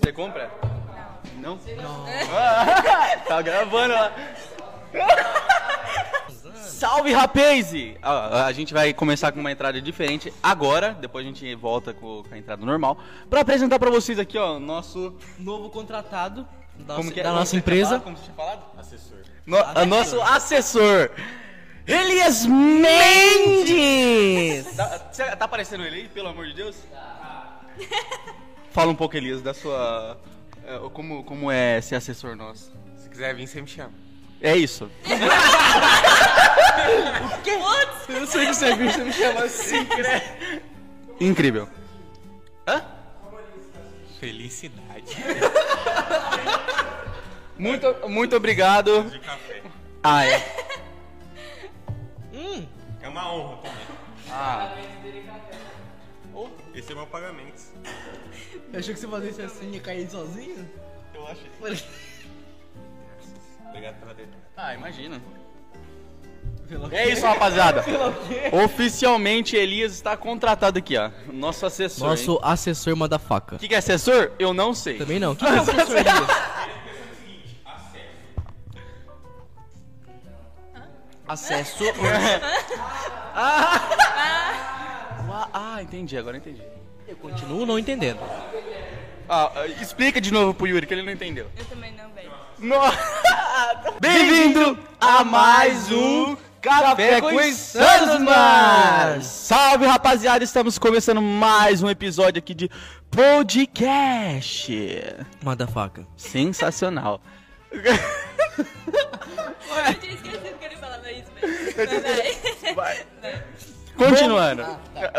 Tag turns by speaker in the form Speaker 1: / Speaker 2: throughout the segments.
Speaker 1: Você compra? Não. Não? tá gravando lá. Salve, rapaze! A, a gente vai começar com uma entrada diferente agora, depois a gente volta com, com a entrada normal, pra apresentar pra vocês aqui, ó, o nosso...
Speaker 2: Novo contratado da,
Speaker 1: como que é?
Speaker 2: da
Speaker 1: Como
Speaker 2: nossa
Speaker 1: você tinha
Speaker 2: empresa.
Speaker 1: falado? Como você tinha falado? No,
Speaker 2: Assessor.
Speaker 1: o nosso assessor, Elias Mendes! Tá, cê- tá aparecendo ele aí, pelo amor de Deus? Fala um pouco, Elias, da sua... é, Como, como é ser assessor nosso?
Speaker 3: Se quiser vir, você me chama.
Speaker 1: É isso.
Speaker 4: Putz,
Speaker 2: Eu sei que você viu, você me chama assim.
Speaker 1: Incrível. Hã?
Speaker 3: Felicidade.
Speaker 1: Muito, muito obrigado.
Speaker 3: De café.
Speaker 1: Ah, é.
Speaker 3: É uma honra também.
Speaker 5: Oh,
Speaker 3: Ah. Esse é meu pagamento.
Speaker 2: Eu achei que você fazia isso assim e cair sozinho.
Speaker 3: Eu achei. Obrigado pela dedada.
Speaker 1: Ah, imagina.
Speaker 2: Pelo
Speaker 1: É isso, rapaziada.
Speaker 2: quê?
Speaker 1: Oficialmente, Elias está contratado aqui, ó. Nosso assessor. hein?
Speaker 2: Nosso assessor manda faca.
Speaker 1: O que, que é assessor? Eu não sei.
Speaker 2: Também não. O que que é assessor Elias? Acesso.
Speaker 1: Ah, ah, entendi, agora entendi.
Speaker 2: Eu continuo não entendendo.
Speaker 1: Ah, ah, explica de novo pro Yuri, que ele não entendeu.
Speaker 4: eu também não, velho.
Speaker 1: No- Bem-vindo a mais um Café com Insanos, Salve, rapaziada! Estamos começando mais um episódio aqui de podcast.
Speaker 2: Manda faca.
Speaker 1: Sensacional.
Speaker 4: Eu tinha esquecido que ele falava isso, velho. Vai, vai. Vai.
Speaker 1: Continuando.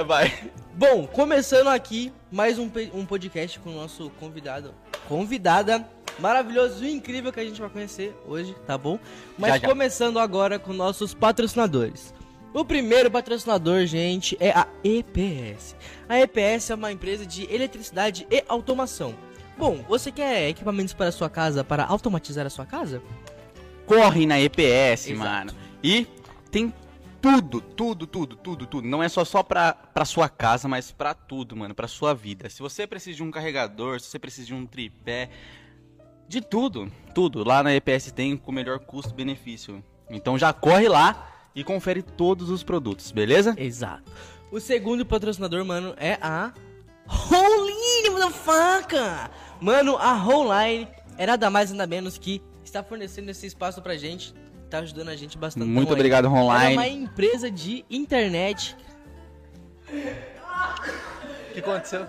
Speaker 1: Vai.
Speaker 2: Bom, começando aqui mais um, pe- um podcast com o nosso convidado, convidada maravilhoso e incrível que a gente vai conhecer hoje, tá bom? Mas
Speaker 1: Já, já.
Speaker 2: começando agora com nossos patrocinadores. O primeiro patrocinador, gente, é a EPS. A EPS é uma empresa de eletricidade e automação. Bom, você quer equipamentos para a sua casa, para automatizar a sua casa?
Speaker 1: Corre na EPS,
Speaker 2: Exato.
Speaker 1: mano. E tem tudo, tudo, tudo, tudo, tudo. Não é só só pra, pra sua casa, mas pra tudo, mano, pra sua vida. Se você precisa de um carregador, se você precisa de um tripé, de tudo, tudo. Lá na EPS tem com o melhor custo-benefício. Então já corre lá e confere todos os produtos, beleza?
Speaker 2: Exato. O segundo patrocinador, mano, é a Roline, motherfucker! Mano, a Roline é nada mais nada menos que está fornecendo esse espaço pra gente, tá ajudando a gente bastante.
Speaker 1: Muito
Speaker 2: também.
Speaker 1: obrigado,
Speaker 2: Ela é
Speaker 1: online.
Speaker 2: uma empresa de internet.
Speaker 1: O que aconteceu?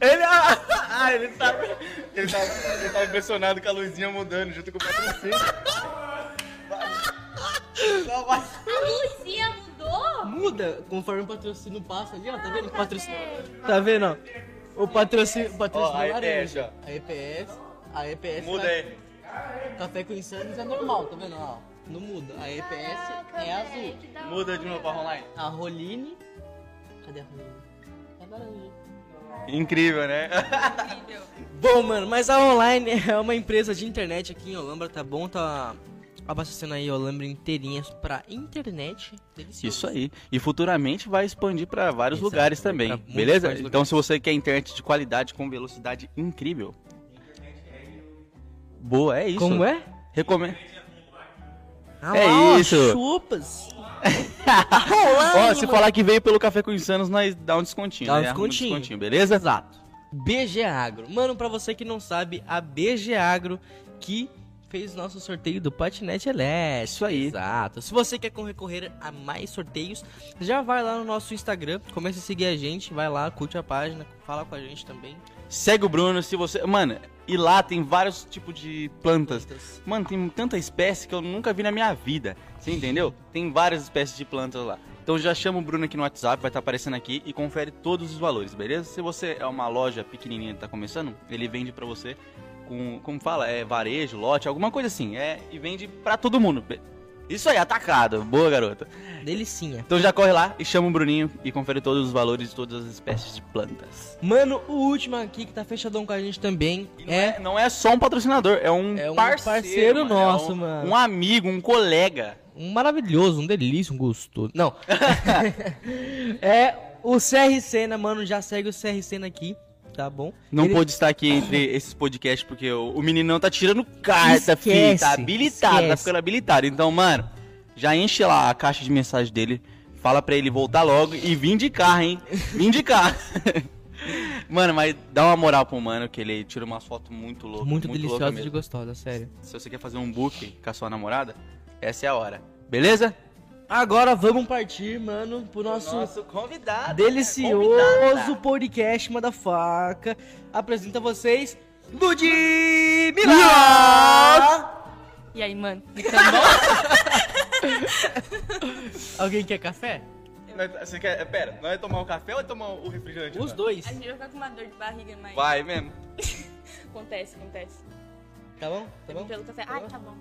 Speaker 1: Ele, ah, ah, ele, tá, ele, tá, ele tá impressionado com a luzinha mudando junto com o patrocínio.
Speaker 4: A luzinha mudou?
Speaker 2: Muda conforme o patrocínio passa ali, ó. Tá vendo? O patrocínio. Tá vendo, ó? O patrocínio, o patrocínio
Speaker 1: Ó, a EPS,
Speaker 2: laranja. A EPS. A EPS.
Speaker 1: Muda
Speaker 2: tá-
Speaker 1: aí.
Speaker 2: Café com insanos é normal, tá vendo? ó? Não muda. A EPS é azul.
Speaker 1: Muda de novo pra online.
Speaker 2: A Roline. Cadê a Roline? É laranja.
Speaker 1: Incrível, né?
Speaker 4: Incrível.
Speaker 2: Bom, mano, mas a Online é uma empresa de internet aqui em Olambra, tá bom? Tá abastecendo aí Olambra inteirinha pra internet. Delicioso.
Speaker 1: Isso aí. E futuramente vai expandir pra vários
Speaker 2: Exato,
Speaker 1: lugares
Speaker 2: vai
Speaker 1: também,
Speaker 2: pra muitos
Speaker 1: beleza?
Speaker 2: mais lugares.
Speaker 1: Então se você quer internet de qualidade com velocidade incrível. Boa, é isso.
Speaker 2: Como é?
Speaker 1: Recomendo.
Speaker 2: Ah,
Speaker 1: É
Speaker 2: lá, ó,
Speaker 1: isso.
Speaker 2: Chupas.
Speaker 1: Ó, se falar que veio pelo Café com Insanos, nós dá um descontinho.
Speaker 2: Dá um
Speaker 1: né? Arruma
Speaker 2: descontinho.
Speaker 1: beleza?
Speaker 2: Exato. BG Agro. Mano, pra você que não sabe, a BG Agro que fez nosso sorteio do patinete elétrico.
Speaker 1: Isso aí.
Speaker 2: Exato. Se você quer concorrer a mais sorteios, já vai lá no nosso Instagram, começa a seguir a gente, vai lá, curte a página, fala com a gente também.
Speaker 1: Segue o Bruno se você. Mano, e lá tem vários tipos de plantas. Mano, tem tanta espécie que eu nunca vi na minha vida. Você entendeu? Tem várias espécies de plantas lá. Então já chama o Bruno aqui no WhatsApp, vai estar aparecendo aqui e confere todos os valores, beleza? Se você é uma loja pequenininha que tá começando, ele vende pra você com, como fala, é varejo, lote, alguma coisa assim. É, e vende pra todo mundo. be- Isso aí, atacado. Boa, garota.
Speaker 2: Delicinha.
Speaker 1: Então já corre lá e chama o Bruninho e confere todos os valores de todas as espécies de plantas.
Speaker 2: Mano, o último aqui que tá fechadão com a gente também
Speaker 1: E não, é.
Speaker 2: é.
Speaker 1: não é só um patrocinador, é um,
Speaker 2: É um
Speaker 1: parceiro,
Speaker 2: parceiro
Speaker 1: É
Speaker 2: nosso,
Speaker 1: um-
Speaker 2: mano.
Speaker 1: Um amigo, um colega.
Speaker 2: Um maravilhoso, um delícia, um gostoso. Não. é o CR Senna, mano. Já segue o CR Senna aqui, tá bom?
Speaker 1: Não
Speaker 2: Ele- Ah.
Speaker 1: pôde estar aqui entre esses podcasts, porque o, o meninão tá tirando carta, filho.
Speaker 2: Esquece,
Speaker 1: Tá habilitado, tá
Speaker 2: esquece.
Speaker 1: ficando habilitado. Então, mano, já enche lá a caixa de mensagem dele. Fala pra ele voltar logo e vim de carro, hein? Vim de carro. mano, mas dá uma moral pro mano, que ele tira umas fotos muito loucas.
Speaker 2: Muito,
Speaker 1: louca
Speaker 2: deliciosa
Speaker 1: mesmo.
Speaker 2: e gostosa, sério.
Speaker 1: Se você quer fazer um book com a sua namorada, essa é a hora. Beleza?
Speaker 2: Agora vamos partir, mano, pro nosso né?
Speaker 1: convidado.
Speaker 2: delicioso podcast Manda Faca. Apresenta a vocês, Ludmilla!
Speaker 4: E aí, mano? Então,
Speaker 2: Alguém quer café?
Speaker 1: é- Você quer. eh, Pera, nós vai tomar o café ou vai tomar o refrigerante?
Speaker 2: Os
Speaker 1: agora?
Speaker 2: dois,
Speaker 4: a gente vai ficar com uma dor de barriga, mas
Speaker 1: Vai mesmo.
Speaker 4: acontece, acontece.
Speaker 2: tá bom? Tá bom?
Speaker 4: Pelo café. Ai, tá bom.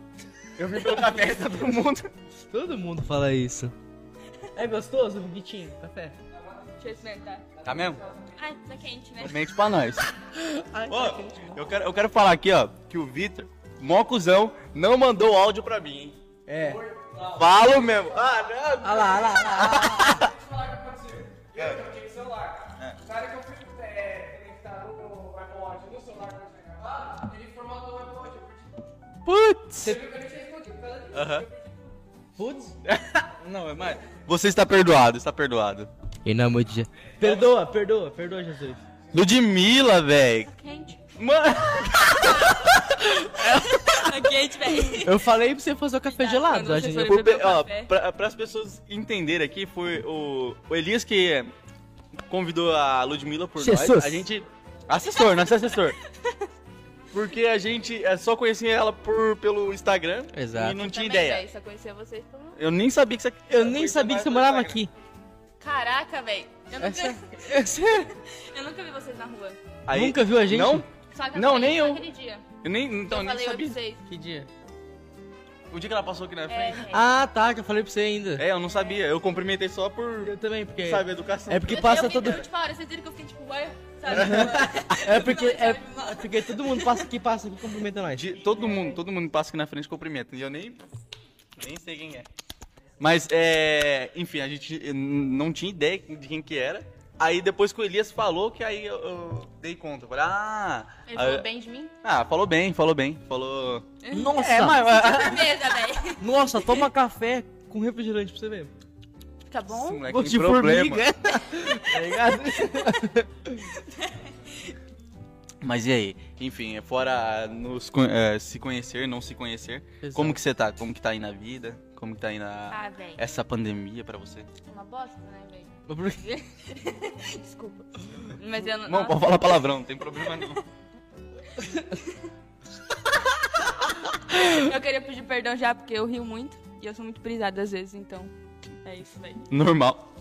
Speaker 1: Eu vim pelo café tá todo mundo.
Speaker 2: Todo mundo fala isso. É gostoso, Bitinho? Café?
Speaker 4: Deixa eu experimentar.
Speaker 1: Tá mesmo?
Speaker 4: Ai, tá quente, né?
Speaker 1: Mente pra nós.
Speaker 2: Ai,
Speaker 1: Ô, eu quero, eu quero falar aqui, ó, que o Vitor, mó cuzão, não mandou o áudio pra mim, hein?
Speaker 2: É.
Speaker 1: Falo mesmo. Ah,
Speaker 2: Olha lá, olha lá, olha lá.
Speaker 1: não. Putz.
Speaker 2: Putz.
Speaker 1: Não, é mais. Você está perdoado, está perdoado.
Speaker 2: Em nome de Jesus. Perdoa, perdoa, perdoa, Jesus.
Speaker 1: Ludmilla, velho.
Speaker 4: Tá quente.
Speaker 1: Mano.
Speaker 4: Tá quente, velho.
Speaker 2: Eu falei pra você fazer o café
Speaker 4: Tá,
Speaker 2: gelado,
Speaker 4: quando
Speaker 2: a
Speaker 4: você
Speaker 2: gente.
Speaker 4: for-
Speaker 1: Pro-
Speaker 4: bebeu
Speaker 1: ó,
Speaker 4: café.
Speaker 1: pra, pras pessoas entenderem aqui, foi o, o Elias que convidou a Ludmilla por nós.
Speaker 2: Jesus.
Speaker 1: A gente. Assessor, não é assessor. Porque a gente é, só conhecia ela por, pelo Instagram
Speaker 2: Exato.
Speaker 1: e não tinha
Speaker 4: Também,
Speaker 1: ideia.
Speaker 4: véi, Só conhecia vocês pelo.
Speaker 1: Eu nem sabia que você.
Speaker 2: Eu nem sabia que você morava aqui.
Speaker 4: Caraca, velho. Eu,
Speaker 2: É sério?
Speaker 4: nunca...
Speaker 2: É sério?
Speaker 4: eu nunca vi vocês na rua.
Speaker 1: Aí-
Speaker 2: Nunca viu a gente?
Speaker 1: Não?
Speaker 4: Só aquele-
Speaker 1: Não, nem
Speaker 4: só
Speaker 1: eu.
Speaker 4: aquele dia.
Speaker 1: Eu nem. Então,
Speaker 4: eu
Speaker 1: nem
Speaker 4: falei oi pra
Speaker 1: sabia.
Speaker 4: vocês.
Speaker 2: Que dia?
Speaker 1: O dia que ela passou aqui na
Speaker 4: É,
Speaker 1: frente.
Speaker 4: é.
Speaker 2: Ah, tá, que eu falei pra você ainda.
Speaker 1: É, eu não sabia. Eu cumprimentei só por.
Speaker 2: Eu também, porque.
Speaker 1: Sabe, educação.
Speaker 2: É porque
Speaker 4: Eu-
Speaker 2: passa
Speaker 4: eu,
Speaker 2: todo.
Speaker 4: Eu, tipo, a hora, vocês viram que eu fiquei tipo, ué, sabe?
Speaker 2: É porque.
Speaker 4: Não,
Speaker 2: É
Speaker 4: sabe, mano?
Speaker 2: porque todo mundo passa aqui, passa aqui, cumprimenta nós.
Speaker 1: É De- todo mundo, todo mundo passa aqui na frente e cumprimenta. E eu nem, nem sei quem é. Mas, é, enfim, a gente eh, n- não tinha ideia de quem que era. Aí depois que o Elias falou, que aí eu, eu dei conta. Eu falei, ah,
Speaker 4: Ele
Speaker 1: ah,
Speaker 4: falou bem de mim.
Speaker 1: ah, falou bem, falou bem, falou...
Speaker 2: Nossa! tá
Speaker 1: É, mas...
Speaker 4: Firmeza, velho.
Speaker 2: Nossa, toma café com refrigerante pra você ver.
Speaker 4: Fica
Speaker 1: Esse
Speaker 4: Tá bom?
Speaker 1: moleque tem problema.
Speaker 2: Tá ligado?
Speaker 1: Mas e aí? Enfim, é fora nos, con- eh, se conhecer, não se conhecer,
Speaker 2: Exato.
Speaker 1: como que você tá? Como que tá aí na vida? Como que tá aí na...
Speaker 4: Ah, velho.
Speaker 1: Essa pandemia pra você?
Speaker 4: É uma bosta, né, velho?
Speaker 2: Mas
Speaker 4: Desculpa. Mas eu não.
Speaker 1: Não, pode falar palavrão, não tem problema não.
Speaker 4: Eu queria pedir perdão já, porque eu rio muito. E eu sou muito brisada às vezes, então. É isso, velho.
Speaker 1: Normal.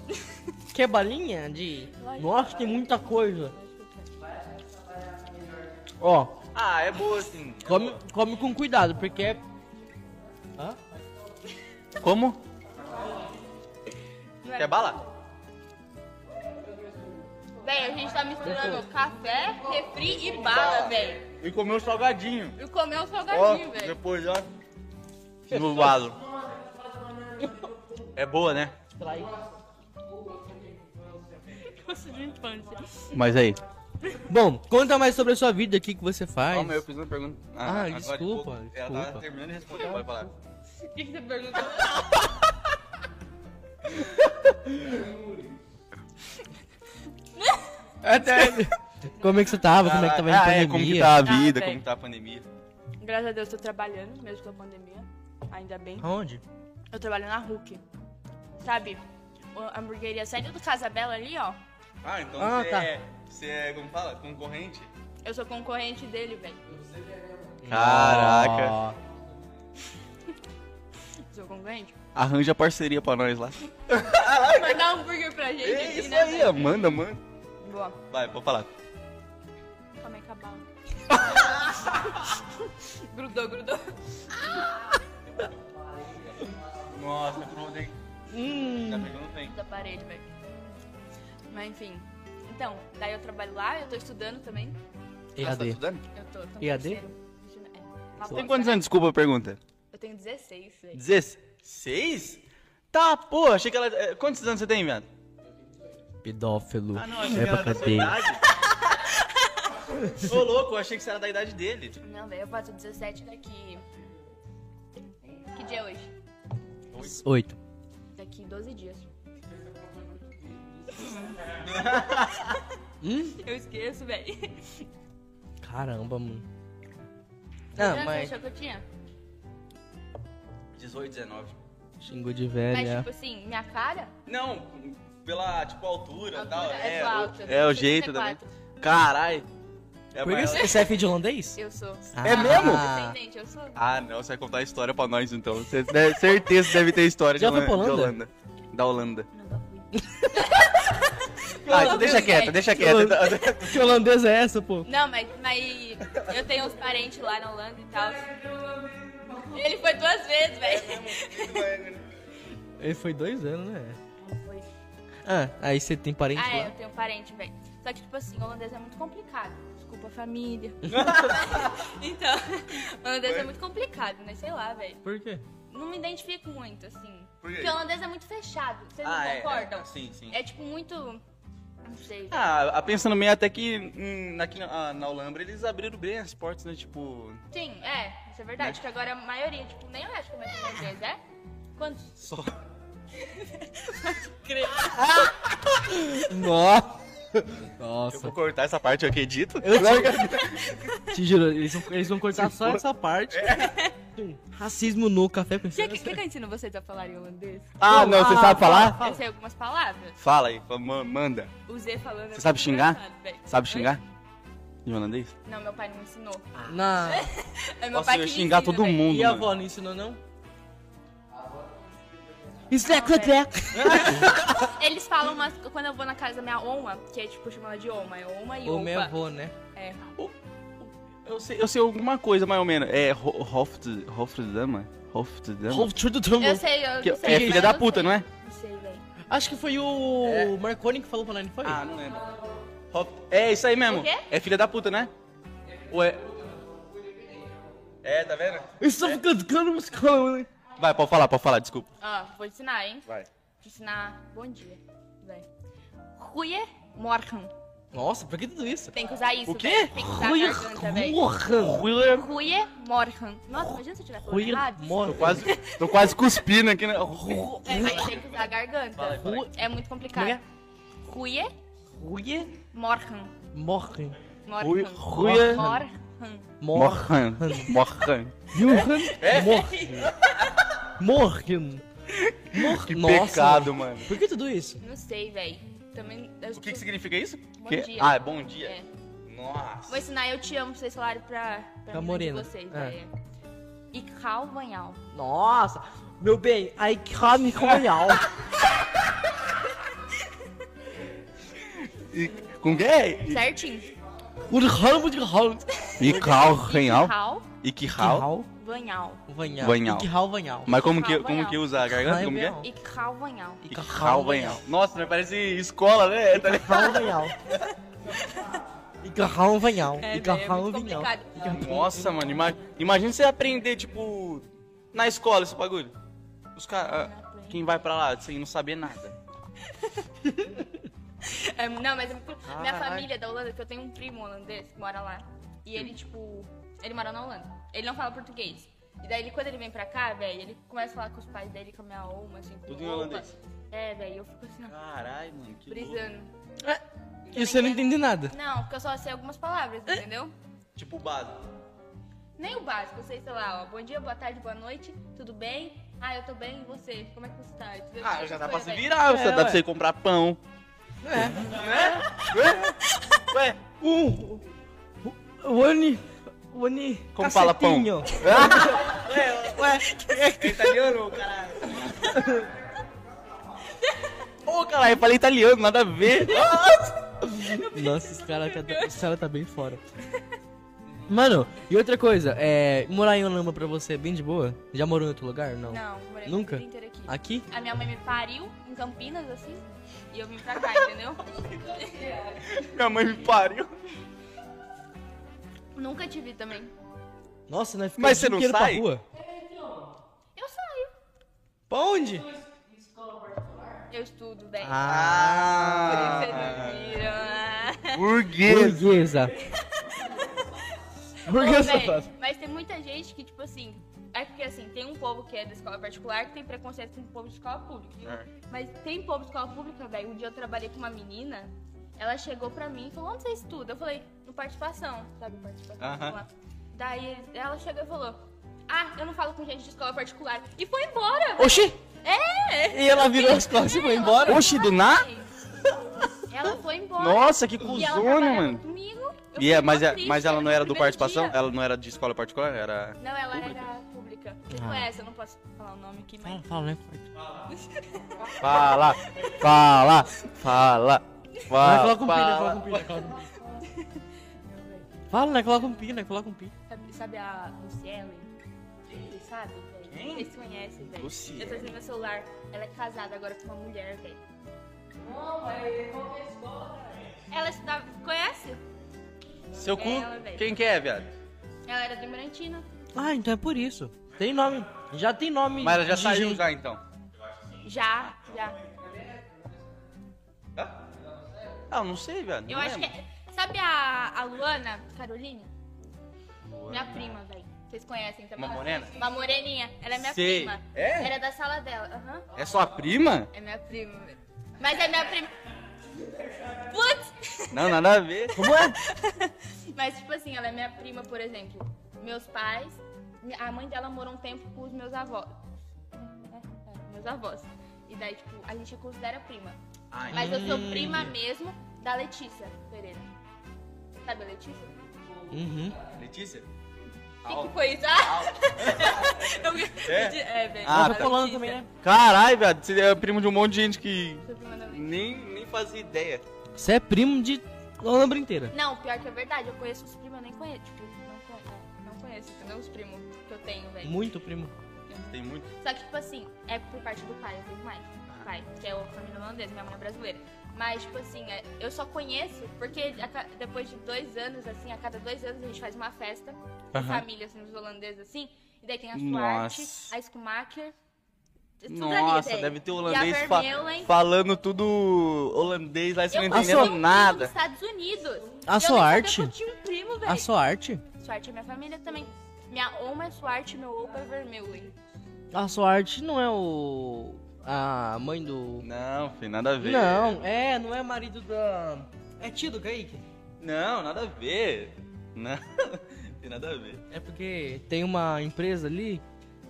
Speaker 2: Quer é balinha de. Nossa, tem muita coisa. Ó,
Speaker 1: Ah, é boa sim.
Speaker 2: come, come com cuidado, porque é. Hã?
Speaker 1: Como?
Speaker 4: Não
Speaker 1: Quer bala?
Speaker 4: Véi, a gente tá misturando café, refri e bala, velho.
Speaker 1: E comeu um salgadinho.
Speaker 4: E comer um salgadinho, velho.
Speaker 1: depois, ó. No vaso. É boa, né?
Speaker 4: Doce de infância.
Speaker 1: Mas aí.
Speaker 2: Bom, conta mais sobre a sua vida, o que, que você faz.
Speaker 1: Calma, eu fiz uma pergunta.
Speaker 2: Ah,
Speaker 1: agora de
Speaker 2: desculpa,
Speaker 1: pouco. Ela
Speaker 2: desculpa.
Speaker 1: tá terminando de responder, pode falar.
Speaker 4: O que, que você perguntou?
Speaker 2: Como é que você tava? Como é que tava indo
Speaker 1: ah,
Speaker 2: pandemia?
Speaker 1: é, como que tá a
Speaker 4: Ah,
Speaker 1: vida,
Speaker 4: velho.
Speaker 1: como que tá a pandemia.
Speaker 4: Graças a Deus, tô trabalhando, mesmo com a pandemia. Ainda bem.
Speaker 2: Aonde?
Speaker 4: Eu trabalho na Hulk. Sabe? O- A hamburgueria saindo do Casa Bela ali, ó.
Speaker 1: Ah, então
Speaker 2: Ah,
Speaker 1: você
Speaker 2: tá.
Speaker 1: é. Você é, como fala? Concorrente?
Speaker 4: Eu sou concorrente dele, velho.
Speaker 1: Caraca.
Speaker 2: Ó.
Speaker 4: Sou concorrente.
Speaker 1: Arranja parceria pra nós lá.
Speaker 4: Mandar um hambúrguer pra gente
Speaker 1: É
Speaker 4: aqui,
Speaker 1: isso
Speaker 4: né?
Speaker 1: aí,
Speaker 4: velho?
Speaker 1: Amanda, manda.
Speaker 4: Boa.
Speaker 1: Vai, pode falar.
Speaker 4: Calma aí, cabal. grudou, grudou.
Speaker 1: Nossa, pronto, hein?
Speaker 2: Hum.
Speaker 1: Já pegou no trem.
Speaker 4: da parede, velho. Mas enfim. Então, daí eu trabalho lá, eu tô estudando também.
Speaker 1: Ah, você tá
Speaker 2: EAD.
Speaker 1: estudando?
Speaker 4: Eu tô, tô no
Speaker 2: EAD?
Speaker 4: terceiro. É, uma
Speaker 1: Tem
Speaker 4: bosta,
Speaker 1: quantos
Speaker 4: né?
Speaker 1: anos? Desculpa a pergunta.
Speaker 4: Eu tenho 16, velho.
Speaker 1: 16? Tá, pô, achei que ela. eh, Quantos anos você tem, viado?
Speaker 2: Pedófilo.
Speaker 4: Tá,
Speaker 2: É
Speaker 1: Ah, não, achei que
Speaker 2: pra
Speaker 1: era da sua
Speaker 2: cadeia.
Speaker 1: idade. Ô, louco, achei que você era da idade dele.
Speaker 4: Não, velho, eu faço 17 daqui. Que dia é hoje?
Speaker 2: Oito.
Speaker 4: Daqui 12 dias.
Speaker 2: Hum?
Speaker 4: Eu esqueço, velho.
Speaker 2: Caramba, mano.
Speaker 4: Quantos
Speaker 2: Ah,
Speaker 4: anos
Speaker 2: mas
Speaker 4: Você achou que eu tinha?
Speaker 1: 18, 19.
Speaker 2: xingou de velho,
Speaker 4: Mas,
Speaker 1: é.
Speaker 2: né?
Speaker 4: tipo assim, minha cara.
Speaker 1: Não, pela, tipo, altura e tal.
Speaker 4: altura, é, só alta.
Speaker 1: o- é o jeito
Speaker 4: 64.
Speaker 1: também. Caralho. É
Speaker 2: Por que
Speaker 1: maior-
Speaker 2: você você é filho de holandês?
Speaker 4: Eu sou.
Speaker 2: É
Speaker 1: mesmo?
Speaker 4: Descendente, eu sou.
Speaker 1: Ah, não, você vai contar a história pra nós então. Você deve- certeza deve ter história
Speaker 2: Já
Speaker 1: de,
Speaker 2: foi
Speaker 1: Holan-
Speaker 2: pra
Speaker 1: de
Speaker 2: Holanda?
Speaker 1: Holanda. Da Holanda.
Speaker 4: Nunca fui.
Speaker 1: Ah, então deixa quieta, deixa
Speaker 4: É,
Speaker 1: quieta.
Speaker 2: Que holandesa é essa, pô?
Speaker 4: Não, mas, mas eu tenho uns parentes lá na Holanda e tal. Ele foi duas vezes, velho.
Speaker 2: Ele foi dois anos, né? Ah, aí você tem parente
Speaker 4: Ah, é, eu
Speaker 2: lá?
Speaker 4: tenho parente, velho. Só que, tipo assim, holandês é muito complicado. Desculpa a família. então, holandês é muito complicado, né? Sei lá, velho.
Speaker 2: Por quê?
Speaker 4: Não me identifico muito, assim.
Speaker 1: Por quê?
Speaker 4: Porque holandês é muito fechado. Vocês
Speaker 1: Ah,
Speaker 4: não
Speaker 1: é,
Speaker 4: concordam?
Speaker 1: é, sim, sim.
Speaker 4: É tipo muito. Não sei.
Speaker 1: Ah, pensando meio até que hum, aqui na, na Holanda eles abriram bem as portas, né? Tipo,
Speaker 4: Sim, é. Isso é verdade. Que agora a maioria, tipo, nem eu acho que é mais holandês, é? Quantos?
Speaker 1: só.
Speaker 2: Nossa.
Speaker 1: Eu
Speaker 2: Nossa.
Speaker 1: vou cortar essa parte, eu acredito.
Speaker 2: Te juro, eles vão, eles vão cortar só essa parte.
Speaker 4: É.
Speaker 2: Racismo no café com
Speaker 4: Quer que, quer que eu ensino vocês a falar em holandês?
Speaker 1: Ah, não, você sabe falar?
Speaker 4: Eu sei algumas palavras.
Speaker 1: Fala aí, fa- ma- manda.
Speaker 4: O Z falando. é
Speaker 1: Você sabe
Speaker 4: muito
Speaker 1: xingar?
Speaker 4: engraçado, velho.
Speaker 1: Sabe
Speaker 4: Oi?
Speaker 1: xingar? Em holandês?
Speaker 4: Não, meu pai não me ensinou.
Speaker 2: Na...
Speaker 4: É meu
Speaker 1: Nossa,
Speaker 4: pai
Speaker 1: eu
Speaker 4: que
Speaker 1: ia
Speaker 4: me
Speaker 1: xingar
Speaker 4: ensina,
Speaker 1: todo
Speaker 4: velho.
Speaker 1: mundo.
Speaker 2: né? E a
Speaker 1: mano.
Speaker 2: avó não ensinou, não? Isso é
Speaker 4: Não, velho. Eles falam umas. Quando eu vou na casa da minha oma, que é tipo chamada de oma, é oma e
Speaker 2: Ou
Speaker 4: oma.
Speaker 2: minha avó, né?
Speaker 4: É.
Speaker 1: Eu sei, eu sei alguma coisa, mais ou menos. É Ho- Hoft, Hoftdama? Hoftdama?
Speaker 4: Eu sei, eu
Speaker 1: Que
Speaker 4: não sei.
Speaker 1: é
Speaker 4: mas
Speaker 1: filha
Speaker 4: eu
Speaker 1: da
Speaker 4: não
Speaker 1: puta,
Speaker 4: sei.
Speaker 1: não é?
Speaker 4: Não sei, velho.
Speaker 2: Acho que foi o
Speaker 1: É.
Speaker 2: Marconi que falou pra nós, não foi?
Speaker 1: Ah, não lembro. Hof- É isso aí mesmo.
Speaker 4: O quê?
Speaker 1: É filha da puta, né? Ou é... É, tá vendo?
Speaker 2: Eu estava cantando música. né?
Speaker 1: Vai, pode falar, pode falar, desculpa.
Speaker 4: Ó, vou ensinar, hein?
Speaker 1: Vai.
Speaker 4: Vou ensinar. Bom dia, velho. Ruie Morgan.
Speaker 2: Nossa, por que tudo isso?
Speaker 4: Tem que usar isso.
Speaker 1: O quê?
Speaker 4: velho. Tem que
Speaker 2: Tá
Speaker 4: usar a garganta, velho. Ruie Morgan. Nossa, imagina se eu tivesse falado
Speaker 2: Rui
Speaker 4: errado.
Speaker 1: Tô quase, tô quase cuspindo aqui, né?
Speaker 4: É, mas tem que usar a garganta.
Speaker 1: Fala, fala.
Speaker 4: Ru- É muito
Speaker 2: Como é
Speaker 4: complicado.
Speaker 2: que
Speaker 4: Ruie
Speaker 2: Ruia
Speaker 4: Morgan.
Speaker 2: Morren.
Speaker 1: Rui-
Speaker 4: Morgan.
Speaker 1: Ruie-
Speaker 4: Morgan.
Speaker 1: Morran. Morran.
Speaker 2: Morren. Morren. Morren.
Speaker 1: Que
Speaker 2: Nossa,
Speaker 1: pecado,
Speaker 2: mano.
Speaker 1: mano.
Speaker 2: Por que tudo isso?
Speaker 4: Não sei, velho. Também. eu
Speaker 1: O que, que
Speaker 4: tô-
Speaker 1: significa isso?
Speaker 4: Bom
Speaker 1: Que-
Speaker 4: dia.
Speaker 1: Ah, é bom dia.
Speaker 4: É. Vou
Speaker 1: Nossa.
Speaker 4: ensinar eu te amo pra vocês falarem pra, pra,
Speaker 2: Pra
Speaker 4: mãe de
Speaker 2: morena.
Speaker 4: vocês.
Speaker 2: É.
Speaker 4: É. E calvanhal.
Speaker 2: Nossa. Meu bem, aí come colonial.
Speaker 1: E, com quem?
Speaker 4: Certinho.
Speaker 2: O ramo de ramo.
Speaker 1: E Cal Renhal.
Speaker 4: Cal
Speaker 1: E Kihal.
Speaker 4: vanhal.
Speaker 2: Vanhal.
Speaker 1: Vanhal.
Speaker 2: Ikral Vanhal.
Speaker 1: Mas como que,
Speaker 4: Kihal
Speaker 1: como
Speaker 4: Vanhal.
Speaker 1: que usa a garganta?
Speaker 2: Ah,
Speaker 1: Como que
Speaker 2: Vanhal.
Speaker 1: é?
Speaker 4: E calvanhal.
Speaker 1: E Kihal Vanhal. Nossa, mas parece escola, né? Tá ligado?
Speaker 2: Ikral Vanhal. Ikral Vanhal.
Speaker 4: É,
Speaker 2: Ikral
Speaker 4: velho, é muito
Speaker 2: Vanhal.
Speaker 4: complicado.
Speaker 1: Nossa, mano. ima- Imagina você aprender, tipo, na escola esse bagulho. Os caras. Quem vai pra lá sem não saber nada.
Speaker 4: É, não, mas é muito- minha
Speaker 1: Caralho.
Speaker 4: família é da Holanda, porque eu tenho um primo holandês que mora lá. E ele, tipo, ele mora na Holanda. Ele não fala português. E daí, ele, quando ele vem pra cá, velho, ele começa a falar com os pais dele, com a minha alma, assim. com
Speaker 1: Tudo em
Speaker 4: opa.
Speaker 1: holandês.
Speaker 4: É, velho, eu fico assim, ó,
Speaker 1: Caralho, mano. Que louco.
Speaker 4: brisando.
Speaker 2: E você não entende nada.
Speaker 4: Não, porque eu só sei algumas palavras, entendeu?
Speaker 1: Tipo, base.
Speaker 4: Nem o básico, eu sei, sei lá, ó, bom dia, boa tarde, boa noite, tudo bem? Ah, eu tô bem, e você? Como é que você tá? Entendeu?
Speaker 1: Ah, já dá pra
Speaker 4: Coisa,
Speaker 1: se
Speaker 4: velho.
Speaker 1: virar.
Speaker 2: É,
Speaker 1: Você dá pra
Speaker 2: ué.
Speaker 1: você comprar pão.
Speaker 2: É.
Speaker 1: Ué? Ué?
Speaker 2: Um. One. One.
Speaker 1: Como fala pão?
Speaker 2: cacetinho.
Speaker 1: É italiano, caralho. Ô, caralho, eu falei italiano, nada a ver.
Speaker 2: Nossa, esse cara, tá, esse cara tá bem fora. Mano, e outra coisa, é, morar em Olamba pra você é bem de boa? Já morou em outro lugar? Não.
Speaker 4: Não, morei
Speaker 2: Nunca? Ah,
Speaker 4: a vida inteira aqui. aqui.
Speaker 2: Aqui?
Speaker 4: A minha mãe me pariu em Campinas, assim, e eu vim pra cá, entendeu?
Speaker 1: Minha mãe me pariu.
Speaker 4: Nunca te vi também.
Speaker 2: Nossa, nós ficamos
Speaker 1: Mas
Speaker 2: o
Speaker 1: você
Speaker 2: dia
Speaker 1: não
Speaker 2: inteiro
Speaker 1: sai?
Speaker 2: pra rua.
Speaker 4: Eu saio.
Speaker 2: Pra onde?
Speaker 4: Eu estudo, velho.
Speaker 2: Ah,
Speaker 4: Por isso vocês
Speaker 1: Ah.
Speaker 4: não viram. Ah.
Speaker 1: Burguês.
Speaker 2: Burguesa.
Speaker 4: Ô,
Speaker 2: Burguesa.
Speaker 4: véi,
Speaker 2: safado.
Speaker 4: Mas tem muita gente que, tipo assim, é porque assim, tem um povo que é da escola particular que tem preconceito com o povo de escola pública. Mas tem povo de escola pública, velho. Um dia eu trabalhei com uma menina, ela chegou pra mim e falou, onde você estuda? Eu falei, no participação, sabe, participação
Speaker 1: Aham.
Speaker 4: lá. Daí ela chegou e falou, ah, eu não falo com gente de escola particular. E foi embora, velho.
Speaker 2: Oxi!
Speaker 4: É!
Speaker 2: E ela virou as costas e foi embora?
Speaker 1: Oxi, do nada?
Speaker 4: Ela foi embora.
Speaker 1: Nossa, que
Speaker 4: E ela
Speaker 1: cuzona,
Speaker 4: trabalhava
Speaker 1: mano.
Speaker 4: comigo. Eu
Speaker 1: E é,
Speaker 4: fiquei
Speaker 1: mas,
Speaker 4: mó
Speaker 1: é-
Speaker 4: triste,
Speaker 1: mas ela não
Speaker 4: no
Speaker 1: era do
Speaker 4: primeiro
Speaker 1: participação?
Speaker 4: dia-
Speaker 1: Ela não era de escola particular? Era.
Speaker 4: Não, ela era pública.
Speaker 1: Ah.
Speaker 4: Tipo essa, eu não posso falar o nome aqui, mas.
Speaker 2: fala, né?
Speaker 1: Fala, fala, fala,
Speaker 2: Vai,
Speaker 1: fala.
Speaker 2: coloca um pi, né? Coloca um pi, né? Coloca um pi. Fala, né? Coloca um pi, né? Coloca um pi.
Speaker 1: Ah.
Speaker 4: Sabe, sabe a Luciele? Vocês sabem, velho? Vocês conhecem, velho?
Speaker 1: Luciele.
Speaker 4: Eu tô aqui no meu celular. Ela é casada agora com uma mulher, velho. Não, mas
Speaker 2: é
Speaker 4: qual que escola? Ela estudava. Conhece?
Speaker 1: Seu cu?
Speaker 4: Ela, velho.
Speaker 1: Quem que é, viado?
Speaker 4: Ela era do Imrantina.
Speaker 2: Ah, então é por isso. Tem nome. Já tem nome.
Speaker 1: Mas ela já
Speaker 2: de
Speaker 1: saiu
Speaker 2: gente.
Speaker 1: já então.
Speaker 4: Já, já.
Speaker 1: Ah, eu não sei, viado.
Speaker 4: Eu
Speaker 1: não
Speaker 4: acho que.
Speaker 1: lembro.
Speaker 4: é- Sabe a, a Luana Caroline? Minha prima, velho. Vocês conhecem também.
Speaker 1: Uma morena?
Speaker 4: Uma moreninha. Ela é minha
Speaker 1: Sei.
Speaker 4: prima.
Speaker 1: É?
Speaker 4: Era da sala dela. Aham.
Speaker 1: É sua prima?
Speaker 4: É minha prima, velho. Mas é minha prima. Putz!
Speaker 1: Não, nada a ver.
Speaker 2: Como é?
Speaker 4: Mas, tipo assim, ela é minha prima, por exemplo. Meus pais. mi- A mãe dela morou um tempo com os meus avós. É, é, é, Meus avós. E daí, tipo, a gente a considera prima.
Speaker 1: Ai.
Speaker 4: Mas eu sou prima
Speaker 1: Hum.
Speaker 4: mesmo da Letícia Pereira. Sabe a Letícia?
Speaker 2: Uhum.
Speaker 1: Letícia?
Speaker 4: O que, que foi isso? Ah! Eu- É, velho.
Speaker 1: Ah,
Speaker 4: Eu
Speaker 2: tá
Speaker 4: sou
Speaker 2: colando
Speaker 4: autista.
Speaker 2: também, né?
Speaker 1: Caralho, viado. Você é primo de um monte de gente que
Speaker 4: Sou prima da Letícia.
Speaker 1: nem, nem fazia ideia.
Speaker 2: Você é primo de Lambra inteira.
Speaker 4: Não, pior que é verdade. Eu conheço os primos, eu nem conheço. Tipo, não conheço, não conheço entendeu? Os primos que eu tenho, velho.
Speaker 2: Muito primo.
Speaker 1: Tem muito.
Speaker 4: Só que, tipo assim, é por parte do pai, eu tenho mais.
Speaker 1: Ah.
Speaker 4: Pai, que é o família holandesa, minha mãe é brasileira. Mas, tipo assim, é- eu só conheço porque a ca- depois de dois anos, assim, a cada dois anos a gente faz uma festa de
Speaker 1: Aham.
Speaker 4: família, assim, dos holandeses, assim. E daí tem a Swart,
Speaker 1: Nossa.
Speaker 4: a Schumacher. tudo
Speaker 1: Nossa,
Speaker 4: ali, velho.
Speaker 1: deve ter um
Speaker 4: E
Speaker 1: holandês
Speaker 4: a
Speaker 1: fa-
Speaker 4: Vermeulen.
Speaker 1: falando tudo holandês lá, você não
Speaker 4: Eu
Speaker 2: conheci
Speaker 1: entendendo
Speaker 2: um
Speaker 4: primo dos
Speaker 1: nada.
Speaker 4: Estados Unidos.
Speaker 2: A
Speaker 4: Eu nem
Speaker 2: Swart?
Speaker 4: sabia que Eu tinha um primo, velho.
Speaker 2: A sua arte?
Speaker 4: Swart é minha família também. Minha Oma é Swart, meu Opa é Vermeulen.
Speaker 2: A sua arte não é o. A mãe do.
Speaker 1: Não, filho, nada a ver.
Speaker 2: Não, é, não é marido da. É tio do Kaique?
Speaker 1: Não, nada a ver. Não, tem nada a ver.
Speaker 2: É porque tem uma empresa ali,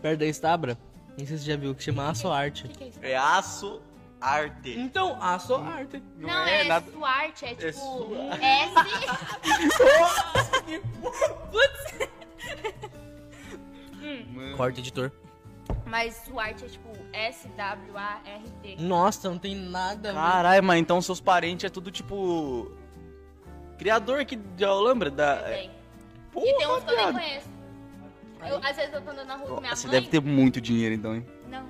Speaker 2: perto da Estabra, não sei se você já viu, que chama Aço
Speaker 4: O
Speaker 2: Arte.
Speaker 4: que, que é isso?
Speaker 1: É aço arte.
Speaker 2: Então, Aço Arte.
Speaker 4: Não, é,
Speaker 1: nada.
Speaker 4: Swart, é tipo
Speaker 1: Swart.
Speaker 4: S.
Speaker 1: Mano,
Speaker 2: Corta, editor.
Speaker 4: Mas Swart é tipo S-W-A-R-T.
Speaker 2: Nossa, não tem nada. a ver.
Speaker 1: Caralho, mas então seus parentes é tudo tipo. Criador aqui de Alhambra? Da...
Speaker 4: também.
Speaker 1: é Porra,
Speaker 4: E tem uns que eu nem
Speaker 1: viado.
Speaker 4: conheço. Eu, às vezes eu tô andando na rua com minha
Speaker 1: Você
Speaker 4: mãe.
Speaker 1: deve ter muito dinheiro então, hein?
Speaker 4: Não.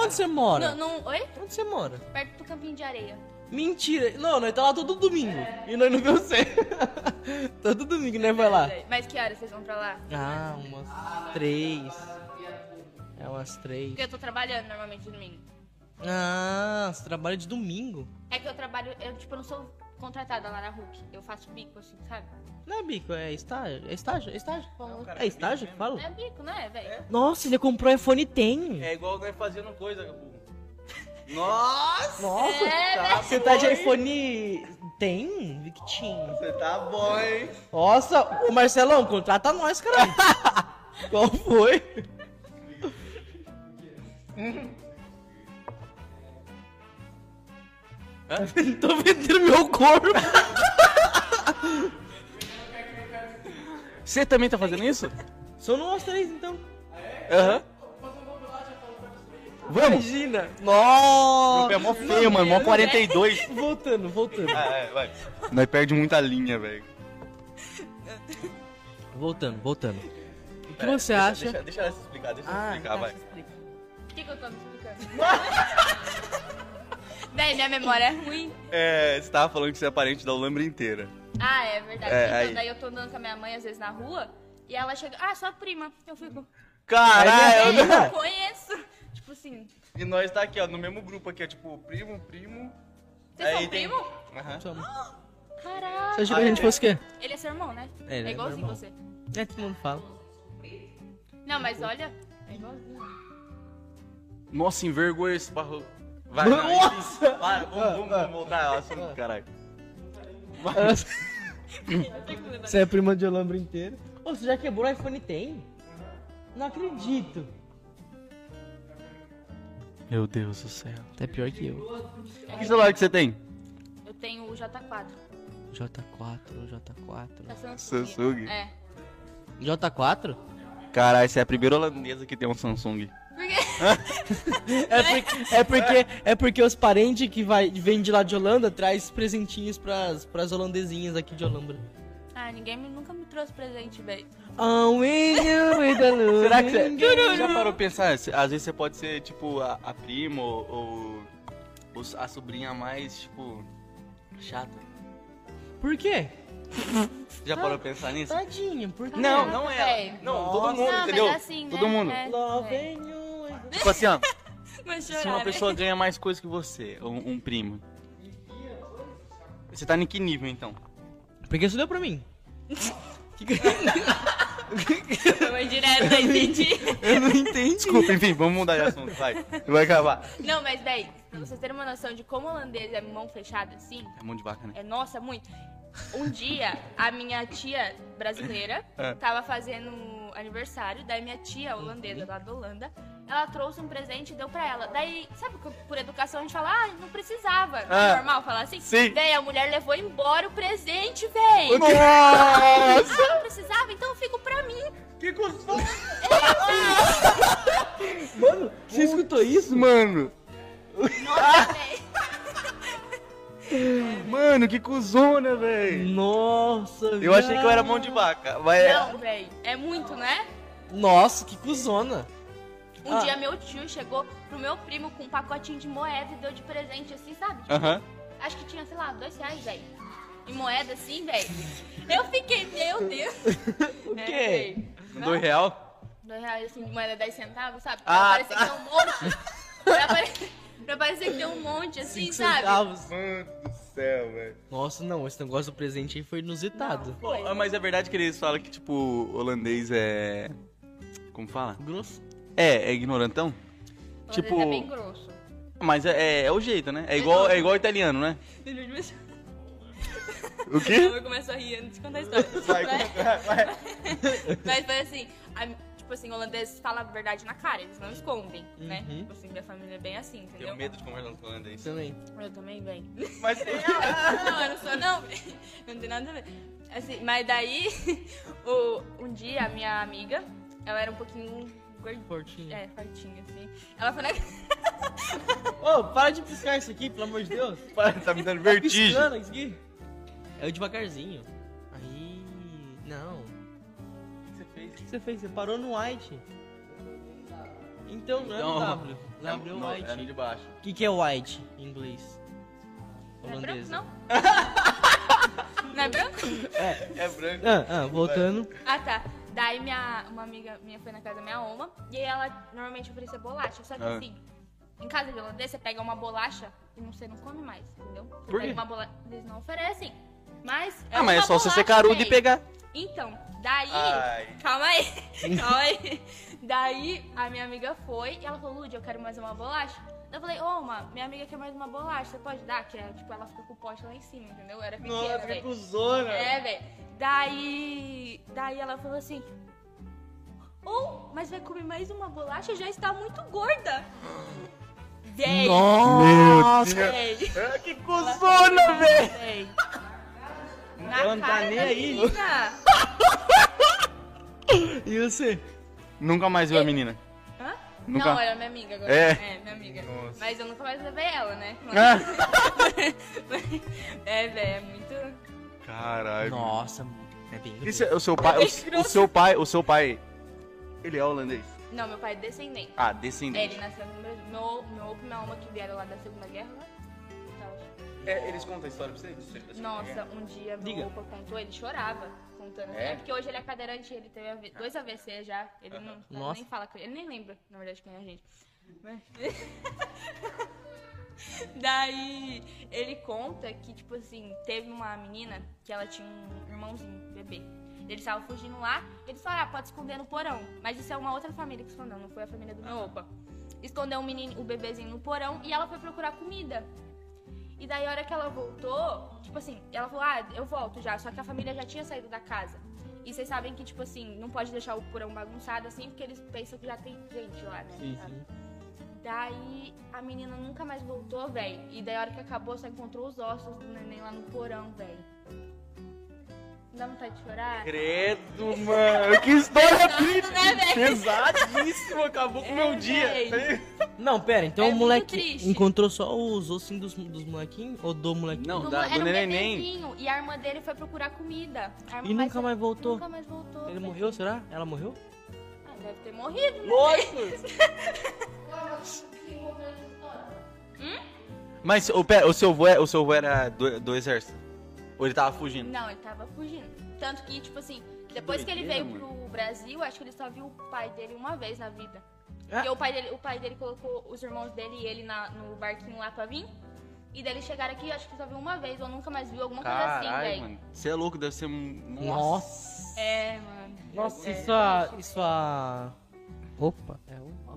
Speaker 2: Onde você
Speaker 4: não,
Speaker 2: mora?
Speaker 4: não. Oi?
Speaker 2: Onde você mora?
Speaker 4: Perto do campinho de areia.
Speaker 2: Mentira. Não, nós tá lá todo domingo. E nós não vemos você. todo domingo, né? Vai lá.
Speaker 4: Mas que horas vocês vão pra lá?
Speaker 2: Ah, umas três. É umas três.
Speaker 4: Porque eu tô trabalhando normalmente domingo.
Speaker 2: Ah, você trabalha de domingo.
Speaker 4: É que eu trabalho, eu tipo, não sou contratada lá na Hulk. Eu faço bico assim, sabe?
Speaker 2: Não é bico, é estágio. É estágio? É estágio que fala. é estágio que fala?
Speaker 4: Não é bico, não é, velho?
Speaker 2: Nossa, ele comprou iPhone tem.
Speaker 1: É igual nós fazendo coisa, Gabu. Nossa!
Speaker 2: Nossa,
Speaker 4: É,
Speaker 1: tá
Speaker 2: você tá de iPhone tem, Victinho?
Speaker 1: Você tá bom, hein?
Speaker 2: Nossa, o Marcelão, contrata nós, caralho. Qual foi?
Speaker 1: tá
Speaker 2: Tô vendendo meu corpo.
Speaker 1: Você também tá fazendo isso?
Speaker 2: Só nós três, então.
Speaker 1: Aham. Vamos!
Speaker 2: Imagina.
Speaker 1: É
Speaker 2: Nossa.
Speaker 1: mó feio, mano. Mó 42.
Speaker 2: Voltando, voltando.
Speaker 5: Ah,
Speaker 1: é, vai. Nós perde muita linha, velho.
Speaker 2: Voltando, voltando. O que você acha?
Speaker 1: Deixa, deixa ela se explicar, deixa ela se
Speaker 2: Ah,
Speaker 1: explicar,
Speaker 2: tá,
Speaker 1: vai.
Speaker 2: se explica.
Speaker 4: O que, que eu tô me explicando? Véi, minha memória é ruim.
Speaker 1: É, você tava falando que você é parente da Olambra inteira.
Speaker 4: Ah, é verdade.
Speaker 1: É,
Speaker 4: então,
Speaker 1: aí-
Speaker 4: daí eu tô andando com a minha mãe às vezes na rua e ela chega, ah, sua prima. Eu fico,
Speaker 2: É
Speaker 1: Caralho!
Speaker 4: eu não
Speaker 2: verdade.
Speaker 4: conheço. Tipo assim,
Speaker 1: é, E nós tá aqui, ó, no mesmo grupo aqui, ó, tipo, primo, primo.
Speaker 4: vocês
Speaker 1: Aí
Speaker 4: são
Speaker 1: tem-
Speaker 4: primo?
Speaker 1: Aham.
Speaker 2: Você
Speaker 4: Caralho.
Speaker 2: achou que a gente fosse o quê?
Speaker 4: Ele é seu irmão, né?
Speaker 2: É, ele é meu
Speaker 4: igualzinho
Speaker 2: irmão.
Speaker 4: você.
Speaker 2: É, todo mundo fala.
Speaker 4: Não, mas olha, é igualzinho.
Speaker 1: Nossa, envergonha esse barro. Vai,
Speaker 2: Nossa!
Speaker 1: não, enfim, para, vamos, vamos,
Speaker 2: Ah, ah.
Speaker 1: vamos voltar ao assunto, caralho.
Speaker 2: Você é prima de Olambra inteira. Ô, você já quebrou o iPhone tem? Não acredito.
Speaker 1: Meu Deus do céu.
Speaker 2: Até pior que eu.
Speaker 1: Que celular que você tem?
Speaker 4: Eu tenho o J4.
Speaker 2: J4, J4.
Speaker 4: da Samsung.
Speaker 1: Samsung.
Speaker 4: É.
Speaker 2: J4?
Speaker 1: Caralho, você é a primeira holandesa que tem um Samsung.
Speaker 4: Porque
Speaker 2: É, por- é porque, é porque os parentes que vai, vêm de lá de Holanda traz presentinhos pras, pras holandesinhas aqui de Olambra.
Speaker 4: Ah, ninguém me- nunca me trouxe presente, velho.
Speaker 2: I'm with you with the love.
Speaker 1: Será que você já parou pra pensar? Às vezes você pode ser, tipo, a, a prima ou, ou os- a sobrinha mais, tipo, chata.
Speaker 2: Por quê?
Speaker 1: Já parou pra pensar nisso?
Speaker 2: Tadinho, por quê?
Speaker 1: Não, não é.
Speaker 4: Véi.
Speaker 1: Não, todo mundo,
Speaker 4: Não, mas
Speaker 1: entendeu?
Speaker 4: é assim,
Speaker 1: todo
Speaker 4: né?
Speaker 1: mundo.
Speaker 4: É,
Speaker 2: Love
Speaker 4: é.
Speaker 2: and you.
Speaker 1: Tipo assim, ó,
Speaker 4: Mas chorar,
Speaker 1: se uma
Speaker 4: véi.
Speaker 1: pessoa ganha mais coisa que você, ou um primo. Você tá em que nível, então?
Speaker 2: Porque isso deu pra mim.
Speaker 4: Foi direto, eu entendi.
Speaker 1: Eu não entendi. Desculpa, enfim, vamos mudar de assunto, vai. Vai acabar.
Speaker 4: Não, mas daí, pra vocês terem uma noção de como holandês é mão fechada assim,
Speaker 1: É mão de vaca, né?
Speaker 4: é nossa, muito. Um dia, a minha tia brasileira
Speaker 1: É.
Speaker 4: tava fazendo um aniversário, daí minha tia holandesa
Speaker 1: Uhum.
Speaker 4: lá da Holanda, ela trouxe um presente e deu pra ela. Daí, sabe que por educação a gente fala, ah, não precisava. Não é
Speaker 1: Ah.
Speaker 4: normal falar assim?
Speaker 1: Sim.
Speaker 4: Daí a mulher levou embora o presente, véi.
Speaker 1: Nossa!
Speaker 4: Ah, não precisava? Então eu fico pra mim.
Speaker 1: Que gostoso!
Speaker 2: Mano, você escutou isso?
Speaker 1: Mano,
Speaker 4: Nossa, véi.
Speaker 1: mano, que cuzona, velho.
Speaker 2: Nossa,
Speaker 1: Eu achei que eu era mão de vaca, mas é.
Speaker 4: Não, véi. É muito, né?
Speaker 2: Nossa, que cuzona.
Speaker 4: Um
Speaker 2: Ah.
Speaker 4: dia meu tio chegou pro meu primo com um pacotinho de moeda e deu de presente, assim, sabe?
Speaker 1: Aham.
Speaker 4: Acho que tinha, sei lá, dois reais, velho. Em moeda, assim, velho. Eu fiquei, meu Deus.
Speaker 2: O
Speaker 4: É,
Speaker 2: quê?
Speaker 4: véi. Não,
Speaker 1: Dois real?
Speaker 4: Dois reais, assim, de moeda 10 centavos, sabe?
Speaker 1: Ah,
Speaker 4: pra parecer
Speaker 2: tá.
Speaker 4: que tem um monte. pra, parecer, pra parecer que tem um monte, assim,
Speaker 2: Cinco
Speaker 4: sabe?
Speaker 2: centavos.
Speaker 1: Mano do céu, velho.
Speaker 2: Nossa, não, esse negócio do presente aí foi inusitado.
Speaker 1: Mas é verdade que eles falam que, tipo, holandês é. Como fala?
Speaker 2: Grosso.
Speaker 1: É, é ignorantão?
Speaker 4: Mas
Speaker 1: tipo-
Speaker 4: ele é bem grosso.
Speaker 1: Mas é, é- é o jeito, né? É igual, é igual italiano, né? O quê?
Speaker 4: Então Eu começo a rir antes de contar a história. Mas- Mas foi assim, a- tipo assim, holandeses falam a verdade na cara, eles não escondem, né?
Speaker 2: Uhum.
Speaker 4: Tipo assim, minha família é bem assim, entendeu?
Speaker 1: Tenho medo de conversar com holandês.
Speaker 2: Também.
Speaker 4: Eu também, bem.
Speaker 1: Mas
Speaker 4: não, eu não sou não, não tem nada a ver. Assim, mas daí, o- um dia, a minha amiga, ela era um pouquinho gordinha.
Speaker 2: Fortinho.
Speaker 4: É, fortinha, assim. Ela foi na...
Speaker 2: Ô, para de piscar isso aqui, pelo amor de Deus.
Speaker 1: tá me dando
Speaker 2: Tá
Speaker 1: vertigem.
Speaker 2: piscando isso aqui. É o devagarzinho. Aí. Não.
Speaker 1: você fez?
Speaker 2: O que você fez? Você parou no white. Então, não é
Speaker 1: Então,
Speaker 2: no W. W é o
Speaker 1: Não, é no
Speaker 2: white.
Speaker 1: de baixo.
Speaker 2: O que, que é white em inglês?
Speaker 4: Não é branco,
Speaker 2: Holandês.
Speaker 4: não? não é branco?
Speaker 1: É branco.
Speaker 2: Ah, ah, voltando.
Speaker 4: Ah, tá. Daí minha, uma amiga minha foi na casa da minha oma e aí ela normalmente oferecia bolacha. Só que
Speaker 1: Ah.
Speaker 4: assim, em casa de holandês, você pega uma bolacha e não- você não come mais, entendeu? Você
Speaker 1: Por
Speaker 4: pega
Speaker 1: quê?
Speaker 4: uma bolacha, eles não oferecem. Mas.
Speaker 1: Ah, mas é
Speaker 4: uma
Speaker 1: só você
Speaker 4: bolacha,
Speaker 1: ser carudo e
Speaker 4: véi.
Speaker 1: pegar.
Speaker 4: Então, daí.
Speaker 1: Ai.
Speaker 4: Calma aí, calma aí. Daí a minha amiga foi e ela falou: Lud, eu quero mais uma bolacha. Eu falei, ô, ma, minha amiga quer mais uma bolacha, você pode dar? Que é, tipo, ela fica com o pote lá em cima, entendeu? Eu Era pequena,
Speaker 2: Nossa,
Speaker 4: véi.
Speaker 2: que cuzona.
Speaker 4: É, velho. Daí. Daí ela falou assim. Ou, mas vai comer mais uma bolacha já está muito gorda. Véi.
Speaker 2: Nossa.
Speaker 4: Véi.
Speaker 1: Que cuzona, velho!
Speaker 4: Véi.
Speaker 2: Ela
Speaker 4: Na
Speaker 2: não tá
Speaker 4: cara
Speaker 2: nem
Speaker 4: da
Speaker 2: aí.
Speaker 4: menina.
Speaker 2: E você?
Speaker 1: Nunca mais viu a menina.
Speaker 4: Hã?
Speaker 1: Nunca.
Speaker 4: Não, ela é minha amiga agora.
Speaker 1: É?
Speaker 4: minha amiga.
Speaker 1: Nossa.
Speaker 4: Mas eu nunca mais levei ela, né?
Speaker 1: Ah.
Speaker 4: É, velho, é muito.
Speaker 1: Caralho.
Speaker 2: Nossa, é bem.
Speaker 1: E se- o seu pai, o, o seu pai, o seu pai, ele é holandês?
Speaker 4: Não, meu pai é descendente.
Speaker 1: Ah,
Speaker 4: É, ele
Speaker 1: descendente.
Speaker 4: nasceu no Brasil. Meu, meu opa e minha alma que vieram lá da Segunda Guerra, né? Então,
Speaker 1: É, eles contam a história pra vocês?
Speaker 4: Nossa, um dia
Speaker 2: Diga.
Speaker 4: meu opa contou, ele chorava contando.
Speaker 1: É?
Speaker 4: É? Ah. porque hoje ele é cadeirante, ele teve AV dois AVC já. Ele não
Speaker 2: Nossa.
Speaker 4: nem fala, com- ele nem lembra, na verdade, quem é a gente. Mas- Daí ele conta que, tipo assim, teve uma menina que ela tinha um irmãozinho, bebê. Eles estavam fugindo lá, eles falaram, ah, pode esconder no porão. Mas isso é uma outra família que escondeu, não foi a família do meu Ah, opa. Escondeu o menino, o bebezinho no porão e ela foi procurar comida. E daí a hora que ela voltou, tipo assim, ela falou, ah, eu volto já. Só que a família já tinha saído da casa. E vocês sabem que, tipo assim, não pode deixar o porão bagunçado assim, porque eles pensam que já tem gente lá, né?
Speaker 2: Sim,
Speaker 4: sabe?
Speaker 2: sim.
Speaker 4: Daí a menina nunca mais voltou, velho. E daí a hora que acabou, só encontrou os ossos do neném lá no porão, velho. Não dá vontade de chorar?
Speaker 1: Credo, mano. Que história
Speaker 4: Pesado, né,
Speaker 1: triste. Pesadíssimo. Acabou com o meu
Speaker 4: É,
Speaker 1: dia.
Speaker 4: véi.
Speaker 2: Não, pera, então
Speaker 4: É
Speaker 2: o
Speaker 4: muito
Speaker 2: moleque
Speaker 4: triste.
Speaker 2: encontrou só os ossinhos dos, dos molequinhos? Ou do molequinho?
Speaker 1: Não,
Speaker 4: Do-
Speaker 1: da,
Speaker 4: era
Speaker 1: do
Speaker 4: um
Speaker 1: neném.
Speaker 4: bebezinho, E a irmã dele foi procurar comida. A irmã
Speaker 2: E nunca mais voltou?
Speaker 4: Nunca mais voltou.
Speaker 2: Ele
Speaker 4: velho.
Speaker 2: morreu, será? Ela morreu?
Speaker 4: Ah, deve ter morrido, né?
Speaker 1: Nossa. Mas o, pera, o seu avô, é- o seu avô era do, do exército? Ou ele tava fugindo?
Speaker 4: Não, ele tava fugindo. Tanto que, tipo assim, depois que ele
Speaker 1: doideira,
Speaker 4: veio pro Brasil, acho que ele só viu o pai dele uma vez na vida.
Speaker 1: É?
Speaker 4: Porque o pai dele, o pai dele colocou os irmãos dele e ele na- no barquinho lá pra vir. E daí eles chegaram aqui, acho que só viu uma vez, ou nunca mais viu, alguma coisa assim,
Speaker 1: Caralho,
Speaker 4: velho.
Speaker 1: mano. Você é louco, deve ser um.
Speaker 2: Nossa.
Speaker 4: É, mano.
Speaker 2: Nossa,
Speaker 4: É.
Speaker 2: isso a. Isso a. Opa, é uma.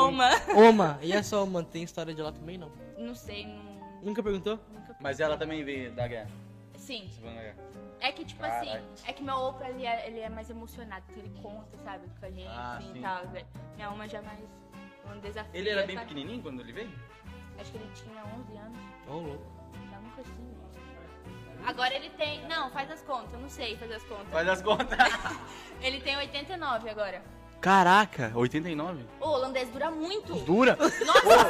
Speaker 4: Ô, mano.
Speaker 2: Oma, e essa Oma tem história de lá também não?
Speaker 4: Não sei, não-
Speaker 2: Nunca perguntou?
Speaker 4: nunca.
Speaker 1: Mas ela também veio da guerra.
Speaker 4: Sim.
Speaker 1: Você falou da guerra.
Speaker 4: É que, tipo
Speaker 1: Caralho.
Speaker 4: assim, é que meu opa, ele é, ele é mais emocionado, então ele conta, sabe, com a gente
Speaker 1: Ah,
Speaker 4: assim,
Speaker 1: sim.
Speaker 4: e tal, velho. Minha alma já é mais um desafio.
Speaker 1: Ele era bem
Speaker 4: sabe?
Speaker 1: pequenininho quando ele veio?
Speaker 4: Acho que ele tinha 11 anos.
Speaker 2: Ô, louco.
Speaker 4: Já nunca tive. Agora ele tem. Não, faz as contas, eu não sei fazer as contas.
Speaker 1: Faz as contas.
Speaker 4: Ele tem 89 agora.
Speaker 1: Caraca, 89?
Speaker 4: O holandês dura muito.
Speaker 1: Dura?
Speaker 4: Nossa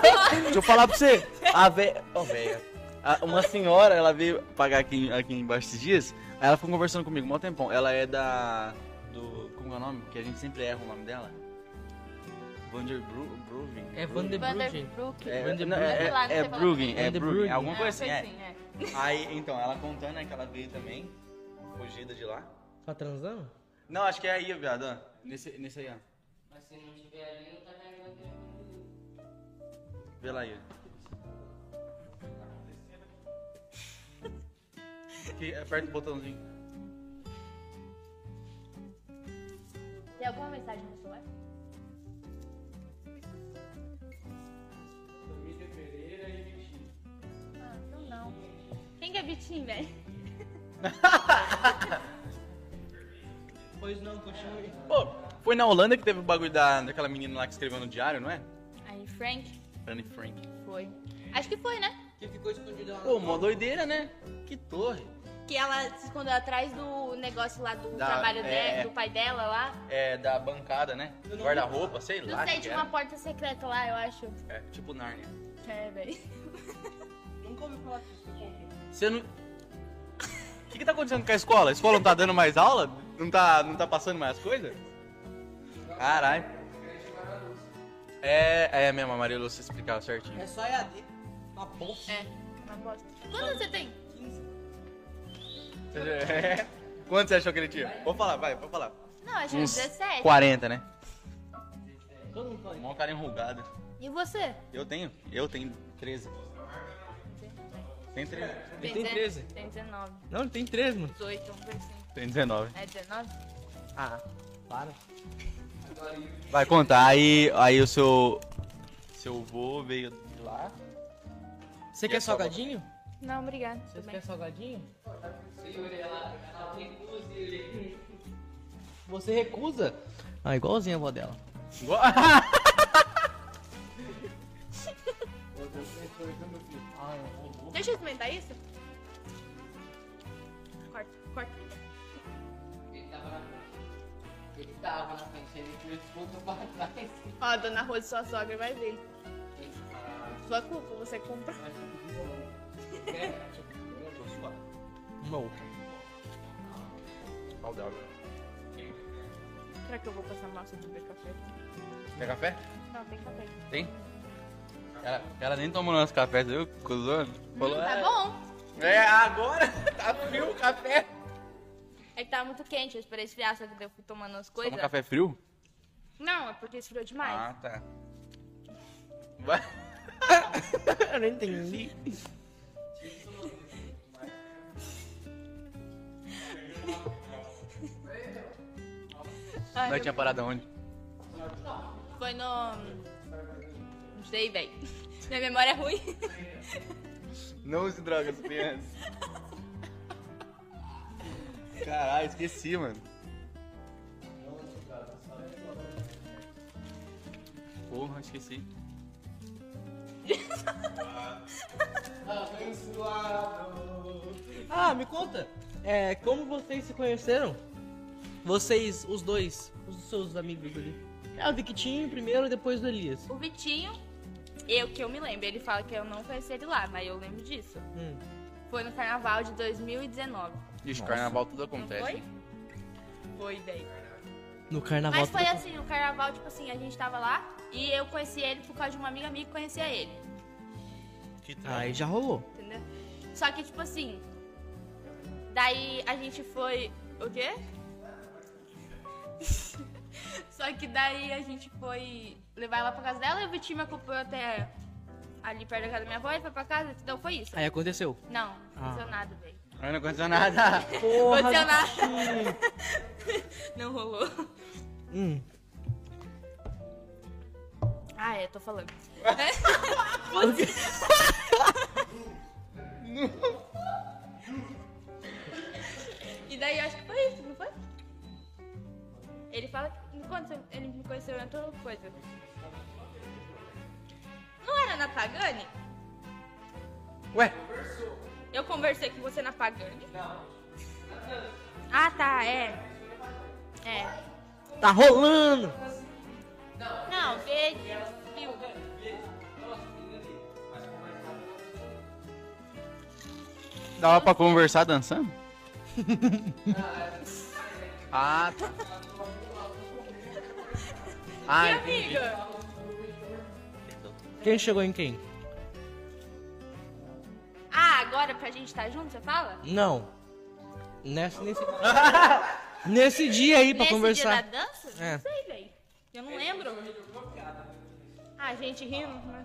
Speaker 4: senhora!
Speaker 1: Deixa eu falar pra você. A velha. Ó, véia. A- Uma senhora, ela veio pagar aqui, aqui embaixo esses dias. Aí ela ficou conversando comigo, mó tempão. Ela é da. Do. Como é o nome? Que a gente sempre erra o nome dela. Vanderbru. Bruggen.
Speaker 2: É Vander-
Speaker 4: Vanderbroek.
Speaker 1: É,
Speaker 2: Vanderbruggen.
Speaker 1: não, é,
Speaker 4: Sei lá, não
Speaker 1: é, é
Speaker 4: sei falar.
Speaker 1: Bruggen, é Bruggen,
Speaker 2: Vanderbruggen.
Speaker 1: alguma
Speaker 4: É,
Speaker 1: coisa assim,
Speaker 4: foi
Speaker 1: é.
Speaker 4: assim, é.
Speaker 1: Aí, então, ela contando, né, que ela veio também, fugida de lá.
Speaker 2: Tá transando?
Speaker 1: Não, acho que é aí, ó, viado, ó. Nesse, nesse aí, ó. Mas se não tiver ali, não tá ganhando. Vê lá aí. Que- Aperta o botãozinho.
Speaker 4: Tem alguma mensagem no celular? Ah, então não. Quem que é Vitinho, velho?
Speaker 2: Pois não, continue.
Speaker 1: Pô, foi na Holanda que teve o bagulho da, daquela menina lá que escreveu no diário, não é?
Speaker 4: Aí, Frank.
Speaker 1: Anne Frank.
Speaker 4: Foi. Acho que foi, né?
Speaker 2: Que ficou escondido lá.
Speaker 1: Pô, mó doideira, né? Que torre.
Speaker 4: Que ela se escondeu atrás do negócio lá do
Speaker 1: Da-
Speaker 4: trabalho
Speaker 1: é.
Speaker 4: dela, do pai dela lá.
Speaker 1: É, da bancada, né?
Speaker 2: Eu não
Speaker 1: Guarda-roupa, sei
Speaker 4: Não
Speaker 1: lá.
Speaker 4: sei,
Speaker 1: que
Speaker 4: tinha
Speaker 1: era.
Speaker 4: uma porta secreta lá, eu acho.
Speaker 1: É, tipo Narnia.
Speaker 4: É, velho.
Speaker 2: Nunca ouvi falar disso.
Speaker 1: Você não. O que, que tá acontecendo com a escola? A escola não tá dando mais aula? Não tá, não tá passando mais coisas? Caralho. É, é mesmo, a Maria Lúcia explicava certinho.
Speaker 2: É só EAD. Uma bolsa.
Speaker 4: É, uma bosta. Quantos você tem?
Speaker 2: 15.
Speaker 1: É. Quanto você achou que ele tinha? Vou falar, vai, vou falar.
Speaker 4: Não, acho que 17.
Speaker 1: 40, né?
Speaker 2: Todo mundo fala isso.
Speaker 1: Mó um cara enrugada.
Speaker 4: E você?
Speaker 1: Eu tenho, eu tenho 13. Tem 13.
Speaker 2: Ele tem
Speaker 4: dezen-
Speaker 2: 13.
Speaker 4: Tem 19.
Speaker 2: Não, ele tem 3, mano.
Speaker 4: 18, um assim.
Speaker 1: Tem 19.
Speaker 4: É 19?
Speaker 2: Ah, para.
Speaker 1: Vai contar, aí, aí o seu. Seu vô veio de lá.
Speaker 2: Você
Speaker 1: E
Speaker 2: quer
Speaker 1: a sua
Speaker 2: salgadinho?
Speaker 4: Não, obrigado.
Speaker 2: Você
Speaker 4: Tudo bem.
Speaker 2: quer salgadinho? Você recusa? Ah, igualzinho a avó dela.
Speaker 4: Deixa eu experimentar isso? Corta, corta.
Speaker 6: Ele tava na frente, ele viu tudo pra trás.
Speaker 4: Ó, a dona Rose, sua sogra, vai ver. Sua culpa, você comprou.
Speaker 2: Não.
Speaker 4: Será que eu vou passar mal se eu beber café?
Speaker 1: Quer café?
Speaker 4: Não, tem café.
Speaker 1: Tem? Ela, ela nem tomou nosso café, viu, cuzona? Falou,
Speaker 4: tá
Speaker 1: "É,
Speaker 4: bom.
Speaker 1: É, agora tá frio o café.
Speaker 4: É que tava muito quente, eu esperei esfriar, só que daí eu fui tomando as
Speaker 1: Toma
Speaker 4: coisas.
Speaker 1: café frio?
Speaker 4: Não, é porque esfriou demais.
Speaker 1: Ah, tá. Vai.
Speaker 2: Eu não entendi.
Speaker 4: Ai,
Speaker 1: Nós tinha parado onde?
Speaker 4: Foi no... hum, Não sei, velho. Minha memória é ruim.
Speaker 1: Não use drogas, crianças. Caralho, esqueci, mano. Porra, esqueci.
Speaker 2: Ah, me conta. É, como vocês se conheceram? Vocês, os dois, os seus amigos ali. É o Victinho primeiro e depois o Elias.
Speaker 4: O Vitinho, eu que eu me lembro, ele fala que eu não conheci ele lá, mas eu lembro disso.
Speaker 2: Hum.
Speaker 4: Foi no carnaval de 2019.
Speaker 1: Ixi, carnaval tudo
Speaker 4: Não
Speaker 1: acontece.
Speaker 4: foi? Foi, velho.
Speaker 2: No carnaval.
Speaker 4: Mas foi
Speaker 2: tudo-
Speaker 4: assim, no carnaval, tipo assim, a gente tava lá e eu conheci ele por causa de uma amiga minha que conhecia ele,
Speaker 3: Que
Speaker 2: Aí já rolou.
Speaker 4: entendeu? Só que, tipo assim, daí a gente foi. O quê? Só que daí a gente foi levar ela pra casa dela e o Vitinho me acompanhou até ali perto da casa da minha avó e foi pra casa, então foi isso.
Speaker 2: Aí aconteceu.
Speaker 4: Não, não aconteceu
Speaker 2: Ah.
Speaker 4: nada, velho.
Speaker 1: Aí não aconteceu nada.
Speaker 2: Porra,
Speaker 4: Aconteceu nada.
Speaker 2: Vitinho.
Speaker 4: Não rolou.
Speaker 2: Hum.
Speaker 4: Ah, é, tô falando. e daí eu acho que foi isso, não foi? Ele fala que quando você- ele me conheceu em outra coisa. Não era na Pagani?
Speaker 1: Ué,
Speaker 4: Eu conversei com você na Pagani? Não. Ah, tá, é. É.
Speaker 2: Tá rolando.
Speaker 4: Não, verde, viu?
Speaker 1: dava pra conversar dançando? ah, tá. Ah,
Speaker 4: E
Speaker 1: entendi.
Speaker 4: amiga?
Speaker 2: Quem chegou em quem?
Speaker 4: Ah, agora pra gente estar junto, você fala?
Speaker 2: Não. Nessa, nesse... nesse dia aí pra
Speaker 4: Nesse
Speaker 2: conversar.
Speaker 4: dia da dança?
Speaker 2: É.
Speaker 4: Não sei, velho. Eu não lembro. Ah, gente rindo. né?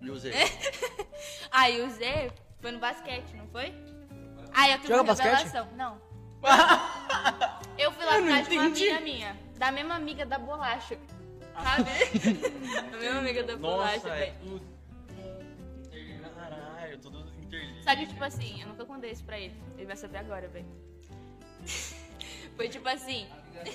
Speaker 1: E o Zé?
Speaker 4: É, Ah, e o Zé foi no basquete, não foi? Ah, eu tive
Speaker 2: Joga
Speaker 4: uma
Speaker 2: basquete?
Speaker 4: revelação. Não. Eu fui lá
Speaker 2: Eu não
Speaker 4: atrás de uma
Speaker 2: entendi.
Speaker 4: amiga minha. Da mesma amiga da bolacha. Sabe? da mesma amiga da bolacha,
Speaker 1: Nossa, é
Speaker 4: velho.
Speaker 1: tudo. Caralho, tudo interlido.
Speaker 4: Só que, tipo assim, eu nunca contei isso pra ele. Ele vai saber agora, velho. Foi tipo assim.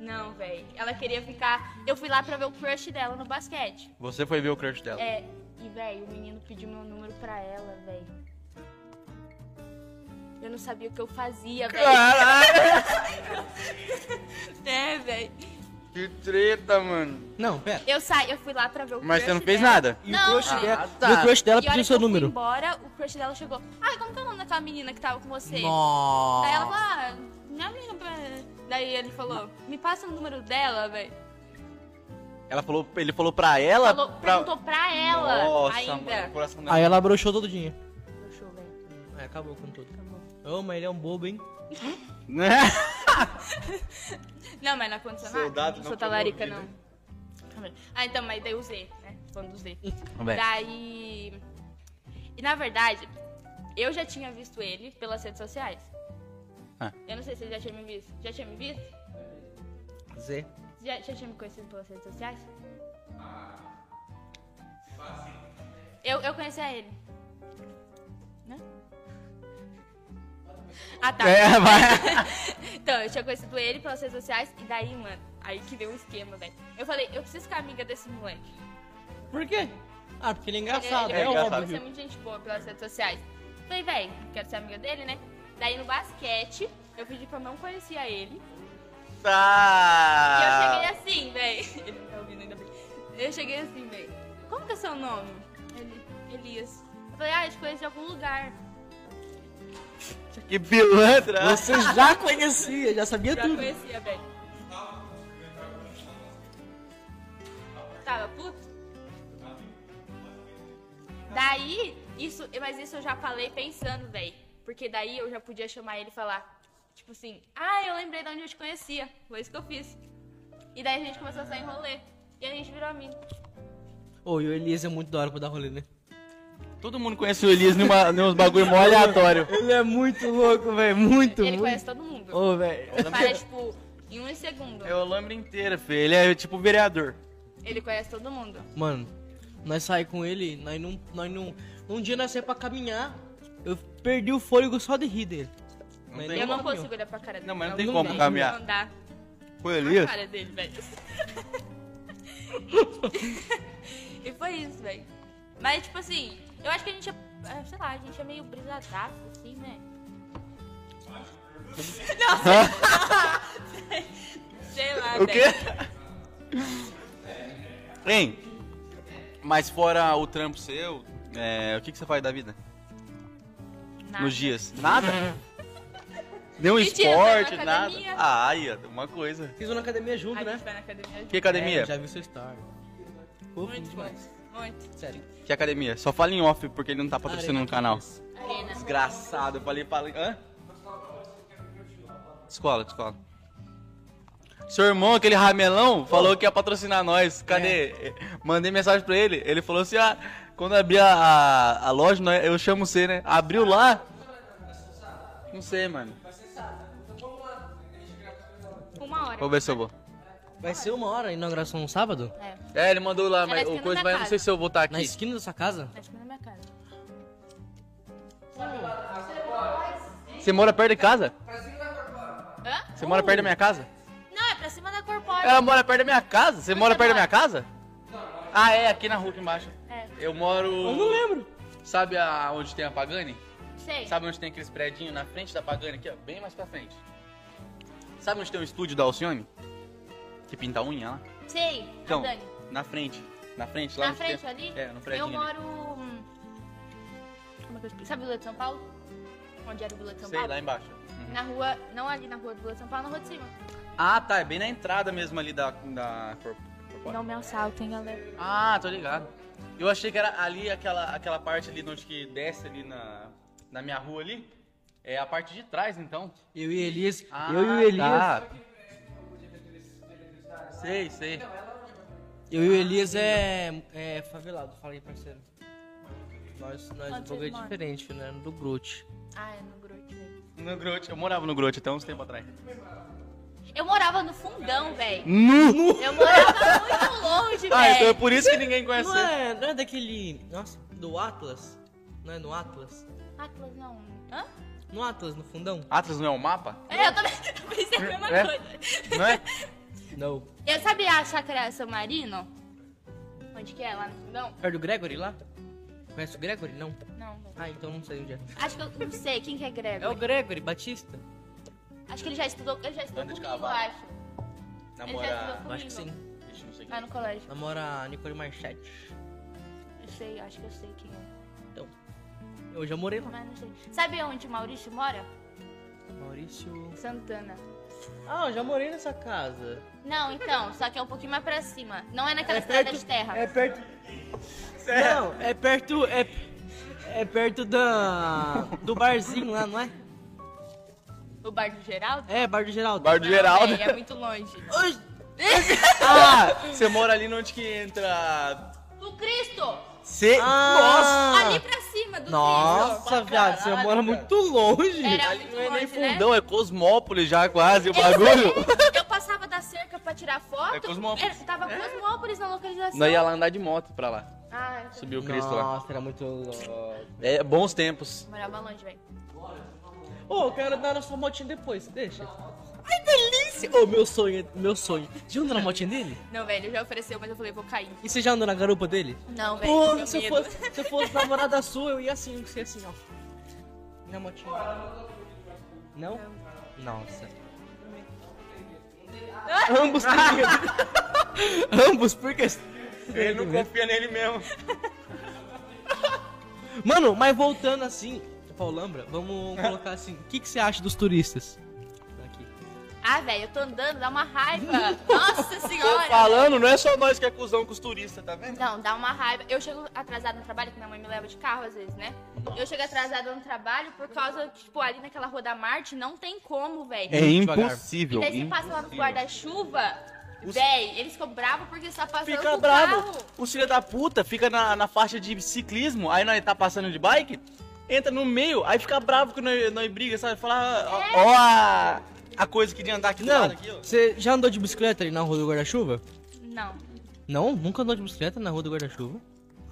Speaker 4: Não, velho. Ela queria ficar. Eu fui lá pra ver o crush dela no basquete.
Speaker 1: Você foi ver o crush dela.
Speaker 4: É. E, velho, o menino pediu meu número pra ela, velho. Eu não sabia o que eu fazia, velho.
Speaker 1: Caralho,
Speaker 4: É, velho.
Speaker 1: que treta, mano.
Speaker 2: Não, pera.
Speaker 4: Eu saí, eu fui lá pra ver o
Speaker 1: Mas
Speaker 4: crush
Speaker 1: você não fez
Speaker 4: dela.
Speaker 1: nada?
Speaker 2: E
Speaker 4: Não,
Speaker 2: o crush
Speaker 4: velho.
Speaker 2: dela,
Speaker 1: Ah, tá.
Speaker 2: e o crush
Speaker 4: E a
Speaker 2: dela
Speaker 4: hora
Speaker 2: pediu
Speaker 4: que
Speaker 2: seu
Speaker 4: eu fui
Speaker 2: número.
Speaker 4: embora, o crush dela chegou. Ai, como que é o nome daquela menina que tava com você? Daí ela falou,
Speaker 2: Nossa.
Speaker 4: ah, minha menina. pra- Daí ele falou, me passa o número dela, velho.
Speaker 1: Ela falou, ele falou pra ela?
Speaker 4: Falou-
Speaker 1: pra...
Speaker 4: Perguntou pra ela
Speaker 1: Nossa,
Speaker 4: ainda.
Speaker 1: mano, o coração dela.
Speaker 2: Aí ela broxou todo o dinheiro.
Speaker 4: Puxa, velho.
Speaker 2: Aí É, acabou com tudo. Ô, mas ele é um bobo, hein?
Speaker 4: Não, mas não aconteceu nada.
Speaker 1: Soldado
Speaker 4: não
Speaker 1: não
Speaker 4: sou talarica, não.
Speaker 1: promovido.
Speaker 4: Calma aí. Ah, então, mas daí eu usei, né? Tô Falando do
Speaker 1: Véi,
Speaker 4: Z. Daí. E na verdade, eu já tinha visto ele pelas redes sociais.
Speaker 1: Ah.
Speaker 4: Eu não sei se ele já tinha me visto. Já tinha me visto?
Speaker 2: Zé.
Speaker 4: Você Já, já tinha me conhecido pelas redes sociais? Eu, eu conhecia ele. Né? Ah, tá.
Speaker 1: É, vai.
Speaker 4: Então, eu tinha conhecido ele pelas redes sociais e daí, mano, aí que deu um esquema, velho. Eu falei, eu preciso ficar amiga desse moleque.
Speaker 2: Por quê? Ah, porque ele é
Speaker 4: Ele,
Speaker 2: engraçado,
Speaker 4: ele
Speaker 2: é
Speaker 4: me
Speaker 1: engraçado.
Speaker 4: falou que você é
Speaker 2: óbvio.
Speaker 4: muito gente boa pelas redes sociais. Falei, velho, quero ser amiga dele, né? Daí no basquete, eu pedi que eu não conhecia ele. E
Speaker 1: Tá.
Speaker 4: eu cheguei assim, velho. Ele não tá ouvindo ainda bem. Eu cheguei assim, velho. Como que é seu nome? Ele, Elias. Eu falei, ah, eu te conheço de algum lugar.
Speaker 1: Que pilantra!
Speaker 2: Você já conhecia, já sabia
Speaker 4: Já
Speaker 2: tudo.
Speaker 4: conhecia, velho. Tava Tá, puto? Daí, isso, mas isso eu já falei pensando, velho. Porque daí eu já podia chamar ele e falar, tipo assim, ah, eu lembrei de onde eu te conhecia. Foi isso que eu fiz. E daí a gente começou a sair em rolê. E a gente virou amigo.
Speaker 2: Ô, e o Elias é muito da hora pra dar rolê, né?
Speaker 1: Todo mundo conhece o Elias numa, num bagulho mó aleatório.
Speaker 2: Ele é muito louco, velho. Muito,
Speaker 4: Ele
Speaker 2: muito.
Speaker 4: conhece todo mundo.
Speaker 2: Ô, velho.
Speaker 4: Para, tipo, em um segundo.
Speaker 1: É o Lambra inteira, filho. Ele é tipo vereador.
Speaker 4: Ele conhece todo mundo.
Speaker 2: Mano, nós saí com ele, nós não. Nós não. Um dia nós saímos pra caminhar, eu perdi o fôlego só de rir dele. Mas
Speaker 1: tem
Speaker 2: nem
Speaker 4: Eu não
Speaker 2: caminhou.
Speaker 4: consigo olhar pra cara dele.
Speaker 1: Não, mas não tem
Speaker 2: como
Speaker 4: dá,
Speaker 1: caminhar.
Speaker 4: Não dá.
Speaker 1: O
Speaker 4: a
Speaker 1: Elias?
Speaker 4: cara dele, velho. e foi isso, velho. Mas, tipo assim, eu acho que a gente é, é, sei lá, a gente é meio brisadaço, assim, né? Não, sei lá.
Speaker 1: O quê?
Speaker 4: velho.
Speaker 1: Hein? Mas fora o trampo seu, é, o que, que você faz da vida?
Speaker 4: Nada.
Speaker 1: Nos dias? Nada? Nenhum
Speaker 4: Mentira,
Speaker 1: esporte,
Speaker 4: vai na
Speaker 1: nada?
Speaker 4: academia.
Speaker 1: Ah, aí, ó, uma coisa.
Speaker 2: Vocês vão na academia junto,
Speaker 4: A
Speaker 2: né?
Speaker 4: gente vai na academia.
Speaker 1: Que academia?
Speaker 2: É, já vi seu story. Fofo
Speaker 4: Muito bom.
Speaker 2: demais.
Speaker 4: Muito.
Speaker 2: Sério.
Speaker 1: Que academia? Só fala em off, porque ele não tá patrocinando o canal.
Speaker 4: Arena.
Speaker 1: Desgraçado, eu falei pra... Hã? Escola, escola. Seu irmão, aquele ramelão, falou que ia patrocinar nós. Cadê? Mandei mensagem pra ele. Ele falou assim, ah, quando abrir a, a, a loja, nós- eu chamo você, né? Abriu lá? Não sei, mano.
Speaker 4: Uma hora.
Speaker 1: Vou ver se eu vou.
Speaker 2: Vai ser uma hora a inauguração no sábado?
Speaker 4: É.
Speaker 1: É, ele mandou lá, mas
Speaker 4: Parece que
Speaker 1: o
Speaker 4: é
Speaker 1: coisa
Speaker 4: na
Speaker 1: vai...
Speaker 4: minha
Speaker 1: Não sei
Speaker 4: casa.
Speaker 1: se eu vou estar
Speaker 2: Na
Speaker 1: aqui.
Speaker 2: esquina da sua casa?
Speaker 4: Tá chegando na minha cara.
Speaker 1: Você mora perto de casa?
Speaker 4: Hã?
Speaker 1: Você mora perto da minha casa?
Speaker 4: Não, é pra cima da corpórea.
Speaker 1: Ela mora perto da minha casa? Você mora
Speaker 4: você
Speaker 1: perto da minha
Speaker 4: mora?
Speaker 1: casa? Ah, é, aqui na rua aqui embaixo.
Speaker 4: É.
Speaker 1: Eu moro.
Speaker 2: Eu não lembro.
Speaker 1: Sabe a, onde tem a Pagani?
Speaker 4: Sei.
Speaker 1: Ah, Sabe onde tem aqueles prédinhos na frente da Pagani aqui, ó? Bem mais pra frente. Sabe onde tem o estúdio da Alcione? Que pinta a unha lá?
Speaker 4: Sei.
Speaker 1: Então,
Speaker 4: a Dani.
Speaker 1: na frente. Na frente, lá
Speaker 4: Na
Speaker 1: onde
Speaker 4: frente
Speaker 1: tem-
Speaker 4: ali?
Speaker 1: É, no
Speaker 4: Eu
Speaker 1: prédinho. ali.
Speaker 4: moro. hum, Como é que eu explico? Sabe o Vila de São Paulo? Onde era o Vila de São
Speaker 1: Sei,
Speaker 4: Paulo?
Speaker 1: lá embaixo. Uhum.
Speaker 4: Na rua. Não ali na rua do Vila de São Paulo, na rua de cima.
Speaker 1: Ah, tá. É bem na entrada mesmo ali da. da cor- corpora-
Speaker 4: Não me assaltem, galera.
Speaker 1: Ah, tô ligado. Eu achei que era ali aquela, aquela parte ali de onde que desce ali na, na minha rua ali. É a parte de trás, então.
Speaker 2: Eu e o Elias.
Speaker 1: Ah,
Speaker 2: eu e o Elias. Ah.
Speaker 1: tá. Sei, sei.
Speaker 2: Eu e o Elias é, é favelado, fala aí, parceiro. Nós, nós um
Speaker 4: Onde
Speaker 2: pouco é
Speaker 4: vocês moram?
Speaker 2: diferente, né? Do Groot.
Speaker 4: Ah, é no Grote, velho.
Speaker 1: No Grote. Eu morava no Grote até uns tempos atrás.
Speaker 4: É. Eu morava no fundão, velho.
Speaker 1: Nu!
Speaker 4: Eu morava muito longe,
Speaker 1: Ah, então é
Speaker 4: velho.
Speaker 1: por isso que ninguém conhece
Speaker 2: Não
Speaker 1: ele.
Speaker 2: é, não é daquele. Nossa, do Atlas? Não é no Atlas?
Speaker 4: Atlas Ah, não. né? Hã?
Speaker 2: No Atlas, no fundão?
Speaker 1: Atlas não é um mapa?
Speaker 4: É, eu também pensei a mesma
Speaker 1: É?
Speaker 4: coisa.
Speaker 1: Não é?
Speaker 2: Não.
Speaker 4: Eu sabia a chácara San Marino? Onde que é? Lá no fundão?
Speaker 2: Perto do Gregory lá? Conhece o Gregory? Não.
Speaker 4: Não, não.
Speaker 2: Ah, então não sei onde é.
Speaker 4: Acho que eu não sei quem que é Gregory.
Speaker 2: É o Gregory Batista?
Speaker 4: Acho que ele já estudou, ele já estudou
Speaker 1: Anda de
Speaker 4: comigo, eu
Speaker 1: cavalo.
Speaker 4: acho. Ele já Ah,
Speaker 1: Namora.
Speaker 4: estudou
Speaker 2: Eu acho que
Speaker 4: comigo.
Speaker 2: sim.
Speaker 1: Ixi, não sei
Speaker 4: Lá
Speaker 1: quem. é.
Speaker 4: no colégio.
Speaker 2: Namora a Nicole Marchetti.
Speaker 4: Eu sei, acho que eu sei quem é.
Speaker 2: Então. Eu já morei lá.
Speaker 4: Mas não sei. Sabe onde o Maurício mora?
Speaker 2: Maurício.
Speaker 4: Santana.
Speaker 2: Ah, eu já morei nessa casa.
Speaker 4: Não, então, só que é um pouquinho mais pra cima. Não é naquela
Speaker 2: É
Speaker 4: estrada
Speaker 2: perto-
Speaker 4: de terra.
Speaker 2: É perto. Não, é perto. É, é perto da. Do barzinho lá, não é?
Speaker 4: O bar do Geraldo?
Speaker 2: É, bar do Geraldo.
Speaker 1: Bar do Geraldo.
Speaker 4: É, é muito longe.
Speaker 2: Oxi,
Speaker 1: Ah, você mora ali onde que entra...
Speaker 4: Do Cristo!
Speaker 1: C...
Speaker 2: Ah!
Speaker 4: Ali pra cima do Cristo.
Speaker 2: Nossa, viado, você
Speaker 1: caralho, cara.
Speaker 2: mora muito longe.
Speaker 4: Era
Speaker 1: Ali é
Speaker 4: muito
Speaker 1: não é nem
Speaker 4: longe, né?
Speaker 1: fundão, é Cosmópolis já quase o
Speaker 4: Eu
Speaker 1: bagulho.
Speaker 4: sei, Eu passava da cerca pra tirar foto.
Speaker 1: É Cosmópolis.
Speaker 4: Era- tava Cosmópolis na localização.
Speaker 1: Nós ia lá andar de moto pra lá.
Speaker 4: Ah, eu
Speaker 1: Subiu o Cristo lá.
Speaker 2: Nossa, era muito longe.
Speaker 1: É, bons tempos.
Speaker 4: morava longe, velho.
Speaker 2: Ô, eu quero andar na sua motinha depois, deixa. Ai, delícia! Ô, meu sonho, meu sonho. Já andou na motinha dele?
Speaker 4: Não, velho, já ofereceu, mas eu falei, vou cair.
Speaker 2: E você já andou na garupa dele?
Speaker 4: Não, velho.
Speaker 2: Pô,
Speaker 4: meu
Speaker 2: se eu
Speaker 4: medo.
Speaker 2: fosse, se eu fosse namorada sua, eu ia assim, você ia assim, ó. Na motinha. Não? Nossa. Ambos por quê? Ambos por quê?
Speaker 1: Ele não confia nele mesmo.
Speaker 2: Mano, mas voltando assim, Paulambra, vamos colocar assim. O que, que você acha dos turistas? Aqui.
Speaker 4: Ah, velho, eu tô andando, dá uma raiva. Nossa
Speaker 1: Tô
Speaker 4: senhora!
Speaker 1: falando, não é só nós que é cuzão com os turistas, tá vendo?
Speaker 4: Não, dá uma raiva. Eu chego atrasada no trabalho, que minha mãe me leva de carro às vezes, né? Eu chego atrasada no trabalho por causa, tipo, ali naquela rua da Marte, não tem como, velho.
Speaker 1: É impossível.
Speaker 4: E daí você passa lá no guarda-chuva,
Speaker 1: Os-
Speaker 4: véi, eles ficam bravos porque você tá passando
Speaker 1: Fica
Speaker 4: com o
Speaker 1: bravo.
Speaker 4: carro.
Speaker 1: Os filha da puta fica na, na faixa de ciclismo, aí nós tá passando de bike, entra no meio, aí fica bravo que nós, nós briga, sabe? Falar, ó,
Speaker 4: É.
Speaker 1: ó a, a coisa que de andar aqui do
Speaker 2: Não,
Speaker 1: lado aqui, ó.
Speaker 2: você já andou de bicicleta ali na rua do guarda-chuva?
Speaker 4: Não,
Speaker 2: Não, nunca andou de bicicleta na rua do guarda-chuva.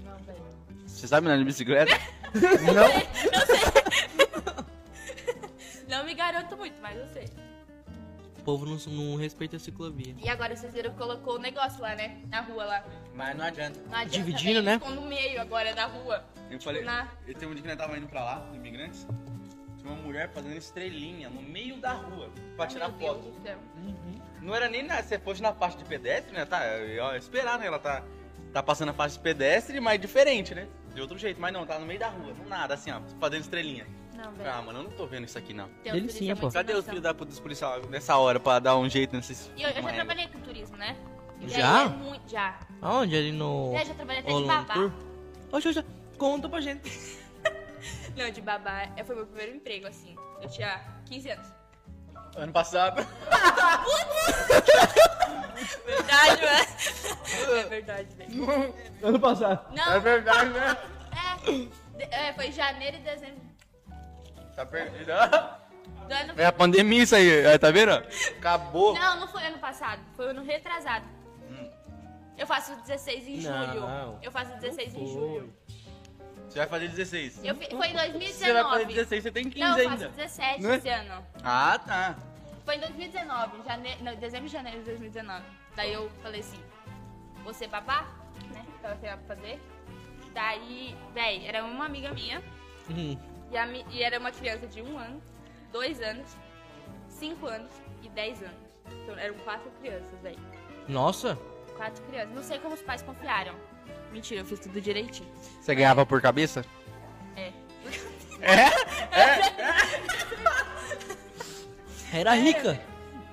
Speaker 4: não, velho.
Speaker 1: Você sabe andar de bicicleta? não.
Speaker 4: Não me garanto muito, mas eu sei.
Speaker 2: O povo não, não respeita a ciclovia.
Speaker 4: E agora vocês viram que colocou o negócio lá, né? Na rua lá.
Speaker 3: Mas não adianta.
Speaker 4: Não adianta,
Speaker 2: Dividindo,
Speaker 4: velho,
Speaker 2: né?
Speaker 4: Ficou no meio agora da rua. Tipo,
Speaker 1: Eu falei,
Speaker 4: na-
Speaker 1: eu tenho um dia que nós tava indo pra lá, no Imigrantes, tinha uma mulher fazendo estrelinha no meio da rua pra tirar
Speaker 4: Meu
Speaker 1: foto.
Speaker 4: Deus do céu.
Speaker 1: Não era nem na, se fosse na faixa de pedestre, né? Tá, eu ia esperar, né? Ela tá, tá passando a faixa de pedestre, mas diferente, né? De outro jeito, mas não, tá no meio da rua, do nada, assim, ó, fazendo estrelinha.
Speaker 4: Não, velho.
Speaker 1: Ah, mano, eu não tô vendo isso aqui, não.
Speaker 4: Tem
Speaker 2: Ele
Speaker 4: um turista
Speaker 2: sim,
Speaker 4: muito
Speaker 2: pô.
Speaker 1: Cadê
Speaker 4: É.
Speaker 1: os
Speaker 4: sem noção.
Speaker 1: filhos da puta dos policiais nessa hora pra dar um jeito nesses.
Speaker 4: E eu, eu já
Speaker 1: moleque?
Speaker 4: trabalhei com turismo, né? E daí
Speaker 2: Já?
Speaker 4: é muito- já.
Speaker 2: Aonde? Ali no.
Speaker 4: Eu É, já trabalhei até de
Speaker 2: Orlando
Speaker 4: babá.
Speaker 2: Tour? Oxe, oxe, conta pra gente.
Speaker 4: Não, de babá. é- Foi meu primeiro emprego, assim. Eu tinha 15 anos.
Speaker 1: Ano passado.
Speaker 4: Verdade, mano. É verdade, velho.
Speaker 2: Ano passado.
Speaker 1: É
Speaker 4: Não,
Speaker 1: verdade, né?
Speaker 4: é, de- é, Foi janeiro e dezembro
Speaker 1: Tá perdido. ó.
Speaker 4: do ano.
Speaker 1: É a pandemia isso aí, ó, tá vendo? Acabou.
Speaker 4: Não, não foi ano passado. Foi ano retrasado.
Speaker 1: Hum.
Speaker 4: Eu faço 16 em
Speaker 2: Não,
Speaker 4: julho. Eu faço 16 em julho.
Speaker 1: Você vai fazer 16.
Speaker 4: Eu fi- Foi em 2019.
Speaker 1: Você vai fazer 16, você tem 15
Speaker 4: Não, eu faço
Speaker 1: ainda.
Speaker 4: 17
Speaker 1: Não é?
Speaker 4: esse ano.
Speaker 1: Ah, tá.
Speaker 4: Foi em 2019, jane... não, dezembro e janeiro de 2019. Daí eu falei assim, você babá, né? Tava sem nada pra fazer. Daí, véi, era uma amiga minha,
Speaker 2: Hum.
Speaker 4: e, a mi- e era uma criança de um ano, dois anos, cinco anos e dez anos. Então eram quatro crianças, véi.
Speaker 2: Nossa.
Speaker 4: Quatro crianças. Não sei como os pais confiaram. Mentira, eu fiz tudo direitinho.
Speaker 1: Você ganhava por cabeça?
Speaker 4: É.
Speaker 2: Era rica.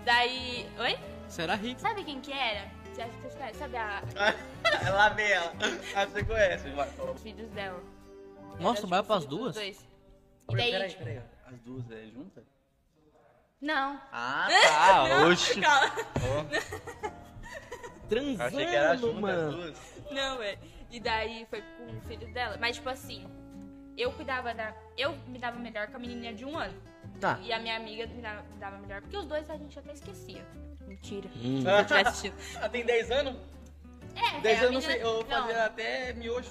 Speaker 4: Daí. Oi?
Speaker 2: Você era rica.
Speaker 4: Sabe quem que era? Você acha que vocês conhecem? Sabe a...
Speaker 1: Lá vem ela. Ah, você conhece. vai.
Speaker 4: os filhos dela?
Speaker 2: Nossa,
Speaker 4: Era,
Speaker 2: vai
Speaker 4: tipo,
Speaker 2: pras
Speaker 4: filho dos
Speaker 2: duas?
Speaker 4: dois. E daí, tipo,
Speaker 1: As duas é juntas?
Speaker 4: Não.
Speaker 1: Ah, tá. Oxi.
Speaker 4: Calma.
Speaker 1: Eu achei que era
Speaker 2: Transando,
Speaker 1: juntas as
Speaker 2: mano.
Speaker 1: duas.
Speaker 4: Não, é. E daí foi com o filho dela. Mas, tipo assim, eu cuidava da. Eu me dava melhor com a menininha de um ano.
Speaker 2: Tá.
Speaker 4: E a minha amiga me dava, me dava melhor. Porque os dois a gente até esquecia. Mentira.
Speaker 2: Hum.
Speaker 4: Se eu tivesse assistido.
Speaker 1: Ela Ah, tem 10 anos?
Speaker 4: É,
Speaker 1: 10
Speaker 4: é,
Speaker 1: anos
Speaker 4: a
Speaker 1: eu não sei.
Speaker 4: menina-
Speaker 1: Eu
Speaker 4: não,
Speaker 1: fazia até miojo.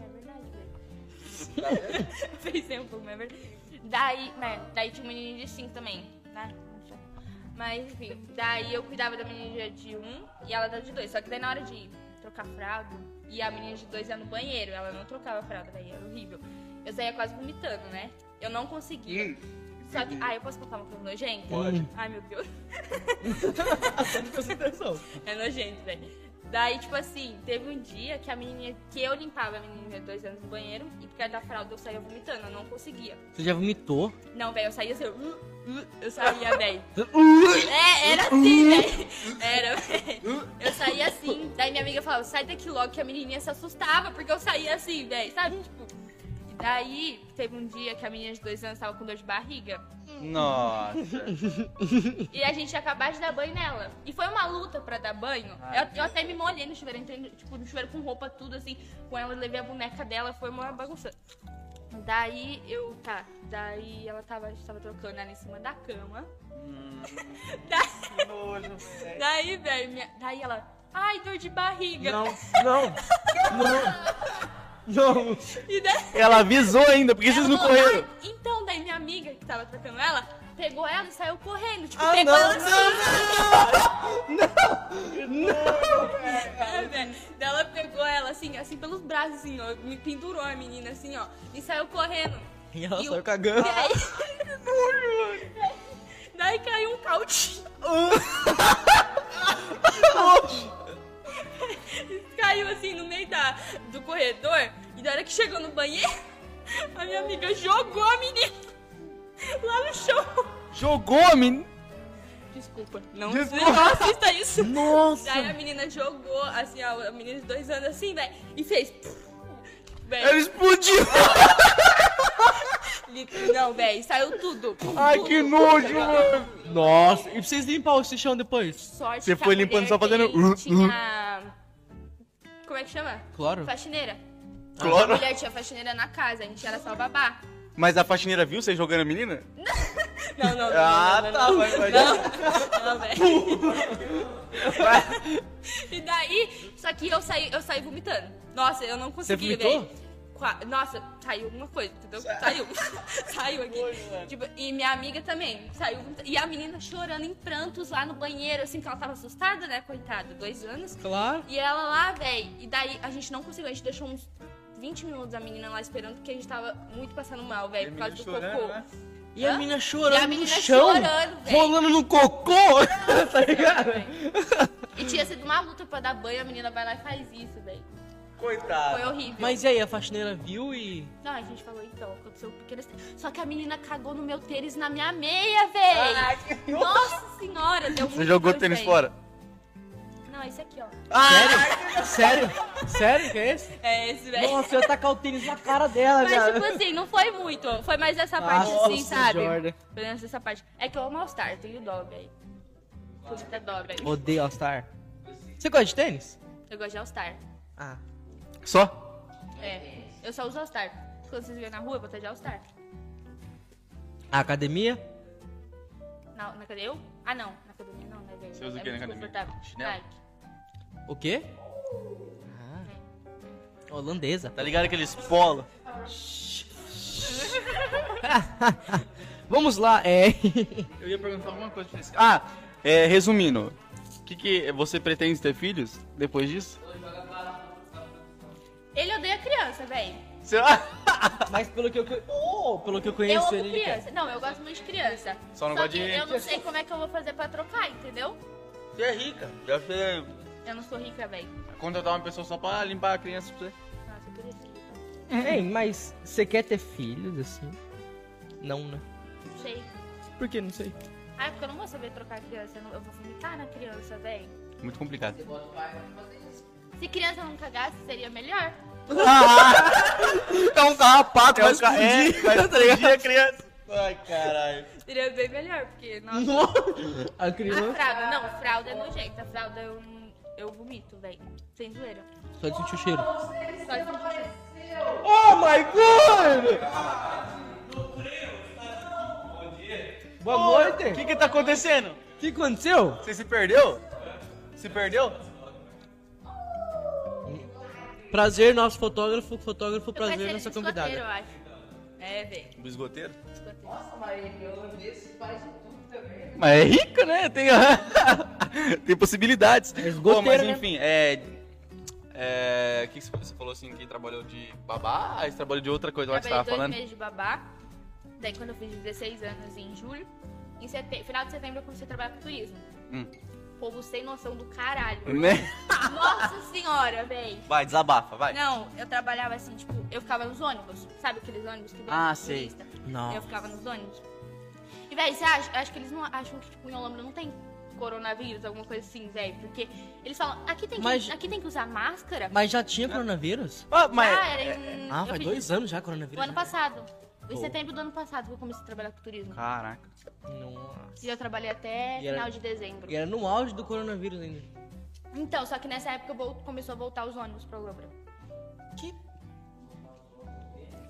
Speaker 4: É verdade,
Speaker 1: Tá
Speaker 4: velho.
Speaker 1: vendo?
Speaker 4: Pensei um pouco, mas é verdade. Daí, mas, daí tinha um menino de cinco também, né? Mas enfim, daí eu cuidava da menina de um e ela da de dois. Só que daí na hora de trocar fralda, e a menina de dois ia no banheiro, ela não trocava a fralda, daí era horrível. Eu saía quase vomitando, né? Eu não conseguia. Só que. Ah, eu posso contar uma coisa nojenta?
Speaker 1: Pode.
Speaker 4: Ai, meu Deus.
Speaker 2: Concentração.
Speaker 4: É nojento, velho. Daí, tipo assim, teve um dia que a menininha, que eu limpava a menininha de dois anos no banheiro, e por causa da fralda eu saía vomitando, eu não conseguia.
Speaker 2: Você já vomitou?
Speaker 4: Não, velho, eu saía assim, uh, uh, eu saía, velho. É, era assim, velho. Era, velho. Eu saía assim. Daí minha amiga falava, sai daqui logo, que a menininha se assustava, porque eu saía assim, velho, sabe? Tipo. E daí, teve um dia que a menina de dois anos tava com dor de barriga, Hum.
Speaker 1: Nossa.
Speaker 4: e a gente ia acabar de dar banho nela. E foi uma luta pra dar banho.
Speaker 1: Ah,
Speaker 4: eu, eu até me molhei no chuveiro, entrei no, tipo, no chuveiro com roupa, tudo assim, com ela, levei a boneca dela, foi uma bagunça. Daí eu, tá, daí ela tava, a gente tava trocando né, ela em cima da cama.
Speaker 1: Hum, Que nojo. velho.
Speaker 4: Daí, velho, minha- daí ela, ai, dor de barriga.
Speaker 2: Não, não, não, não.
Speaker 4: E daí,
Speaker 1: Ela avisou ainda, porque vocês
Speaker 4: ela
Speaker 1: não
Speaker 4: falou,
Speaker 1: correram.
Speaker 4: "Ai." Então, daí minha amiga que tava trocando ela, pegou ela e saiu correndo. Tipo,
Speaker 2: Ah, não,
Speaker 4: pegou ela
Speaker 2: não,
Speaker 4: É, velho. Daí ela pegou ela assim, assim pelos braços, assim, ó. Me pendurou a menina, assim, ó. E saiu correndo.
Speaker 2: E ela
Speaker 4: E
Speaker 2: saiu
Speaker 4: o-
Speaker 2: cagando.
Speaker 4: E aí. Daí caiu um cautinho. caiu assim no meio da, do corredor. E da hora que chegou no banheiro. A minha amiga jogou a menina lá no chão.
Speaker 1: Jogou a menina.
Speaker 4: Desculpa, não, não assista isso. Daí a
Speaker 2: Nossa!
Speaker 4: menina jogou, assim, ó, a menina de dois anos assim, velho, e fez.
Speaker 1: Ela
Speaker 4: Véi,
Speaker 1: explodiu.
Speaker 4: li- não, velho, saiu tudo.
Speaker 1: Ai,
Speaker 4: Tudo.
Speaker 1: que nojo, mano.
Speaker 2: Nossa! E pra vocês limpar o chão depois?
Speaker 4: Sorte
Speaker 1: Você
Speaker 4: que a
Speaker 1: foi limpando
Speaker 4: mulher
Speaker 1: só fazendo- uh,
Speaker 4: tem- Tinha. Como é que chama?
Speaker 2: Claro.
Speaker 4: Faxineira. A
Speaker 1: Claro.
Speaker 4: mulher tinha faxineira na casa, a gente era só babá.
Speaker 1: Mas a faxineira viu você jogando a menina?
Speaker 4: Não, não, não. não,
Speaker 1: Ah,
Speaker 4: não, não,
Speaker 1: tá,
Speaker 4: não,
Speaker 1: vai, vai.
Speaker 4: Não, não, velho. E daí, só que eu saí, eu saí vomitando. Nossa, eu não consegui,
Speaker 2: vomitou?
Speaker 4: velho. Qua- Nossa, saiu alguma coisa, entendeu? Saiu. saiu aqui. Tipo, e minha amiga também saiu. vomitando. E a menina chorando em prantos lá no banheiro, assim, que ela tava assustada, né, coitada, dois anos.
Speaker 2: Claro.
Speaker 4: E ela lá, véi, e daí a gente não conseguiu, a gente deixou uns 20 minutos a menina lá esperando, porque a gente tava muito passando mal, véi, por causa do cocô.
Speaker 2: E a
Speaker 4: Hã?
Speaker 2: menina
Speaker 4: E
Speaker 2: chorando
Speaker 4: a menina
Speaker 2: no chão.
Speaker 4: chorando, velho.
Speaker 2: rolando no cocô. tá ligado?
Speaker 4: E tinha sido uma luta pra dar banho, a menina vai lá e faz isso, véi. Foi
Speaker 1: Coitado.
Speaker 4: horrível.
Speaker 2: Mas e aí, a faxineira viu e.
Speaker 4: Não, a gente falou, então, aconteceu um pequeno acidente. Só que a menina cagou no meu tênis na minha meia, véi. Nossa senhora, deu muito
Speaker 1: Você jogou o
Speaker 4: nojo,
Speaker 1: tênis
Speaker 4: véi.
Speaker 1: fora?
Speaker 4: Não, esse aqui, ó.
Speaker 2: Sério? Sério? Sério que é esse?
Speaker 4: É esse, véi.
Speaker 2: Nossa, eu ia tacar o tênis na cara dela,
Speaker 4: Mas,
Speaker 2: velho.
Speaker 4: tipo assim, não foi muito. Foi mais essa parte,
Speaker 2: Nossa,
Speaker 4: assim, sabe?
Speaker 2: Jordan.
Speaker 4: Foi mais essa parte. É que eu amo All-Star, tenho dó, velho. Tenho muita dó, velho.
Speaker 2: Odeio All-Star. Você gosta de tênis?
Speaker 4: Eu gosto de All-Star.
Speaker 2: Ah.
Speaker 1: Só?
Speaker 4: É. Eu só uso All-Star. Quando vocês verem na rua, eu vou estar de All-Star.
Speaker 2: A academia?
Speaker 4: Na, na academia? Eu? Ah, não. Na academia não, né, velho?
Speaker 1: Você usa o
Speaker 4: é
Speaker 1: quê na
Speaker 4: muito
Speaker 1: academia?
Speaker 4: confortável.
Speaker 1: Chinelo?
Speaker 4: Nike.
Speaker 2: O quê? Ah. Holandesa.
Speaker 1: Tá ligado aqueles polo?
Speaker 2: Vamos lá, é.
Speaker 1: Eu ia perguntar alguma coisa pra esse cara. Ah, é, resumindo. Que que você pretende ter filhos depois disso?
Speaker 4: Ele odeia criança, velho.
Speaker 1: Você... Ah,
Speaker 2: Mas pelo que eu, co- oh, pelo que eu
Speaker 4: Eu
Speaker 2: conheço
Speaker 4: amo
Speaker 2: ele. ele quer.
Speaker 4: criança. Não, eu gosto muito de criança.
Speaker 1: Só não
Speaker 4: Só
Speaker 1: gosta
Speaker 4: que
Speaker 1: de-
Speaker 4: eu não sei como é que eu vou fazer pra trocar, entendeu?
Speaker 1: Você é rica. Já você é
Speaker 4: Eu não sou rica, velho.
Speaker 1: contratar uma pessoa só pra limpar a criança pra você.
Speaker 4: Nossa, eu queria ser rica.
Speaker 2: Ei, mas você quer ter filhos assim? Não, né?
Speaker 4: Não sei.
Speaker 2: Por que não sei?
Speaker 4: Ah, porque eu não vou saber trocar criança, eu não- eu vou vomitar na criança, véi.
Speaker 1: Muito complicado.
Speaker 4: Se criança não cagasse, seria melhor.
Speaker 2: É um carrapato,
Speaker 1: É, o ca... é, mas podia a criança. Ai, caralho.
Speaker 4: Seria bem melhor, porque nossa,
Speaker 2: A
Speaker 4: a
Speaker 2: criança.
Speaker 4: fralda, não, fralda é nojenta, a fralda eu, não- eu vomito, véi. Sem zoeira.
Speaker 2: Só de sentir o cheiro.
Speaker 4: Só de sentir-
Speaker 2: Oh my god! Boa
Speaker 1: O que
Speaker 2: noite!
Speaker 1: que tá acontecendo?
Speaker 2: O que aconteceu?
Speaker 1: Você se perdeu? Se perdeu?
Speaker 2: Prazer, nosso fotógrafo, fotógrafo,
Speaker 4: Eu quero
Speaker 2: prazer,
Speaker 4: ser
Speaker 2: nossa
Speaker 4: biscoiteiro, eu
Speaker 2: convidada.
Speaker 4: acho. É, véi,
Speaker 1: O Um bisgoteiro?
Speaker 4: biscoiteiro.
Speaker 6: Nossa, Maria, que holandês faz de tudo também.
Speaker 1: Mas é rico, né? Tem, Tem possibilidades. Pô,
Speaker 2: esgoteiro,
Speaker 1: mas
Speaker 2: né?
Speaker 1: enfim, é. É. O que que você- você falou assim que trabalhou de babá? Aí você trabalhou de outra coisa lá que você
Speaker 4: Trabalhei
Speaker 1: tava falando?
Speaker 4: dois meses de babá. Daí quando eu fiz 16 anos em julho, em sete- final de setembro eu comecei a trabalhar com turismo.
Speaker 1: Hum.
Speaker 4: Povo sem noção do caralho.
Speaker 1: Né?
Speaker 4: Nossa senhora, véi.
Speaker 1: Vai, desabafa, vai.
Speaker 4: Não, eu trabalhava assim, tipo, eu ficava nos ônibus, sabe aqueles ônibus que vem
Speaker 1: Ah,
Speaker 4: com
Speaker 1: sei.
Speaker 4: turista?
Speaker 2: Nossa.
Speaker 4: Eu ficava nos ônibus. E, véi, você acha? Acho que eles não acham que, tipo, em Holambra não tem coronavírus, alguma coisa assim, véi. Porque eles falam, aqui tem que,
Speaker 2: Mas-
Speaker 4: aqui tem que usar máscara.
Speaker 2: Mas já tinha coronavírus?
Speaker 1: Ah, mas.
Speaker 4: ah, era em.
Speaker 2: Ah,
Speaker 4: eu
Speaker 2: faz
Speaker 4: fiz
Speaker 2: dois anos já
Speaker 4: O
Speaker 2: coronavírus.
Speaker 4: ano passado. Em
Speaker 2: Pô.
Speaker 4: setembro do ano passado que eu comecei a trabalhar com turismo.
Speaker 1: Caraca.
Speaker 2: Nossa.
Speaker 4: E eu trabalhei até
Speaker 2: E era-
Speaker 4: final de dezembro.
Speaker 2: E era no auge do coronavírus ainda.
Speaker 4: Então, só que nessa época vol- começou a voltar os ônibus pra Holambra.
Speaker 2: Que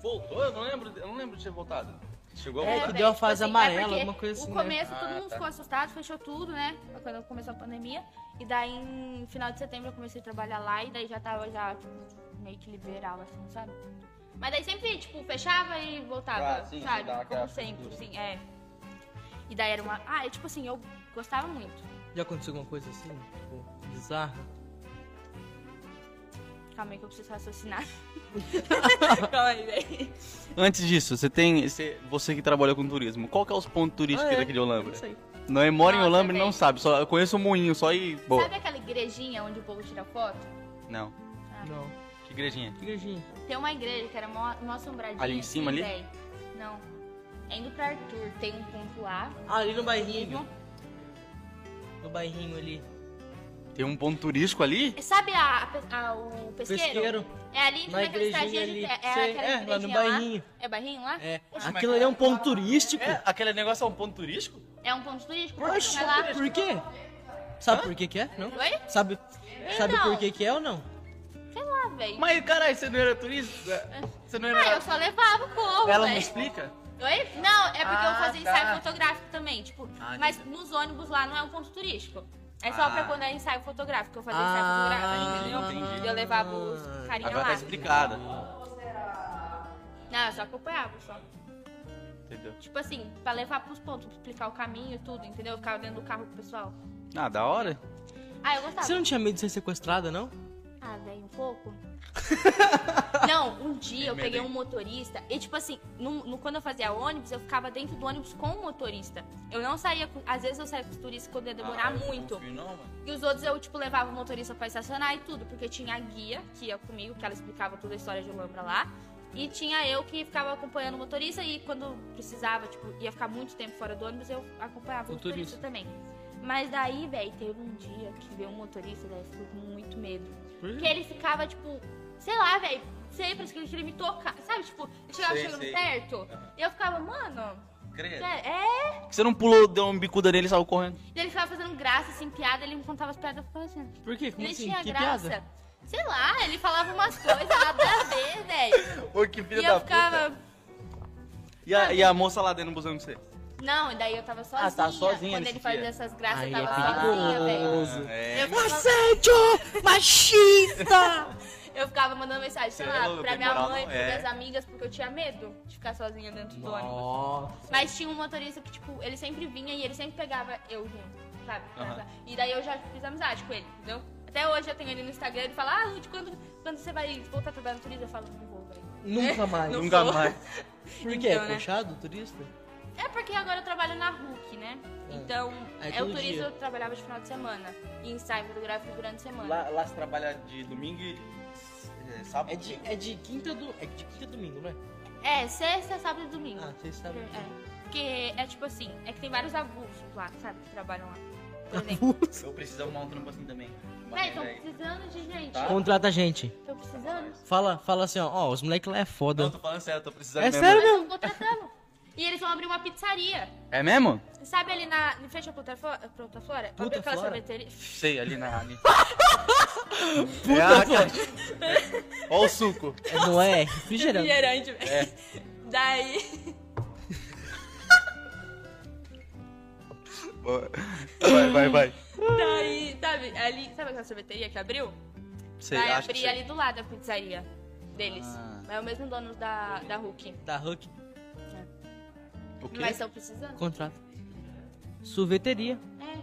Speaker 1: Voltou? Eu não lembro, eu não lembro de ter voltado. Chegou a
Speaker 2: É,
Speaker 1: voltar?
Speaker 2: que
Speaker 4: velho,
Speaker 2: deu a fase amarela,
Speaker 4: tipo porque
Speaker 2: alguma coisa assim,
Speaker 4: O
Speaker 2: né?
Speaker 4: começo, todo
Speaker 1: Ah,
Speaker 4: mundo
Speaker 1: tá.
Speaker 4: ficou assustado, fechou tudo, né? Quando começou a pandemia. E daí, em final de setembro, eu comecei a trabalhar lá e daí já tava já, tipo, meio que liberal, assim, sabe? Mas daí sempre, tipo, fechava e voltava,
Speaker 1: Ah, sim,
Speaker 4: sabe?
Speaker 1: dá aquela
Speaker 4: Como sempre,
Speaker 1: frescura.
Speaker 4: assim, é. E daí era uma. Ah, é tipo assim, eu gostava muito.
Speaker 2: Já aconteceu alguma coisa assim? Tipo, bizarra?
Speaker 4: Calma aí que eu preciso raciocinar. Calma aí, velho.
Speaker 1: Antes disso, você tem. Você, você que trabalhou com turismo, qual que é os pontos turísticos
Speaker 2: Ah, é?
Speaker 1: daqui de Olambra?
Speaker 2: Não sei.
Speaker 1: Não é mora em
Speaker 4: Nossa,
Speaker 1: Olambra e não
Speaker 4: velho.
Speaker 1: sabe. Só, eu conheço o moinho só e. Boa.
Speaker 4: Sabe aquela igrejinha onde o povo tira foto?
Speaker 1: Não.
Speaker 2: Não.
Speaker 1: O que, Que igrejinha?
Speaker 2: Igrejinha.
Speaker 4: Tem uma igreja que era mó, mó assombradinha.
Speaker 1: Ali em
Speaker 4: assim,
Speaker 1: cima, ali?
Speaker 4: velho. Não. É indo pra Arthur, tem um ponto lá.
Speaker 2: Ah, Ali no
Speaker 4: Mesmo.
Speaker 2: bairrinho. No bairrinho ali.
Speaker 1: Tem um ponto turístico ali?
Speaker 4: Sabe a, a pe- a- o pesqueiro?
Speaker 2: Pesqueiro.
Speaker 4: É ali
Speaker 2: Na
Speaker 4: naquela
Speaker 2: igrejinha
Speaker 4: estradinha
Speaker 2: ali.
Speaker 4: de terra. É,
Speaker 2: Sei,
Speaker 4: aquela
Speaker 2: é, lá no
Speaker 4: igrejinha
Speaker 2: bairrinho.
Speaker 4: É bairrinho lá?
Speaker 2: É.
Speaker 4: Poxa,
Speaker 2: Aquilo ali é um ponto turístico.
Speaker 1: aquele negócio é um ponto turístico?
Speaker 4: É um ponto turístico?
Speaker 2: Oxe,
Speaker 4: vai lá.
Speaker 2: por quê? Sabe por que que é? Não?
Speaker 4: Oi?
Speaker 2: Sabe, sabe
Speaker 4: Então.
Speaker 2: por que que é ou não?
Speaker 4: Sei lá, velho.
Speaker 1: Mas caralho, você não era turista? Você não
Speaker 4: Ah,
Speaker 1: era.
Speaker 4: eu só levava o corpo,
Speaker 1: Ela me
Speaker 4: velho.
Speaker 1: explica?
Speaker 4: Oi? Não, é porque eu
Speaker 1: Ah,
Speaker 4: fazia
Speaker 1: tá.
Speaker 4: ensaio fotográfico também, tipo,
Speaker 1: Ah,
Speaker 4: mas nos ônibus lá não é um ponto turístico. É só
Speaker 1: Ah.
Speaker 4: pra quando é ensaio fotográfico, eu fazia ensaio fotográfico,
Speaker 1: Ah,
Speaker 4: entendeu?
Speaker 1: entendi.
Speaker 4: E eu levava os carinha
Speaker 1: Agora
Speaker 4: lá.
Speaker 1: tá explicada.
Speaker 4: Não, eu só acompanhava, só.
Speaker 1: Entendeu?
Speaker 4: Tipo assim, pra levar pros pontos, pra explicar o caminho e tudo, entendeu? Eu ficava dentro do carro com o pessoal.
Speaker 1: Ah, da hora.
Speaker 4: Ah, eu gostava.
Speaker 2: Você não tinha medo de ser sequestrada, não?
Speaker 4: Ah, daí um pouco. não, um dia eu
Speaker 1: medo,
Speaker 4: peguei
Speaker 1: hein?
Speaker 4: um motorista e, tipo assim, no, no- quando eu fazia ônibus, eu ficava dentro do ônibus com o motorista. Eu não saía com. Às vezes eu saía com os turistas quando ia demorar
Speaker 1: Ah, eu não
Speaker 4: muito.
Speaker 1: confio não, mano.
Speaker 4: E os outros eu, tipo, levava o motorista pra estacionar e tudo, porque tinha a guia que ia comigo, que ela explicava toda a história de Olambra lá. E tinha eu que ficava acompanhando o motorista e quando precisava, tipo, ia ficar muito tempo fora do ônibus, eu acompanhava o,
Speaker 2: O
Speaker 4: motorista
Speaker 2: turista.
Speaker 4: também. Mas daí, velho, teve um dia que veio um motorista, daí eu fiquei com muito medo.
Speaker 2: Por
Speaker 4: Porque ele ficava, tipo, sei lá, velho, sempre que ele queria me tocar, sabe? Tipo, ele chegava
Speaker 1: Sei,
Speaker 4: chegando
Speaker 1: sei.
Speaker 4: perto. E eu ficava, mano,
Speaker 1: Credo.
Speaker 4: sério, é.
Speaker 1: Você não pulou, deu uma bicuda nele e saiu correndo?
Speaker 4: E ele ficava fazendo graça, assim, piada, ele me contava as piadas, eu ficava assim.
Speaker 2: Por quê? Como
Speaker 4: Ele
Speaker 2: assim?
Speaker 4: tinha
Speaker 2: Que
Speaker 4: graça.
Speaker 2: piada?
Speaker 4: Sei lá, ele falava umas coisas nada a ver, velho.
Speaker 1: Ô, que
Speaker 4: E eu ficava.
Speaker 1: E a, e a moça lá dentro abusando de você?
Speaker 4: Não, e daí eu tava sozinha.
Speaker 1: Ah, tava sozinha
Speaker 4: Quando
Speaker 1: nesse
Speaker 4: ele fazia
Speaker 1: dia.
Speaker 4: essas graças,
Speaker 2: Aí
Speaker 4: eu
Speaker 2: é
Speaker 4: tava sozinha, velho.
Speaker 2: perigoso.
Speaker 1: É.
Speaker 4: Eu ficava,
Speaker 2: Assédio machista!
Speaker 4: eu ficava mandando mensagem, sei
Speaker 1: Você é
Speaker 4: lá,
Speaker 1: louco,
Speaker 4: pra
Speaker 1: tem
Speaker 4: minha
Speaker 1: moral
Speaker 4: mãe,
Speaker 1: não?
Speaker 4: pras
Speaker 1: É.
Speaker 4: minhas amigas, porque eu tinha medo de ficar sozinha dentro do ônibus.
Speaker 2: Nossa.
Speaker 4: Mas tinha um motorista que, tipo, ele sempre vinha e ele sempre pegava eu junto, sabe?
Speaker 1: Aham.
Speaker 4: E daí eu já fiz amizade com ele, entendeu? Até hoje eu tenho ele no Instagram, ele fala, ah, Lud, quando, quando você vai voltar a trabalhar no turismo? Eu falo, não vou, velho.
Speaker 2: Nunca mais.
Speaker 4: Não
Speaker 1: Nunca
Speaker 4: sou.
Speaker 1: mais.
Speaker 2: Por quê?
Speaker 4: Então,
Speaker 2: É
Speaker 4: né?
Speaker 2: puxado, turista?
Speaker 4: É porque agora eu trabalho na RUC, né?
Speaker 2: É.
Speaker 4: Então,
Speaker 2: Aí
Speaker 4: é o
Speaker 2: todo
Speaker 4: turismo
Speaker 2: dia.
Speaker 4: eu trabalhava de final de semana. E ensaio fotográfico durante a semana.
Speaker 1: Lá, lá você trabalha de domingo e é, sábado?
Speaker 2: É de, é de quinta do. É de quinta a domingo, né?
Speaker 4: É, sexta, sábado e domingo.
Speaker 2: Ah, vocês sabem.
Speaker 4: É. Porque é tipo assim, é que tem vários avulsos lá, sabe? Que trabalham lá. Por
Speaker 2: Ah.
Speaker 4: exemplo.
Speaker 2: Putz.
Speaker 1: Eu preciso arrumar um trampo assim também. Maneiro,
Speaker 4: Véi, tão
Speaker 1: velho.
Speaker 4: precisando de gente.
Speaker 1: Tá.
Speaker 2: Contrata a gente.
Speaker 4: Tô precisando.
Speaker 2: Fala, fala assim, ó. Ó, os moleques lá é
Speaker 1: Não,
Speaker 2: foda.
Speaker 1: tô falando sério, tô precisando
Speaker 2: É
Speaker 1: mesmo.
Speaker 2: sério
Speaker 4: Eles
Speaker 2: mesmo?
Speaker 4: estão contratando. E eles vão abrir uma pizzaria.
Speaker 1: É mesmo?
Speaker 4: Sabe ali na. Em frente à Puta Flora? Puta Flora?
Speaker 2: Puta
Speaker 4: aquela
Speaker 2: Flora?
Speaker 4: sorveteria?
Speaker 1: Sei, ali na... Ali. É
Speaker 2: Puta, foda.
Speaker 1: Ó o suco.
Speaker 2: É, Não é? Refrigerante. É.
Speaker 4: Refrigerante, velho. Daí.
Speaker 1: Vai, vai, vai.
Speaker 4: Daí, sabe, ali, sabe aquela sorveteria que abriu?
Speaker 1: Sei,
Speaker 4: Vai
Speaker 1: acho que
Speaker 4: abrir
Speaker 1: sei.
Speaker 4: ali do lado a pizzaria deles.
Speaker 1: Ah.
Speaker 4: É o mesmo dono da, da Hulk.
Speaker 2: Da Tá, Huck.
Speaker 1: O quê?
Speaker 4: Mas estão precisando?
Speaker 2: Contrata. Sorveteria.
Speaker 4: É.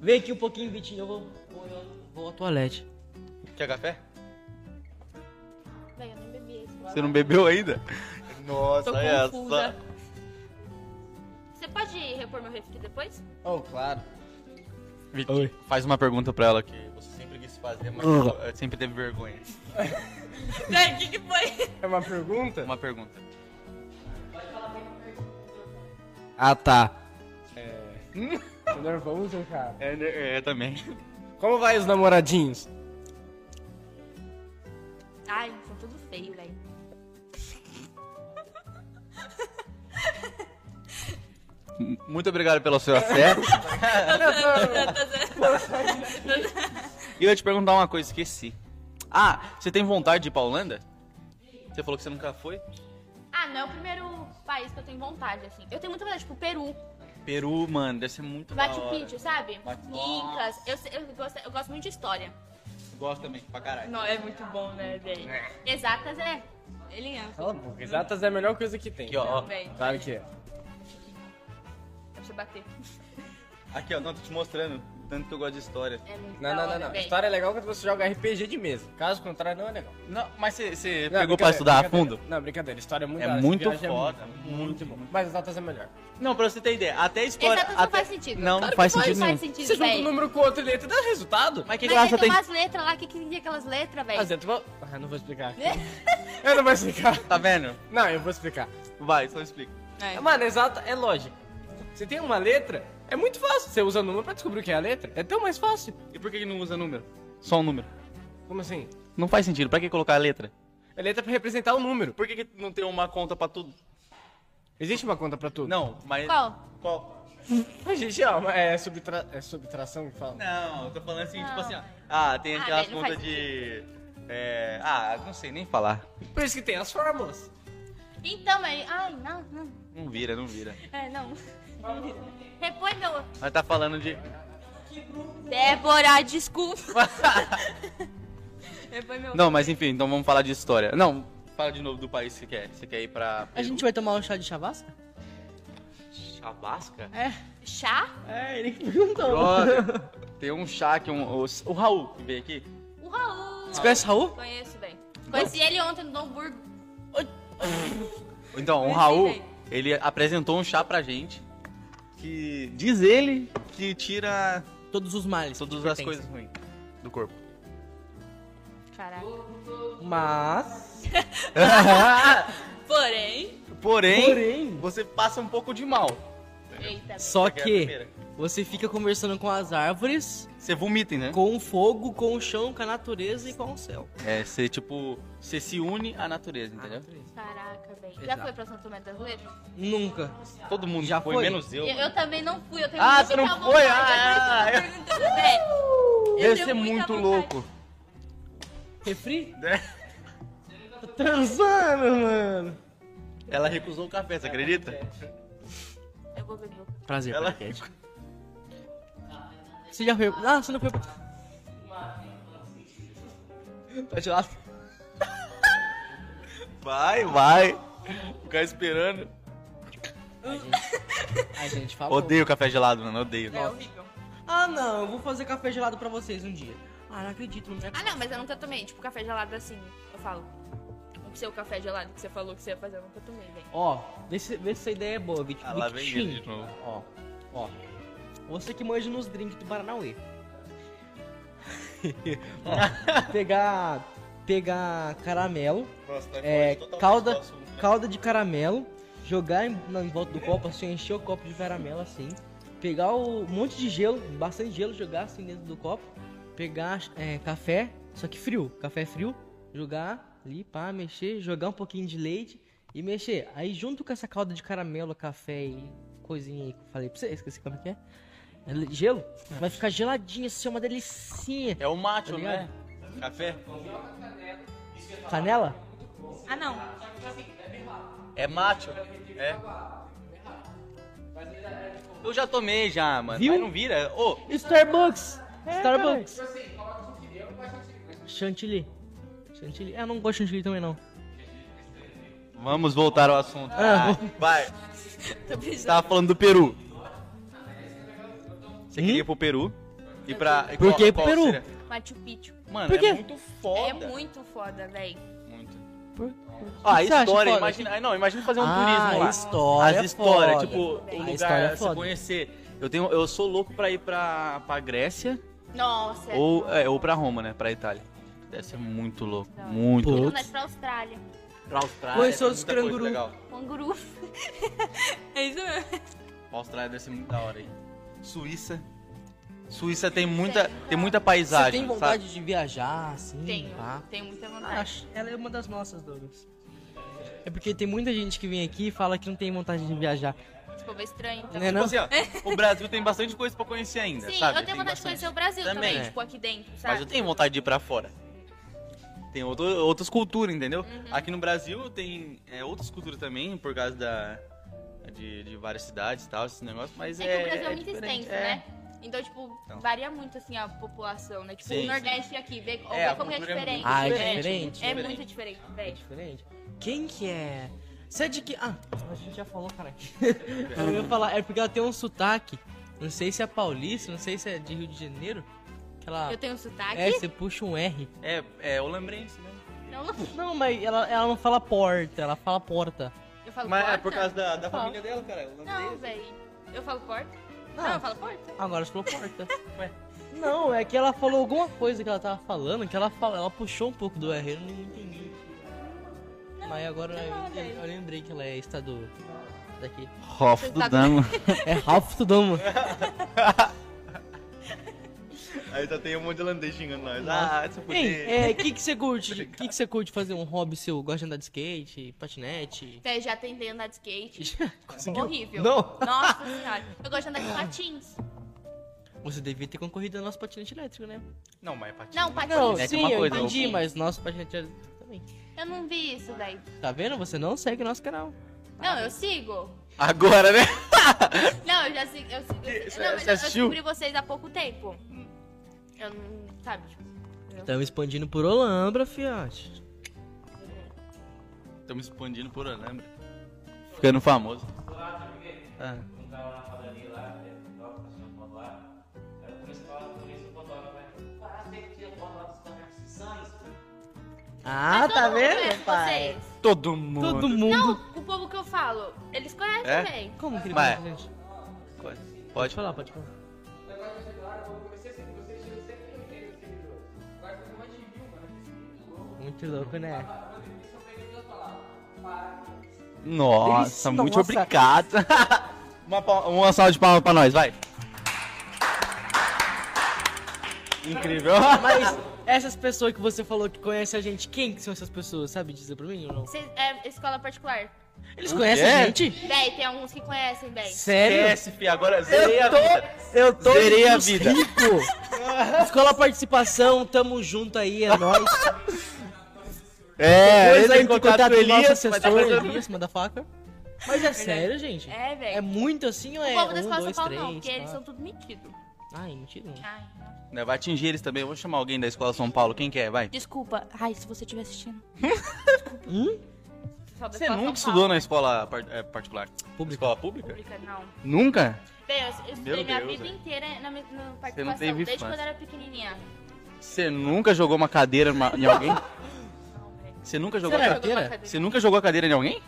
Speaker 2: Vem aqui um pouquinho, Vitinho. Eu vou. vou- eu Vou ao toalete.
Speaker 4: um.
Speaker 1: Quer café?
Speaker 4: Véi, eu nem bebi esse.
Speaker 1: Você não bebeu ainda? Nossa,
Speaker 4: Tô confusa. Você pode repor meu refri depois?
Speaker 1: Oh, claro. Vicky,
Speaker 2: Oi.
Speaker 1: faz uma pergunta pra ela que você sempre quis fazer, mas
Speaker 2: Ah.
Speaker 1: eh, sempre teve vergonha.
Speaker 4: Véi, o que, que foi?
Speaker 2: É uma pergunta?
Speaker 1: Uma pergunta.
Speaker 2: Ah, tá.
Speaker 7: Tô nervoso, cara.
Speaker 1: É, é, é também.
Speaker 7: Como vai os namoradinhos?
Speaker 4: Ai, são tudo feio, velho.
Speaker 1: M- Muito obrigado pelo seu afeto. E eu ia te perguntar uma coisa, esqueci. Ah, você tem vontade de ir pra Holanda? Você falou que você nunca foi?
Speaker 4: Ah, não é o primeiro país que eu tenho vontade, assim. Eu tenho muita vontade, tipo, Peru,
Speaker 1: Peru, mano, deve ser muito
Speaker 4: Machu
Speaker 1: da hora.
Speaker 4: Picchu, sabe?
Speaker 1: Machu-
Speaker 4: Incas. Eu, sei- eu gosto, eu gosto muito de história.
Speaker 1: Gosto também, pra caralho.
Speaker 4: Não, é muito bom, né, velho? Exatas é. Ele ama.
Speaker 7: Cala a boca. Exatas é a melhor coisa que tem.
Speaker 1: Aqui, ó, ó.
Speaker 4: Também.
Speaker 7: Claro que é.
Speaker 4: Dá pra você bater.
Speaker 1: Aqui, ó. Não, tô te mostrando. Tanto que eu gosto de história.
Speaker 4: É muito da
Speaker 7: Não, não, não,
Speaker 4: hora,
Speaker 7: não.
Speaker 4: velho.
Speaker 7: História é legal quando você joga RPG de mesa. Caso contrário, não é legal.
Speaker 1: Não, mas você
Speaker 7: Não,
Speaker 1: pegou
Speaker 7: brincadeira,
Speaker 1: pra estudar a
Speaker 7: brincadeira.
Speaker 1: fundo?
Speaker 7: Não, brincadeira. História é muito
Speaker 1: É
Speaker 7: da hora,
Speaker 1: muito
Speaker 7: essa viagem
Speaker 1: foda,
Speaker 7: muito,
Speaker 1: muito,
Speaker 7: muito bom. Mas as notas é melhor.
Speaker 1: Não, pra você ter ideia, até história.
Speaker 4: Exatas não
Speaker 1: até-
Speaker 4: faz sentido.
Speaker 1: Não,
Speaker 4: Claro
Speaker 1: não
Speaker 4: que
Speaker 1: faz
Speaker 4: não
Speaker 1: sentido nenhum.
Speaker 4: faz sentido,
Speaker 7: Você junta um
Speaker 4: velho.
Speaker 7: número com outro e letra dá resultado.
Speaker 1: Mas que
Speaker 4: Mas é
Speaker 1: graça
Speaker 4: aí
Speaker 1: tem.
Speaker 4: tem umas letras lá, que Né? que significa aquelas letras, velho? É.
Speaker 7: Mas eu vou... Ah, não vou explicar. aqui. eu não vou explicar.
Speaker 1: Tá vendo?
Speaker 7: Não, eu vou explicar.
Speaker 1: Vai, só explica.
Speaker 4: É.
Speaker 7: Mano, exato, é lógico. Você tem uma letra, é muito fácil. Você usa número pra descobrir o que é a letra. É tão mais fácil.
Speaker 1: E por que que não usa número? Só um número.
Speaker 7: Como assim?
Speaker 1: Não faz sentido. Pra que colocar a letra?
Speaker 7: A letra é pra representar o número.
Speaker 1: Por que, que não tem uma conta pra tudo?
Speaker 7: Existe uma conta pra tudo?
Speaker 1: Não, mas.
Speaker 4: Qual?
Speaker 1: Qual?
Speaker 7: A gente ama. É, subtra... é subtração que fala.
Speaker 1: Não, eu tô falando assim,
Speaker 4: Não.
Speaker 1: tipo assim, ó. Ah, tem
Speaker 4: Ah,
Speaker 1: aquelas
Speaker 4: velho, não
Speaker 1: contas
Speaker 4: faz
Speaker 1: de. É. Ah, não sei nem falar.
Speaker 7: Por isso que tem as fórmulas.
Speaker 4: Então, velho. Ai, não, não.
Speaker 1: Não vira, não vira.
Speaker 4: É, não. Repõe meu.
Speaker 1: Mas tá falando de.
Speaker 4: Débora, desculpa. Repõe meu.
Speaker 1: Não, mas enfim, então vamos falar de história. Não, fala de novo do país que quer. Você quer ir pra.
Speaker 2: A gente vai tomar um chá de chavasca?
Speaker 1: Chabasca?
Speaker 2: É.
Speaker 4: Chá?
Speaker 2: É, ele que perguntou.
Speaker 1: Brother, tem um chá que um. O, o Raul que veio aqui.
Speaker 4: O Raul.
Speaker 2: Você conhece o Raul?
Speaker 4: Conheço, velho. Conheci ele ontem no Dom Burgo.
Speaker 1: Então, o
Speaker 4: Esse
Speaker 1: Raul,
Speaker 4: daí.
Speaker 1: ele apresentou um chá pra gente. Que diz ele que tira
Speaker 2: Todos os males.
Speaker 1: todas
Speaker 2: que te
Speaker 1: as
Speaker 2: pertencem.
Speaker 1: coisas ruins do corpo.
Speaker 4: Caraca.
Speaker 2: Mas.
Speaker 4: Porém.
Speaker 1: Porém,
Speaker 2: Porém.
Speaker 1: você passa um pouco de mal.
Speaker 4: Eita.
Speaker 2: Só
Speaker 1: Aqui é a
Speaker 2: que
Speaker 1: primeira.
Speaker 2: você fica conversando com as árvores,
Speaker 1: Você vomita, né?
Speaker 2: com o fogo, com o chão, com a natureza e com o céu.
Speaker 1: É, você tipo, você se une à natureza, entendeu?
Speaker 4: Caraca, velho. Já
Speaker 2: Exato.
Speaker 4: foi pra São Tomé das Letras?
Speaker 2: Nunca.
Speaker 1: Todo mundo
Speaker 2: Já
Speaker 1: tá. foi,
Speaker 2: foi?
Speaker 1: menos eu.
Speaker 4: Eu, eu também não fui. Eu tenho
Speaker 1: Ah,
Speaker 4: muita
Speaker 1: você não
Speaker 4: vontade,
Speaker 1: foi?
Speaker 4: é por
Speaker 1: Ah,
Speaker 4: isso que eu tô perguntando, velho. Eu
Speaker 1: Deve
Speaker 4: tenho
Speaker 1: ser
Speaker 4: muita
Speaker 1: muito
Speaker 4: vontade.
Speaker 1: louco.
Speaker 2: Refri?
Speaker 1: né?
Speaker 2: Tá transando, mano.
Speaker 1: Ela recusou o café, você acredita?
Speaker 4: Eu vou beber.
Speaker 2: Prazer,
Speaker 1: Ela-
Speaker 2: podcast. Você já foi. Ah, você não foi.
Speaker 1: Tá gelado. Vai, vai. Ficar esperando.
Speaker 2: Ai, gente, falou.
Speaker 1: Odeio café gelado, mano. Odeio.
Speaker 4: É horrível.
Speaker 2: Ah, não, eu vou fazer café gelado pra vocês um dia. Ah, não acredito, não é
Speaker 4: Ah, não, mas eu nunca tomei. Tipo, café gelado assim. Eu falo. O seu café gelado que você falou que você ia fazer, eu nunca tomei, velho.
Speaker 2: Ó, vê se, vê se essa ideia é boa, Vit.
Speaker 1: Ah, lá
Speaker 2: Vitim.
Speaker 1: vem ele de novo.
Speaker 2: Ó, ó. Você que manja nos drinks do Paranauê. ó, pegar. Pegar caramelo,
Speaker 1: Nossa, tá
Speaker 2: é,
Speaker 1: forte, totalmente do
Speaker 2: calda,
Speaker 1: assunto, né?
Speaker 2: calda de caramelo, jogar em, na- em volta do copo, assim, encher o copo de caramelo assim, pegar o um monte de gelo, bastante gelo, jogar assim dentro do copo, pegar é, café, só que frio, café frio, jogar ali, pá, mexer, jogar um pouquinho de leite e mexer. Aí junto com essa calda de caramelo, café e coisinha aí que eu falei pra você, esqueci como é que é. é le- Gelo, vai ficar geladinho, assim, é uma delicinha.
Speaker 1: É o macho,
Speaker 2: Tá
Speaker 1: né?
Speaker 2: ligado?
Speaker 1: Café?
Speaker 2: Canela?
Speaker 4: Ah, não.
Speaker 1: É macho? É. Eu já tomei já, mano.
Speaker 2: Viu?
Speaker 1: Mas não vira. Ô,
Speaker 2: Starbucks!
Speaker 4: É,
Speaker 2: Starbucks! Chantilly. Chantilly. Ah, não gosto de chantilly também, não.
Speaker 1: vamos voltar ao assunto.
Speaker 2: Ah.
Speaker 1: vai.
Speaker 4: Tô precisando.
Speaker 1: Você tava falando do Peru. Você queria ir pro Peru? E pra. e
Speaker 2: Hum? Por
Speaker 1: qual-
Speaker 2: que
Speaker 1: qual
Speaker 2: pro Peru?
Speaker 1: seria?
Speaker 4: Machu Picchu.
Speaker 1: Mano,
Speaker 2: Por quê?
Speaker 1: é muito foda.
Speaker 4: É muito foda, velho.
Speaker 1: Muito.
Speaker 2: Por-
Speaker 1: Ah,
Speaker 2: que você acha
Speaker 1: história,
Speaker 2: foda?
Speaker 1: imagina. ah, Não, imagina fazer um
Speaker 2: Ah,
Speaker 1: turismo lá.
Speaker 2: história é
Speaker 1: As histórias,
Speaker 2: foda.
Speaker 1: tipo, o
Speaker 4: A
Speaker 1: lugar
Speaker 2: história é
Speaker 1: se
Speaker 2: foda.
Speaker 1: conhecer. Eu, tenho, eu sou louco pra ir pra, pra Grécia
Speaker 4: Nossa.
Speaker 1: ou, é, ou pra Roma, né? Pra Itália. Deve ser muito louco.
Speaker 4: Não.
Speaker 1: Muito
Speaker 2: Pô.
Speaker 1: louco.
Speaker 4: Então nós pra Austrália.
Speaker 1: Pra Austrália.
Speaker 2: Conhecer
Speaker 1: tem
Speaker 2: os
Speaker 1: muita coisa
Speaker 2: canguru.
Speaker 1: legal.
Speaker 4: Canguru. é isso mesmo.
Speaker 1: Pra Austrália deve ser muito da hora aí. Suíça. Suíça tem muita, tem muita paisagem.
Speaker 2: Você tem vontade de viajar, assim?
Speaker 4: Tenho.
Speaker 2: pá?
Speaker 1: Hum,
Speaker 4: Tenho
Speaker 1: tá.
Speaker 4: muita vontade.
Speaker 2: Acho. Ela é uma das nossas, Douglas. É porque tem muita gente que vem aqui e fala que não tem vontade de viajar.
Speaker 4: Esse povo é estranho. Então.
Speaker 2: Né,
Speaker 1: Tipo
Speaker 2: não?
Speaker 1: assim, ó, o Brasil tem bastante coisa pra conhecer ainda,
Speaker 4: Sim,
Speaker 1: sabe?
Speaker 4: eu
Speaker 1: Tem
Speaker 4: tenho vontade de conhecer o
Speaker 1: bastante.
Speaker 4: Brasil também,
Speaker 1: Também.
Speaker 4: tipo, aqui dentro, sabe?
Speaker 1: Mas eu tenho vontade de ir pra fora. Tem outro- outras culturas, entendeu?
Speaker 4: Uhum.
Speaker 1: Aqui no Brasil tem é, outras culturas também, por causa da, de, de várias cidades e tal, esse negócio, mas
Speaker 4: É
Speaker 1: é.
Speaker 4: que o Brasil é, muito
Speaker 1: diferente,
Speaker 4: extenso,
Speaker 1: é.
Speaker 4: né? Então, tipo,
Speaker 1: Então.
Speaker 4: varia muito, assim, a população, né? Tipo,
Speaker 1: Sim,
Speaker 4: o
Speaker 1: sim.
Speaker 4: Nordeste e aqui, vê,
Speaker 1: É,
Speaker 4: vê
Speaker 1: a
Speaker 4: como
Speaker 1: cultura
Speaker 4: é
Speaker 1: é
Speaker 4: diferente.
Speaker 1: muito
Speaker 2: Ah, é
Speaker 1: diferente.
Speaker 4: É
Speaker 1: Diferente.
Speaker 4: muito diferente,
Speaker 2: É
Speaker 4: velho.
Speaker 2: diferente. Quem que é? Você é de que. Ah, a gente já falou, caralho. eu ia falar, é porque ela tem um sotaque Não sei se é paulista, não sei se é de Rio de Janeiro. Aquela.
Speaker 4: Eu tenho um sotaque?
Speaker 2: É, você puxa um R.
Speaker 1: É, é holambrense, né?
Speaker 4: Não, não.
Speaker 2: Não, mas ela, ela não fala porta, ela fala porta.
Speaker 4: Eu falo
Speaker 1: Mas é
Speaker 4: porta?
Speaker 1: por causa da, da
Speaker 2: Fala.
Speaker 1: família dela, cara.
Speaker 4: Não,
Speaker 1: holandesa.
Speaker 4: véi. Eu falo porta?
Speaker 2: Ah.
Speaker 4: Não, eu falo porta.
Speaker 2: Agora você falou porta. Não, é que ela falou alguma coisa que ela tava falando, que ela fala, ela puxou um pouco do R, eu não entendi. Mas agora
Speaker 4: não,
Speaker 2: eu, entendi-
Speaker 4: velho.
Speaker 2: eu lembrei que ela é estado daqui.
Speaker 1: Hoff
Speaker 4: Você
Speaker 1: do
Speaker 4: sabe-
Speaker 1: Damo.
Speaker 2: É Ralph Tudamo.
Speaker 1: Aí só tem um monte de holandês xingando nós.
Speaker 2: Nossa.
Speaker 1: Ah, se
Speaker 2: Ei,
Speaker 1: fuder.
Speaker 2: é, que que você curte? O que que você curte fazer um hobby seu? Gosta de andar de skate, patinete?
Speaker 4: Até já tentei andar de skate. Horrível.
Speaker 2: Não.
Speaker 4: Nossa senhora. Eu gosto de andar de patins.
Speaker 2: Você devia ter concorrido ao nosso patinete elétrico, né?
Speaker 1: Não, mas é patinho.
Speaker 4: Não, patins.
Speaker 2: Ah, Não,
Speaker 1: É que
Speaker 2: sim,
Speaker 1: uma
Speaker 2: eu
Speaker 1: coisa,
Speaker 2: entendi,
Speaker 4: o-
Speaker 2: mas nosso patinete elétrico também.
Speaker 4: Eu não vi isso daí.
Speaker 2: Tá vendo? Você não segue nosso canal.
Speaker 4: Não, eu sigo.
Speaker 1: Agora, né?
Speaker 4: Não, eu já sigo. Eu sigo. eu sigo.
Speaker 1: Você-
Speaker 4: Não, mas
Speaker 1: você
Speaker 4: eu, eu
Speaker 1: assistiu?
Speaker 4: descobri vocês há pouco tempo. Eu não. Sabe, tipo.
Speaker 2: Estamos expandindo por Olambra, fiote.
Speaker 1: Estamos expandindo por Olambra. Ficando famoso.
Speaker 2: Ah. Ah, tá
Speaker 4: Mas todo mundo
Speaker 2: vendo,
Speaker 4: conhece
Speaker 2: pai?
Speaker 4: vocês.
Speaker 1: Todo mundo.
Speaker 2: Todo mundo.
Speaker 4: Não, o povo que eu falo, eles conhecem
Speaker 1: É?
Speaker 4: bem.
Speaker 2: Como que ele
Speaker 1: Vai.
Speaker 2: conhece a gente?
Speaker 1: Pode,
Speaker 2: Pode
Speaker 1: pode falar.
Speaker 2: falar, pode falar. Muito louco, né?
Speaker 1: Nossa,
Speaker 2: Delícia,
Speaker 1: muito
Speaker 2: nossa.
Speaker 1: obrigado. uma, pal- uma salva de palmas pra nós, vai. Incrível.
Speaker 2: Mas essas pessoas que você falou que conhece a gente, quem que são essas pessoas? Sabe dizer pra mim ou não?
Speaker 4: Vocês- é escola particular.
Speaker 2: Eles
Speaker 1: O
Speaker 2: conhecem a
Speaker 1: quê?
Speaker 2: gente?
Speaker 4: Bem, tem alguns que conhecem bem.
Speaker 2: Sério?
Speaker 1: Esquece, fi, É, agora zerei a
Speaker 2: Eu
Speaker 1: vida.
Speaker 2: tô, eu tô
Speaker 1: Zerei a
Speaker 2: nos
Speaker 1: vida.
Speaker 2: rico. Escola Participação, tamo junto aí, é nóis.
Speaker 1: É,
Speaker 2: Depois
Speaker 1: entra
Speaker 2: aí
Speaker 1: em contato com o
Speaker 2: nosso
Speaker 1: Elias. vai dar
Speaker 2: assessor,
Speaker 1: coisa-
Speaker 2: Elias, manda faca. Mas é sério, gente?
Speaker 4: É, velho.
Speaker 2: É muito assim ou
Speaker 4: o
Speaker 2: é
Speaker 4: povo da
Speaker 2: um,
Speaker 4: escola
Speaker 2: dois,
Speaker 4: São Paulo não, porque
Speaker 2: três,
Speaker 4: eles
Speaker 2: quatro?
Speaker 4: são tudo metido.
Speaker 2: Ai, mentira. não.
Speaker 4: Ai,
Speaker 1: Né, Vai atingir eles também. Eu vou chamar alguém da escola São Paulo. Quem que é? Vai.
Speaker 4: desculpa. Ai, se você estiver assistindo.
Speaker 2: Hum?
Speaker 4: Só da
Speaker 1: Você
Speaker 4: escola
Speaker 2: um
Speaker 1: nunca
Speaker 4: São
Speaker 1: estudou
Speaker 4: Paulo.
Speaker 1: na escola par- é, particular?
Speaker 2: Pública.
Speaker 1: Escola pública?
Speaker 4: Pública, não.
Speaker 1: Nunca?
Speaker 4: Bem, eu eu
Speaker 1: Meu
Speaker 4: estudei minha
Speaker 1: Deus,
Speaker 4: vida
Speaker 1: velho.
Speaker 4: inteira na, me- na
Speaker 1: teve
Speaker 4: participação, desde
Speaker 1: infância.
Speaker 4: quando eu era pequenininha.
Speaker 1: Você nunca jogou uma cadeira numa- em alguém?
Speaker 4: Não, velho.
Speaker 1: Você nunca jogou a
Speaker 2: Sério?
Speaker 1: cadeira?
Speaker 4: Jogou pra
Speaker 2: Pera,
Speaker 4: cadeira.
Speaker 1: Você nunca jogou a cadeira em alguém?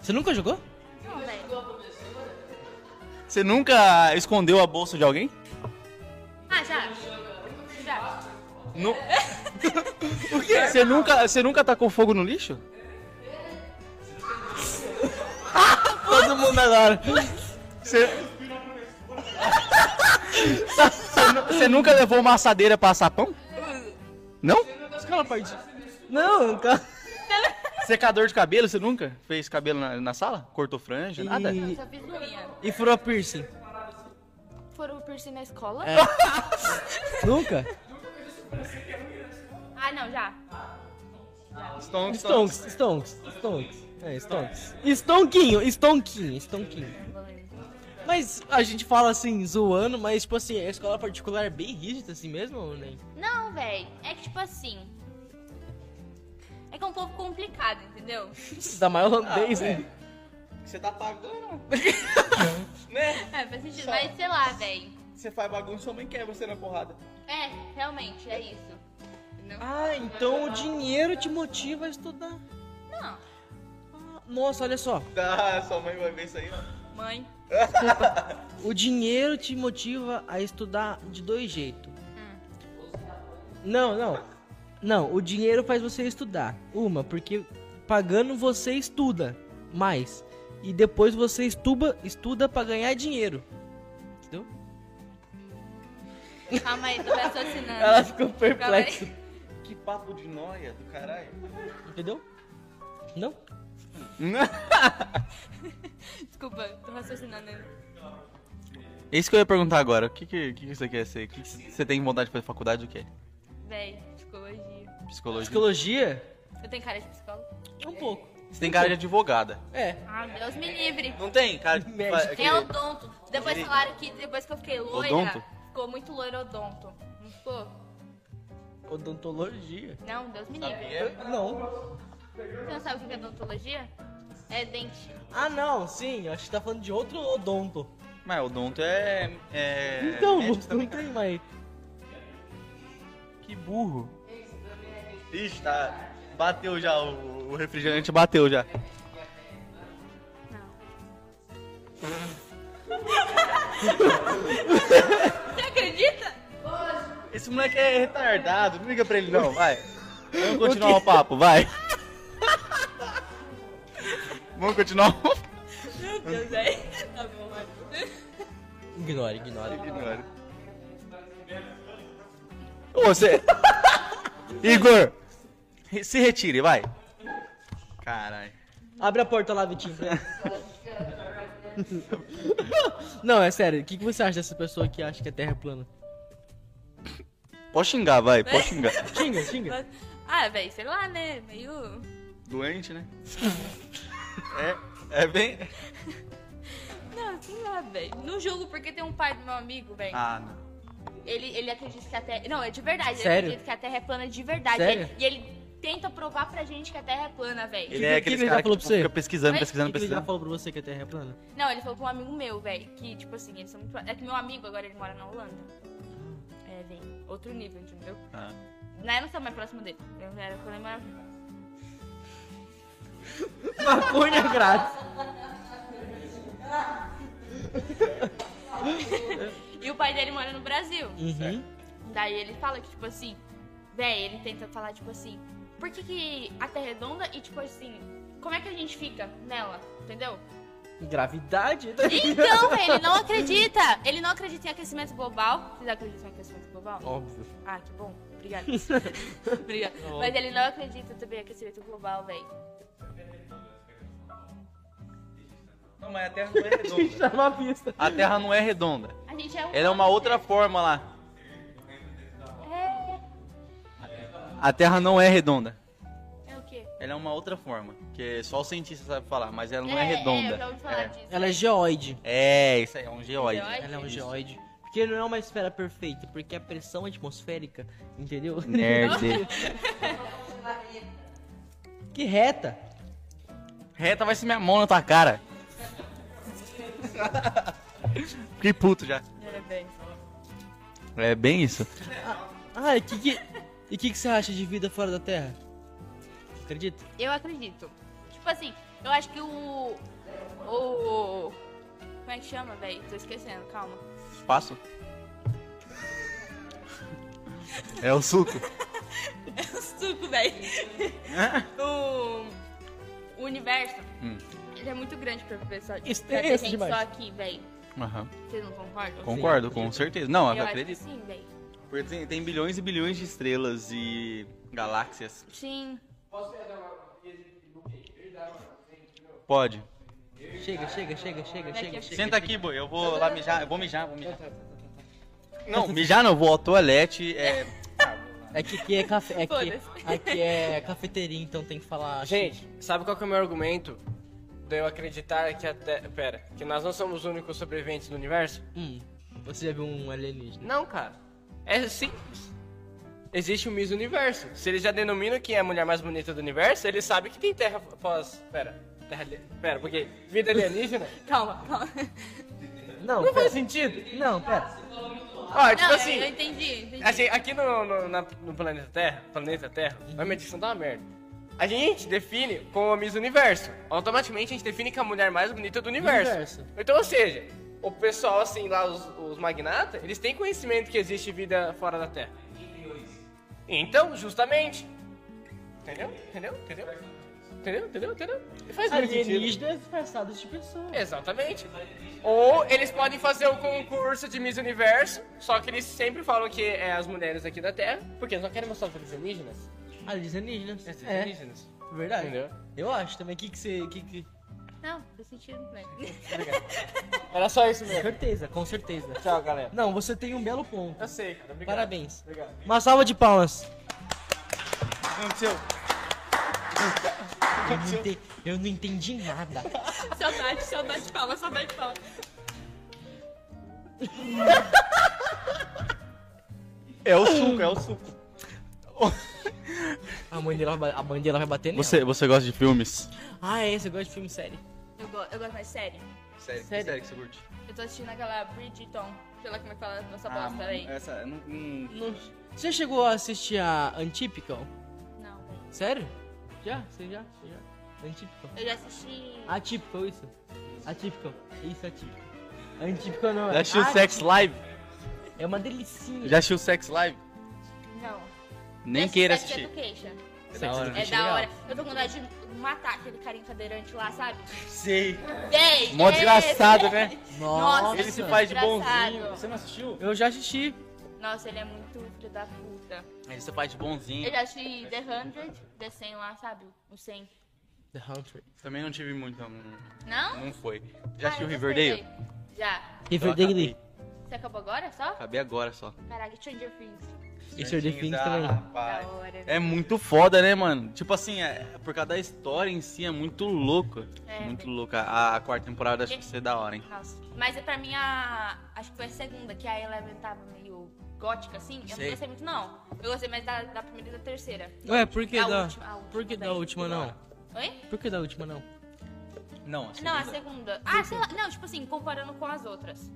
Speaker 2: Você nunca jogou?
Speaker 4: Não, velho.
Speaker 1: Você nunca escondeu a bolsa de alguém?
Speaker 4: Ah, já. Já.
Speaker 1: Nu- o quê? Você nunca, você nunca tacou fogo no lixo?
Speaker 2: Todo mundo é agora.
Speaker 1: Você... Você nu- você nunca levou uma assadeira pra sapão? Não?
Speaker 2: Escola Participação. Não, nunca.
Speaker 1: Secador de cabelo, você nunca fez cabelo na, na sala? Cortou franja, nada?
Speaker 4: Eu
Speaker 2: E,
Speaker 4: só fiz unha.
Speaker 2: e furou piercing?
Speaker 4: Foram piercing na escola?
Speaker 2: É. nunca?
Speaker 4: Ah, não, já.
Speaker 7: Então,
Speaker 1: Stonks,
Speaker 2: Stonks, Stonks, Stonks. É, Stonks. Stonquinho, Stonquinho, Stonquinho. Mas a gente fala assim, zoando, mas tipo assim, a escola particular é bem rígida assim mesmo, ou nem?
Speaker 4: Não, velho. É que tipo assim. É que é um pouco complicado, entendeu?
Speaker 2: Da maior holandês,
Speaker 1: é.
Speaker 2: hein?
Speaker 1: Você tá pagando?
Speaker 4: É, faz sentido. Mas sei lá, velho.
Speaker 1: Você faz bagunça, sua mãe quebra você na porrada.
Speaker 4: É, realmente, é isso. Não.
Speaker 2: Ah, então o dinheiro te motiva a estudar.
Speaker 4: Não.
Speaker 2: Ah, Nossa, olha só.
Speaker 1: Tá, sua mãe vai ver isso aí, ó.
Speaker 4: Mãe.
Speaker 2: O dinheiro te motiva a estudar de dois jeitos. Não, não. Não, o dinheiro faz você estudar. Uma, porque pagando você estuda mais. E depois você estuda, estuda para ganhar dinheiro. Entendeu?
Speaker 4: Calma aí, tô raciocinando.
Speaker 2: Ela ficou
Speaker 4: Calma aí.
Speaker 2: perplexa.
Speaker 1: Que papo de noia do caralho.
Speaker 2: Entendeu? Não?
Speaker 4: Desculpa, tô raciocinando ainda.
Speaker 1: É Isso que eu ia perguntar agora. O que, que, que que você quer ser? O que que você tem vontade de fazer faculdade? O quê?
Speaker 4: Véi, psicologia.
Speaker 1: Psicologia?
Speaker 2: Psicologia?
Speaker 4: Eu tenho cara de psicólogo?
Speaker 2: Um pouco.
Speaker 1: Você tem cara de advogada.
Speaker 2: É.
Speaker 4: Ah, Deus me livre.
Speaker 1: Não tem cara de...
Speaker 2: Médico.
Speaker 1: fa- que-
Speaker 4: É odonto. Depois falaram que depois que eu fiquei loira,
Speaker 1: Odonto?
Speaker 4: ficou muito loira odonto. Não ficou?
Speaker 2: Odontologia?
Speaker 4: Não, Deus me livre.
Speaker 1: Sabia?
Speaker 2: Não.
Speaker 4: Você não sabe o que é odontologia? É dente.
Speaker 2: Ah, não, sim. Acho que tá falando de outro odonto.
Speaker 1: Mas odonto é. é
Speaker 2: então,
Speaker 1: médico
Speaker 2: não
Speaker 1: também, cara.
Speaker 2: tem mais.
Speaker 1: Que burro. Ixi, tá. Bateu já, o, o refrigerante bateu já.
Speaker 4: Você acredita?
Speaker 1: Esse moleque é retardado, não liga pra ele não, vai. Vamos continuar o papo, vai. Vamos continuar o
Speaker 4: Meu Deus, aí. Tá bom, vai.
Speaker 2: Ignore, ignore.
Speaker 1: Ignora. Ô, Você. Igor! re- Se retire, vai. Caralho.
Speaker 2: Abre a porta lá, Vitinho. pra ele. não, é sério. O que, que você acha dessa pessoa que acha que a Terra é plana?
Speaker 1: Pode xingar, vai, pode xingar.
Speaker 2: Xinga, xinga.
Speaker 4: Mas- Ah, velho, sei lá, né? Meio.
Speaker 1: Doente, né? É, é bem.
Speaker 4: Não, sei lá, velho. Não julgo porque tem um pai do meu amigo, velho.
Speaker 1: Ah, não.
Speaker 4: Ele, ele acredita que a Terra. Não, é de verdade.
Speaker 2: Sério?
Speaker 4: Ele acredita que a Terra é plana de verdade.
Speaker 2: Sério?
Speaker 4: Ele- e ele tenta provar pra gente que a Terra é plana, velho.
Speaker 1: Ele
Speaker 2: que-
Speaker 1: é
Speaker 2: que
Speaker 1: aquele
Speaker 2: ele já
Speaker 1: cara que
Speaker 2: falou pra
Speaker 1: tipo,
Speaker 2: você?
Speaker 1: fica pesquisando,
Speaker 4: Mas-
Speaker 2: O
Speaker 1: pesquisando,
Speaker 2: que que ele já
Speaker 1: pesquisando.
Speaker 2: falou pra você que a Terra é plana?
Speaker 4: Não, ele falou com um amigo meu, velho, que, tipo assim, eles são muito... É que meu amigo agora, ele mora na Holanda. É, vem, outro nível, entendeu?
Speaker 1: Ah.
Speaker 4: Não, eu não sou mais próximo dele. Eu era quando ele morava...
Speaker 2: Maconha grátis.
Speaker 4: E o pai dele mora no Brasil.
Speaker 2: Uhum.
Speaker 4: Daí ele fala que, tipo assim, véi, ele tenta falar, tipo assim, por que, que a Terra é redonda e, tipo assim, como é que a gente fica nela, entendeu?
Speaker 2: Gravidade?
Speaker 4: Então, véi, ele não acredita! Ele não acredita em aquecimento global. Vocês acreditam em aquecimento global?
Speaker 2: Óbvio.
Speaker 4: Ah, que bom. Obrigada. Obrigada. Mas ele não acredita também em aquecimento global, véi.
Speaker 1: Não, mas a Terra não é redonda.
Speaker 2: Tá na pista.
Speaker 1: A Terra não é redonda.
Speaker 4: A gente é um...
Speaker 1: Ela é uma outra forma lá.
Speaker 4: É...
Speaker 1: A Terra não é redonda.
Speaker 4: É o quê?
Speaker 1: Ela é uma outra forma, que só o cientista sabe falar, mas ela não é,
Speaker 4: É, eu
Speaker 1: redonda.
Speaker 4: já ouvi falar disso.
Speaker 2: Ela é geoide.
Speaker 1: É, isso aí, é um geóide.
Speaker 4: Geóide?
Speaker 2: Ela é um
Speaker 4: Isso.
Speaker 2: geoide. Porque não é uma esfera perfeita, porque a pressão atmosférica, entendeu?
Speaker 1: Nerd.
Speaker 2: que reta.
Speaker 1: Reta vai ser minha mão na tua cara. Fiquei puto já.
Speaker 4: É, bem.
Speaker 1: É bem isso.
Speaker 2: Ah, e que que... E o que, que você acha de vida fora da Terra? Acredita?
Speaker 4: Eu acredito. Tipo assim, eu acho que o... O... Como é que chama, véi? Tô esquecendo, calma.
Speaker 1: Espaço? É o suco.
Speaker 4: O suco, véi. o... o universo,
Speaker 1: Hum.
Speaker 4: ele é muito grande pra pessoa.
Speaker 2: Extenso
Speaker 4: pra ter gente
Speaker 2: demais.
Speaker 4: só aqui, véi.
Speaker 1: Aham.
Speaker 4: Vocês não concordam?
Speaker 1: Concordo, com certeza. Não, eu
Speaker 4: Eu acho que
Speaker 1: acredito.
Speaker 4: sim, véi.
Speaker 1: Porque tem, tem bilhões e bilhões de estrelas e galáxias.
Speaker 4: Sim.
Speaker 1: Pode.
Speaker 2: Chega, chega, chega, chega,
Speaker 4: Vai
Speaker 2: chega,
Speaker 4: que-
Speaker 2: chega.
Speaker 1: Senta aqui, boi. Eu vou lá mijar. Eu vou mijar, vou mijar. Não, mijar não, vou ao toalete. É.
Speaker 2: É que aqui é café. É
Speaker 4: Foda-se.
Speaker 2: que, aqui é cafeteria, então tem que falar.
Speaker 7: Gente, sabe qual que é o meu argumento de eu acreditar que até. Pera, que nós não somos os únicos sobreviventes do universo?
Speaker 2: Hum, você já viu um alienígena?
Speaker 7: Não, cara. É simples. Existe o Miss Universo. Se ele já denomina quem é a mulher mais bonita do universo, ele sabe que tem terra pós. Pera. Terra ali... Pera, porque vida alienígena
Speaker 4: Calma, calma.
Speaker 2: Não,
Speaker 7: não
Speaker 2: pera.
Speaker 7: faz sentido.
Speaker 2: Não, pera.
Speaker 7: Ó, tipo
Speaker 4: não, é
Speaker 7: assim.
Speaker 4: eu entendi, entendi.
Speaker 7: Assim, aqui no, no, na- no planeta Terra, planeta Terra, a medição tá uma merda. A gente define como a Miss Universo. Automaticamente a gente define que é a mulher mais bonita do universo.
Speaker 2: Universo.
Speaker 7: Então, ou seja, o pessoal, assim, lá, os, os magnatas, eles têm conhecimento que existe vida fora da Terra. Então, justamente. Entendeu? Entendeu? Entendeu? Entendeu? Entendeu? Entendeu? Faz muito sentido.
Speaker 2: Alienígenas disfarçados é de pessoas.
Speaker 7: Exatamente. Ou eles podem fazer o concurso de Miss Universo, só que eles sempre falam que é as mulheres aqui da Terra, porque eles não querem mostrar os alienígenas.
Speaker 2: Alienígenas.
Speaker 7: Esses
Speaker 2: É,
Speaker 7: alienígenas.
Speaker 2: verdade.
Speaker 7: Entendeu?
Speaker 2: Eu acho também. O que que você... Que que...
Speaker 4: Não, faz sentido, velho.
Speaker 7: Era só isso
Speaker 2: Com
Speaker 7: mesmo.
Speaker 2: certeza, com certeza.
Speaker 7: Tchau, galera.
Speaker 2: Não, você tem um belo ponto.
Speaker 7: Eu sei, cara. Obrigado.
Speaker 2: Parabéns.
Speaker 7: Obrigado.
Speaker 2: Uma salva de palmas.
Speaker 1: Aconteceu.
Speaker 2: Eu não, ente- eu não entendi nada.
Speaker 4: Só bate, só bate palma, só bate palma.
Speaker 1: É o suco, é o suco.
Speaker 2: A mãe dela vai, a mãe dela vai bater nela.
Speaker 1: Você, você gosta de filmes?
Speaker 2: Ah, é, você gosta de filme sério.
Speaker 4: Eu, go eu gosto mais sério.
Speaker 1: Sério,
Speaker 2: Série.
Speaker 1: que série que você curte?
Speaker 4: Eu tô assistindo aquela Bridgeton, sei lá como é que fala essa bosta,
Speaker 1: Ah, mano,
Speaker 4: peraí.
Speaker 1: essa. Não, não-
Speaker 2: Não- Você chegou a assistir a Antípical?
Speaker 4: Não, velho.
Speaker 2: Sério? Já? Você já? Você já? Antípical.
Speaker 4: Eu já assisti.
Speaker 2: Atípical, isso? Atípical. Isso, atípical. Antípical não.
Speaker 1: Já
Speaker 2: é
Speaker 4: Ah,
Speaker 1: assistiu
Speaker 2: ati-
Speaker 1: Sex Live?
Speaker 2: É uma delicinha.
Speaker 1: Já assistiu Sex Live?
Speaker 4: Não.
Speaker 1: Nem
Speaker 4: Já
Speaker 1: queira
Speaker 4: assisti Sex
Speaker 1: assistir.
Speaker 4: Education.
Speaker 1: É da hora.
Speaker 4: É
Speaker 2: Achei
Speaker 4: da
Speaker 2: legal.
Speaker 4: hora. Eu tô com vontade de matar aquele carinha cadeirante lá, sabe?
Speaker 1: Sei.
Speaker 4: Véi!
Speaker 1: Mó
Speaker 4: é-
Speaker 1: desgraçado, né?
Speaker 4: Nossa,
Speaker 1: Ele se faz de
Speaker 4: desgraçado.
Speaker 1: bonzinho. Você não assistiu?
Speaker 2: Eu já assisti.
Speaker 4: Nossa, ele é muito filho da puta.
Speaker 1: Ele se faz de bonzinho.
Speaker 4: Eu já assisti The 100, The 100 lá, sabe? O 100.
Speaker 2: The Hunter.
Speaker 1: Também não tive muito. Não,
Speaker 4: Não?
Speaker 1: não foi.
Speaker 4: Ah,
Speaker 1: Já assistiu
Speaker 4: eu
Speaker 1: Riverdale?
Speaker 4: gostei. Já.
Speaker 2: Riverdale.
Speaker 4: Você acabou agora só?
Speaker 1: Acabei agora só.
Speaker 4: Caraca, Stranger Things.
Speaker 2: E Stranger Things
Speaker 1: Ah,
Speaker 2: também.
Speaker 4: Da
Speaker 1: rapaz.
Speaker 4: hora.
Speaker 1: É muito foda, né, mano? Tipo assim, é- por causa da história em si é muito louco.
Speaker 4: É,
Speaker 1: muito
Speaker 4: velho.
Speaker 1: louca. A, a quarta temporada acho que vai ser da hora, hein?
Speaker 4: Nossa. Mas é pra mim a. Acho que foi a segunda, que a Eleven tava meio gótica, assim. Eu
Speaker 1: Sei.
Speaker 4: não gostei muito, não. Eu gostei mais da, da primeira e da terceira.
Speaker 2: Ué, por que
Speaker 4: A
Speaker 2: da,
Speaker 4: última, a última
Speaker 2: por que da
Speaker 4: daí.
Speaker 2: última não?
Speaker 4: Oi?
Speaker 2: Por que da última não?
Speaker 1: Não,
Speaker 4: Não, a segunda. Ah, sei lá. Não, tipo assim, comparando com as outras.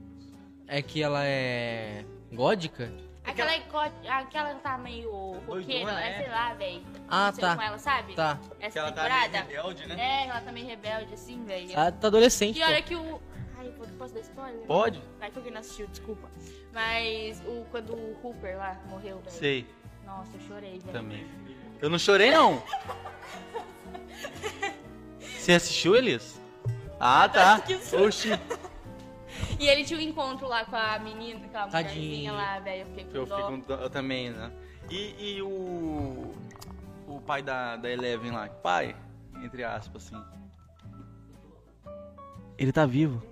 Speaker 2: É que ela é gódica?
Speaker 4: Aquela, é gó- aquela que tá meio roqueira,
Speaker 1: Doidona,
Speaker 4: é,
Speaker 1: é.
Speaker 4: sei lá, véi.
Speaker 2: Ah,
Speaker 4: Aconteceu
Speaker 2: tá.
Speaker 4: com ela, sabe?
Speaker 2: Tá.
Speaker 4: Essa
Speaker 1: Que ela tá meio
Speaker 4: temporada.
Speaker 1: rebelde, né?
Speaker 4: É, ela tá meio rebelde, assim, véi.
Speaker 2: Ela tá adolescente,
Speaker 4: E olha
Speaker 2: pô.
Speaker 4: que o. Ai, eu posso dar spoiler?
Speaker 1: Pode?
Speaker 4: Vai que alguém não assistiu, desculpa. Mas o, quando o Cooper lá morreu, velho.
Speaker 1: Sei,
Speaker 4: Nossa, eu chorei, velho.
Speaker 1: também. Eu não chorei, não. Você assistiu, Elias? Ah, tá. Oxi.
Speaker 4: E ele tinha um encontro lá com a menina, com a
Speaker 2: Tadinho.
Speaker 4: mulherzinha lá, velho. Eu fiquei com
Speaker 1: Eu,
Speaker 4: dó.
Speaker 1: fico, eu também, né? E, e o. O pai da, da Eleven lá? Pai, entre aspas, assim. Ele tá vivo.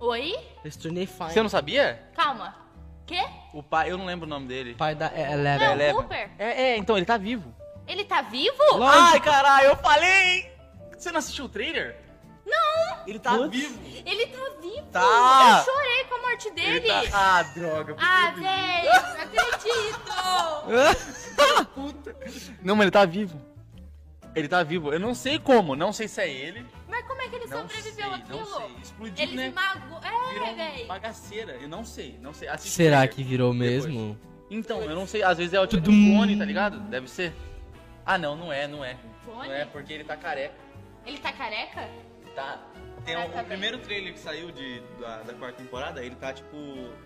Speaker 4: Oi?
Speaker 2: Eu se tornei fine.
Speaker 1: Você não sabia?
Speaker 4: Calma. Quê?
Speaker 1: O pai, eu não lembro o nome dele.
Speaker 2: Pai da é,
Speaker 4: Não,
Speaker 2: Eleven.
Speaker 1: Eleven.
Speaker 4: o Cooper.
Speaker 1: É, é, então ele tá vivo.
Speaker 4: Ele tá vivo?
Speaker 1: Ai, caralho, eu falei! Você não assistiu o trailer? Não! Ele tá vivo.
Speaker 4: Ele tá vivo.
Speaker 1: Tá.
Speaker 4: Eu chorei com a morte dele.
Speaker 1: Ele tá... Ah, droga. tá
Speaker 4: Ah, velho, não acredito.
Speaker 1: Não, mas ele tá vivo. Ele tá vivo. Eu não sei como, não sei se é ele.
Speaker 4: Mas como é que ele
Speaker 1: não
Speaker 4: sobreviveu
Speaker 1: sei,
Speaker 4: àquilo?
Speaker 1: Não sei. Explodiu,
Speaker 4: Ele
Speaker 1: né?
Speaker 4: se magoou. É,
Speaker 1: Virou um
Speaker 4: velho.
Speaker 1: bagaceira. Eu não sei, não sei. Assiste o
Speaker 2: Será
Speaker 1: trailer.
Speaker 2: que virou
Speaker 1: Depois.
Speaker 2: mesmo?
Speaker 1: Então, eu não sei. Às vezes é o tipo do clone, tá ligado? Deve ser. Ah, não, não é, não é.
Speaker 4: Clone?
Speaker 1: Não é, porque ele tá careca.
Speaker 4: Ele tá careca?
Speaker 1: Tá. Tem
Speaker 4: Ah,
Speaker 1: um-
Speaker 4: tá
Speaker 1: o
Speaker 4: bem.
Speaker 1: primeiro trailer que saiu de, da, da quarta temporada, ele tá, tipo,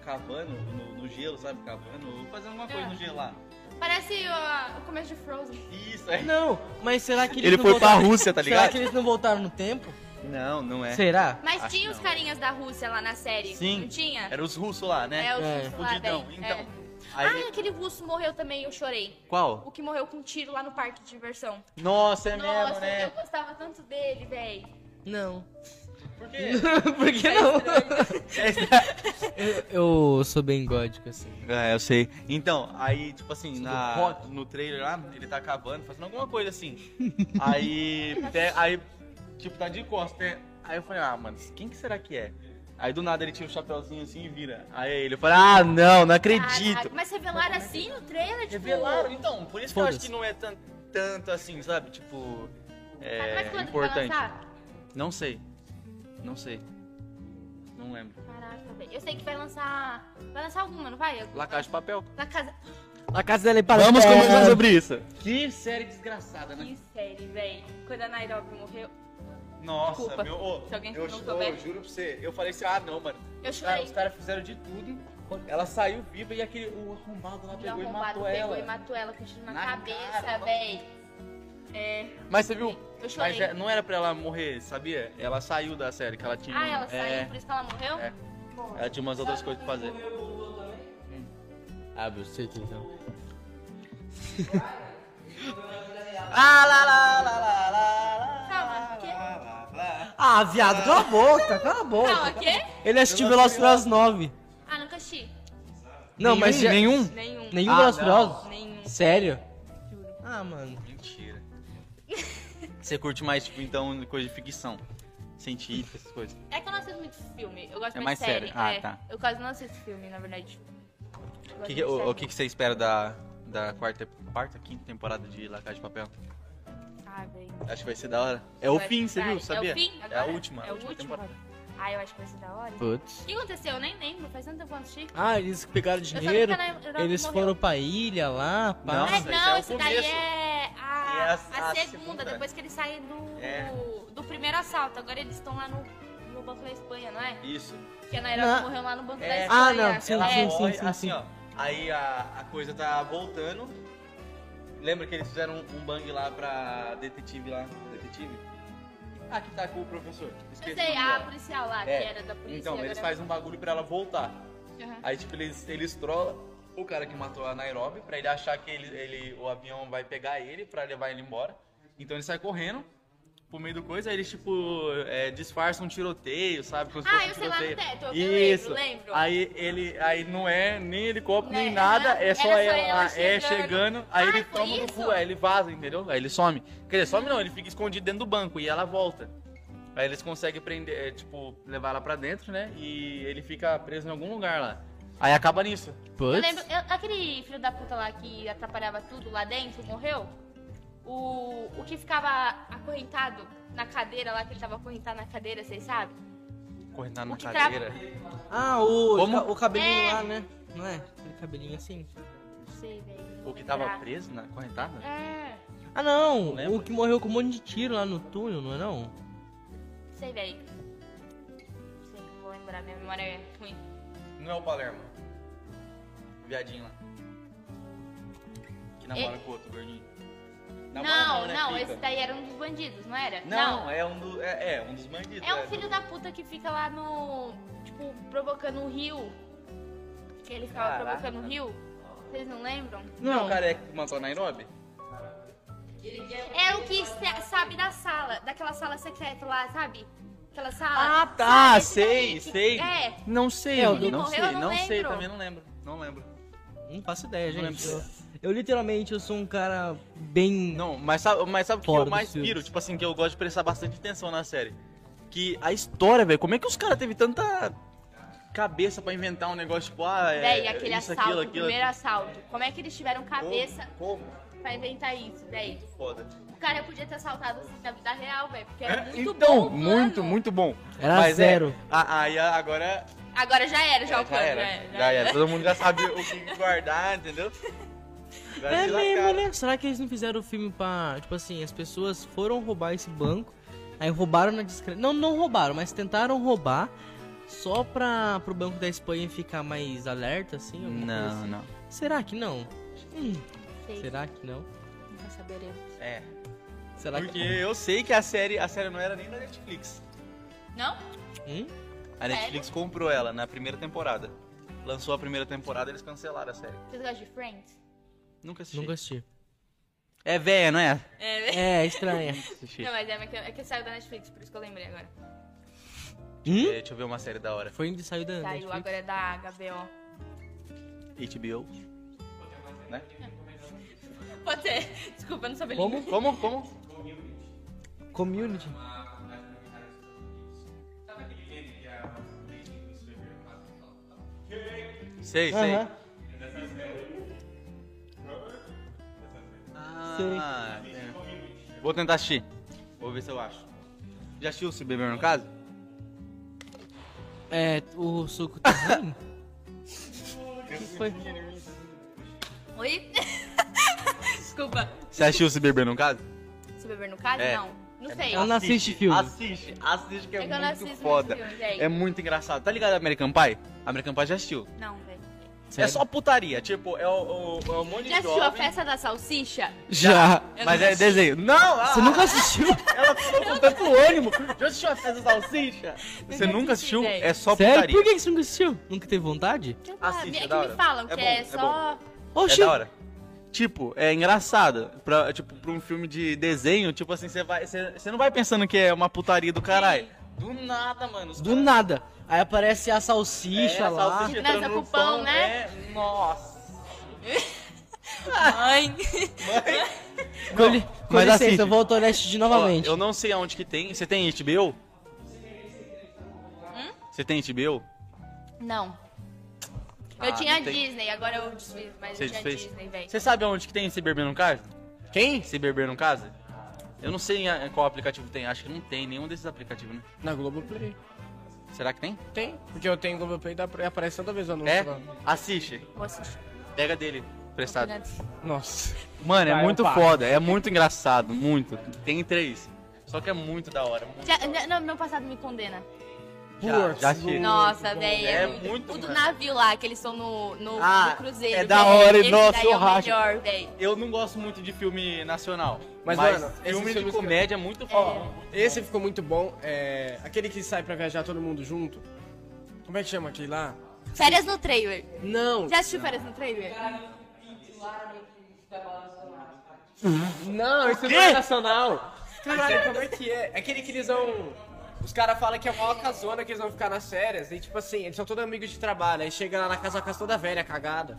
Speaker 1: cavando no, no gelo, sabe? Cavando, fazendo alguma coisa
Speaker 4: Ah.
Speaker 1: no gelo lá.
Speaker 4: Parece ó, o começo de Frozen.
Speaker 1: Isso, é.
Speaker 2: Não, mas será que eles
Speaker 1: Ele
Speaker 2: não
Speaker 1: foi pra
Speaker 2: voltaram...
Speaker 1: Rússia, tá
Speaker 2: Será
Speaker 1: ligado?
Speaker 2: que eles não voltaram no tempo?
Speaker 1: Não, não é.
Speaker 2: Será?
Speaker 4: Mas
Speaker 1: Acho
Speaker 4: tinha
Speaker 1: que
Speaker 4: os
Speaker 1: não.
Speaker 4: carinhas da Rússia lá na série.
Speaker 1: Sim.
Speaker 4: Não tinha?
Speaker 1: Era os russos lá, né?
Speaker 4: É, o
Speaker 2: É.
Speaker 4: russo lá,
Speaker 1: Fudidão,
Speaker 4: velho.
Speaker 1: então.
Speaker 4: É.
Speaker 1: Aí,
Speaker 4: Ah, aquele russo morreu também, eu chorei.
Speaker 1: qual?
Speaker 4: O que morreu com um tiro lá no parque de diversão.
Speaker 1: Nossa, é mesmo,
Speaker 4: Nossa, eu
Speaker 1: né?
Speaker 4: gostava tanto dele, velho.
Speaker 2: Não. É
Speaker 1: Por quê?
Speaker 2: Por que não? Eu, eu sou bem gótico, assim.
Speaker 1: É, eu sei. Então, aí, tipo assim,
Speaker 2: Tudo
Speaker 1: na-
Speaker 2: rock.
Speaker 1: no trailer lá, ele tá acabando, fazendo alguma coisa assim. aí, pe- aí, tipo, tá de costas, né? Aí eu falei, ah, mano, quem que será que é? Aí do nada ele tira o chapéuzinho assim e vira. Aí ele fala, ah, não, não acredito.
Speaker 4: Caraca, tipo, mas revelaram assim no trailer, tipo...
Speaker 1: Revelaram, então, por isso que eu acho
Speaker 2: Foda-se.
Speaker 1: que não é tan- tanto assim, sabe? Tipo,
Speaker 4: Sabe mais
Speaker 1: é
Speaker 4: quando
Speaker 1: importante.
Speaker 4: que vai lançar?
Speaker 1: Não sei, não sei, não lembro.
Speaker 4: Caraca, velho. Eu sei que vai lançar... Vai lançar alguma, não vai?
Speaker 1: La Casa de Papel.
Speaker 4: La Casa...
Speaker 2: A casa dela é para
Speaker 1: Vamos conversar sobre isso.
Speaker 7: Que série desgraçada, né?
Speaker 4: Que série, velho. Quando a Nairobi morreu,
Speaker 1: Nossa,
Speaker 4: Desculpa,
Speaker 1: meu. ô,
Speaker 4: se alguém
Speaker 1: eu,
Speaker 4: não
Speaker 1: eu
Speaker 4: souber.
Speaker 1: juro pra você, eu falei assim, ah não, mano.
Speaker 4: eu
Speaker 7: Os caras-
Speaker 4: chorei.
Speaker 7: os caras fizeram de tudo. Ela saiu viva e aquele o arrombado lá
Speaker 4: E
Speaker 7: pegou
Speaker 4: o
Speaker 7: e
Speaker 4: arrombado
Speaker 7: matou
Speaker 4: pegou
Speaker 7: ela.
Speaker 4: e matou ela com tiro na,
Speaker 7: Na
Speaker 4: cabeça,
Speaker 7: cara,
Speaker 4: velho. É,
Speaker 1: Mas você viu?
Speaker 4: eu chorei.
Speaker 1: Mas é, não era pra ela morrer, sabia? Ela saiu da série que ela tinha.
Speaker 4: Ah, ela
Speaker 1: é,
Speaker 4: saiu, por isso que ela morreu?
Speaker 1: É.
Speaker 4: Bom,
Speaker 1: Ela tinha umas outras coisas pra fazer.
Speaker 2: Abre o sítio, então.
Speaker 1: Ah, lá, lá, lá, lá, lá,
Speaker 4: Calma, quê?
Speaker 1: lá, lá, lá.
Speaker 2: Ah, viado, cala a boca, cala a boca.
Speaker 4: Calma, quê?
Speaker 2: Ele assistiu Velociraptor 9.
Speaker 4: Ah, nunca assisti.
Speaker 2: Não,
Speaker 1: Nenhum,
Speaker 2: mas já...
Speaker 1: Nenhum?
Speaker 4: Nenhum.
Speaker 2: Nenhum
Speaker 1: Ah,
Speaker 2: Velociraptor?
Speaker 4: Nenhum.
Speaker 2: Sério? Ah, mano.
Speaker 1: Mentira. Você curte mais, tipo, então, coisa de ficção. Científica, essas coisas.
Speaker 4: É que eu não assisto muito filme, eu gosto
Speaker 1: É mais
Speaker 4: mais de série.
Speaker 1: sério. Ah,
Speaker 4: é.
Speaker 1: tá.
Speaker 4: Eu quase não assisto filme, na verdade.
Speaker 1: O
Speaker 4: Eu gosto
Speaker 1: que,
Speaker 4: de
Speaker 1: que- o,
Speaker 4: série.
Speaker 1: o que que você espera da, da quarta, quarta, quinta temporada de La Casa de Papel?
Speaker 4: Ah, Ah, velho.
Speaker 1: Acho que vai ser da hora. É o
Speaker 4: Vai-
Speaker 1: fim, você
Speaker 4: vai.
Speaker 1: viu? Sabia?
Speaker 4: É o fim?
Speaker 1: É a
Speaker 4: Agora?
Speaker 1: última.
Speaker 4: É
Speaker 1: a
Speaker 4: o
Speaker 1: última
Speaker 4: último?
Speaker 1: temporada.
Speaker 4: Ah, eu acho que vai ser da hora. O
Speaker 2: Putz.
Speaker 4: que aconteceu? Eu nem lembro. Faz tanto tempo que eu não assisti.
Speaker 2: Ah, eles pegaram
Speaker 4: Eu só vi que
Speaker 2: dinheiro,
Speaker 4: ela- ela
Speaker 2: eles
Speaker 4: morreu.
Speaker 2: foram pra ilha lá, pá.
Speaker 1: Não.
Speaker 4: Mas
Speaker 1: Nossa, esse é
Speaker 4: não,
Speaker 1: o
Speaker 4: esse daí
Speaker 1: começo.
Speaker 4: é a,
Speaker 1: É a-
Speaker 4: a
Speaker 1: a
Speaker 4: segunda,
Speaker 1: segunda.
Speaker 4: depois que eles saem do,
Speaker 1: É.
Speaker 4: do primeiro assalto. Agora eles estão lá no, no Banco da Espanha, não é?
Speaker 1: Isso.
Speaker 4: Que a Nairobi
Speaker 2: Na-
Speaker 4: morreu lá no Banco
Speaker 1: É.
Speaker 4: da Espanha.
Speaker 2: Ah, não, sim,
Speaker 1: Ela
Speaker 2: sim,
Speaker 4: é.
Speaker 2: sim.
Speaker 1: morre, assim, ó. Aí a, a coisa tá voltando. Lembra que eles fizeram um, um bang lá pra detetive lá? Detetive? Ah, que tá com o professor. Esqueci
Speaker 4: Eu
Speaker 1: o nome
Speaker 4: sei, a
Speaker 1: dela.
Speaker 4: policial lá,
Speaker 1: É.
Speaker 4: que era da polícia.
Speaker 1: Então,
Speaker 4: agora
Speaker 1: eles
Speaker 4: é-
Speaker 1: fazem um bagulho pra ela voltar.
Speaker 4: Aham.
Speaker 1: Aí, tipo, eles, eles trollam o cara que matou a Nairobi pra ele achar que ele, ele- o avião vai pegar ele pra levar ele embora. Então ele sai correndo pro meio do coisa, aí eles, tipo, é, disfarçam um tiroteio, sabe? Como se
Speaker 4: Ah,
Speaker 1: fosse
Speaker 4: eu
Speaker 1: um
Speaker 4: sei lá no
Speaker 1: tiroteio.
Speaker 4: teto, eu
Speaker 1: Isso.
Speaker 4: lembro, lembro.
Speaker 1: Aí ele aí não é nem helicóptero,
Speaker 4: Não é,
Speaker 1: nem nada, é
Speaker 4: era
Speaker 1: só,
Speaker 4: só
Speaker 1: ela,
Speaker 4: ela
Speaker 1: é
Speaker 4: chegando.
Speaker 1: chegando, aí
Speaker 4: Ah,
Speaker 1: ele
Speaker 4: foi
Speaker 1: toma no
Speaker 4: isso?
Speaker 1: cu, aí ele vaza, entendeu? Aí ele some. Quer dizer, some não, ele fica escondido dentro do banco e ela volta. Aí eles conseguem prender, é, tipo, levar ela pra dentro, né? E ele fica preso em algum lugar lá. Aí acaba nisso.
Speaker 4: Eu
Speaker 2: Putz.
Speaker 4: lembro, eu- aquele filho da puta lá que atrapalhava tudo lá dentro, morreu. O, o que ficava acorrentado na cadeira lá, que ele tava acorrentado na cadeira, vocês sabem?
Speaker 1: Correndo na
Speaker 4: O que tra-
Speaker 1: cadeira.
Speaker 2: Ah, o,
Speaker 1: Como?
Speaker 2: o cabelinho
Speaker 4: É.
Speaker 2: lá, né? Não é? Aquele cabelinho assim.
Speaker 4: Não sei, velho.
Speaker 1: O que tava preso na correntada?
Speaker 4: É,
Speaker 2: Ah, não!
Speaker 1: Lembra?
Speaker 2: O que morreu com um monte de tiro lá no túnel, não é não?
Speaker 4: não sei, velho. Não sei, não vou lembrar, minha memória é ruim.
Speaker 1: Não é o Palermo. O viadinho lá. Que namora
Speaker 4: Ele-
Speaker 1: com o outro, gordinho. Namora
Speaker 4: Não,
Speaker 1: né?
Speaker 4: não,
Speaker 1: Fica.
Speaker 4: esse daí era um dos bandidos, não era?
Speaker 1: Não, é um, do, é, é um dos bandidos.
Speaker 4: É um
Speaker 1: do-
Speaker 4: filho da puta que fica lá no. Tipo, provocando o rio. Que ele ficava
Speaker 1: Caraca.
Speaker 4: provocando o rio. Vocês não lembram?
Speaker 1: Não é o careca que matou a Nairobi?
Speaker 4: É o que sa- sabe da sala, daquela sala secreta lá, sabe? Aquela sala.
Speaker 1: Ah, tá,
Speaker 4: Sabe, esse
Speaker 1: sei,
Speaker 4: daí que-
Speaker 1: sei.
Speaker 4: É.
Speaker 1: Não sei,
Speaker 2: É, o
Speaker 1: mano,
Speaker 2: do-
Speaker 1: não
Speaker 4: Morreu,
Speaker 1: sei,
Speaker 4: eu
Speaker 1: não,
Speaker 4: não
Speaker 1: sei,
Speaker 4: lembro.
Speaker 1: também não lembro. Não lembro.
Speaker 2: Não faço ideia,
Speaker 1: Não
Speaker 2: gente. Eu,
Speaker 1: lembro.
Speaker 2: eu literalmente eu sou um cara bem.
Speaker 1: Não, mas sabe, mas sabe o que
Speaker 2: Fora
Speaker 1: eu
Speaker 2: dos
Speaker 1: mais
Speaker 2: filmes.
Speaker 1: piro? Tipo assim, que eu gosto de prestar bastante atenção na série. Que a história, velho, como é que os caras teve tanta cabeça pra inventar um negócio, tipo, ah, é,
Speaker 4: Véi, aquele
Speaker 1: isso,
Speaker 4: assalto,
Speaker 1: aquilo,
Speaker 4: o
Speaker 1: aquilo.
Speaker 4: primeiro assalto. Como é que eles tiveram cabeça
Speaker 1: Como?
Speaker 4: pra inventar isso, véi?
Speaker 1: Como? Foda.
Speaker 4: O cara podia ter assaltado assim na vida real, véi, porque era muito
Speaker 1: então,
Speaker 4: bom. o plano.
Speaker 1: muito, muito bom.
Speaker 2: Era
Speaker 1: Mas é,
Speaker 2: zero.
Speaker 1: a- Aí a- agora
Speaker 4: Agora já era, né? já
Speaker 1: É,
Speaker 4: o plano.
Speaker 1: era, já era. Todo mundo já sabe o que guardar, entendeu? Agora
Speaker 2: É
Speaker 1: se
Speaker 2: mesmo,
Speaker 1: lascaram.
Speaker 2: né? Será que eles não fizeram o filme pra. Tipo assim, as pessoas foram roubar esse banco, aí roubaram na discreta. Não, não roubaram, mas tentaram roubar só pra pro Banco da Espanha ficar mais alerta, assim? alguma coisa
Speaker 1: Não,
Speaker 2: assim?
Speaker 1: não.
Speaker 2: Será que não? Hum,
Speaker 4: Sei,
Speaker 2: será que não?
Speaker 4: nunca saberemos.
Speaker 1: É.
Speaker 2: Será
Speaker 1: Porque
Speaker 2: que.
Speaker 1: eu sei que a série, a série não era nem da Netflix.
Speaker 4: Não?
Speaker 2: Hum?
Speaker 1: A Netflix comprou ela na primeira temporada. Lançou a primeira temporada, eles cancelaram a série.
Speaker 4: Vocês gostam de Friends?
Speaker 1: Nunca assisti.
Speaker 2: Nunca assisti.
Speaker 1: É velha, não é?
Speaker 4: É, véi.
Speaker 2: É, estranha.
Speaker 1: Assisti.
Speaker 4: Não, mas é, que- é que saiu da Netflix, por isso que eu lembrei agora.
Speaker 2: hum?
Speaker 1: É, Deixa eu ver uma série da hora.
Speaker 2: Foi onde saiu da
Speaker 4: Saiu,
Speaker 2: Netflix.
Speaker 4: agora é da HBO.
Speaker 1: HBO. Né?
Speaker 4: Pode ser. Desculpa, eu não sabia
Speaker 2: Como?
Speaker 1: Como? Como?
Speaker 2: Community.
Speaker 1: Sei, sei.
Speaker 2: Aham.
Speaker 1: Ah, é. Vou tentar assistir. Vou ver se eu acho. Já assistiu Se Beber no Caso?
Speaker 2: É, o suco tá ruim?
Speaker 4: Oi? Desculpa.
Speaker 1: Você assistiu Se Beber no Caso?
Speaker 4: Se beber no caso?
Speaker 1: É.
Speaker 4: Não. Não sei.
Speaker 2: Ela não assiste filme.
Speaker 1: Assiste, assiste que é,
Speaker 4: É que eu não
Speaker 1: muito
Speaker 4: assisto
Speaker 1: foda.
Speaker 4: muito filme, gente.
Speaker 1: é muito engraçado. Tá ligado American Pie? American Pie já assistiu.
Speaker 4: Não, velho.
Speaker 1: É só putaria, tipo, é, o, o- é um monte de
Speaker 4: Já assistiu a
Speaker 1: jovem.
Speaker 4: festa da salsicha?
Speaker 2: Já!
Speaker 4: Eu
Speaker 1: Mas
Speaker 4: não
Speaker 1: é
Speaker 4: assisti.
Speaker 1: desenho. Não!
Speaker 2: Você
Speaker 1: ah,
Speaker 2: nunca assistiu?
Speaker 1: Ela falou com tanto ânimo. Já assistiu a festa da salsicha? Você
Speaker 4: Nunca
Speaker 1: nunca
Speaker 4: assisti,
Speaker 1: assistiu?
Speaker 4: velho.
Speaker 1: É só
Speaker 2: Sério?
Speaker 1: putaria.
Speaker 2: Por que você nunca assistiu? Nunca teve vontade?
Speaker 4: Sei lá,
Speaker 1: Assiste,
Speaker 4: é
Speaker 1: é
Speaker 4: que
Speaker 1: da
Speaker 4: me
Speaker 1: hora.
Speaker 4: falam que
Speaker 1: É
Speaker 4: é,
Speaker 1: bom, é
Speaker 4: só.
Speaker 1: É
Speaker 2: Oxi!
Speaker 1: da hora. Tipo, é engraçado. Pra, tipo, pra um filme de desenho, tipo assim, você vai. Você você não vai pensando que é uma putaria do caralho. Do nada, mano. os
Speaker 2: Do
Speaker 1: caras-
Speaker 2: nada. Aí aparece a salsicha
Speaker 1: É, a
Speaker 2: lá.
Speaker 1: salsicha
Speaker 4: Nessa
Speaker 1: entrando no
Speaker 4: com pão,
Speaker 1: pão,
Speaker 4: né?
Speaker 1: é, Nossa.
Speaker 4: Mãe.
Speaker 2: Com, li- com
Speaker 1: mas
Speaker 2: licença,
Speaker 1: assiste.
Speaker 2: eu volto ao leste de novamente.
Speaker 1: Ó, eu não sei aonde que tem. Você tem HBO? Você tem HBO?
Speaker 4: Não.
Speaker 1: Ah,
Speaker 4: Eu tinha
Speaker 1: não tem.
Speaker 4: Disney, agora eu desfiz, mas
Speaker 1: Você
Speaker 4: eu tinha
Speaker 1: desfez?
Speaker 4: Disney, velho.
Speaker 1: Você sabe aonde que tem esse beber no caso?
Speaker 2: Quem?
Speaker 1: Se beber no caso? Eu não sei eh, qual aplicativo tem, acho que não tem nenhum desses aplicativos, né?
Speaker 8: Na Globoplay.
Speaker 1: Será que tem?
Speaker 8: Tem, porque eu tenho Globoplay e aparece toda vez o anúncio
Speaker 1: É?
Speaker 8: lá.
Speaker 1: Assiste,
Speaker 4: Vou assistir.
Speaker 1: pega dele prestado.
Speaker 8: Nossa.
Speaker 1: Mano, é
Speaker 8: Vai, eu
Speaker 1: muito
Speaker 8: pago.
Speaker 1: foda, é muito engraçado, muito. Tem três. Só que é muito da hora. muito.
Speaker 4: Já- já- não, meu passado me condena.
Speaker 1: Já, já achei.
Speaker 4: Nossa, velho.
Speaker 1: É
Speaker 4: É
Speaker 1: muito,
Speaker 4: muito. O do
Speaker 1: mano.
Speaker 4: navio lá, que eles estão no, no,
Speaker 1: Ah,
Speaker 4: no cruzeiro.
Speaker 1: é da
Speaker 4: velho.
Speaker 1: hora,
Speaker 4: Esse
Speaker 1: nossa,
Speaker 4: daí
Speaker 1: eu
Speaker 4: é o
Speaker 1: racho.
Speaker 4: melhor, velho.
Speaker 1: Eu não gosto muito de filme nacional. Mas,
Speaker 8: Mas, mano, esses
Speaker 1: filme de
Speaker 8: filmes que-
Speaker 1: comédia é muito
Speaker 4: Ó,
Speaker 1: foda.
Speaker 8: Esse ficou muito bom. É... Aquele que sai pra viajar todo mundo junto. Como é que chama aquele lá?
Speaker 4: Férias no trailer.
Speaker 8: Não.
Speaker 4: Já assistiu férias no trailer?
Speaker 8: Não, esse não é nacional. Caralho, como é que é? É Aquele que eles vão. Os caras falam que é uma casona que eles vão ficar nas férias. E tipo assim, eles são todos amigos de trabalho. Aí chega lá na casa, a casa toda velha, cagada.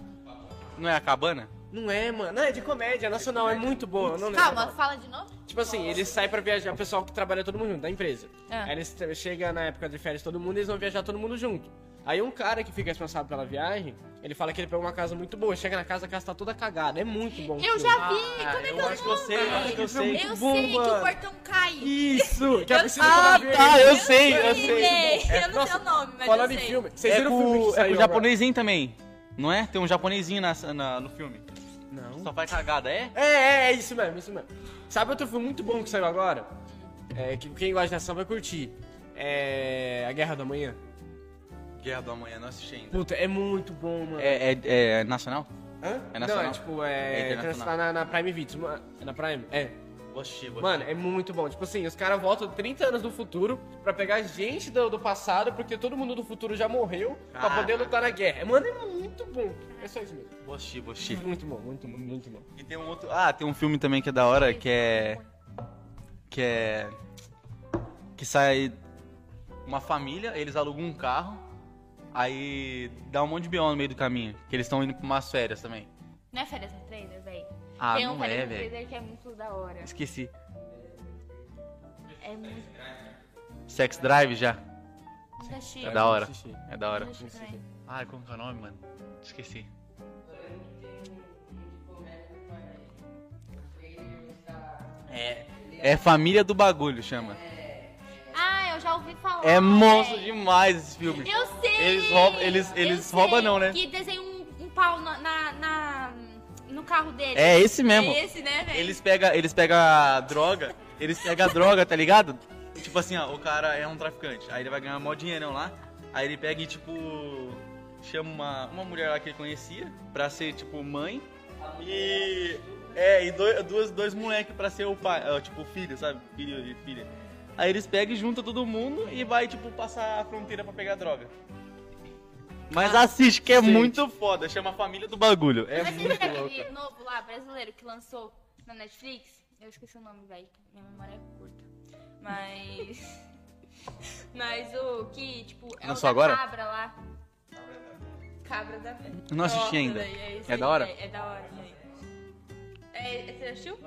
Speaker 1: Não é a cabana?
Speaker 8: Não é, mano. Não, é de comédia, nacional, é muito boa. eu não lembro.
Speaker 4: Calma, fala de novo.
Speaker 8: Tipo assim, eles saem pra viajar, o pessoal que trabalha todo mundo junto, da empresa.
Speaker 4: Ah.
Speaker 8: Aí eles t- chega na época de férias todo mundo e eles vão viajar todo mundo junto. Aí um cara que fica responsável pela viagem, ele fala que ele pegou uma casa muito boa. Chega na casa, a casa tá toda cagada. É muito bom.
Speaker 4: Eu
Speaker 8: filme.
Speaker 4: já vi! Como é que é o
Speaker 1: acho que Ah, eu sei, eu acho que eu sei.
Speaker 4: nome? Eu
Speaker 8: Bom,
Speaker 4: sei que o
Speaker 8: mano.
Speaker 4: portão cai.
Speaker 8: Isso! Que é a piscina
Speaker 4: Ah,
Speaker 8: toda
Speaker 1: tá,
Speaker 8: verde.
Speaker 1: eu sei, eu
Speaker 4: Ih,
Speaker 1: sei.
Speaker 4: véi, Eu não sei
Speaker 8: Nossa,
Speaker 4: o nome, mas
Speaker 8: Falando
Speaker 4: eu
Speaker 8: em
Speaker 4: sei.
Speaker 8: filme, vocês
Speaker 1: É
Speaker 8: viram o
Speaker 1: com,
Speaker 8: filme
Speaker 1: é
Speaker 8: que
Speaker 1: com
Speaker 8: saiu
Speaker 1: o
Speaker 8: agora?
Speaker 1: japonesinho também, não é? Tem um japonesinho na, na- no filme.
Speaker 8: Não.
Speaker 1: Só faz cagada, é?
Speaker 8: É, é, é isso mesmo, isso mesmo. Sabe outro filme muito bom que saiu agora? É, que quem gosta de ação vai curtir. É. A Guerra da Manhã.
Speaker 1: Guerra do Amanhã, não assisti ainda.
Speaker 8: Puta, é muito bom, mano.
Speaker 1: É, é- é nacional?
Speaker 8: Hã?
Speaker 1: É nacional?
Speaker 8: Não, é tipo, é.
Speaker 1: É
Speaker 8: é
Speaker 1: internacional.
Speaker 8: na, na Prime Video. ma- É na Prime? É.
Speaker 1: Vou assistir, vou
Speaker 8: Mano, é muito bom. Tipo assim, os caras voltam 30 anos no futuro pra pegar gente do, do passado, porque todo mundo do futuro já morreu, pra
Speaker 1: Caraca.
Speaker 8: poder lutar na guerra. Mano, é muito bom. É só isso mesmo.
Speaker 1: Vou assistir, vou assistir.
Speaker 8: Muito bom, muito bom, muito bom.
Speaker 1: E tem um outro. Ah, tem um filme também que é da hora, que é. Que é. Que sai uma família, eles alugam um carro, aí dá um monte de B.O. no meio do caminho. Que eles estão indo pra umas férias também.
Speaker 4: Não é férias no trailer, velho?
Speaker 1: Ah,
Speaker 4: Tem um
Speaker 1: não
Speaker 4: férias
Speaker 1: é,
Speaker 4: no
Speaker 1: velho.
Speaker 4: trailer que é muito da hora.
Speaker 1: Esqueci.
Speaker 4: É muito.
Speaker 1: Sex Drive já.
Speaker 4: Nunca assisti.
Speaker 1: É da hora.
Speaker 8: assisti.
Speaker 1: É da hora.
Speaker 4: Nunca assisti também.
Speaker 1: Ai, como que é o nome, mano? Esqueci. É. É Família do Bagulho, chama.
Speaker 4: Ah, eu já ouvi falar.
Speaker 1: É monstro
Speaker 4: véi.
Speaker 1: demais esse filme.
Speaker 4: Eu sei!
Speaker 1: Eles roubam- eles-
Speaker 4: Eu
Speaker 1: eles
Speaker 4: sei
Speaker 1: roubam não, né?
Speaker 4: Que desenha um, um pau na, na- na- no carro dele.
Speaker 1: É esse mesmo.
Speaker 4: É esse, né, velho?
Speaker 1: Eles pegam eles pega a droga, eles pegam a droga, tá ligado? Tipo assim, ó, o cara é um traficante, aí ele vai ganhar mó dinheirão lá, aí ele pega e, tipo, chama uma, uma mulher lá que ele conhecia pra ser, tipo, mãe, e... É, e dois, duas, dois moleques pra ser o pai, ó, tipo, filho, sabe? Filho e filha. Aí eles pegam e juntam todo mundo e vai, tipo, passar a fronteira pra pegar droga. Mas assiste, que é muito foda, chama Família do Bagulho. É
Speaker 4: Mas
Speaker 1: muito
Speaker 4: você viu
Speaker 1: louco.
Speaker 4: aquele novo lá, brasileiro, que lançou na Netflix? Eu esqueci o nome, velho. Minha memória é curta. Mas. Mas o que, tipo, é
Speaker 1: Lançou
Speaker 4: o da
Speaker 1: agora?
Speaker 4: cabra lá. Cabra da Fé.
Speaker 1: Eu não assisti ainda.
Speaker 4: véi, é, isso
Speaker 1: É
Speaker 4: aí,
Speaker 1: da hora?
Speaker 4: véi, É, da hora, véi. É, você assistiu?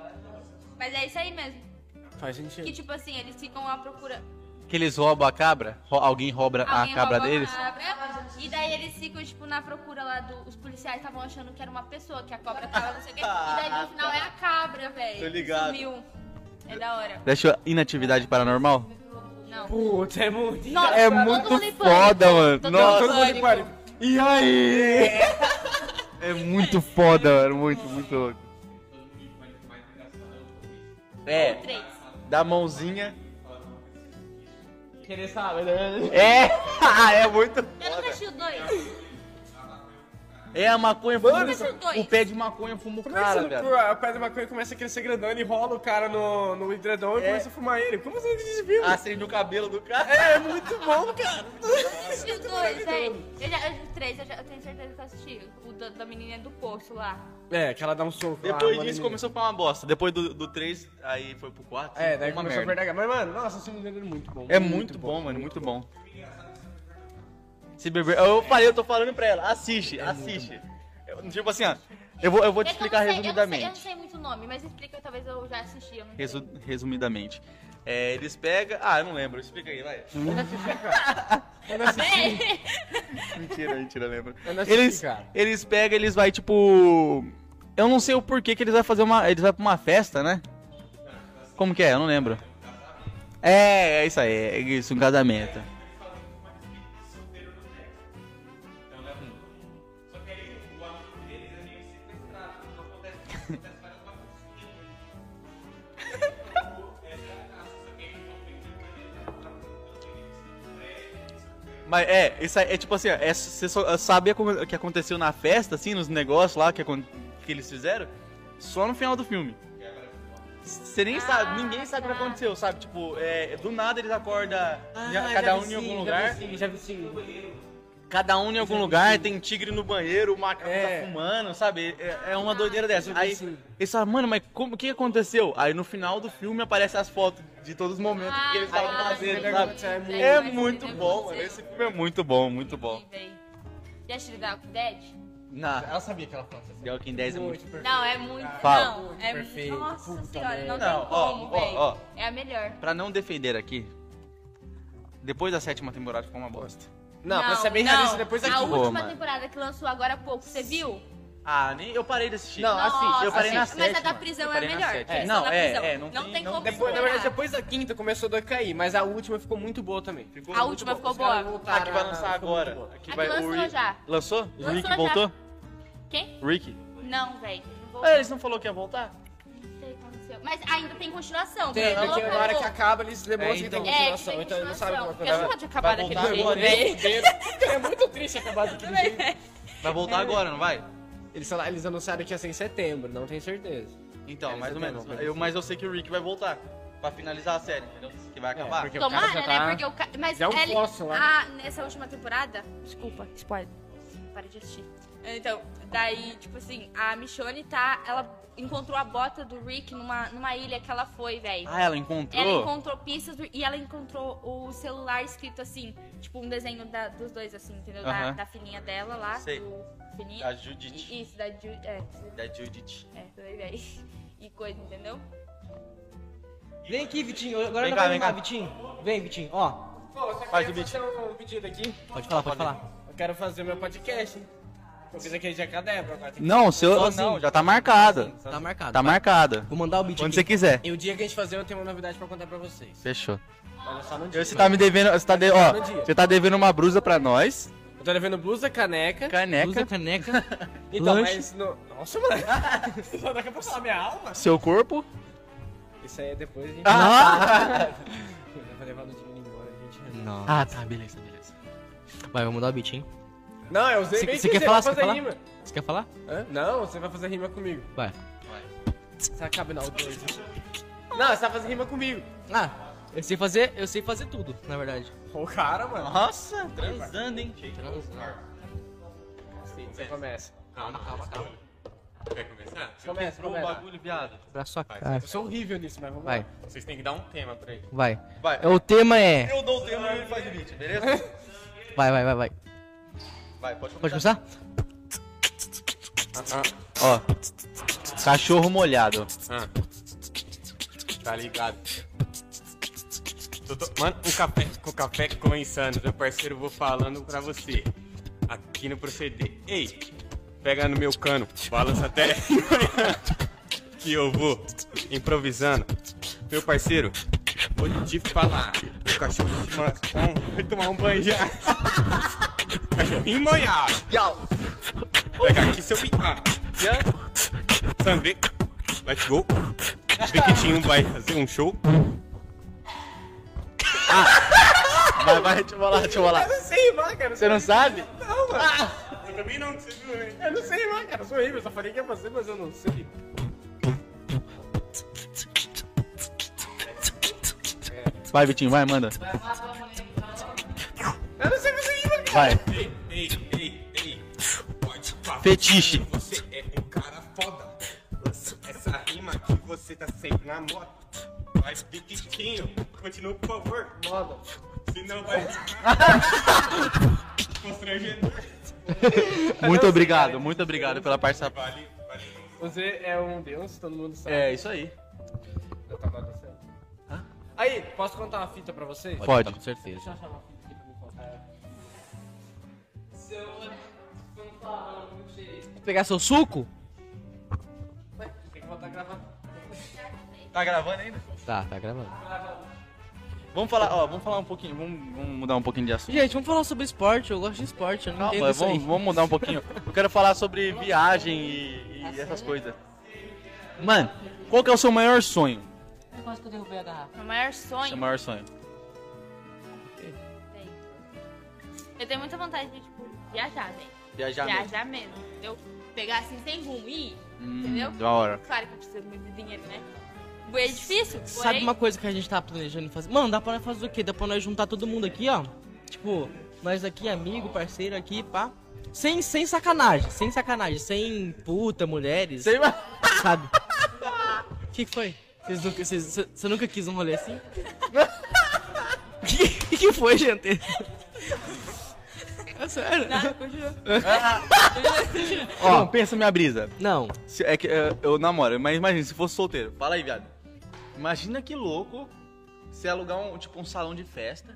Speaker 4: Mas é isso aí mesmo.
Speaker 8: Faz
Speaker 4: Que
Speaker 8: sentido.
Speaker 4: tipo assim, eles ficam à procura.
Speaker 1: Que eles roubam a cabra? Ro- alguém rouba
Speaker 4: Alguém
Speaker 1: a cabra
Speaker 4: roubou
Speaker 1: deles?
Speaker 4: cabra, e daí eles ficam, tipo, na procura lá do. Os policiais estavam achando que era uma pessoa, que a cobra tava, não sei o quê. E daí no final é a cabra, velho.
Speaker 1: Tô ligado.
Speaker 4: Sumiu. É da hora.
Speaker 1: Deixa eu... Inatividade paranormal?
Speaker 4: Não.
Speaker 8: Puta, é muito.
Speaker 4: Nossa,
Speaker 1: É
Speaker 4: todo
Speaker 1: muito
Speaker 4: mundo em
Speaker 1: foda,
Speaker 4: pânico.
Speaker 1: mano.
Speaker 4: Todo
Speaker 1: Nossa.
Speaker 4: mundo
Speaker 8: Todo mundo em pânico.
Speaker 1: E aí? É muito foda, mano. Muito, muito louco. É,
Speaker 4: Três.
Speaker 1: da mãozinha.
Speaker 8: Querer saber, né?
Speaker 1: É, é muito
Speaker 4: Eu nunca
Speaker 1: foda.
Speaker 4: achei o dois.
Speaker 1: É a maconha fuma.
Speaker 4: Nunca achei o dois.
Speaker 1: O pé de maconha fuma o
Speaker 8: Como é que
Speaker 1: cara,
Speaker 8: você
Speaker 1: velho.
Speaker 8: não- a pedra maconha começa a crescer grandão, ele rola o cara no, no edredom e
Speaker 1: É.
Speaker 8: começa a fumar ele? Como você desviu?
Speaker 1: Acende o cabelo do cara.
Speaker 8: É, é muito bom, cara.
Speaker 4: Eu assisti o dois, velho. Eu já, eu, três, eu, já, eu tenho certeza que eu assisti. O da, da menina do poço lá.
Speaker 8: É, que ela dá um soco.
Speaker 1: Depois
Speaker 8: lá,
Speaker 1: disso
Speaker 8: mano,
Speaker 1: começou a ficar uma bosta. Depois do, do 3, aí foi pro 4.
Speaker 8: É, daí
Speaker 1: uma
Speaker 8: começou
Speaker 1: merda.
Speaker 8: a perder a Mas, mano, nossa, esse filme é muito bom.
Speaker 1: É muito bom, mano, muito bom. Se beber. Eu falei, eu tô falando pra ela, assiste, assiste. Eu- tipo assim, ó, eu vou, eu vou te
Speaker 4: É que eu
Speaker 1: explicar
Speaker 4: não sei- eu não sei- Eu não
Speaker 1: resumidamente.
Speaker 4: sei muito o nome, mas explica, talvez eu já assisti. Eu não sei.
Speaker 1: Resu- resumidamente. É, eles pegam. Ah, eu não lembro, explica aí, vai.
Speaker 8: Eu não assisti.
Speaker 1: mentira, mentira, lembra.
Speaker 8: Eu não assisti,
Speaker 1: Eles,
Speaker 8: cara.
Speaker 1: eles pegam, eles vai tipo. Eu não sei o porquê que eles vão fazer uma. Eles vão pra uma festa, né? Como que é? Eu não lembro. É, é isso aí, é isso, um casamento. Mas é, isso aí, é tipo assim, ó, é, você só sabe como- o que aconteceu na festa, assim, nos negócios lá que, acon- que eles fizeram, só no final do filme. Você nem
Speaker 7: Ah,
Speaker 1: sabe, ninguém sabe o
Speaker 7: tá.
Speaker 1: que aconteceu, sabe? Tipo, é, do nada eles acordam,
Speaker 7: Ah,
Speaker 1: já-
Speaker 2: Ah,
Speaker 1: cada um em algum lugar.
Speaker 7: é Já vi sim.
Speaker 1: Cada um em algum lugar, tem tigre no banheiro, o macaco
Speaker 7: É.
Speaker 1: tá fumando, sabe? É, é uma doideira dessa.
Speaker 7: vi
Speaker 1: Aí
Speaker 7: sim.
Speaker 1: eles falam, mano, mas como- o que aconteceu? Aí no final do filme aparecem as fotos de todos os momentos que eles estavam
Speaker 4: Ah,
Speaker 1: fazendo,
Speaker 4: sim.
Speaker 1: sabe?
Speaker 7: É muito-
Speaker 1: É muito
Speaker 4: Mas esse negócio
Speaker 1: bom, mano.
Speaker 4: aconteceu.
Speaker 1: Esse filme é muito bom, muito bom.
Speaker 4: Véi. Já assistiu The Walking Dead?
Speaker 1: Na
Speaker 7: Ela sabia que ela falava.
Speaker 1: The Walking Dead é muito...
Speaker 4: Não, é muito.
Speaker 1: Fala.
Speaker 4: Não, é
Speaker 7: Perfeito.
Speaker 4: Nossa
Speaker 7: Puta
Speaker 4: senhora, não
Speaker 7: merda.
Speaker 4: tem
Speaker 1: Não, ó,
Speaker 4: como,
Speaker 1: ó,
Speaker 4: véi.
Speaker 1: ó.
Speaker 4: É a melhor.
Speaker 1: Pra não defender aqui, depois da sétima temporada ficou uma bosta.
Speaker 7: Não, pra ser é bem
Speaker 4: não.
Speaker 7: realista, depois
Speaker 4: A
Speaker 7: daqui.
Speaker 1: Pô,
Speaker 4: última
Speaker 1: mano.
Speaker 4: temporada que lançou agora há pouco, você viu?
Speaker 1: Ah, nem... eu parei de assistir.
Speaker 7: Não, assiste,
Speaker 1: Ah, eu parei na
Speaker 4: Nossa, Mas a da
Speaker 1: sétima. Eu
Speaker 4: prisão é
Speaker 1: parei na
Speaker 4: melhor.
Speaker 1: sétima.
Speaker 4: que eles
Speaker 1: É, não,
Speaker 4: estão na
Speaker 1: é,
Speaker 4: prisão.
Speaker 1: é, não tem-
Speaker 4: tem
Speaker 1: não-
Speaker 4: como
Speaker 7: Depois, na
Speaker 4: comparar.
Speaker 7: verdade, depois da quinta começou a dois cair, mas a última ficou muito boa também.
Speaker 1: Ficou
Speaker 4: A
Speaker 1: muito
Speaker 4: última
Speaker 1: bom.
Speaker 4: ficou
Speaker 7: Os caras
Speaker 4: boa.
Speaker 1: Ah,
Speaker 7: voltaram
Speaker 1: que vai
Speaker 7: na-
Speaker 1: lançar
Speaker 7: ficou muito
Speaker 1: agora.
Speaker 7: boa.
Speaker 4: A que
Speaker 1: vai- o
Speaker 4: lançou
Speaker 1: Rick-
Speaker 4: já.
Speaker 1: Lançou? O
Speaker 4: Lançou
Speaker 1: Rick
Speaker 4: já.
Speaker 1: voltou?
Speaker 4: Quem?
Speaker 1: Rick?
Speaker 4: Não, véi. Não
Speaker 1: Ah, eles não falaram que ia voltar?
Speaker 4: sei o que aconteceu. Mas ainda tem continuação,
Speaker 7: Tem,
Speaker 4: véi. Não
Speaker 7: porque na hora que
Speaker 4: acabou.
Speaker 7: acaba eles demonstram
Speaker 1: É,
Speaker 7: que tem
Speaker 1: então.
Speaker 4: É, que
Speaker 7: continuação,
Speaker 4: tem
Speaker 7: então eles não sabem
Speaker 4: continuação.
Speaker 7: como
Speaker 4: Porque não
Speaker 7: vai
Speaker 4: pode acabar daquele jeito, véi.
Speaker 1: né?
Speaker 7: acabar. É muito triste acabar daquele jeito.
Speaker 1: Vai
Speaker 7: É.
Speaker 1: voltar agora, não vai?
Speaker 7: Eles, falaram- eles anunciaram que ia ser em setembro, não tenho certeza.
Speaker 1: Então,
Speaker 7: Eles
Speaker 1: mais ou
Speaker 7: não
Speaker 1: menos.
Speaker 7: vão,
Speaker 1: Eu, mas eu sei que o Rick vai voltar. Pra finalizar a série, entendeu? Que vai acabar.
Speaker 7: porque- o cara
Speaker 4: Tomara,
Speaker 7: já
Speaker 4: né?
Speaker 7: tá-
Speaker 4: Porque o cara. Mas
Speaker 7: já é um
Speaker 4: ele-
Speaker 7: fóssil, né?
Speaker 4: Ah, nessa última temporada. Desculpa, spoiler. Para de assistir. Então, daí, tipo assim, a Michonne tá. Ela encontrou a bota do Rick numa, numa ilha que ela foi, velho.
Speaker 1: Ah, ela encontrou?
Speaker 4: Ela encontrou pistas do- e ela encontrou o celular escrito assim, tipo um desenho da- dos dois, assim, entendeu? Da,
Speaker 1: Aham.
Speaker 4: da filhinha dela lá.
Speaker 1: Sei.
Speaker 4: Do fininho.
Speaker 1: Da Judith.
Speaker 4: Isso, da Ju, é,
Speaker 1: Da Judith.
Speaker 4: É, também véi. E coisa, entendeu?
Speaker 2: Vem aqui, Vitinho. Agora
Speaker 1: Vem
Speaker 2: não
Speaker 1: cá,
Speaker 2: vai
Speaker 1: vem
Speaker 2: animar,
Speaker 1: cá.
Speaker 2: Vitinho. Vem, Vitinho. Ó,
Speaker 7: Pô, eu só
Speaker 1: Faz o
Speaker 7: queria fazer um pedido aqui.
Speaker 2: pode
Speaker 1: Tá
Speaker 2: falar, pode falar.
Speaker 7: Eu quero fazer meu podcast, hein? Eu fiz aquele de cadebra, agora tem
Speaker 1: Não, o seu
Speaker 2: Sozinho.
Speaker 7: Assim,
Speaker 1: não, já tá marcado.
Speaker 2: Tá marcado.
Speaker 1: Tá marcado.
Speaker 2: Vou mandar o beat
Speaker 1: Quando
Speaker 2: aqui.
Speaker 1: você quiser.
Speaker 7: que... E o dia que a gente fazer, eu tenho uma novidade pra contar pra vocês.
Speaker 1: Fechou.
Speaker 7: Mas é só no dia.
Speaker 1: Você tá me devendo, você tá de, ó,
Speaker 7: No dia.
Speaker 1: você tá devendo uma brusa pra nós,
Speaker 7: Eu tô levando blusa, caneca.
Speaker 2: Usa
Speaker 1: caneca,
Speaker 2: caneca.
Speaker 7: Então,
Speaker 2: lanche.
Speaker 7: mas no... Nossa, mano. Só daqui pra falar minha alma.
Speaker 1: seu corpo.
Speaker 7: Isso aí é depois a gente...
Speaker 2: Ah!
Speaker 7: Eu vou levar no time embora, a gente...
Speaker 2: Não.
Speaker 1: Ah, tá, beleza, beleza.
Speaker 2: Vai, vou mandar o beat, hein?
Speaker 7: Não, eu usei
Speaker 2: Você-
Speaker 7: bem
Speaker 2: você
Speaker 7: que
Speaker 2: quer falar?
Speaker 7: Você vai
Speaker 2: Você
Speaker 7: fazer
Speaker 2: quer
Speaker 7: rima.
Speaker 2: Você quer falar?
Speaker 7: Hã? Não, você vai fazer rima comigo.
Speaker 2: Vai.
Speaker 7: Você acaba não, dois. Não, você vai fazer rima comigo.
Speaker 2: Ah, eu sei fazer, eu sei fazer tudo, na verdade.
Speaker 7: O cara, mano.
Speaker 1: Nossa, transando, hein?
Speaker 7: Sim, você começa.
Speaker 2: Calma, calma, calma.
Speaker 5: Quer começar?
Speaker 7: Começa,
Speaker 1: Pô,
Speaker 7: começa.
Speaker 1: bagulho, viado.
Speaker 2: Pra sua cara.
Speaker 7: Eu sou horrível nisso, mas vamos lá.
Speaker 2: Vai,
Speaker 5: Vocês têm que dar um tema pra ele.
Speaker 2: vai.
Speaker 1: Vai.
Speaker 2: O tema é.
Speaker 1: Eu dou o tema e ele faz o beat, beleza?
Speaker 2: Vai, vai, vai, vai.
Speaker 1: Vai, pode
Speaker 2: Pode começar?
Speaker 1: Ó. Cachorro molhado.
Speaker 5: Ah. Tá ligado? Tô to- Mano, um café com café com insano. Meu parceiro, vou falando pra você. Aqui no proceder. Ei, pega no meu cano, balança até. que eu vou improvisando. Meu parceiro, vou te falar. O cachorro te manda- vai tomar um banho já. Cachorrinho molhado. Pega aqui seu picar. Sandê, let's go. Victinho vai fazer um show.
Speaker 1: Vai, vai, deixa eu falar, deixa eu falar.
Speaker 7: Eu não sei rimar, cara.
Speaker 1: Você não sabe?
Speaker 7: Não, mano.
Speaker 5: Eu também não, você viu, hein?
Speaker 7: Eu não sei rimar, cara. Eu sou horrível. Eu só falei que ia fazer, mas eu não sei.
Speaker 1: Vai, Vitinho, vai, manda.
Speaker 7: Eu não sei fazer rima, cara.
Speaker 1: Vai.
Speaker 5: Ei, ei, ei, ei. Pode falar.
Speaker 1: Fetiche.
Speaker 5: Você é um cara foda. Essa rima que você tá sempre na moda. Vai, Victinho, continua, por favor.
Speaker 7: Moda.
Speaker 5: Senão vai ficar. Constrangedor.
Speaker 1: Muito obrigado, muito obrigado pela participação.
Speaker 5: Vale, vale.
Speaker 7: Você é um deus, todo mundo sabe.
Speaker 1: É, isso aí.
Speaker 7: Eu tava dando Tá, certo. Aí, posso contar uma fita pra vocês?
Speaker 1: Pode.
Speaker 2: Com certeza.
Speaker 7: Deixa eu achar uma fita aqui pra me contar.
Speaker 6: Seu né? fanfarrão, meu jeito.
Speaker 2: Pegar seu suco?
Speaker 7: Ué, Tem que voltar a gravar.
Speaker 1: Tá gravando ainda?
Speaker 2: Tá, tá gravando.
Speaker 1: Vamos falar, ó, vamos falar um pouquinho, vamos, vamos mudar um pouquinho de assunto.
Speaker 2: Gente, vamos falar sobre esporte. Eu gosto de esporte, eu não
Speaker 1: Calma,
Speaker 2: entendo isso aí.
Speaker 1: vamos, vamos mudar um pouquinho. Eu quero falar sobre viagem e, e essas coisas. Mano, qual que é o seu maior sonho?
Speaker 6: Eu quase que eu derrubei a garrafa.
Speaker 4: Meu maior sonho.
Speaker 1: Seu maior sonho.
Speaker 4: Tem. Eu tenho muita vontade de, tipo, viajar, velho.
Speaker 1: Viajar mesmo.
Speaker 4: Viajar mesmo. Eu pegar assim sem rumo e ir,
Speaker 1: Hum,
Speaker 4: entendeu?
Speaker 1: Da hora.
Speaker 4: Claro que eu preciso muito de dinheiro, né? É difícil, porém...
Speaker 2: Sabe uma coisa que a gente tá planejando fazer? Mano, dá pra nós fazer o quê? Dá pra nós juntar todo mundo aqui, ó. Tipo, nós aqui, amigo, parceiro aqui, pá. Sem, sem sacanagem, sem sacanagem, sem puta, mulheres,
Speaker 1: Sei mais.
Speaker 2: sabe? O que que foi? Vocês nunca, vocês, cê- cê nunca quis um rolê assim? O que, que foi, gente? É sério?
Speaker 4: Nada, continua.
Speaker 1: Ó, pensa minha brisa.
Speaker 2: Não.
Speaker 1: Se- é que é, eu namoro, mas imagina, se fosse solteiro. Fala aí, viado. Imagina que louco se alugar um, tipo, um salão de festa,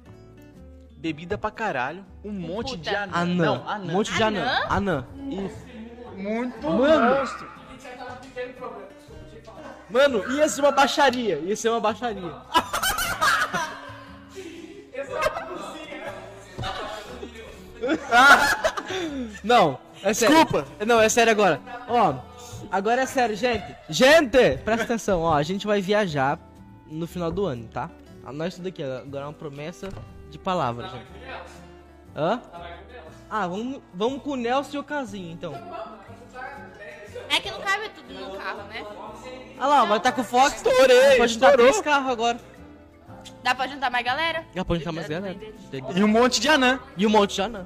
Speaker 1: bebida pra caralho, um monte de
Speaker 4: puta.
Speaker 1: anã.
Speaker 2: Anã.
Speaker 1: Não, anã.
Speaker 2: Um monte de anã.
Speaker 4: Anã?
Speaker 2: Anã.
Speaker 1: Muito
Speaker 2: Mano.
Speaker 1: monstro.
Speaker 2: Mano, ia ser uma baixaria. Ia ser uma baixaria. Não, é sério. Desculpa. Não, é sério agora. Ó, agora é sério, gente. Gente, presta atenção, ó. A gente vai viajar no final do ano, tá? A nós tudo aqui, ó, agora é uma promessa de palavra, gente. Hã? Ah, vamos, vamos com o Nelson e o Casinho, então.
Speaker 4: É que não cabe tudo no carro, né?
Speaker 2: Ah lá, vai estar com o Fox.
Speaker 1: Estourei,
Speaker 2: Pode juntar
Speaker 1: estourou.
Speaker 2: três carros agora.
Speaker 4: Dá pra juntar mais galera?
Speaker 2: Já Ah, pode juntar mais galera.
Speaker 1: E um monte de anã.
Speaker 2: E o Monte Janã.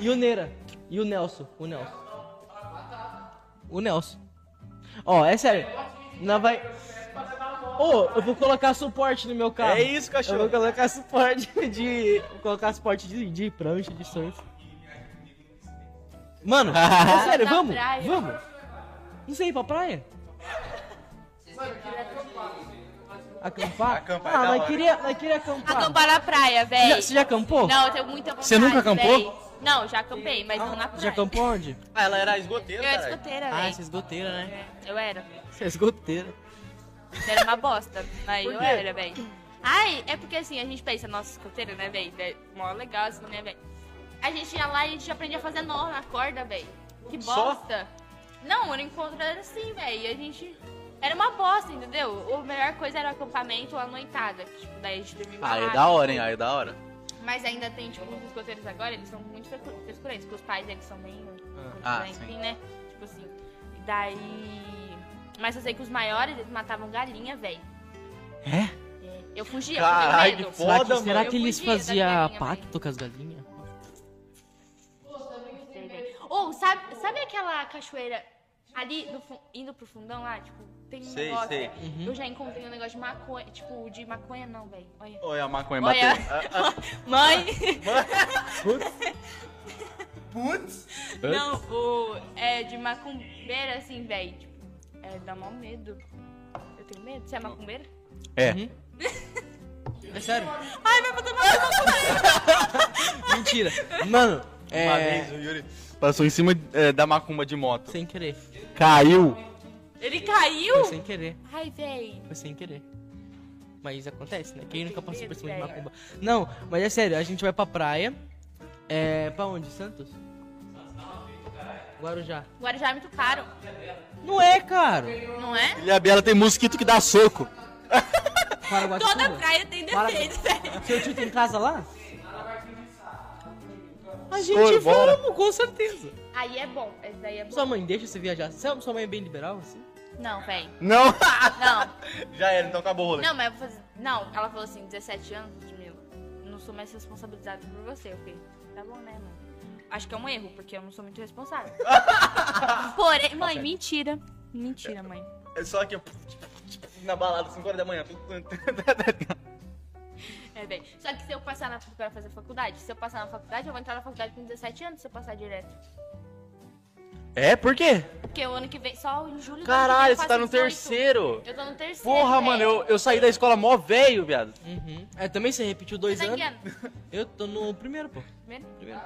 Speaker 2: E o Neira. E o Nelson. O Nelson. O Nelson. Ó, é sério. Não vai. Ô, eu vou colocar suporte no meu carro.
Speaker 1: É isso, cachorro.
Speaker 2: Eu vou colocar suporte de. Vou colocar suporte de, de prancha, de surf. Mano, é sério,
Speaker 4: Na
Speaker 2: vamos?
Speaker 4: praia.
Speaker 2: Vamos? Não sei, pra praia? Acampar?
Speaker 1: Acampar é
Speaker 2: ah,
Speaker 1: da
Speaker 2: mas
Speaker 1: hora.
Speaker 2: queria, mas queria acampar.
Speaker 4: Acampar na praia,
Speaker 2: Você
Speaker 4: velho.
Speaker 2: já, você já acampou?
Speaker 4: É Não, eu tenho muita vontade.
Speaker 1: Você nunca acampou?
Speaker 4: véi. Não, já acampei, mas não na praia.
Speaker 2: Ah, Já acampou onde?
Speaker 1: Ah, ela era esgoteira,
Speaker 4: Eu era
Speaker 1: caralho.
Speaker 4: escoteira,
Speaker 2: Ah,
Speaker 4: velho.
Speaker 2: essa é esgoteira, né?
Speaker 4: Eu era.
Speaker 2: Essa é esgoteira.
Speaker 4: Era uma bosta, mas eu era, véi. Ai, é porque assim, a gente pensa, nossa, escoteira, né, véi? É mó legal isso, né, véi? A gente ia lá e a gente aprendia a fazer nó na corda, véi. Que
Speaker 1: Só?
Speaker 4: bosta. Não, o encontro era assim, véi. E a gente... Era uma bosta, entendeu? A melhor coisa era o acampamento ou a noitada. que, Tipo, daí a gente dormia em
Speaker 1: Ah, é
Speaker 4: barraca,
Speaker 1: da hora, hein? Ah, é da hora.
Speaker 4: Mas ainda tem, tipo, os escoteiros agora, eles são muito frescu- frescurantes, porque os pais, eles são bem...
Speaker 1: Ah,
Speaker 4: enfim,
Speaker 1: sim.
Speaker 4: né? Tipo assim. E daí... Mas eu sei que os maiores, eles matavam galinha, velho.
Speaker 1: É?
Speaker 4: É, Eu fugia,
Speaker 1: Caralho,
Speaker 4: eu tinha medo.
Speaker 1: que
Speaker 2: Será que,
Speaker 1: Foda,
Speaker 2: será
Speaker 1: mano.
Speaker 2: que
Speaker 4: Eu
Speaker 2: eles
Speaker 4: fugia da
Speaker 2: faziam
Speaker 4: galinha,
Speaker 2: pacto com as galinhas?
Speaker 4: Ou, sabe, sabe aquela cachoeira ali, do fu- indo pro fundão lá, tipo, tem um
Speaker 1: Sei,
Speaker 4: negócio.
Speaker 1: sei.
Speaker 4: Eu já encontrei um negócio de maconha, tipo, de maconha não, velho. Olha.
Speaker 1: Olha a maconha
Speaker 4: Olha.
Speaker 1: batendo. Ah, ah,
Speaker 4: Mãe!
Speaker 1: Putz.
Speaker 4: Não, o... É de macumbeira, assim, velho. Tipo, é, dá mal medo. Eu tenho medo. Você é macumbeira?
Speaker 1: É.
Speaker 2: É sério?
Speaker 4: Ai, meu Deus,
Speaker 2: Mentira. Mano,
Speaker 1: Uma
Speaker 2: é...
Speaker 1: vez o Yuri passou em cima eh, da macumba de moto.
Speaker 2: Sem querer.
Speaker 1: Caiu.
Speaker 4: Ele
Speaker 2: Foi
Speaker 4: caiu?
Speaker 2: sem querer.
Speaker 4: Ai, velho.
Speaker 2: Foi sem querer. Mas acontece, né? Quem
Speaker 4: Eu
Speaker 2: nunca
Speaker 4: tenho
Speaker 2: passou por
Speaker 4: medo,
Speaker 2: cima de
Speaker 4: velho.
Speaker 2: macumba? Não, mas é sério. A gente vai pra praia. É... Pra onde? Santos? Guarujá.
Speaker 4: Guarujá é muito caro,
Speaker 2: Não é, cara.
Speaker 4: não é?
Speaker 1: Ilha Bela tem mosquito que dá soco.
Speaker 2: Paraguatuba.
Speaker 4: Toda praia tem
Speaker 2: Para-
Speaker 4: defeito, velho.
Speaker 2: Seu tio tem casa lá? A
Speaker 1: Foi,
Speaker 2: gente
Speaker 1: bora.
Speaker 2: vamos, com certeza.
Speaker 4: Aí é bom, esse daí é bom.
Speaker 2: Sua mãe deixa você viajar? Sua sua mãe é bem liberal, assim?
Speaker 4: Não, velho.
Speaker 1: Não.
Speaker 4: Não.
Speaker 1: Já era, então acabou o rolê.
Speaker 4: Não, mas eu vou fazer. Não, ela falou assim: 17 anos, Ludmilla, não sou mais responsabilizada por você. Eu falei: tá bom, né, mãe? Acho que é um erro, porque eu não sou muito responsável. Porém, mãe, mentira. Mentira, mãe.
Speaker 1: É só que eu... tipo, Na balada, 5 horas da manhã.
Speaker 4: É, bem. Só que se eu passar na pra fazer faculdade, se eu passar na faculdade, eu vou entrar na faculdade com 17 anos se eu passar direto.
Speaker 1: É, por quê?
Speaker 4: Porque o ano que vem, só em julho do ano que vem eu
Speaker 1: Caralho, você
Speaker 4: faço
Speaker 1: tá no
Speaker 4: 18.
Speaker 1: terceiro.
Speaker 4: Eu tô no terceiro.
Speaker 1: Porra,
Speaker 4: velho.
Speaker 1: mano, eu, eu saí da escola mó velho, viado.
Speaker 2: Uhum. É, também você repetiu dois
Speaker 4: Você tá em
Speaker 2: anos.
Speaker 4: que ano?
Speaker 2: Eu tô no primeiro, pô.
Speaker 4: Primeiro?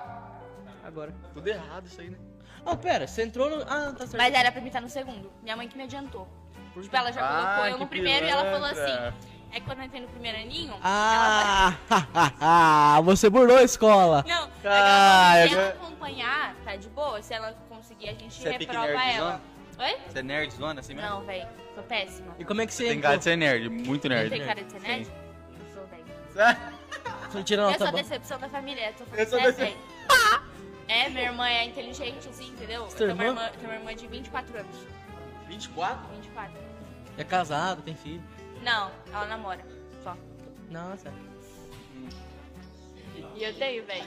Speaker 2: Agora.
Speaker 1: Tudo errado isso aí, né?
Speaker 2: Ah, pera, você entrou no... Ah, tá certo.
Speaker 4: é- Mas era pra mim estar no segundo. Minha mãe que me adiantou.
Speaker 2: por
Speaker 4: Tipo, ela já colocou
Speaker 1: Ah,
Speaker 4: eu no
Speaker 1: que
Speaker 4: primeiro e ela falou
Speaker 1: pilantra.
Speaker 4: assim. É que quando eu entrei no primeiro aninho. ela tá
Speaker 2: Ah, você burlou a escola.
Speaker 4: vai- Não, é
Speaker 1: Ah,
Speaker 4: ah, se
Speaker 1: agora-
Speaker 4: ela acompanhar, tá de boa. Se ela conseguir, a gente
Speaker 1: Você é pique
Speaker 4: reprova ela.
Speaker 1: nerdzona?
Speaker 4: Oi?
Speaker 1: Você é nerdzona assim mesmo?
Speaker 4: Não, velho. Sou péssima.
Speaker 2: E como é que você
Speaker 1: Tem cara de ser nerd, muito
Speaker 4: Não
Speaker 1: nerd.
Speaker 4: tem cara de ser nerd?
Speaker 1: Sim.
Speaker 4: Eu sou velho.
Speaker 2: Você tira a
Speaker 4: eu sou
Speaker 2: nota
Speaker 4: a
Speaker 2: ba-
Speaker 4: decepção da família. Eu sou,
Speaker 1: tá Eu sou Ah!
Speaker 4: é,
Speaker 1: decep-
Speaker 4: velho. É, minha irmã é inteligente, assim, entendeu? Eu
Speaker 2: Sua
Speaker 4: tenho uma
Speaker 2: irmã?
Speaker 4: irmã, tenho uma irmã de 24 anos.
Speaker 1: 24?
Speaker 4: 24.
Speaker 2: É casado, tem filho.
Speaker 4: Não, ela namora. Só.
Speaker 2: Nossa.
Speaker 4: E eu tenho, velho.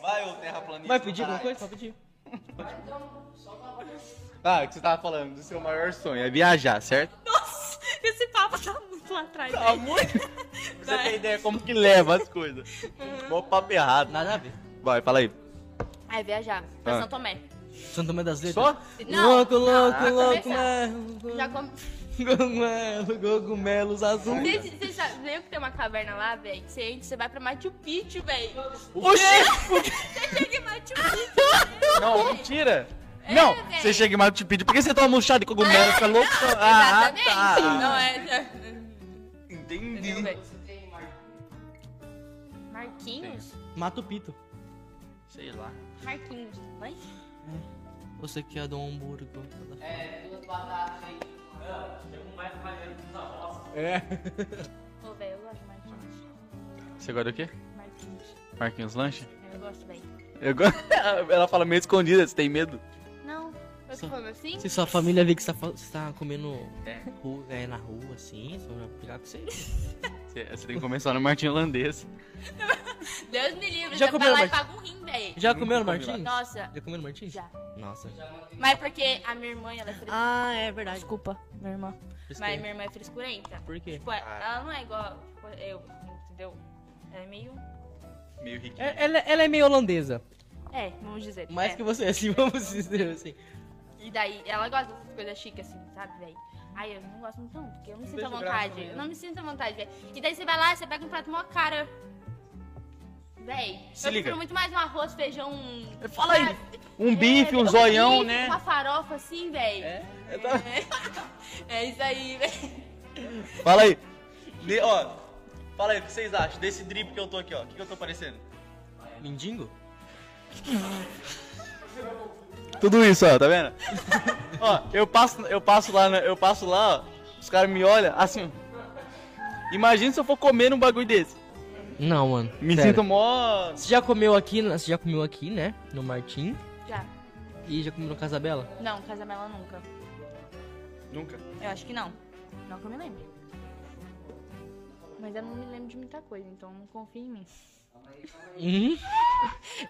Speaker 1: Vai, ô terraplanista.
Speaker 2: Vai pedir alguma coisa? Pode pedir.
Speaker 1: Ah, o que você tava falando do seu maior sonho, é viajar, certo?
Speaker 4: Nossa, esse papo tá muito lá atrás.
Speaker 1: Tá
Speaker 4: velho.
Speaker 1: muito. Você
Speaker 4: Vai. Uhum.
Speaker 1: tem ideia como que leva as coisas. Mó papo errado.
Speaker 2: Nada a ver.
Speaker 1: Vai, fala aí.
Speaker 4: Ah, é viajar. Pra
Speaker 1: Ah.
Speaker 4: São Tomé.
Speaker 2: Santo Tomé das Letras.
Speaker 1: Só?
Speaker 4: Não,
Speaker 2: louco,
Speaker 4: não,
Speaker 2: louco,
Speaker 4: pra
Speaker 2: louco,
Speaker 4: começar.
Speaker 2: mel.
Speaker 4: Já come...
Speaker 2: Cogumelo, cogumelos azul.
Speaker 4: Vocês vocês sabem lembram que tem uma caverna lá, velho? Que Você entra, você vai pra Machu Picchu, velho.
Speaker 1: Oxi!
Speaker 4: Você chega em Machu Picchu.
Speaker 1: Ah, Não, mentira!
Speaker 4: É,
Speaker 1: não,
Speaker 4: velho.
Speaker 1: você chega em Machu Picchu, por que você toma um chá de cogumelo? Fica louco? Ah,
Speaker 4: Exatamente. Não é...
Speaker 1: Entendi.
Speaker 4: Entendeu, velho? Marquinhos?
Speaker 2: Mata o pito.
Speaker 1: Sei lá.
Speaker 4: Marquinhos, mãe?
Speaker 2: Você que é do Hamburgo.
Speaker 4: Ô, velho, eu gosto de Marquinhos.
Speaker 1: Você gosta do quê?
Speaker 4: Marquinhos.
Speaker 1: Marquinhos Lanche?
Speaker 4: Eu gosto, velho.
Speaker 1: Eu go- Ela fala meio escondida, você tem medo?
Speaker 4: Não, eu tô falando assim?
Speaker 2: Se sua família vê que você tá, fa- você tá comendo ru- é, na rua, assim, só vai pegar com você.
Speaker 1: Você, você tem que começar no Martin holandês.
Speaker 4: Deus me livre,
Speaker 2: Já
Speaker 4: já
Speaker 2: comeu,
Speaker 4: comeu, lá e
Speaker 2: Marquinhos?
Speaker 4: paga um rim, velho.
Speaker 2: Já comeu no Martins?
Speaker 4: Nossa,
Speaker 2: Já comeu no Martins?
Speaker 4: já.
Speaker 2: Nossa.
Speaker 4: Mas porque a minha irmã, ela é frescurenta.
Speaker 2: Ah, é verdade.
Speaker 4: Desculpa, minha irmã. Mas minha
Speaker 2: Fresquinha.
Speaker 4: irmã é frescurenta.
Speaker 2: Por quê?
Speaker 4: Tipo, ela não é igual tipo, eu, entendeu? Ela é meio...
Speaker 1: Meio riquinho.
Speaker 2: É- Ela, ela é meio holandesa.
Speaker 4: É, vamos dizer.
Speaker 2: Mais
Speaker 4: é.
Speaker 2: que você, assim, vamos dizer assim.
Speaker 4: E daí, ela gosta dessas coisas chiques, assim, sabe, velho? Aí eu não gosto muito não, porque eu não me sinto à
Speaker 7: deixa
Speaker 4: vontade.
Speaker 7: graça, né?
Speaker 4: Eu não me sinto à vontade, velho. E daí você vai lá, você pega um prato mó cara. Véi,
Speaker 1: Se
Speaker 4: eu
Speaker 1: liga. É,
Speaker 4: prefiro muito mais um arroz, feijão...
Speaker 1: Fala aí.
Speaker 4: sabe?
Speaker 1: Um bife,
Speaker 4: É,
Speaker 1: um zoião,
Speaker 4: bife,
Speaker 1: né?
Speaker 4: Uma farofa assim, velho. É, é isso aí, velho.
Speaker 1: Fala aí. De- ó, fala aí, o que vocês acham desse drip que eu tô aqui, ó? O que, que eu tô parecendo?
Speaker 2: Mindingo?
Speaker 1: Tudo isso, ó, tá vendo? ó, eu passo, eu passo lá, na- eu passo lá, ó, os caras me olham assim. ó. Imagina se eu for comer um bagulho desse.
Speaker 2: Não, mano.
Speaker 1: Me
Speaker 2: sério.
Speaker 1: sinto mó.
Speaker 2: Você já comeu aqui, na- você já comeu aqui, né? No Martim.
Speaker 4: Já.
Speaker 2: E já comeu no Casabela?
Speaker 4: Não, casamela nunca.
Speaker 1: Nunca.
Speaker 4: Eu acho que não. Não que eu me lembre. Mas eu não me lembro de muita coisa, então não confia em mim.
Speaker 2: Hum?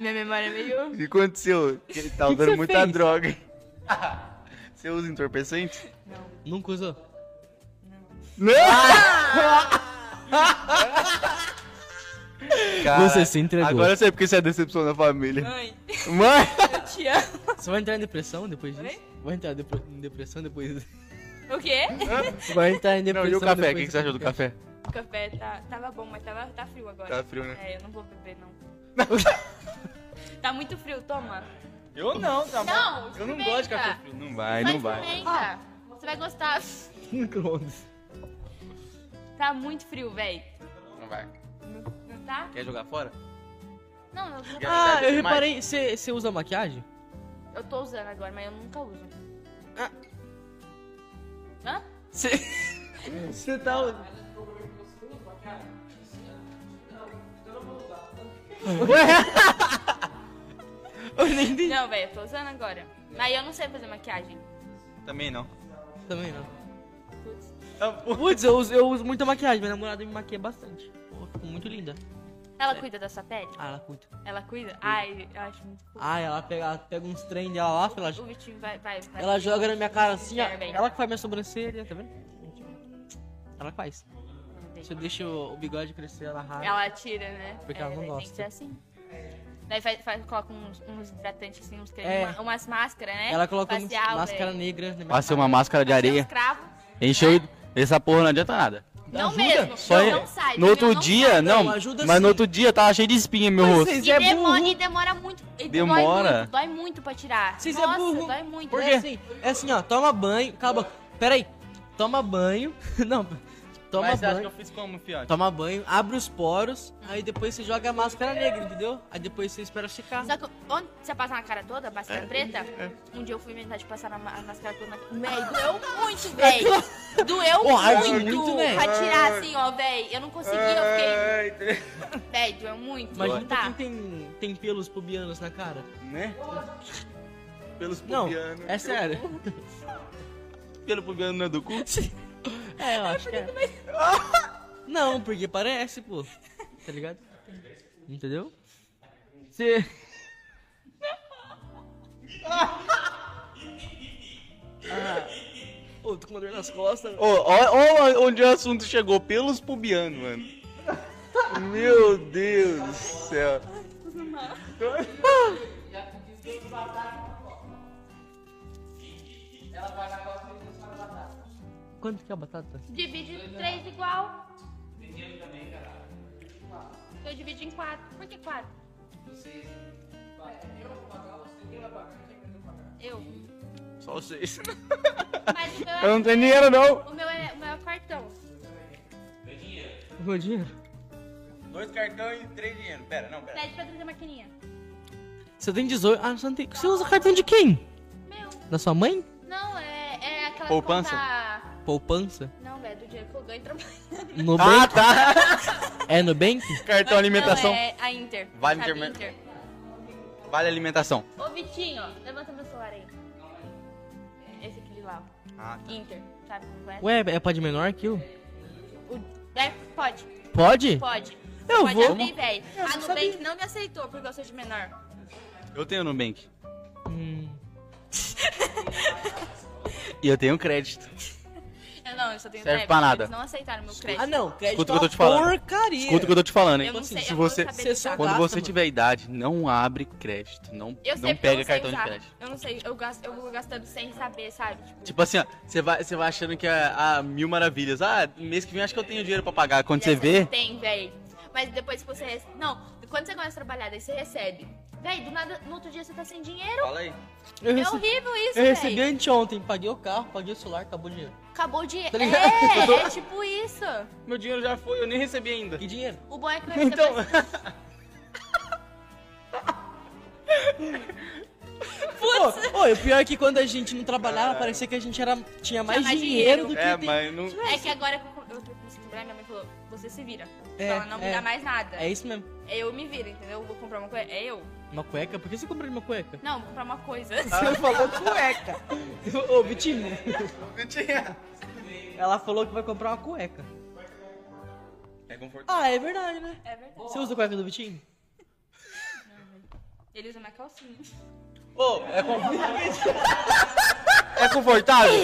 Speaker 4: Minha memória é meio.
Speaker 1: O que aconteceu? Que Ele tá usando
Speaker 2: você
Speaker 1: muita
Speaker 2: fez?
Speaker 1: droga. você usa entorpecente?
Speaker 2: Nunca usou?
Speaker 1: Não! Cara,
Speaker 2: Você se entregou.
Speaker 1: Agora eu sei porque você é a decepção da família.
Speaker 4: Mãe,
Speaker 1: Mãe!
Speaker 4: eu te amo.
Speaker 2: Você vai entrar em depressão depois disso?
Speaker 4: Oi?
Speaker 2: Vai entrar depo- em depressão depois disso?
Speaker 4: O quê?
Speaker 2: Vai entrar em
Speaker 1: Não,
Speaker 2: depressão
Speaker 1: e o café? O
Speaker 2: depois
Speaker 1: que que você achou do café?
Speaker 4: O café tá, tava bom, mas tava, tá frio agora.
Speaker 1: Tá frio, né?
Speaker 4: É, eu não vou beber, não. tá muito frio, toma.
Speaker 1: Eu não, tá
Speaker 4: Não, experimenta.
Speaker 1: frio. Não vai,
Speaker 4: Só
Speaker 1: não vai. Ah.
Speaker 4: experimenta. Você vai gostar.
Speaker 2: Micro-ondas.
Speaker 4: Tá muito frio, velho.
Speaker 1: Não vai.
Speaker 4: Não tá?
Speaker 1: Quer jogar fora?
Speaker 4: Não, eu não
Speaker 2: Ah,
Speaker 1: Quer demais?
Speaker 2: eu reparei. Você você usa maquiagem?
Speaker 4: Eu tô usando agora, mas eu nunca uso.
Speaker 2: Ah.
Speaker 4: Hã?
Speaker 2: Você tá. Eu nem entendi.
Speaker 4: Não, velho, eu tô usando agora. Mas eu não sei fazer maquiagem.
Speaker 1: Também não.
Speaker 2: Também não.
Speaker 4: Putz.
Speaker 1: Tá
Speaker 2: Putz, eu uso, eu uso muita maquiagem. Minha namorada me maquia bastante. Pô, ficou muito linda.
Speaker 4: Ela cuida da sua pele?
Speaker 2: Ah, ela cuida.
Speaker 4: Ela cuida? Ai, eu acho muito fofo.
Speaker 2: Ah, ela pega, ela pega uns trem dela lá, ela,
Speaker 4: O Vitinho vai, vai, vai.
Speaker 2: ela joga na minha cara assim, ó.
Speaker 4: É, bem.
Speaker 2: Ela que faz minha sobrancelha, tá vendo? Ela que faz.
Speaker 4: Entendi.
Speaker 2: Você deixa o o bigode crescer, ela rasga.
Speaker 4: Ela tira, né?
Speaker 2: Porque ela não
Speaker 4: daí Tem
Speaker 2: gosta.
Speaker 4: que ser assim. Daí faz, faz- coloca uns, uns hidratantes assim, uns creme,
Speaker 2: É.
Speaker 4: uma- umas máscaras, né?
Speaker 2: Ela coloca uma
Speaker 4: Facial,
Speaker 2: máscara
Speaker 4: velho.
Speaker 2: negra na minha
Speaker 4: é um
Speaker 1: Passei uma máscara de
Speaker 4: Achei uns
Speaker 1: areia,
Speaker 4: cravos.
Speaker 1: encheu. Essa porra não adianta nada.
Speaker 4: Não
Speaker 2: Ajuda.
Speaker 4: mesmo.
Speaker 1: Só
Speaker 4: não,
Speaker 1: é-
Speaker 4: não sai.
Speaker 1: No outro
Speaker 4: Daniel, não
Speaker 1: dia, né?
Speaker 4: sai.
Speaker 1: não,
Speaker 2: não, ajuda
Speaker 1: mas
Speaker 2: sim.
Speaker 1: no outro dia tava cheio de espinha no meu
Speaker 2: Mas
Speaker 1: rosto.
Speaker 2: vocês
Speaker 4: E
Speaker 2: é
Speaker 4: demora,
Speaker 2: burro.
Speaker 4: e demora muito. e
Speaker 1: Demora?
Speaker 4: Dói muito, dói muito pra tirar.
Speaker 2: Vocês é
Speaker 4: Nossa,
Speaker 2: burro.
Speaker 4: dói muito.
Speaker 1: Por
Speaker 4: né?
Speaker 2: É
Speaker 1: quê?
Speaker 2: assim, é assim, ó, toma banho, acaba. Pera aí. Toma banho. Não, toma
Speaker 1: mas você acha que
Speaker 2: banho.
Speaker 1: eu fiz como, fiote?
Speaker 2: Toma banho, abre os poros, aí depois você joga a máscara negra, entendeu? Aí depois você espera secar.
Speaker 4: Só que onde você passa na cara toda, a máscara preta, um dia eu fui inventar de passar na ma- a máscara toda na cara. Véi, doeu muito, véi. Doeu
Speaker 2: Porra,
Speaker 4: muito,
Speaker 2: doeu muito, né?
Speaker 4: pra tirar assim, ó, véi. Eu não consegui, eu fiquei. Véi, doeu muito.
Speaker 2: Imagina
Speaker 4: não tá.
Speaker 2: quem tem, tem pelos pubianos na cara.
Speaker 1: Né? Pelos
Speaker 2: Não,
Speaker 1: pubianos.
Speaker 2: é sério.
Speaker 1: Pelo pubiano não é do cu?
Speaker 2: É, eu acho que é. Não, porque parece, pô. Tá ligado? Entendeu? Você. Ah. Ô, tô com uma dor nas costas.
Speaker 1: Ô, ó, ó onde o assunto chegou, pelos pubianos, mano. Meu Deus do céu.
Speaker 2: Quanto que é a batata?
Speaker 4: Divide em três igual. Eu divido em quatro. Por que quatro? Eu.
Speaker 1: Só vocês.
Speaker 4: Mas o meu
Speaker 1: Eu
Speaker 4: é,
Speaker 1: não tenho dinheiro, não.
Speaker 4: o meu é, o meu é o cartão.
Speaker 2: O meu dinheiro?
Speaker 1: Dois cartões e três dinheiro. Pera, não, pera.
Speaker 4: Pede pra trazer a maquininha.
Speaker 2: Você tem 18. Ah, você não tem. Você usa cartão de quem?
Speaker 4: Meu.
Speaker 2: Da sua mãe?
Speaker 4: Não, é, é aquela
Speaker 1: Poupança?
Speaker 4: conta...
Speaker 2: Poupança?
Speaker 4: Não, velho, é do dinheiro que eu ganho trabalhando.
Speaker 1: Ah,
Speaker 2: Nubank?
Speaker 1: tá.
Speaker 2: É Nubank?
Speaker 1: Cartão alimentação.
Speaker 4: Não, é a Inter.
Speaker 1: Vale
Speaker 4: sabe,
Speaker 1: Interme-
Speaker 4: Inter.
Speaker 1: Vale alimentação.
Speaker 4: Ô, Vitinho, levanta meu celular aí. Esse aqui de lá. ó.
Speaker 1: Ah,
Speaker 4: Inter, sabe como é?
Speaker 2: Ué, é pode menor aquilo?
Speaker 4: O- É, pode,
Speaker 2: Pode?
Speaker 4: pode. Você
Speaker 2: Eu
Speaker 4: pode
Speaker 2: vou.
Speaker 4: abrir, velho.
Speaker 2: Eu
Speaker 4: A
Speaker 2: não
Speaker 4: Nubank
Speaker 2: sabia.
Speaker 4: não me aceitou porque eu sou de menor.
Speaker 1: Eu tenho Nubank.
Speaker 2: Hum.
Speaker 1: E eu tenho crédito.
Speaker 4: Eu É, não, eu só tenho
Speaker 1: Serve
Speaker 4: débito,
Speaker 1: pra nada.
Speaker 4: Eles não aceitaram meu crédito.
Speaker 2: Ah, não. Crédito
Speaker 1: Escuta o que eu tô te
Speaker 2: é uma
Speaker 1: falando.
Speaker 2: Porcaria.
Speaker 1: Escuta o que eu tô te falando, hein?
Speaker 4: Eu não sei,
Speaker 1: tipo assim, Se
Speaker 4: eu não vou
Speaker 1: você.
Speaker 4: saber
Speaker 2: Você só
Speaker 4: usar.
Speaker 1: Quando
Speaker 2: gasta,
Speaker 1: você
Speaker 2: mano.
Speaker 1: tiver idade, não abre crédito. Não, não
Speaker 4: Eu sei porque eu
Speaker 1: pega
Speaker 4: sei
Speaker 1: cartão de
Speaker 4: usar.
Speaker 1: crédito.
Speaker 4: Eu não sei, eu, gasto, eu vou gastando sem saber, sabe? Tipo,
Speaker 1: Tipo assim, ó, você vai, você vai achando que é ah, mil maravilhas. Ah, mês que vem acho que eu tenho dinheiro pra pagar. Quando você
Speaker 4: Dessa
Speaker 1: vê,
Speaker 4: não Tem, véi. Mas depois que você. rece- Não, quando você começa a trabalhar, daí você recebe. Véi, do nada, no outro dia você tá sem dinheiro.
Speaker 1: fala aí.
Speaker 2: Eu
Speaker 4: É
Speaker 2: recebi-
Speaker 4: horrível isso,
Speaker 2: Eu
Speaker 4: véi.
Speaker 2: recebi anteontem, paguei o carro, paguei o celular, acabou o dinheiro.
Speaker 4: Acabou o dinheiro.
Speaker 2: Tá ligado?
Speaker 4: é, é tipo isso.
Speaker 1: Meu dinheiro já foi, eu nem recebi ainda.
Speaker 2: Que dinheiro?
Speaker 4: O bom é que vai receber.
Speaker 1: Então.
Speaker 2: Pô, ô, e o pior é que quando a gente não trabalhava, parecia que a gente era, tinha mais
Speaker 4: mais
Speaker 2: dinheiro
Speaker 4: dinheiro.
Speaker 2: do que
Speaker 1: É,
Speaker 2: tem.
Speaker 1: mas não.
Speaker 4: É que agora que eu- eu comecei a trabalhar, minha mãe falou: você se vira.
Speaker 2: É,
Speaker 4: então ela não
Speaker 2: é.
Speaker 4: me dá mais nada.
Speaker 2: É isso mesmo.
Speaker 4: É Eu me viro, entendeu? Eu vou comprar uma coisa. É eu.
Speaker 2: Uma cueca? Por que você comprou uma cueca?
Speaker 4: Não, vou comprar uma coisa.
Speaker 1: Ah.
Speaker 2: Você falou cueca. ô, Vitinho. Ela falou que vai comprar uma cueca.
Speaker 1: É confortável.
Speaker 2: Ah, é verdade, né?
Speaker 4: É verdade.
Speaker 2: Você usa a cueca do Vitinho?
Speaker 4: Ele usa minha calcinha.
Speaker 1: é confortável. é confortável?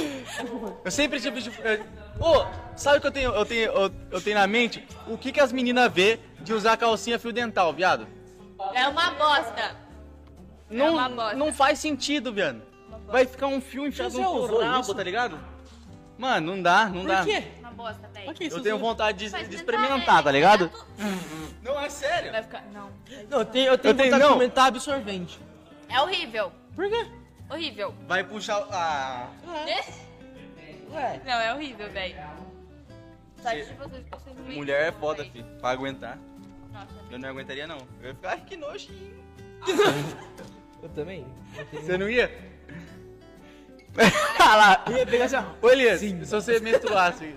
Speaker 1: Eu sempre tive. de- é- Ô, sabe o que eu tenho, eu tenho, eu, eu tenho na mente? O que, que as meninas vê de usar calcinha fio dental, viado?
Speaker 4: É uma bosta.
Speaker 1: Não,
Speaker 4: É uma bosta.
Speaker 1: não faz sentido, viado. Vai ficar um fio enfiado
Speaker 2: Você
Speaker 1: no teu
Speaker 2: usou
Speaker 1: rabo,
Speaker 2: isso?
Speaker 1: tá ligado? Mano, não dá, não
Speaker 2: Por
Speaker 1: dá.
Speaker 2: quê?
Speaker 4: Uma bosta, velho.
Speaker 2: Por que
Speaker 1: Eu
Speaker 2: isso?
Speaker 1: tenho vontade de,
Speaker 4: Vai
Speaker 1: de
Speaker 4: tentar,
Speaker 1: experimentar,
Speaker 4: né?
Speaker 1: tá ligado?
Speaker 7: Não, é sério.
Speaker 4: Vai ficar. Não.
Speaker 2: Não, eu tenho, eu tenho
Speaker 1: Eu tenho,
Speaker 2: vontade de
Speaker 1: não.
Speaker 2: comentar absorvente.
Speaker 4: É horrível.
Speaker 2: Por quê?
Speaker 4: Horrível.
Speaker 1: Vai puxar. Ah.
Speaker 2: É. Ué.
Speaker 4: Não, é horrível, velho. Só de Tá vocês que vocês me-
Speaker 1: Mulher é foda,
Speaker 4: Véi.
Speaker 1: filho. Pra aguentar.
Speaker 4: Nossa.
Speaker 1: Eu não aguentaria, não. Eu ia ficar, ai, que nojinho.
Speaker 2: Eu também.
Speaker 1: Você não ia? Olha Ah lá.
Speaker 2: Eu ia pegar assim, ó.
Speaker 1: Ô, Elias,
Speaker 2: Sim.
Speaker 1: se você menstruasse,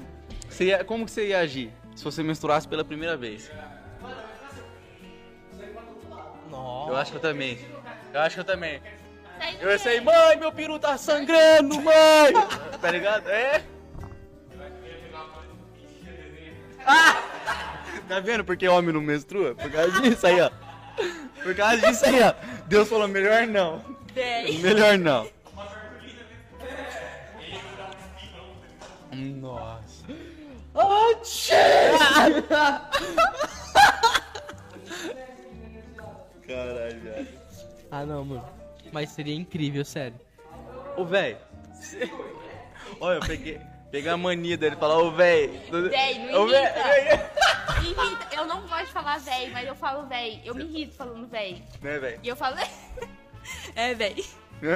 Speaker 1: você ia- como que você ia agir? Se você menstruasse pela primeira vez.
Speaker 2: Nossa.
Speaker 1: Eu acho que eu também. Eu acho que eu também.
Speaker 4: Sai do
Speaker 1: Eu ia
Speaker 4: quê?
Speaker 1: sair, mãe, meu peru tá sangrando, mãe! tá ligado? É? Ah! Tá vendo porque homem não menstrua? Por causa disso aí, ó. Por causa disso aí, ó. Deus falou, melhor não.
Speaker 4: Véi.
Speaker 1: Melhor não. Nossa. Caralho, velho.
Speaker 2: Ah, não, mano. Mas seria incrível, sério.
Speaker 1: Ô, velho. Olha, eu peguei. Pegar a mania dele e falar, ô véi.
Speaker 4: Véi, não
Speaker 1: Ô, véi,
Speaker 4: imita. Imita. Eu não gosto de falar véi, mas eu falo véi. Eu me irrito falando véi.
Speaker 1: Né, véi?
Speaker 4: E eu falo. é, véi. Eu,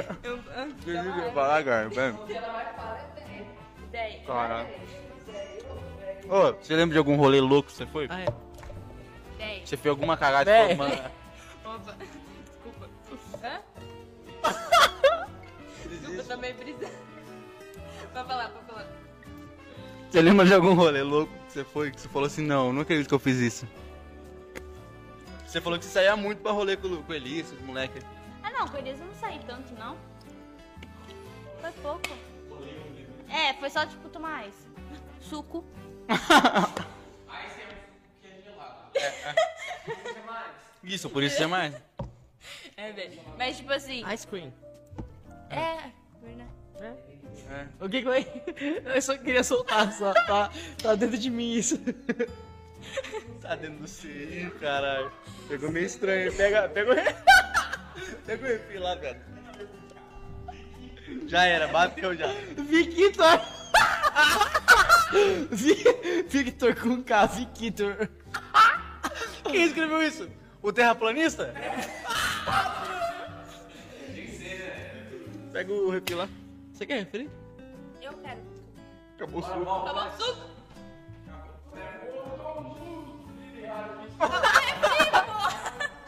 Speaker 4: ah, dá uma raiva.
Speaker 1: Fala agora, vai.
Speaker 4: Véi.
Speaker 1: Caralho. Ô, você lembra de algum rolê louco que você foi?
Speaker 2: Ah, é.
Speaker 4: Véi.
Speaker 1: Você fez alguma cagada e falou, mano.
Speaker 4: Opa. Desculpa. Hã? Desculpa, tá meio brisa. Pode falar, pode falar.
Speaker 1: Você lembra de algum rolê louco que você foi? Que você falou assim, não, não acredito que eu fiz isso. Você falou que você saía muito pra rolê com, o- com o Elias, com os moleque.
Speaker 4: Ah não, com eles eu não saí tanto não. Foi pouco. É, foi só tipo tomar ice. Suco.
Speaker 1: Isso, por isso você é mais.
Speaker 4: É, velho. Mas tipo assim.
Speaker 2: Ice cream.
Speaker 4: É. verdade.
Speaker 2: O que que foi? Eu só queria soltar, só. Tá, tá dentro de mim isso.
Speaker 1: Tá dentro do seio, caralho. Pegou meio estranho. Pega, pega o... pega o refil lá, cara. Já era, bateu já.
Speaker 2: Victor! Vi- Victor com K, Victor.
Speaker 1: Quem escreveu isso? O terraplanista? Pega o refil lá.
Speaker 2: Você quer referir?
Speaker 4: Eu quero.
Speaker 1: Acabou o suco.
Speaker 4: Tomar suco?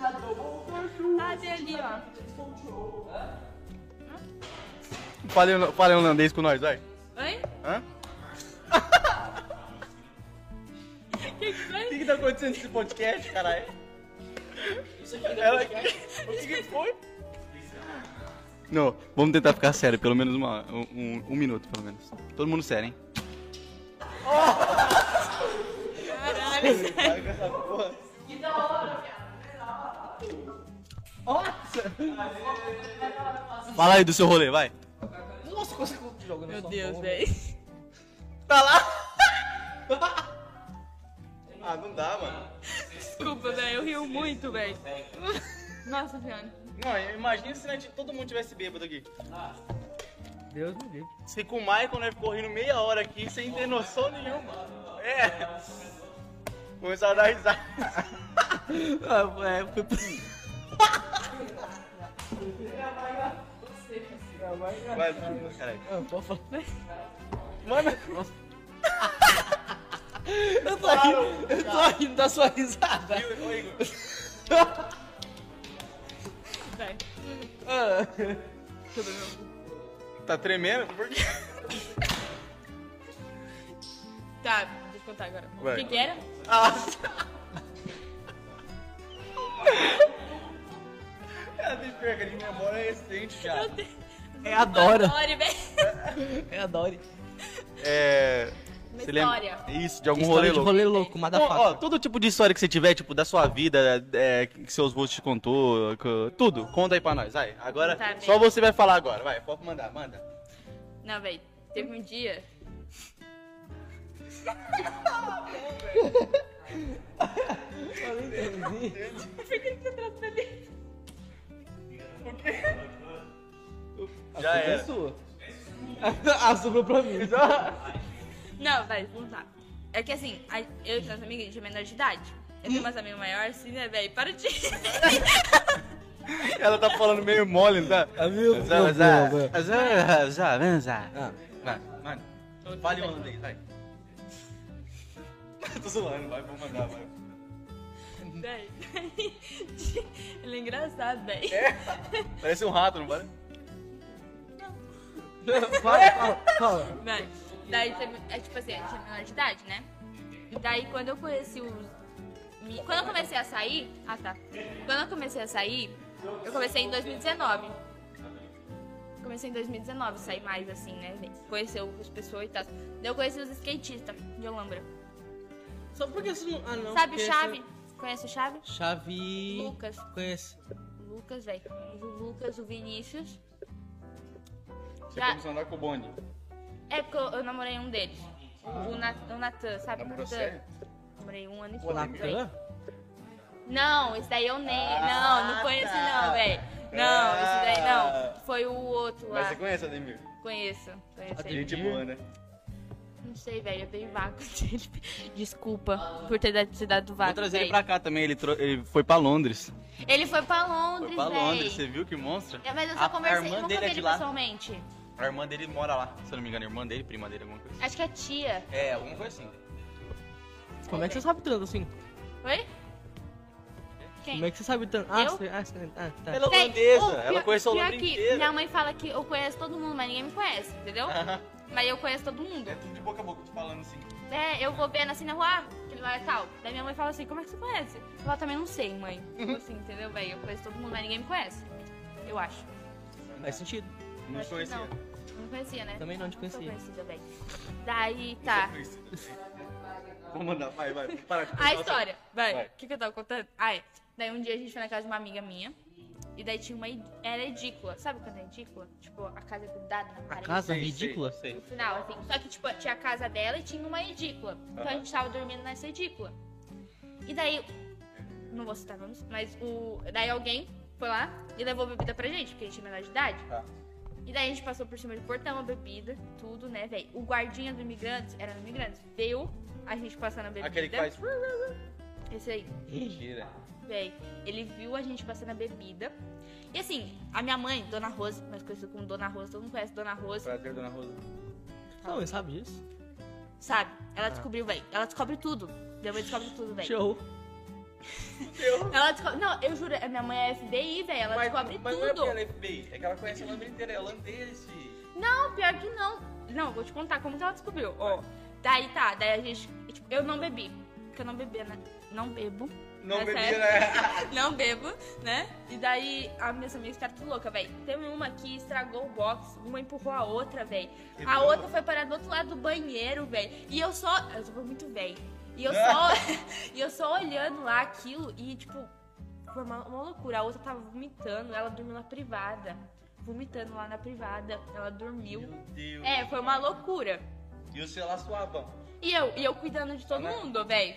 Speaker 4: Ah, tem ali, ó.
Speaker 1: Fala em, fala em holandês com nós, vai.
Speaker 4: Hein?
Speaker 1: Hã?
Speaker 4: Que que
Speaker 1: O
Speaker 4: foi?
Speaker 1: que, que tá acontecendo nesse podcast, caralho? Ela... O que, que foi? Não, vamos tentar ficar sério, pelo menos uma, um, um minuto, pelo menos. Todo mundo sério, hein?
Speaker 4: Caralho.
Speaker 1: Fala aí do seu rolê, vai.
Speaker 2: Meu Deus, velho.
Speaker 1: Ah, não dá, mano.
Speaker 4: Desculpa, velho. Eu rio muito, velho. Nossa, Fiona.
Speaker 1: Não, imagina se né, todo mundo tivesse bêbado aqui.
Speaker 2: Deus me livre.
Speaker 1: Se com o Michael, né, ficou rindo meia hora aqui sem ter noção nenhuma. É. Começou a dar risada.
Speaker 2: Ah, é, foi por-
Speaker 1: Vai, caralho.
Speaker 2: Ah, pode falar.
Speaker 1: Eu tô
Speaker 2: Eu tô rindo da sua risada.
Speaker 4: Vai.
Speaker 1: Tá tremendo? Por quê?
Speaker 4: Tá, deixa eu contar agora.
Speaker 1: Vai.
Speaker 4: O que que era?
Speaker 1: Ela tem perca de memória recente já.
Speaker 2: É a Dora.
Speaker 4: Dori, velho.
Speaker 2: É a Dora.
Speaker 1: É.
Speaker 4: Uma
Speaker 1: Você
Speaker 4: história.
Speaker 1: lembra? Isso, de algum
Speaker 2: História
Speaker 1: Um rolê
Speaker 2: de
Speaker 1: louco.
Speaker 2: rolê louco,
Speaker 1: Ó, ó,
Speaker 2: madafaca.
Speaker 1: todo tipo de história que você tiver, tipo, da sua vida, é, que seus gostos te contou, que- tudo, conta aí pra nós. Vai, agora,
Speaker 4: Tá bem.
Speaker 1: só você vai falar agora, vai, pode mandar, manda.
Speaker 4: Não, velho. Teve um dia.
Speaker 1: Já era.
Speaker 2: Ah, sobrou pra mim.
Speaker 4: Não, vai, vamos lá. É que assim, a- eu e meus amigos, a gente é menor de idade. Eu tenho umas amigas maiores, assim, né, velho? Para de.
Speaker 1: Ela tá falando meio mole, não tá?
Speaker 2: meu
Speaker 1: Zá,
Speaker 2: Deus,
Speaker 1: zá,
Speaker 2: meu
Speaker 1: zá, zá, zá, zá.
Speaker 2: Ah.
Speaker 1: Vai, manda. Fale um aí, vai. Tô zoando, vai, vou mandar, vai.
Speaker 4: Véi, Ele é engraçado, velho.
Speaker 1: Parece um rato, não parece?
Speaker 2: Fala, fala, fala.
Speaker 4: Mano, daí teve. É tipo assim, eu tinha menor de idade, né? Daí quando eu conheci os. mi- Quando eu comecei a sair. Ah tá. Quando eu comecei a sair, eu comecei em 2019. Comecei em 2019 a sair mais assim, né? Conhecer as pessoas e tal. Daí eu conheci os skatistas de Olambra.
Speaker 2: Só porque você não. Ah, não.
Speaker 4: Sabe o
Speaker 2: porque
Speaker 4: Chave? Conhece o Chave?
Speaker 2: você- Chave.
Speaker 4: Lucas.
Speaker 2: Conhece.
Speaker 4: O Lucas, velho. O Lucas, o Vinícius.
Speaker 1: Você
Speaker 4: Já-
Speaker 1: começou a andar com o bonde.
Speaker 4: É porque eu, eu namorei um deles. O, Nat- o Natan, sabe?
Speaker 1: Namorou
Speaker 4: Natan.
Speaker 1: sério?
Speaker 4: Namorei um ano e
Speaker 2: O
Speaker 4: pouco. véi.
Speaker 2: Natan?
Speaker 4: Não, esse daí eu nem.
Speaker 1: Ah,
Speaker 4: não, não conheço
Speaker 1: tá.
Speaker 4: não, velho. Não,
Speaker 1: Ah.
Speaker 4: esse daí não. Foi o outro lá.
Speaker 1: Mas você conhece, Ademir?
Speaker 4: Conheço, conheço ele.
Speaker 1: Gente boa, Tipo, né?
Speaker 4: sei, velho, eu tenho vácuo dele. Desculpa por ter dado- te dado vácuo.
Speaker 1: Vou trazer ele
Speaker 4: velho.
Speaker 1: pra cá também, ele, tro- ele foi pra Londres.
Speaker 4: Ele foi pra Londres,
Speaker 1: Foi pra Londres, você
Speaker 4: velho.
Speaker 1: viu que monstro?
Speaker 4: É, mas eu só
Speaker 1: A- a
Speaker 4: conversei,
Speaker 1: irmã
Speaker 4: eu nunca
Speaker 1: dele
Speaker 4: vi
Speaker 1: é
Speaker 4: ele
Speaker 1: de lá.
Speaker 4: pessoalmente.
Speaker 1: A irmã dele mora lá, se eu não me engano, a irmã dele, prima dele, alguma coisa. assim.
Speaker 4: Acho que é tia.
Speaker 1: É, alguma coisa assim.
Speaker 2: Como é que você sabe tanto assim?
Speaker 4: Oi? Quem?
Speaker 2: Como é que você sabe tanto? Ah,
Speaker 4: Eu?
Speaker 2: você- ah, você- ah, tá.
Speaker 1: Ela é
Speaker 4: Sei,
Speaker 1: holandesa,
Speaker 4: o
Speaker 1: ela
Speaker 4: pior-
Speaker 1: conheceu a
Speaker 4: oh, pior
Speaker 1: Londres
Speaker 4: que
Speaker 1: inteira.
Speaker 4: Minha mãe fala que eu conheço todo mundo, mas ninguém me conhece, entendeu? Mas eu conheço todo mundo.
Speaker 1: É tudo de boca a boca, falando assim.
Speaker 4: É, eu vou vendo assim na rua, ah, aquele lá é tal. Daí minha mãe fala assim, como é que você conhece? Eu falo, também não sei, mãe. Tipo assim, entendeu, velho? Eu conheço todo mundo, mas ninguém me conhece. Eu acho.
Speaker 2: Faz sentido.
Speaker 4: Eu
Speaker 1: Não
Speaker 4: acho que
Speaker 1: conhecia.
Speaker 4: Não, não conhecia, né?
Speaker 2: Também não te
Speaker 4: Sou
Speaker 2: conhecia.
Speaker 4: conhecida, velho. Daí, tá.
Speaker 1: Vou mandar, vai, vai. Para com
Speaker 4: A
Speaker 1: isso.
Speaker 4: história, vai.
Speaker 1: Vai.
Speaker 4: O que, que eu tava contando? Ah, é. Daí um dia a gente foi na casa de uma amiga minha. E daí tinha uma. id- Era edícula. Sabe quando é edícula? Tipo, a casa é grudada na
Speaker 2: A
Speaker 4: parede.
Speaker 2: casa
Speaker 1: Sei, sei,
Speaker 2: ridícula?
Speaker 1: sei.
Speaker 4: No final, assim. Só que, tipo, tinha a casa dela e tinha uma edícula. Então a gente tava dormindo nessa edícula. E daí. Não vou citar nomes, mas o. Daí alguém foi lá e levou bebida pra gente, porque a gente é menor de idade.
Speaker 1: Tá.
Speaker 4: E daí a gente passou por cima do portão, a bebida, tudo, né, velho? O guardinha do Imigrantes, era no Imigrantes, veio a gente passando a bebida.
Speaker 1: Aquele que faz.
Speaker 4: Esse aí.
Speaker 1: Mentira.
Speaker 4: Véi, ele viu a gente passando a bebida. E assim, a minha mãe, Dona Rosa, mais conhecida como Dona Rosa, todo mundo conhece Dona Rosa,
Speaker 1: Prazer, dona Rosa.
Speaker 2: Não, sabe disso?
Speaker 4: sabe?
Speaker 1: Ah.
Speaker 4: Ela descobriu, véi. Ela descobre tudo. Minha mãe descobre tudo, véi.
Speaker 2: Show.
Speaker 4: Ela descobre. Não, eu juro, a minha mãe é FBI, véi. Ela descobre
Speaker 1: mas
Speaker 4: tudo.
Speaker 1: não é porque ela é feia, é que ela conhece a Londres inteira, é holandês, filho.
Speaker 4: Não, pior que não. Não, vou te contar como que ela descobriu. Ó, daí tá, daí a gente. tipo, eu não bebi. Porque eu não bebia, né? Não bebo.
Speaker 1: Não
Speaker 4: Tá
Speaker 1: bebia,
Speaker 4: certo.
Speaker 1: né?
Speaker 4: Não bebo, né? E daí a minha amiga ficaram tudo louca, velho. Teve uma que estragou o box, uma empurrou a outra, velho. A outra foi parar do outro lado do banheiro, velho. E eu só. Eu sou muito velho. E eu só. e eu só olhando lá aquilo e, tipo, foi uma, uma loucura. A outra tava vomitando, ela dormiu na privada. Vomitando lá na privada. Ela dormiu.
Speaker 1: Meu Deus.
Speaker 4: É, foi uma loucura.
Speaker 1: E o celular suavão.
Speaker 4: E eu, e eu cuidando de todo mundo, velho.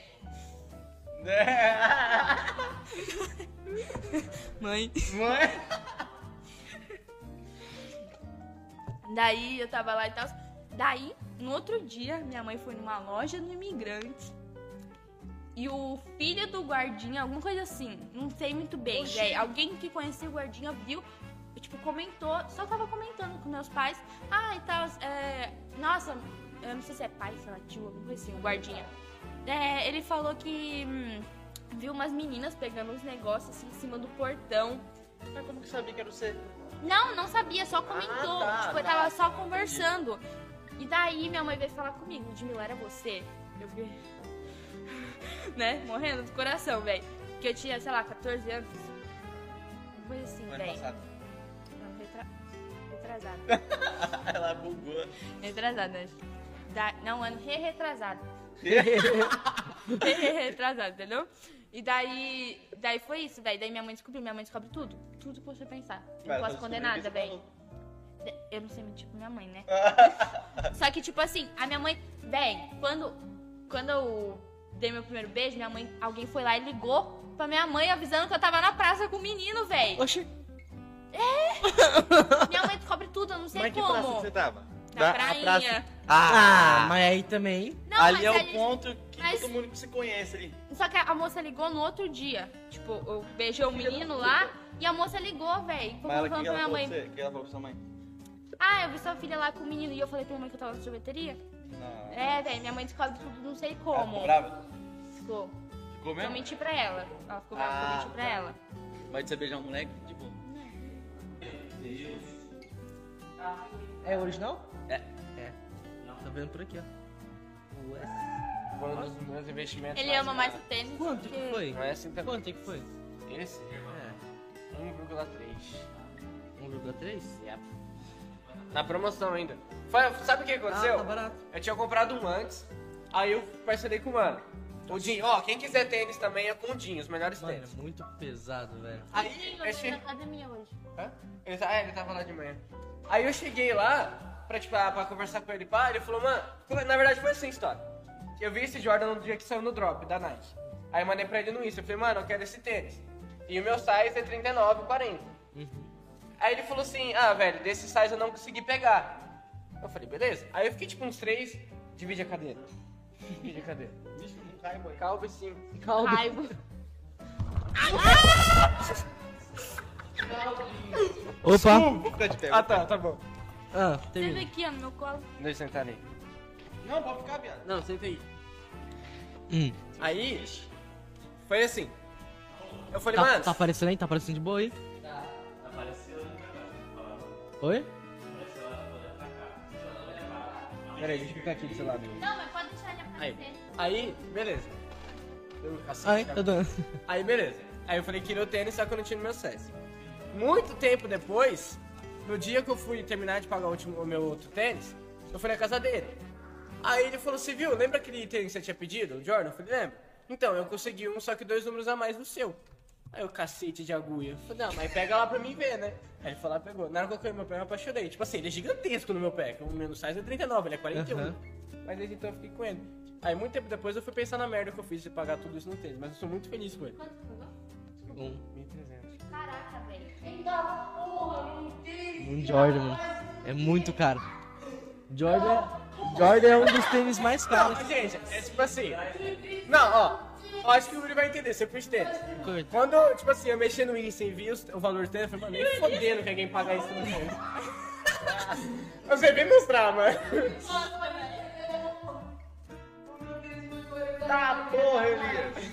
Speaker 4: Mãe.
Speaker 1: Mãe.
Speaker 4: Daí eu tava lá e tal. Daí, no outro dia, minha mãe foi numa loja do imigrante. E o filho do guardinha, alguma coisa assim, não sei muito bem, velho. Alguém que conhecia o guardinha viu, tipo, comentou, só tava comentando com meus pais. Ah, e tal, é, nossa, eu não sei se é pai, sei lá, tio, alguma coisa assim, o guardinha. É, ele falou que hum, viu umas meninas pegando uns negócios assim, em cima do portão.
Speaker 7: Mas como que sabia que era você?
Speaker 4: Não, não sabia, só comentou.
Speaker 7: tá,
Speaker 4: tipo, eu tava só conversando. E daí minha mãe veio falar comigo, Ludmilla, era você? Eu fiquei. né? Morrendo do coração, velho. Que eu tinha, sei lá, 14 anos. Uma coisa assim,
Speaker 1: Ano
Speaker 4: velho.
Speaker 1: passado.
Speaker 4: Não, retra... retrasado.
Speaker 1: Ela bugou.
Speaker 4: Retrasado, né? Da... Não, ano re-retrasado. re-retrasado, entendeu? E daí, daí foi isso, daí, daí minha mãe descobriu, minha mãe descobre tudo, tudo que você pensar. Não
Speaker 1: Ela
Speaker 4: posso
Speaker 1: tá descobrindo
Speaker 4: esconder nada,
Speaker 1: isso,
Speaker 4: velho. Eu não sei mentir pra minha mãe, né? Só que, tipo assim, a minha mãe, velho, quando, quando eu dei meu primeiro beijo, minha mãe, alguém foi lá e ligou pra minha mãe avisando que eu tava na praça com o menino, velho.
Speaker 2: Oxi.
Speaker 4: Minha mãe descobre tudo, eu não sei
Speaker 1: Mas que praça que
Speaker 4: como.
Speaker 1: você tá? tava?
Speaker 4: Na
Speaker 1: Da-
Speaker 4: prainha.
Speaker 1: a praça-
Speaker 2: Ah,
Speaker 1: Ah,
Speaker 2: mas aí também.
Speaker 4: Não,
Speaker 1: ali
Speaker 4: mas
Speaker 1: é
Speaker 4: a
Speaker 1: o
Speaker 4: gente-
Speaker 1: ponto que
Speaker 4: mas-
Speaker 1: todo mundo se conhece ali.
Speaker 4: Só que a moça ligou no outro dia. Tipo, eu beijei o menino lá e a moça ligou, velho. Como
Speaker 1: Mas ela,
Speaker 4: falando
Speaker 1: o que, que
Speaker 4: pra
Speaker 1: ela
Speaker 4: minha
Speaker 1: falou
Speaker 4: mãe.
Speaker 1: pra você? O que ela falou pra sua mãe?
Speaker 4: Ah, eu vi sua filha lá com o menino e eu falei pra minha mãe que eu tava na sorveteria.
Speaker 1: Não.
Speaker 4: É, velho, minha mãe descobre tudo, não sei
Speaker 1: Ah. Ela
Speaker 4: como.
Speaker 1: ficou brava?
Speaker 4: Ficou.
Speaker 1: Ficou
Speaker 4: Eu
Speaker 1: mesmo?
Speaker 4: menti pra ela. Ela ficou brava que eu
Speaker 1: Ah,
Speaker 4: menti pra
Speaker 1: tá.
Speaker 4: ela.
Speaker 1: Mas de você beijar um moleque, tipo...
Speaker 2: É original? É. É. Tá vendo por aqui, ó. Ué.
Speaker 7: Foi um dos meus investimentos.
Speaker 4: Ele ama mais o
Speaker 7: caros.
Speaker 4: tênis.
Speaker 2: Quanto
Speaker 4: porque-
Speaker 2: que foi?
Speaker 7: Não é assim também.
Speaker 2: Quanto que foi?
Speaker 7: Esse?
Speaker 2: É.
Speaker 7: 1,3.
Speaker 2: 1,3?
Speaker 7: Na promoção ainda. Foi- sabe o que aconteceu?
Speaker 2: Ah, tá barato.
Speaker 7: Eu tinha comprado um antes, aí eu parcelei com o mano. O Dinho, ó, quem quiser tênis também é com o Dinho, os melhores
Speaker 2: Mano, é
Speaker 7: tênis.
Speaker 2: muito pesado, velho.
Speaker 7: Aí
Speaker 4: Eu
Speaker 7: eu
Speaker 4: fui na
Speaker 7: cheguei.
Speaker 4: academia hoje.
Speaker 7: Ele, tá- ah, ele tava lá de manhã. Aí eu cheguei lá pra, tipo, ah, pra conversar com ele, pá, ele falou, mano, como- na verdade foi assim a história. Eu vi esse Jordan no dia que saiu no drop da Nike. Aí eu mandei pra ele no Insta, eu falei, mano, eu quero esse tênis. E o meu size é 39, 40.
Speaker 6: Uhum.
Speaker 7: Aí ele falou assim, ah, velho, desse size eu não consegui pegar. Eu falei, beleza. Aí eu fiquei tipo uns três Divide a cadeira. Divide a cadeira.
Speaker 6: Bicho, não cai, mano.
Speaker 7: Calvo e sim.
Speaker 4: Raiva.
Speaker 2: Opa!
Speaker 6: Vou ficar de pé.
Speaker 7: Ah, tá, tá bom.
Speaker 2: Ah,
Speaker 4: Você vê
Speaker 2: termina.
Speaker 4: aqui, ó, no meu colo.
Speaker 7: Deixa eu sentar ali.
Speaker 6: Não, pode ficar, viado.
Speaker 7: Não, senta aí.
Speaker 2: Hum.
Speaker 7: Aí, foi assim. Eu falei,
Speaker 2: Tá,
Speaker 7: mano,
Speaker 2: tá aparecendo aí? Tá aparecendo de boa aí?
Speaker 7: Tá,
Speaker 2: Oi?
Speaker 7: peraí, deixa eu ficar aqui do seu lado.
Speaker 4: Não, mas pode deixar ele
Speaker 7: Aí,
Speaker 4: aparecer.
Speaker 7: aí, beleza. Eu, assim,
Speaker 2: Ai,
Speaker 7: cara.
Speaker 2: eu dou.
Speaker 7: Aí, beleza. Aí eu falei que queria o tênis, só que eu não tinha no meu SESI. Muito tempo depois, no dia que eu fui terminar de pagar o, último- o meu outro tênis, eu fui na casa dele. Aí ele falou, você viu, lembra aquele tênis que você tinha pedido, o Jordan? Eu falei, lembro. Então, eu consegui um, só que dois números a mais no seu. Aí o cacete de agulha. Eu falei, não, mas pega lá pra mim ver, né? Aí ele falou, ah, pegou. Na hora que eu coloquei meu pé, eu me apaixonei. Tipo assim, ele é gigantesco no meu pé. que O menos size é 39, ele é 41.
Speaker 2: Aham.
Speaker 7: Mas desde então eu fiquei com ele. Aí muito tempo depois eu fui pensar na merda que eu fiz de pagar tudo isso no tênis, mas eu sou muito feliz com ele.
Speaker 4: Quanto que pagou?
Speaker 7: 1.300.
Speaker 4: Caraca, velho.
Speaker 2: Um Jordan, mano. É muito caro. Jordan, Jordan é um dos tênis mais caros.
Speaker 7: Não, gente, é tipo assim. Não, ó. ó, acho que o Yuri vai entender, você curte tênis. Quando, tipo assim, eu mexi no Insta e vi os- o valor do tênis, eu falei, mano, nem fodendo que alguém paga isso no tênis. Eu sei bem mostrar, mano.
Speaker 6: Tá, porra, Elias.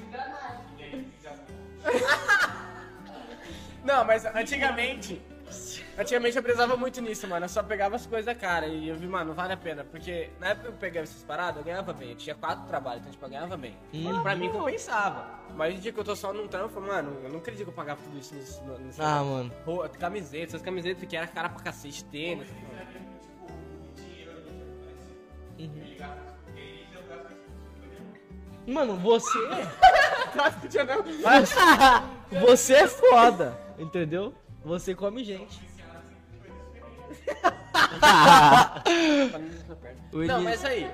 Speaker 7: Não, mas antigamente. Antigamente eu precisava muito nisso, mano. Eu só pegava as coisas cara. E eu vi, mano, vale a pena. Porque na época que eu pegava essas paradas, eu ganhava bem. Eu tinha quatro trabalhos, então tipo, eu ganhava bem. E pra mim compensava. Mas hoje em dia que eu tô só num trampo, mano, eu não acredito que eu pagava tudo isso nesse. nesse
Speaker 2: Ah, mano.
Speaker 7: Roupa, camiseta, essas camisetas que era cara pra cacete, tênis.
Speaker 2: Mano, você. é
Speaker 7: Tráfico de anel.
Speaker 2: você é foda, entendeu? Você come gente. O
Speaker 7: Não,
Speaker 2: Elias-
Speaker 7: mas aí.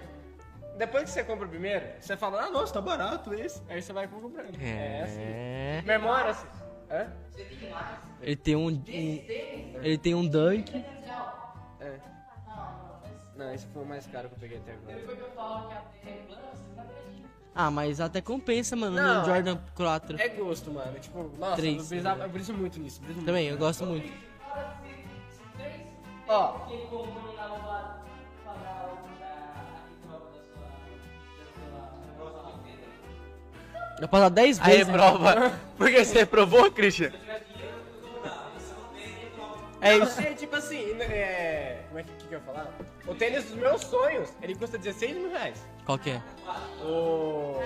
Speaker 7: Depois que você compra o primeiro, você fala, ah, nossa, tá barato esse. Aí você vai comprando. É, assim.
Speaker 2: É.
Speaker 7: Memória, assim. Hã?
Speaker 2: Ele tem um, um- Ele tem um dunk.
Speaker 7: É. Não, esse foi o mais caro que eu peguei até agora.
Speaker 2: Ah, mas até compensa, mano,
Speaker 7: Não,
Speaker 2: no
Speaker 7: é-
Speaker 2: Jordan 4.
Speaker 7: É gosto, mano. Tipo, nossa,
Speaker 2: Três,
Speaker 7: eu, brisava, eu briso muito nisso. briso muito.
Speaker 2: Também, eu gosto muito.
Speaker 7: Ó,
Speaker 2: Já passar 10
Speaker 1: Aí,
Speaker 2: vezes. né?
Speaker 1: reprova. Por que você reprovou, Christian?
Speaker 7: é isso. É, tipo assim, é... Como é que, que que eu ia falar? O tênis dos meus sonhos, ele custa 16 mil reais.
Speaker 2: Qual que é?
Speaker 7: O...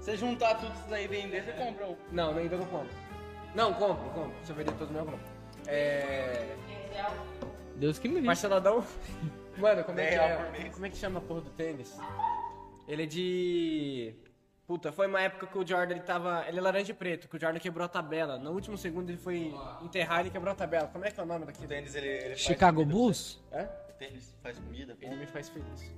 Speaker 6: Você juntar tudo isso daí e vender, você compra um.
Speaker 7: Não, ainda não compro. Não, compro, compro. Se eu vender todos, não, eu compro. É...
Speaker 2: Deus que me livre.
Speaker 7: Marceladão. Mano, como é que
Speaker 6: Real por
Speaker 7: é? Como é que chama a porra do tênis? Ele é de. Puta, foi uma época que o Jordan ele tava. Ele é laranja e preto, que o Jordan quebrou a tabela. No último segundo ele foi enterrar e quebrou a tabela. Como é que é o nome
Speaker 6: O
Speaker 7: daquilo?
Speaker 6: tênis, ele, ele faz
Speaker 2: Chicago
Speaker 6: comida,
Speaker 2: Bulls?
Speaker 7: Hã?
Speaker 6: O tênis faz comida, pô.
Speaker 7: Ele me faz feliz.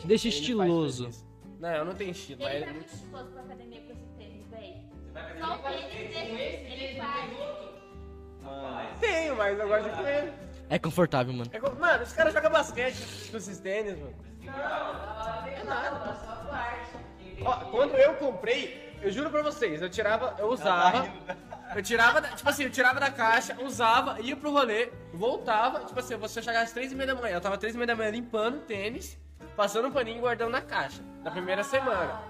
Speaker 2: Te deixa
Speaker 7: Ele
Speaker 2: estiloso.
Speaker 7: faz feliz. Não, eu não tenho estilo, mas
Speaker 4: Ele
Speaker 7: ele
Speaker 4: tá
Speaker 7: é
Speaker 4: muito
Speaker 7: muito.
Speaker 4: estiloso pra academia com esse tênis, velho. Só o tênis dele, ele faz.
Speaker 7: Tenho, mas eu gosto de comer.
Speaker 2: É confortável, mano.
Speaker 7: É como- Mano, os caras jogam basquete com esses tênis, mano. É nada. Ó, quando eu comprei, eu juro pra vocês, eu tirava, eu usava. Eu tirava, da- tipo assim, eu tirava da caixa, usava, ia pro rolê, voltava, tipo assim, você chegava às três e meia da manhã. Eu tava às três e meia da manhã limpando o tênis, passando um paninho e guardando na caixa. Na primeira semana.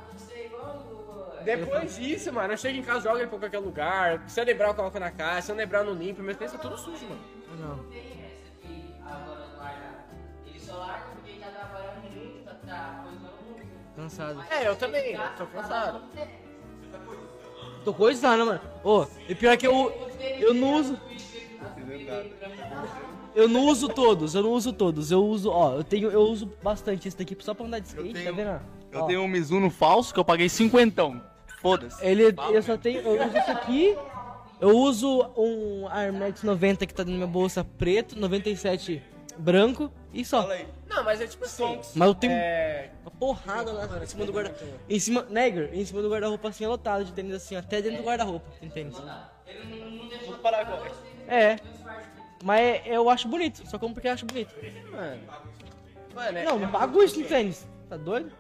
Speaker 7: Depois disso, mano, eu chego em casa, jogo ele pra qualquer lugar. Se eu lembrar, eu coloco na caixa. Se eu lembrar, eu não limpo. Meu tênis tá tudo sujo, mano.
Speaker 2: Não. Cansado.
Speaker 7: É, eu também. Tô cansado.
Speaker 2: Tô coisando, mano. Ô, e pior que eu. Eu não uso. Eu não uso todos, eu não uso todos. Eu uso, ó, eu tenho, eu uso bastante esse daqui só pra andar de skate, tá
Speaker 1: tenho-
Speaker 2: vendo?
Speaker 1: Eu
Speaker 2: Ó,
Speaker 1: dei um Mizuno falso que eu paguei cinquentão. Foda-se.
Speaker 2: Ele, eu só tenho, eu uso isso aqui. Eu uso um Armex 90 que tá na minha bolsa preto, 97 branco e só.
Speaker 6: Fala aí.
Speaker 7: Não, mas é tipo assim.
Speaker 2: Mas eu tenho
Speaker 7: É.
Speaker 2: uma porrada lá em cima do guarda-roupa. Em cima, Neger, em cima do guarda-roupa assim, é lotado de tênis assim, até dentro do guarda-roupa, tem tênis.
Speaker 6: Vou parar agora.
Speaker 2: É. Mas eu acho bonito, só como porque eu acho bonito.
Speaker 7: Mano. Mano, é-
Speaker 2: Não, não bagunça no tênis. Tá doido?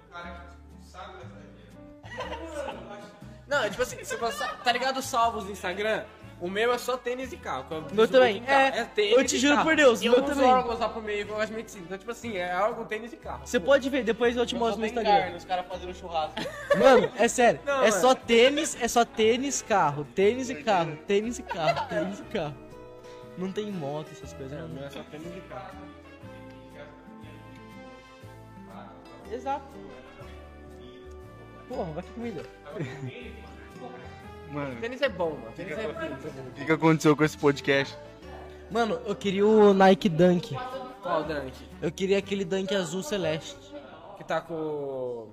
Speaker 7: Não, é tipo assim, você passa- tá ligado os salvos do Instagram? O meu é só tênis e carro. que eu
Speaker 2: Meu
Speaker 7: uso
Speaker 2: também,
Speaker 7: muito em carro.
Speaker 2: é. Eu te juro por Deus,
Speaker 7: E eu
Speaker 2: meu
Speaker 7: uso
Speaker 2: também.
Speaker 7: órgãos lá pro meio, eu gosto de medicina. Então, tipo assim, é algo tênis e carro.
Speaker 2: Você pode ver, depois eu te mostro no Instagram.
Speaker 6: os caras fazendo churrasco.
Speaker 2: Mano, é sério.
Speaker 7: Não,
Speaker 2: é
Speaker 7: mano.
Speaker 2: só tênis, é só tênis, carro. Tênis e carro, tênis e carro, tênis e carro. Não tem moto, essas coisas.
Speaker 7: O
Speaker 2: Não.
Speaker 7: meu é só tênis e carro.
Speaker 2: Exato. Porra, vai que comida.
Speaker 1: Mano,
Speaker 7: Tênis é bom, mano. Tênis é
Speaker 1: o que, que aconteceu com esse podcast?
Speaker 2: Mano, eu queria o Nike Dunk.
Speaker 7: Qual o Dunk?
Speaker 2: Eu queria aquele Dunk azul celeste.
Speaker 7: Que tá
Speaker 2: é?
Speaker 7: com.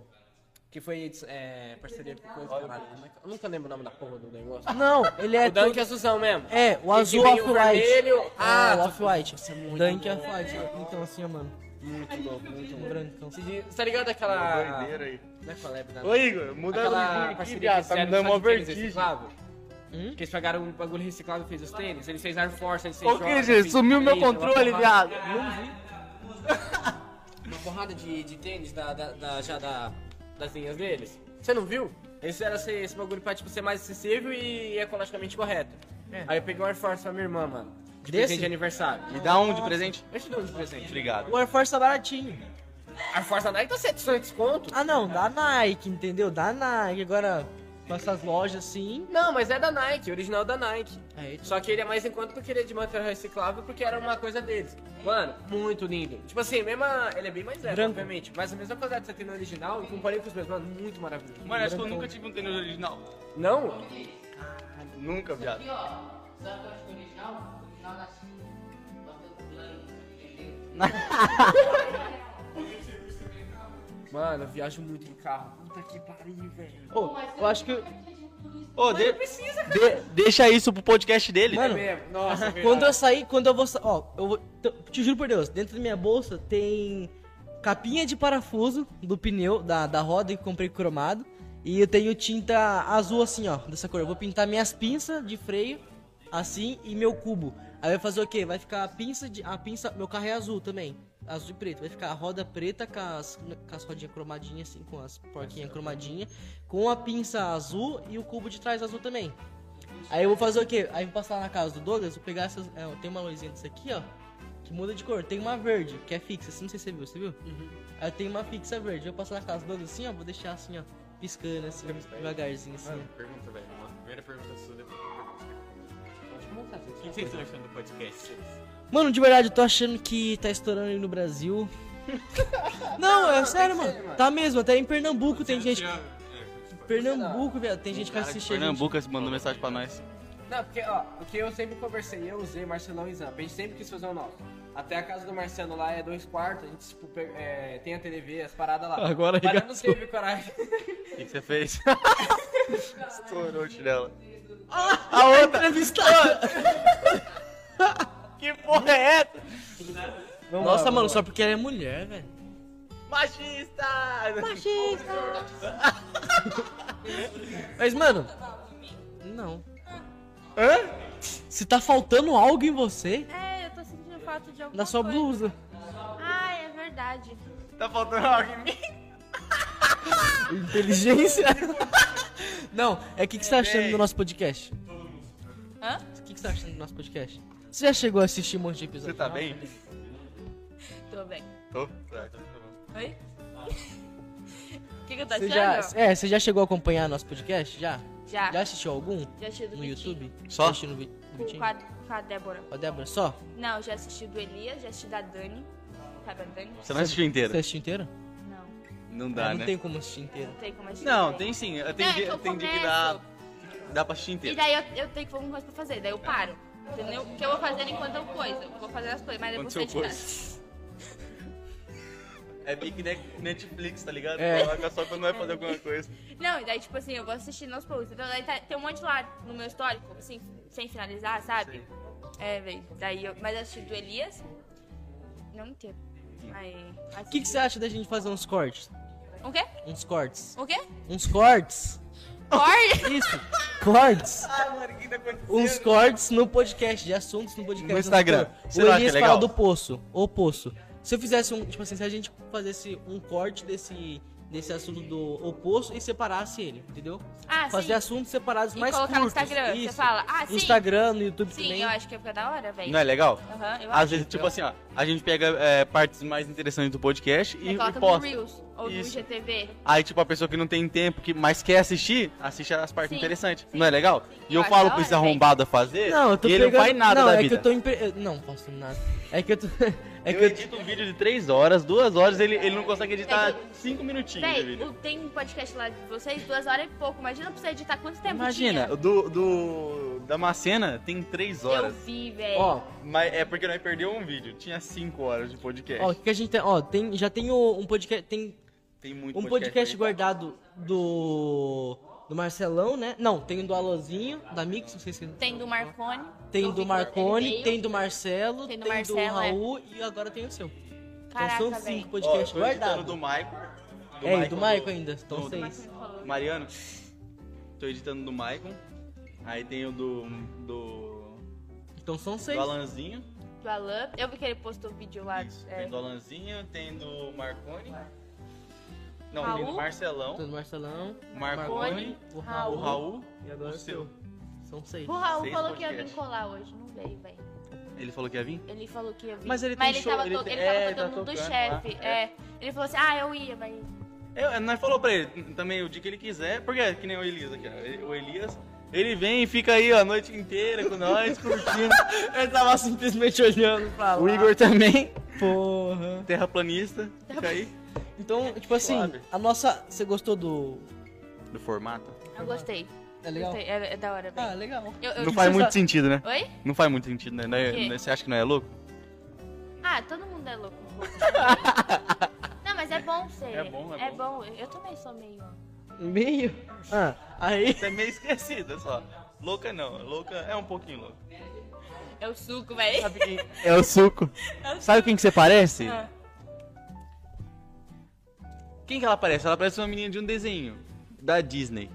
Speaker 7: Que foi é, parceria com coisa. Caralho, como é que- eu nunca lembro o nome da porra do negócio.
Speaker 2: Não, ele é.
Speaker 7: o Dunk é Suzão mesmo.
Speaker 2: É, o
Speaker 7: que
Speaker 2: azul
Speaker 7: vem o
Speaker 2: off-white.
Speaker 7: vermelho.
Speaker 2: Ah,
Speaker 7: Ah,
Speaker 2: o
Speaker 7: tu-
Speaker 2: off-white.
Speaker 7: Isso é muito
Speaker 2: Dunk
Speaker 7: bom.
Speaker 2: off-white. Então assim, ó, mano.
Speaker 7: Muito louco, muito
Speaker 2: Um
Speaker 7: louco.
Speaker 2: brancão.
Speaker 7: Esse dia- Você tá ligado aquela.
Speaker 1: Doideira aí.
Speaker 7: Não é qual é, Bernardo?
Speaker 1: Ah. Ô Igor, muda
Speaker 7: Aquela
Speaker 1: a aqui,
Speaker 7: parceria
Speaker 1: viado,
Speaker 7: que
Speaker 1: tá me
Speaker 7: fizeram,
Speaker 1: dando
Speaker 7: sabe,
Speaker 1: uma
Speaker 7: de tipo, ah, tênis
Speaker 1: vertigem.
Speaker 7: reciclável?
Speaker 2: Hum?
Speaker 7: Que eles pegaram um bagulho reciclado e fez os tênis, eles fez Air Force, eles fez
Speaker 1: Ô que gente, sumiu meu controle, viado.
Speaker 7: Uma porrada de, de tênis da, da, da- já da, das linhas deles. Você não viu? Esse era esse, esse bagulho pra tipo, ser mais acessível e ecologicamente correto. Aí eu peguei um Air Force pra minha irmã, mano. De
Speaker 2: Desse?
Speaker 7: presente de aniversário.
Speaker 1: Me dá um de presente?
Speaker 7: Eu te dou um de presente.
Speaker 1: Obrigado.
Speaker 2: O Air Force tá baratinho.
Speaker 7: Air Force da Nike tá 700 desconto.
Speaker 2: Ah, não, da Nike, entendeu? Da Nike. Agora, com essas lojas assim.
Speaker 7: Não, mas é da Nike, original da Nike.
Speaker 2: Aí, tu-
Speaker 7: Só que ele é mais enquanto porque ele é de material reciclável, porque era uma coisa deles. Mano, muito lindo. Tipo assim, mesma, ele é bem mais leve,
Speaker 2: Branco.
Speaker 7: obviamente. Mas a mesma qualidade que você tem no original, eu comparei com os meus, mano, muito maravilhoso.
Speaker 1: Mano, acho que eu nunca tive um tênis original.
Speaker 7: Não?
Speaker 1: Nunca, viado.
Speaker 6: Aqui, ó. Sabe o que eu acho que é original? Original da China. Bastante blanco, entendeu?
Speaker 7: Mano, eu viajo muito em carro. Puta que pariu, velho.
Speaker 2: Ô, eu acho que.
Speaker 1: Ô, de- de- deixa isso pro podcast dele.
Speaker 2: Mano,
Speaker 7: mesmo. Nossa, é verdade.
Speaker 2: quando eu sair, quando eu vou. sa- Ó, eu vou. t- Te juro por Deus, dentro da minha bolsa tem capinha de parafuso do pneu, da, da roda que eu comprei cromado. E eu tenho tinta azul assim, ó, dessa cor. Eu vou pintar minhas pinças de freio, assim, e meu cubo. Aí vai fazer o quê? Vai ficar a pinça de. A pinça. Meu carro é azul também. Azul e preto. Vai ficar a roda preta com as, com as rodinhas cromadinhas, assim, com as porquinhas cromadinhas. Com a pinça azul e o cubo de trás azul também. Aí eu vou fazer o quê? Aí eu vou passar lá na casa do Douglas, vou pegar essas. é, ó, tem uma luzinha dessa aqui, ó. Que muda de cor. Tem uma verde, que é fixa. Assim, não sei se você viu, você viu? Aí tem uma fixa verde. Eu vou passar na casa do Douglas assim, ó. Vou deixar assim, ó. Piscando assim, devagarzinho assim.
Speaker 5: Mano, pergunta, velho. Uma primeira pergunta sua, depois eu pergunto. O que vocês estão achando do podcast?
Speaker 2: Mano, de verdade, eu tô achando que tá estourando aí no Brasil. não, é sério, mano. Tá mesmo, até em Pernambuco tem gente. Pernambuco, velho, tem gente que
Speaker 1: Cara, de
Speaker 2: assiste a gente.
Speaker 1: Pernambuco mandou mensagem pra nós.
Speaker 7: Não, porque, ó, o que eu sempre conversei, eu usei Marcelão e Zampa, a gente sempre quis fazer o nosso. Até a casa do Marcelo lá é dois quartos, a gente tipo, pe- é, tem a TV, as paradas lá.
Speaker 1: Agora
Speaker 7: Mas eu não
Speaker 1: arregaçou.
Speaker 7: teve coragem.
Speaker 1: O que que você fez? Estourou o chinelo. A outra entrevistada. que porra é essa?
Speaker 2: Nossa, mano, só porque ela é mulher, velho.
Speaker 1: Machista!
Speaker 2: Mas, mano. Não.
Speaker 1: Hã?
Speaker 2: Se tá faltando algo em você,
Speaker 4: É, eu tô sentindo falta de alguma
Speaker 2: na sua
Speaker 4: coisa.
Speaker 2: blusa.
Speaker 4: Ah, é verdade.
Speaker 1: Tá faltando algo em mim?
Speaker 2: Inteligência. Não, é o que, que você tá achando
Speaker 1: Véi.
Speaker 2: do nosso podcast?
Speaker 4: Hã?
Speaker 2: O que, que você tá achando do nosso podcast? Você já chegou a assistir um monte de episódio?
Speaker 1: Você tá
Speaker 2: não?
Speaker 1: bem?
Speaker 4: Tô bem.
Speaker 1: Tô.
Speaker 4: Oi? O que, que eu tô
Speaker 2: Você
Speaker 4: achando?
Speaker 2: já, é, você já chegou a acompanhar nosso podcast? Já?
Speaker 4: Já.
Speaker 2: Já assistiu algum?
Speaker 4: Já assisti do
Speaker 2: No
Speaker 4: Vitinho.
Speaker 2: YouTube?
Speaker 1: Só?
Speaker 2: Já assistiu no vi- do
Speaker 4: Com,
Speaker 2: Vitinho?
Speaker 4: com, a, com a Débora.
Speaker 2: Ó, Débora, só?
Speaker 4: Não, já assisti do Elias, já assisti da Dani. Sabe a Dani?
Speaker 1: Você não assistiu inteiro?
Speaker 2: Você assistiu tá inteiro?
Speaker 4: Não, não
Speaker 1: Não
Speaker 2: Ah,
Speaker 1: dá,
Speaker 2: não
Speaker 1: né?
Speaker 2: tem como assistir inteiro.
Speaker 4: tem como assistir.
Speaker 1: Não,
Speaker 4: também.
Speaker 1: tem sim. Eu
Speaker 4: Não,
Speaker 1: tenho
Speaker 4: é que
Speaker 1: dia-
Speaker 4: eu
Speaker 1: tem dia que
Speaker 4: começo.
Speaker 1: dá, dá pra assistir
Speaker 4: E
Speaker 1: inteiro.
Speaker 4: daí eu, eu tenho que alguma coisa pra fazer, daí eu paro. Entendeu? Porque eu vou fazer enquanto eu coisa. Eu vou fazer as coisas, mas eu vou
Speaker 1: Enquanto eu
Speaker 4: sair de casa.
Speaker 1: É big Netflix, tá ligado?
Speaker 2: É.
Speaker 1: Coloca só quando vai fazer alguma coisa.
Speaker 4: Não, e daí, tipo assim, eu vou assistindo aos poucos. Então, daí tá- tem um monte lá no meu histórico, assim, sem finalizar, sabe? É, velho. Daí eu. Mas eu assisti do Elias. Não inteiro. Aí. assim.
Speaker 2: O que, que você acha da gente fazer uns cortes?
Speaker 4: O quê?
Speaker 2: Uns cortes.
Speaker 4: O quê?
Speaker 2: Uns cortes?
Speaker 4: Corte!
Speaker 2: Isso, cortes. Uns cortes no podcast, de assuntos no podcast.
Speaker 1: tá No Instagram.
Speaker 2: O
Speaker 1: Você não acha
Speaker 2: Elias
Speaker 1: é legal?
Speaker 2: fala do poço, o poço. Se eu fizesse um. Tipo assim, se a gente fizesse um corte desse. Desse assunto do oposto e separasse ele, entendeu?
Speaker 4: Ah,
Speaker 2: Fazer
Speaker 4: sim.
Speaker 2: assuntos separados
Speaker 4: E
Speaker 2: mais
Speaker 4: colocar no
Speaker 2: curtos.
Speaker 4: Instagram, você
Speaker 2: Isso.
Speaker 4: fala, ah, sim.
Speaker 2: Instagram, no YouTube
Speaker 4: Sim,
Speaker 2: também.
Speaker 4: eu acho que ia ficar da hora, velho.
Speaker 1: Não é legal?
Speaker 4: Aham, eu acho.
Speaker 1: Às vezes, tipo assim, ó, a gente pega é, partes mais interessantes do podcast e,
Speaker 4: Você
Speaker 1: e
Speaker 4: coloca no
Speaker 1: posta.
Speaker 4: Reels ou no
Speaker 1: Isso.
Speaker 4: IGTV.
Speaker 1: Aí, tipo, a pessoa que não tem tempo, que mais quer assistir, assiste as partes
Speaker 4: Sim,
Speaker 1: interessantes.
Speaker 4: sim.
Speaker 1: não é legal? E eu
Speaker 4: Eu
Speaker 1: falo
Speaker 4: acho
Speaker 1: pra esse
Speaker 4: da hora, né?
Speaker 1: arrombado a fazer,
Speaker 2: Não, eu tô
Speaker 1: e ele
Speaker 2: pegando-
Speaker 1: não faz nada
Speaker 2: não,
Speaker 1: da
Speaker 2: é
Speaker 1: vida.
Speaker 2: que eu tô impre... eu Não, faço nada. É que eu tô. é
Speaker 1: eu
Speaker 2: que eu...
Speaker 1: edito um vídeo de 3 horas, 2 horas, ele, ele não consegue editar
Speaker 4: É que
Speaker 1: 5 minutinhos de
Speaker 4: Véi,
Speaker 1: vídeo.
Speaker 4: o- tem um podcast lá de vocês, duas horas e pouco. Imagina pra você editar quanto tempo
Speaker 1: Imagina,
Speaker 4: tinha.
Speaker 1: o do, do Damascena tem 3
Speaker 4: Eu
Speaker 1: horas.
Speaker 4: vi, velho.
Speaker 2: Ó,
Speaker 1: Mas é porque nós perdeu um vídeo, tinha 5 horas de podcast.
Speaker 2: ó, o que que a gente tem? Ó, tem, já tem o- um podcast. Tem
Speaker 1: tem muito
Speaker 2: um podcast
Speaker 1: pra editar.
Speaker 2: guardado do. Do Marcelão, né? Não, tem o do Alozinho, da Mix, não sei se.
Speaker 4: Tem do Marconi.
Speaker 2: Tem
Speaker 4: Eu vi
Speaker 2: do
Speaker 4: que
Speaker 2: Marconi,
Speaker 4: veio.
Speaker 2: tem do Marcelo,
Speaker 4: Tem
Speaker 2: tem
Speaker 4: do
Speaker 2: do,
Speaker 4: Marcelo, é.
Speaker 2: Raul e agora tem o seu. então
Speaker 4: Caraca,
Speaker 2: são cinco
Speaker 4: velho.
Speaker 1: Ó, eu
Speaker 2: podcasts
Speaker 1: tô editando
Speaker 2: guardados.
Speaker 1: do Maico.
Speaker 2: é, e do Maicon ainda, então
Speaker 1: do-
Speaker 2: seis.
Speaker 4: Uhum.
Speaker 1: Mariano, tô editando do Maicon. Aí tem o do. do.
Speaker 2: Então são seis.
Speaker 1: do Alanzinho.
Speaker 4: Do Alan. Eu vi que ele postou o vídeo lá.
Speaker 1: Isso,
Speaker 4: é.
Speaker 1: Tem do Alanzinho, tem do Marconi. Não, tem do
Speaker 4: Raul?
Speaker 2: Tem
Speaker 1: Marcelão,
Speaker 2: do Marcelão,
Speaker 1: Marconi,
Speaker 2: o
Speaker 1: o
Speaker 2: Raul,
Speaker 4: Raul.
Speaker 1: Raul.
Speaker 2: e agora
Speaker 1: o
Speaker 2: o
Speaker 1: seu.
Speaker 2: seu. São seis.
Speaker 4: O Raul
Speaker 1: Seis
Speaker 4: falou que ia vir
Speaker 1: podcasts.
Speaker 4: colar hoje. Não veio, velho.
Speaker 1: Ele falou que ia vir?
Speaker 4: Ele falou que ia vir.
Speaker 1: Mas ele tem show,
Speaker 4: tava,
Speaker 1: ele
Speaker 4: to-
Speaker 1: tem-
Speaker 4: ele tava
Speaker 1: é,
Speaker 4: tocando
Speaker 1: tá
Speaker 4: no do
Speaker 1: tocando
Speaker 4: chefe.
Speaker 1: lá,
Speaker 4: É.
Speaker 1: é.
Speaker 4: Ele falou assim: ah, eu ia, mas.
Speaker 1: Eu, eu- nós falou pra ele também o dia que ele quiser, porque é que nem o Elias aqui, ó. Ele- O Elias. Ele vem e fica aí ó, a noite inteira com nós, curtindo.
Speaker 2: Eu tava simplesmente olhando pra lá.
Speaker 1: o Igor também,
Speaker 2: Porra.
Speaker 1: terraplanista, fica aí. É
Speaker 2: Então, tipo assim,
Speaker 1: Suave.
Speaker 2: a nossa. Você gostou do.
Speaker 1: Do formato.
Speaker 4: Eu gostei.
Speaker 2: É legal?
Speaker 4: Gostei. É, é da hora,
Speaker 2: Ah,
Speaker 4: velho.
Speaker 2: legal.
Speaker 4: Eu- eu-
Speaker 1: Não faz muito sentido, né?
Speaker 4: Oi?
Speaker 1: Não faz muito sentido, né? Não é-
Speaker 4: Por quê?
Speaker 1: não- Você acha que não é louco?
Speaker 4: Ah, todo mundo é louco. um pouco. Não, mas é bom ser.
Speaker 1: É bom, é
Speaker 4: bom. Eu também sou meio.
Speaker 2: Um Meio? Ah, aí.
Speaker 1: Você é meio esquecida só. Louca não, louca é um pouquinho louca.
Speaker 4: É o suco, velho.
Speaker 1: Sabe quem? É o suco. Sabe quem que você parece?
Speaker 4: Ah.
Speaker 1: Quem que ela parece? Ela parece uma menina de um desenho da Disney.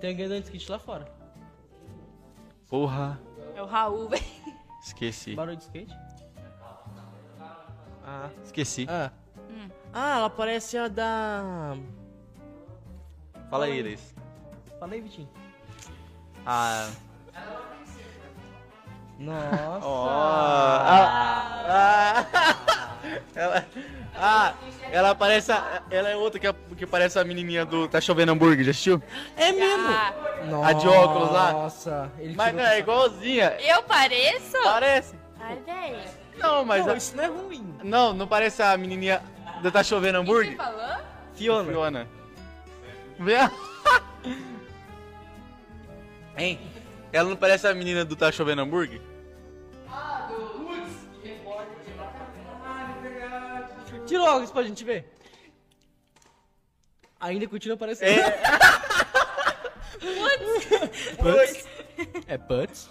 Speaker 2: Tem alguém dando skit lá fora.
Speaker 1: Porra,
Speaker 4: É o Raul, velho.
Speaker 1: esqueci.
Speaker 2: Barulho de skate? Ah.
Speaker 1: Esqueci.
Speaker 2: Ah. Ah, ela parece a da.
Speaker 1: Fala aí, Iris.
Speaker 2: Fala aí, Vitinho.
Speaker 1: Ah.
Speaker 2: Nossa.
Speaker 1: Ah. ela, ah, ela parece a- ela é outra que, a- que parece a menininha do Tá Chovendo Hambúrguer, já assistiu?
Speaker 2: É mesmo?
Speaker 4: Ah,
Speaker 2: Nossa.
Speaker 1: A de óculos lá.
Speaker 2: Nossa. Ele
Speaker 1: Mas não,
Speaker 2: tirou
Speaker 1: é
Speaker 2: com-
Speaker 1: igualzinha.
Speaker 4: eu pareço?
Speaker 1: Parece.
Speaker 4: Ai, velho.
Speaker 1: Não, mas
Speaker 2: Não,
Speaker 1: a-
Speaker 2: isso não é ruim.
Speaker 1: Não, não parece a menininha do Tá Chovendo
Speaker 4: Você
Speaker 1: Hambúrguer?
Speaker 4: falou?
Speaker 2: Fiona.
Speaker 1: Fiona. Vê- hein? Ela não parece a menina do Tá Chovendo Hambúrguer?
Speaker 2: Tira o óculos pra gente ver. Ainda continua parecendo. Putz. É Putz?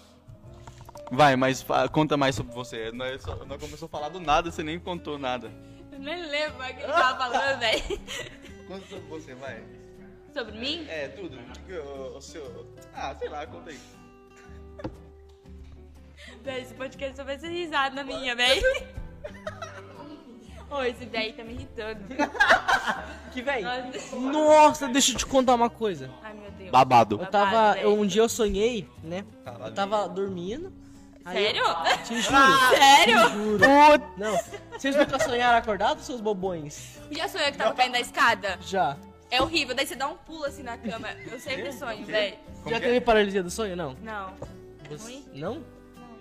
Speaker 1: Vai, mas fa- conta mais sobre você. Nós só- nós começou a falar do nada, você nem contou nada.
Speaker 4: Eu nem lembro mais o que ele tava falando, velho.
Speaker 1: Conta sobre você, vai.
Speaker 4: Sobre mim?
Speaker 1: É, tudo. O, seu... Ah, sei lá, conta aí.
Speaker 4: Véi, esse podcast só vai ser risada na minha, velho. Ô, esse daí tá me irritando.
Speaker 2: Que véi.
Speaker 4: Nossa.
Speaker 2: Nossa, deixa eu te contar uma coisa.
Speaker 4: Ai, meu Deus.
Speaker 1: Babado.
Speaker 2: Eu tava.
Speaker 4: Babado,
Speaker 2: eu-
Speaker 4: véi.
Speaker 2: um dia eu sonhei, né?
Speaker 1: Caralho.
Speaker 2: Eu tava dormindo. aí
Speaker 4: Sério?
Speaker 2: Eu, te juro.
Speaker 4: Ah! Sério?
Speaker 2: juro. Não. Vocês nunca sonharam acordado, seus bobões?
Speaker 4: Já sou eu que tava caindo da escada?
Speaker 2: Já.
Speaker 4: É horrível, daí você dá um pulo assim na cama. Eu sempre sonho, velho.
Speaker 2: Já teve paralisia do sonho? Não.
Speaker 4: Não,
Speaker 2: Você-
Speaker 4: Ruim?
Speaker 2: Não?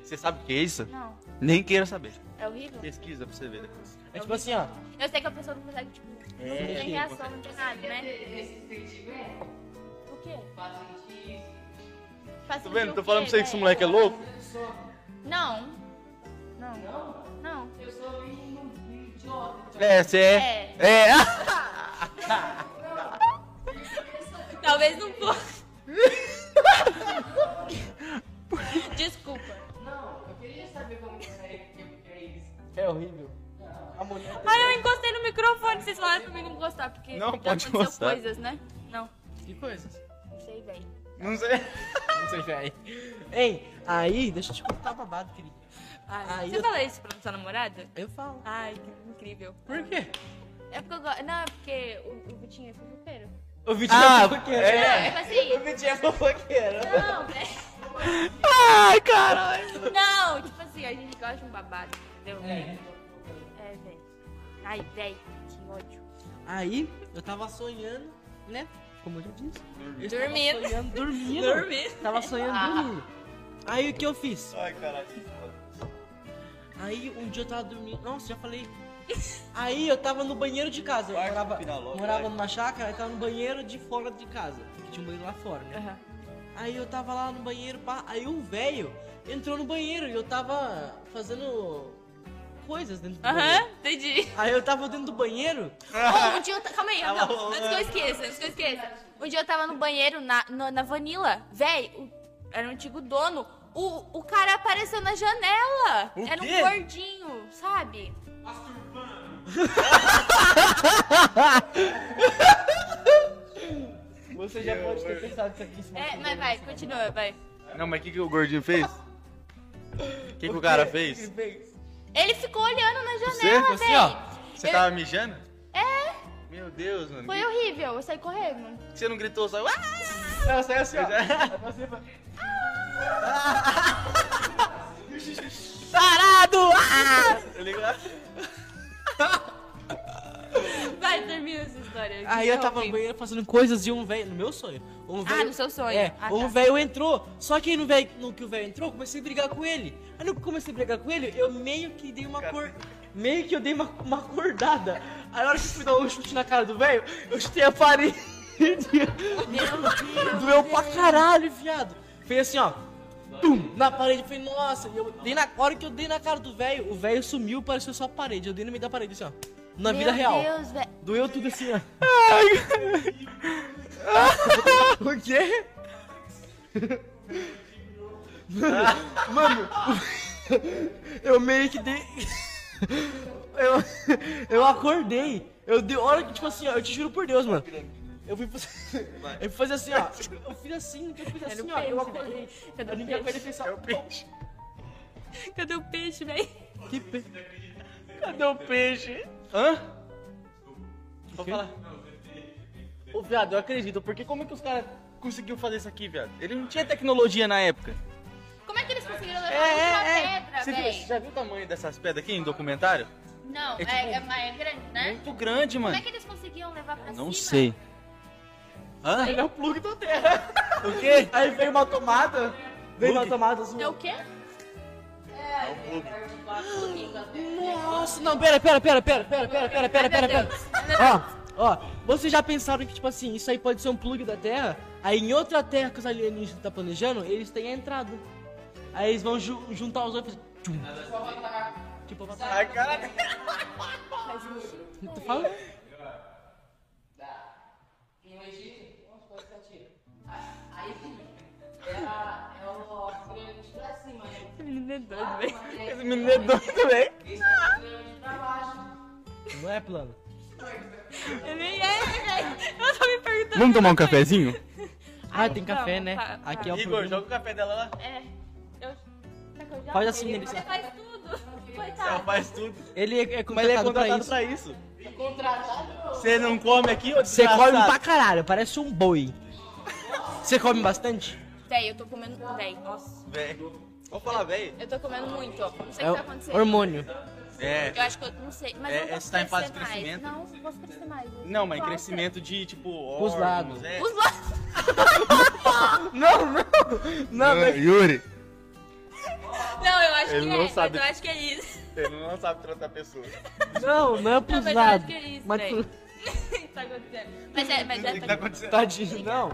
Speaker 1: Você sabe o que é isso?
Speaker 4: não.
Speaker 1: Nem queira saber.
Speaker 4: É horrível?
Speaker 1: Pesquisa pra você ver depois.
Speaker 2: É tipo assim, ó.
Speaker 4: Eu sei que a pessoa não consegue, tipo, não
Speaker 1: É.
Speaker 4: tem reação, não tem nada, né?
Speaker 6: Esse incentivo é
Speaker 4: O quê?
Speaker 6: bastante
Speaker 4: Faz
Speaker 1: Tô
Speaker 4: sentido
Speaker 1: vendo?
Speaker 4: o
Speaker 1: Tô falando
Speaker 4: quê,
Speaker 1: pra você que esse
Speaker 4: véi?
Speaker 1: moleque é louco?
Speaker 4: Não. Não. Não?
Speaker 6: Eu sou um idiota.
Speaker 1: É, você é. É.
Speaker 4: Talvez não fosse. Desculpa.
Speaker 6: Não, eu queria saber como que é, que que é isso.
Speaker 2: É horrível. A mulher.
Speaker 4: Ai, eu encostei no microfone, vocês falaram pra mim não gostar, porque
Speaker 1: Não,
Speaker 4: já
Speaker 1: pode
Speaker 4: aconteceu
Speaker 1: gostar.
Speaker 4: coisas, né? Não,
Speaker 2: Que coisas?
Speaker 4: não sei, velho.
Speaker 1: Não sei.
Speaker 2: Não sei, véi. Hein? Aí, deixa eu te contar o babado, querido.
Speaker 4: Ai,
Speaker 2: Ai,
Speaker 4: Você
Speaker 2: eu-
Speaker 4: fala isso pra sua namorada?
Speaker 2: Eu falo.
Speaker 4: Ai, que, que incrível.
Speaker 7: Por quê?
Speaker 4: É porque eu gosto. Não, é porque o, o Vitinho é fofoqueiro.
Speaker 7: O Vitinho
Speaker 2: Ah,
Speaker 7: é fofoqueiro.
Speaker 4: É, tipo assim.
Speaker 7: Vitinho é fofoqueiro.
Speaker 4: Não, né?
Speaker 2: Ai, caralho.
Speaker 4: Não, tipo assim, a gente gosta de um babado, entendeu? É, velho. Ai, velho, que ódio.
Speaker 2: Aí, eu tava sonhando, né? Como eu já disse. Eu estava
Speaker 4: Dormindo.
Speaker 2: Sonhando, dormindo.
Speaker 4: Dormindo. Ah.
Speaker 2: Tava sonhando, dormindo. Aí o que eu fiz?
Speaker 3: Ai, caralho.
Speaker 2: Aí um dia eu tava dormindo. Nossa, já falei. Aí eu tava no banheiro de casa. Eu
Speaker 3: Quarto,
Speaker 2: morava,
Speaker 3: final logo,
Speaker 2: morava
Speaker 3: vai.
Speaker 2: numa chácara, aí tava no banheiro de fora de casa. Que tinha um banheiro lá fora, né?
Speaker 4: Aham.
Speaker 2: Aí eu tava lá no banheiro, pá, aí um velho entrou no banheiro e eu tava fazendo coisas dentro do
Speaker 4: Aham,
Speaker 2: banheiro.
Speaker 4: entendi.
Speaker 2: Aí eu tava dentro do banheiro,
Speaker 4: Oh, um dia eu ta- Calma aí, não, antes que eu esqueça, antes que eu esqueça. Um dia eu tava no banheiro na, no- na Vanilla. Véi, o- era um antigo dono. O, o cara apareceu na janela. era um
Speaker 7: quê?
Speaker 4: gordinho, sabe?
Speaker 7: Você já pode ter pensado isso aqui.
Speaker 4: É, mas vai, continua, vai.
Speaker 1: Não, mas o que, que o gordinho fez? O que, que o cara fez?
Speaker 4: Ele ficou olhando na
Speaker 1: Você?
Speaker 4: janela,
Speaker 1: Você,
Speaker 4: véi.
Speaker 1: assim, ó. Você
Speaker 4: Eu-
Speaker 1: tava mijando? É. Meu Deus, mano.
Speaker 4: Foi horrível, eu saí correndo.
Speaker 1: Por que Você não gritou só. Ah!
Speaker 7: Não, sai assim, ó.
Speaker 2: tarado! Ah!
Speaker 1: Tá ligado?
Speaker 4: Vai, termina essa história.
Speaker 2: Aí eu tava no
Speaker 4: Interrompi.
Speaker 2: banheiro fazendo coisas e um velho, no meu sonho. Um velho,
Speaker 4: no seu sonho.
Speaker 2: É,
Speaker 4: Ah,
Speaker 2: um
Speaker 4: tá.
Speaker 2: velho entrou, só que aí no, velho, no que o velho entrou, eu comecei a brigar com ele. Aí no que eu comecei a brigar com ele, eu meio que dei uma cor. Meio que eu dei uma, uma acordada. Aí na hora que eu fui dar um chute na cara do velho, eu chutei a parede. Doeu pra caralho, viado. Fez assim, ó. Tum, na parede, eu falei, nossa, e eu dei na a hora que eu dei na cara do velho, o velho sumiu, pareceu só a parede. Eu dei no meio da parede, assim, ó. Na vida
Speaker 4: Meu
Speaker 2: real.
Speaker 4: Deus, velho.
Speaker 2: Doeu tudo assim, ó. o quê? Mano, eu meio que dei. Eu, eu acordei. Eu dei hora que, tipo assim, ó, eu te juro por Deus, mano. Eu fui, fa- eu fui fazer assim, ó. Eu fiz assim, eu fiz assim, ó. Eu acordei.
Speaker 4: Cadê
Speaker 2: Eu
Speaker 4: o
Speaker 2: nem me acordei e
Speaker 4: é peixe?
Speaker 1: É
Speaker 2: fiz só.
Speaker 4: Cadê o peixe, velho?
Speaker 2: Que pe...
Speaker 7: Cadê o peixe?
Speaker 1: Hã?
Speaker 7: Vou falar.
Speaker 1: Ô, viado, eu acredito. Porque como é que os caras conseguiu fazer isso aqui, viado? Ele não tinha tecnologia na época.
Speaker 4: Como é que eles conseguiram levar
Speaker 1: É,
Speaker 4: uma pedra,
Speaker 1: Você, viu, você
Speaker 4: velho?
Speaker 1: já viu o tamanho dessas pedras aqui em documentário?
Speaker 4: Não,
Speaker 1: É
Speaker 4: é,
Speaker 1: tipo-
Speaker 4: é, mas é grande, né?
Speaker 1: Muito grande,
Speaker 4: Como
Speaker 1: mano.
Speaker 4: é que eles conseguiam levar pra cima?
Speaker 1: Não sei. Hã?
Speaker 7: Ele é o plug da terra.
Speaker 2: É
Speaker 1: O quê?
Speaker 2: Aí veio uma tomada. Veio uma
Speaker 1: Bug.
Speaker 2: tomada assim.
Speaker 4: É o quê?
Speaker 2: Nossa, não, pera, pera, pera, pera, pera, pera, pera, pera, pera, pera. Ó, ó, vocês já pensaram que, tipo assim, isso aí pode ser um plug da Terra? Aí em outra Terra que os alienígenas estão planejando, eles têm a entrada. Aí eles vão ju- juntar os outros. Tchum. Tipo, avatar.
Speaker 7: Ai, caralho.
Speaker 2: Tu fala?
Speaker 6: Tem o Egito, vamos supor que você atira. Ah, Aí é, a, é o pirâmide pra cima, né?
Speaker 4: Menino é doido, velho.
Speaker 1: Esse menino é doido, velho.
Speaker 6: Esse é o pirâmide pra baixo.
Speaker 2: Não é plano.
Speaker 4: Eu nem é, velho. Eu tô me perguntando.
Speaker 1: Vamos tomar um cafezinho?
Speaker 2: Ah, tem café,
Speaker 4: vamos,
Speaker 2: né?
Speaker 4: tá, tá.
Speaker 2: Aqui é o
Speaker 7: Igor,
Speaker 2: programa.
Speaker 7: joga o café dela lá.
Speaker 1: um-
Speaker 4: É. Eu... Será que eu já-
Speaker 2: Faz assim nele,
Speaker 4: Você
Speaker 2: só.
Speaker 4: faz tudo.
Speaker 7: Ela
Speaker 4: Coitado.
Speaker 7: faz tudo.
Speaker 2: Ele é, é
Speaker 1: Mas ele é
Speaker 2: contratado pra
Speaker 1: contratado
Speaker 2: isso.
Speaker 1: pra isso.
Speaker 4: É
Speaker 6: Contratado
Speaker 1: Você não come aqui, ô
Speaker 2: Você
Speaker 1: desgraçado?
Speaker 2: come pra caralho, parece um boi. Você come bastante?
Speaker 4: Véi, eu tô comendo. Véi, nossa.
Speaker 1: Velho. Vou falar, velho.
Speaker 4: Eu tô comendo muito. Não sei
Speaker 2: É
Speaker 4: o
Speaker 2: o
Speaker 4: que tá acontecendo.
Speaker 2: hormônio.
Speaker 1: É.
Speaker 4: Eu acho que eu não sei. Mas
Speaker 1: É,
Speaker 4: eu não
Speaker 1: é,
Speaker 4: posso
Speaker 1: você tá em fase de
Speaker 4: crescer mais.
Speaker 1: crescimento?
Speaker 4: Não, não posso crescer mais.
Speaker 1: Não, mas
Speaker 4: Nossa.
Speaker 1: crescimento de, tipo,
Speaker 2: Os lados.
Speaker 1: É.
Speaker 4: Os lados.
Speaker 2: Não, não! Não, mas-
Speaker 1: Yuri.
Speaker 4: Não, eu acho
Speaker 1: Ele
Speaker 4: que
Speaker 1: não
Speaker 4: é.
Speaker 1: sabe.
Speaker 4: Mas eu acho que é isso.
Speaker 1: Ele não sabe tratar pessoas.
Speaker 2: não, não é
Speaker 4: Não,
Speaker 2: pros
Speaker 4: mas eu acho
Speaker 2: lados.
Speaker 4: que é isso,
Speaker 2: Mas
Speaker 4: véi.
Speaker 2: pro-
Speaker 4: que tá acontecendo? Mas é, mas é. Tá...
Speaker 1: acontecendo?
Speaker 2: Tadinho, não.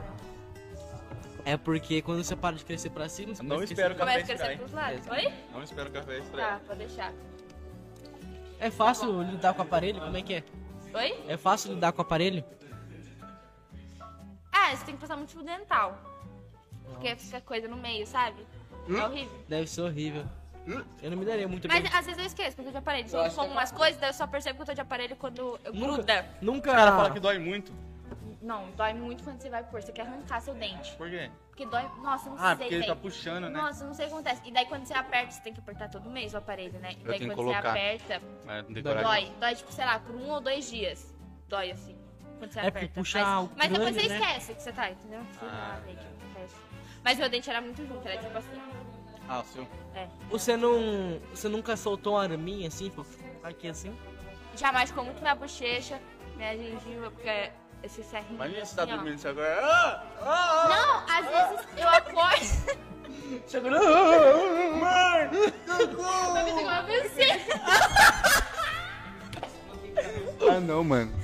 Speaker 2: É porque quando você para de crescer pra cima, você
Speaker 1: Não
Speaker 2: começa a
Speaker 1: espero
Speaker 2: crescer-
Speaker 4: Começa
Speaker 1: Café
Speaker 4: a crescer
Speaker 1: estraga.
Speaker 4: pros lados. Oi?
Speaker 1: Não espero o café
Speaker 4: Tá,
Speaker 1: estragar.
Speaker 4: vou deixar.
Speaker 2: É fácil lidar com o aparelho? Como é que é?
Speaker 4: Oi?
Speaker 2: É fácil lidar com o aparelho?
Speaker 4: Ah, você tem que passar muito dental. Porque fica coisa no meio, sabe?
Speaker 1: Hum?
Speaker 4: É horrível.
Speaker 2: Deve ser horrível. Eu não me daria muito
Speaker 4: Mas
Speaker 2: bem.
Speaker 4: às vezes eu esqueço, porque eu tô de aparelho. Se
Speaker 1: é
Speaker 4: eu como umas coisas, daí eu só percebo que eu tô de aparelho quando eu gruda.
Speaker 2: Nunca.
Speaker 1: O cara fala que dói muito.
Speaker 4: Não, dói muito quando você vai pôr. Você quer arrancar seu dente.
Speaker 1: Por quê?
Speaker 4: Porque dói. Nossa, não
Speaker 9: Ah,
Speaker 4: sei.
Speaker 9: porque ele tá
Speaker 4: velho.
Speaker 9: puxando, né?
Speaker 4: Nossa, não sei o que acontece. E daí quando você aperta, você tem que apertar todo mês o aparelho, né? E
Speaker 1: Eu
Speaker 4: daí
Speaker 1: tenho
Speaker 4: quando
Speaker 1: que
Speaker 4: você
Speaker 1: colocar.
Speaker 4: aperta,
Speaker 1: Mas não tem
Speaker 2: Dói.
Speaker 1: coragem.
Speaker 4: dói. Dói, tipo, sei lá, por um ou dois dias. Dói assim. Quando você
Speaker 2: É, porque
Speaker 4: aperta.
Speaker 2: puxa
Speaker 4: mas,
Speaker 2: o
Speaker 4: mas depois
Speaker 2: crânio,
Speaker 4: você
Speaker 2: né?
Speaker 4: esquece que você tá,
Speaker 1: Ah,
Speaker 4: entendeu? Sei
Speaker 1: é
Speaker 4: lá, velho, o que acontece. Mas meu dente era muito junto, era tipo assim.
Speaker 1: Ah, o seu.
Speaker 4: É.
Speaker 2: Você não. Você nunca soltou uma arminha assim, tipo, aqui assim?
Speaker 4: Jamais ficou muito minha bochecha, minha gengiva, porque esse serrinho.
Speaker 1: Imagina
Speaker 4: assim,
Speaker 1: você tá
Speaker 4: ó.
Speaker 1: dormindo isso agora. Ah!
Speaker 4: Não, às vezes eu acordo. Mãe, socorro! Uma vez assim,
Speaker 1: Ah, não, mano.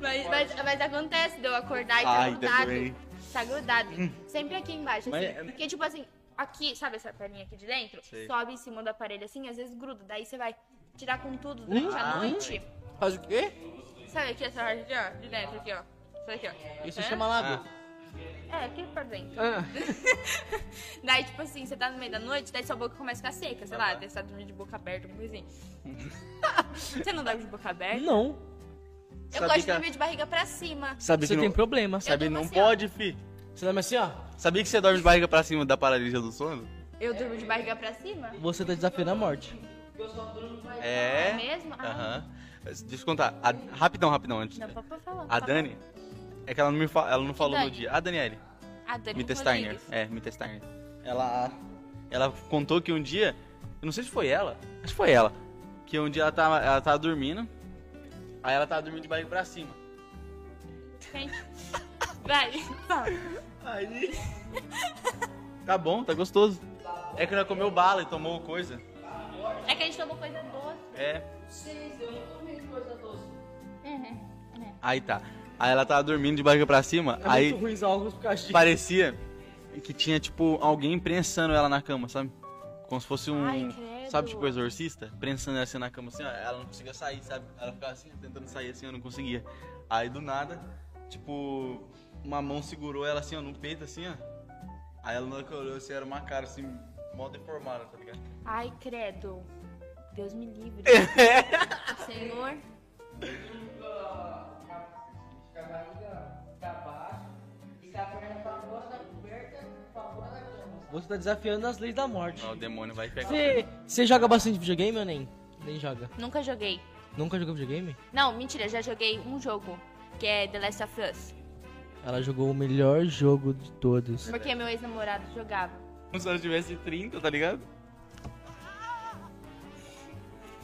Speaker 4: Mas, mas, mas acontece de eu acordar e tá
Speaker 1: Ai, ainda
Speaker 4: grudado.
Speaker 1: bem.
Speaker 4: Tá grudado. Sempre aqui embaixo, assim.
Speaker 2: é-
Speaker 1: Mas-
Speaker 4: Porque, tipo assim, aqui, sabe essa perninha aqui de dentro?
Speaker 1: Sei.
Speaker 4: Sobe em cima do aparelho, assim, às vezes gruda. Daí você vai tirar com tudo durante a noite.
Speaker 2: Hum? Ah. Faz o quê?
Speaker 4: Sabe aqui essa parte aqui, ó? De dentro, aqui, ó. Isso aqui, ó.
Speaker 2: Isso
Speaker 4: Hã?
Speaker 2: chama lago.
Speaker 4: É, aqui pra dentro.
Speaker 2: Ah.
Speaker 4: daí, tipo assim, você tá no meio da noite, daí sua boca começa a ficar seca, sei lá, daí você tá dormindo de boca aberta, alguma coisa assim. você não dorme de boca aberta?
Speaker 2: Não.
Speaker 4: Eu
Speaker 9: Sabe
Speaker 4: gosto de
Speaker 9: que a-
Speaker 4: dormir de barriga pra cima.
Speaker 9: Sabe
Speaker 2: Você
Speaker 9: que
Speaker 2: tem
Speaker 9: não,
Speaker 2: problema.
Speaker 9: sabe,
Speaker 4: Eu durmo
Speaker 9: não
Speaker 4: assim, ó.
Speaker 9: pode, fi.
Speaker 2: Você dorme assim, ó.
Speaker 1: Sabia que você dorme de barriga pra cima da paralisia do sono?
Speaker 4: Eu durmo de barriga pra cima?
Speaker 2: Você tá desafiando a morte.
Speaker 4: É
Speaker 1: É.
Speaker 4: mesmo? Ah,
Speaker 1: Aham. Deixa eu contar. A- Rapidão, rapidão. Antes.
Speaker 4: não, papai falou.
Speaker 1: A
Speaker 4: papai.
Speaker 1: Dani. É que ela não, me fa- ela não falou
Speaker 4: Dani?
Speaker 1: no dia. A Daniele.
Speaker 4: A Dani
Speaker 1: Mitesteiner.
Speaker 4: Rodrigues.
Speaker 1: É, Mitesteiner. Ela. Ela contou que um dia. Eu não sei se foi ela. Acho que foi ela. Que um dia ela tava, ela tava dormindo. Aí ela tava dormindo de barriga pra cima.
Speaker 4: Gente, Vai, fala.
Speaker 1: Aí. Tá bom, tá gostoso. É que ela comeu bala e tomou coisa.
Speaker 4: É que a gente tomou coisa doce.
Speaker 1: É.
Speaker 4: É.
Speaker 1: Aí tá. Aí ela tava dormindo de barriga pra cima.
Speaker 2: É
Speaker 1: aí
Speaker 2: muito ruim os óculos porque eu achei.
Speaker 1: parecia que tinha, tipo, alguém prensando ela na cama, sabe? Como se fosse um.
Speaker 4: Ai, credo.
Speaker 1: sabe, tipo, exorcista? Prensando ela assim na cama, assim, ó. Ela não conseguia sair, sabe? Ela ficava assim, tentando sair assim, eu não conseguia. Aí do nada, tipo, uma mão segurou ela assim, ó, no peito, assim, ó. Aí ela na hora que olhou assim, era uma cara assim, mal deformada, tá ligado?
Speaker 4: Ai, credo. Deus me livre. É. Senhor.
Speaker 6: Com a barriga pra baixo e com a perna pra fora da coberta, pra fora da cama.
Speaker 2: Você tá desafiando as leis da morte.
Speaker 1: Ó, o demônio vai pegar.
Speaker 2: Você, você joga bastante videogame ou nem? Nem joga.
Speaker 4: Nunca joguei.
Speaker 2: Nunca jogou videogame?
Speaker 4: Não, mentira, já joguei um jogo. Que é The Last of Us.
Speaker 2: Ela jogou o melhor jogo de todos.
Speaker 4: Porque meu ex-namorado jogava.
Speaker 1: Como se ela tivesse 30, tá ligado?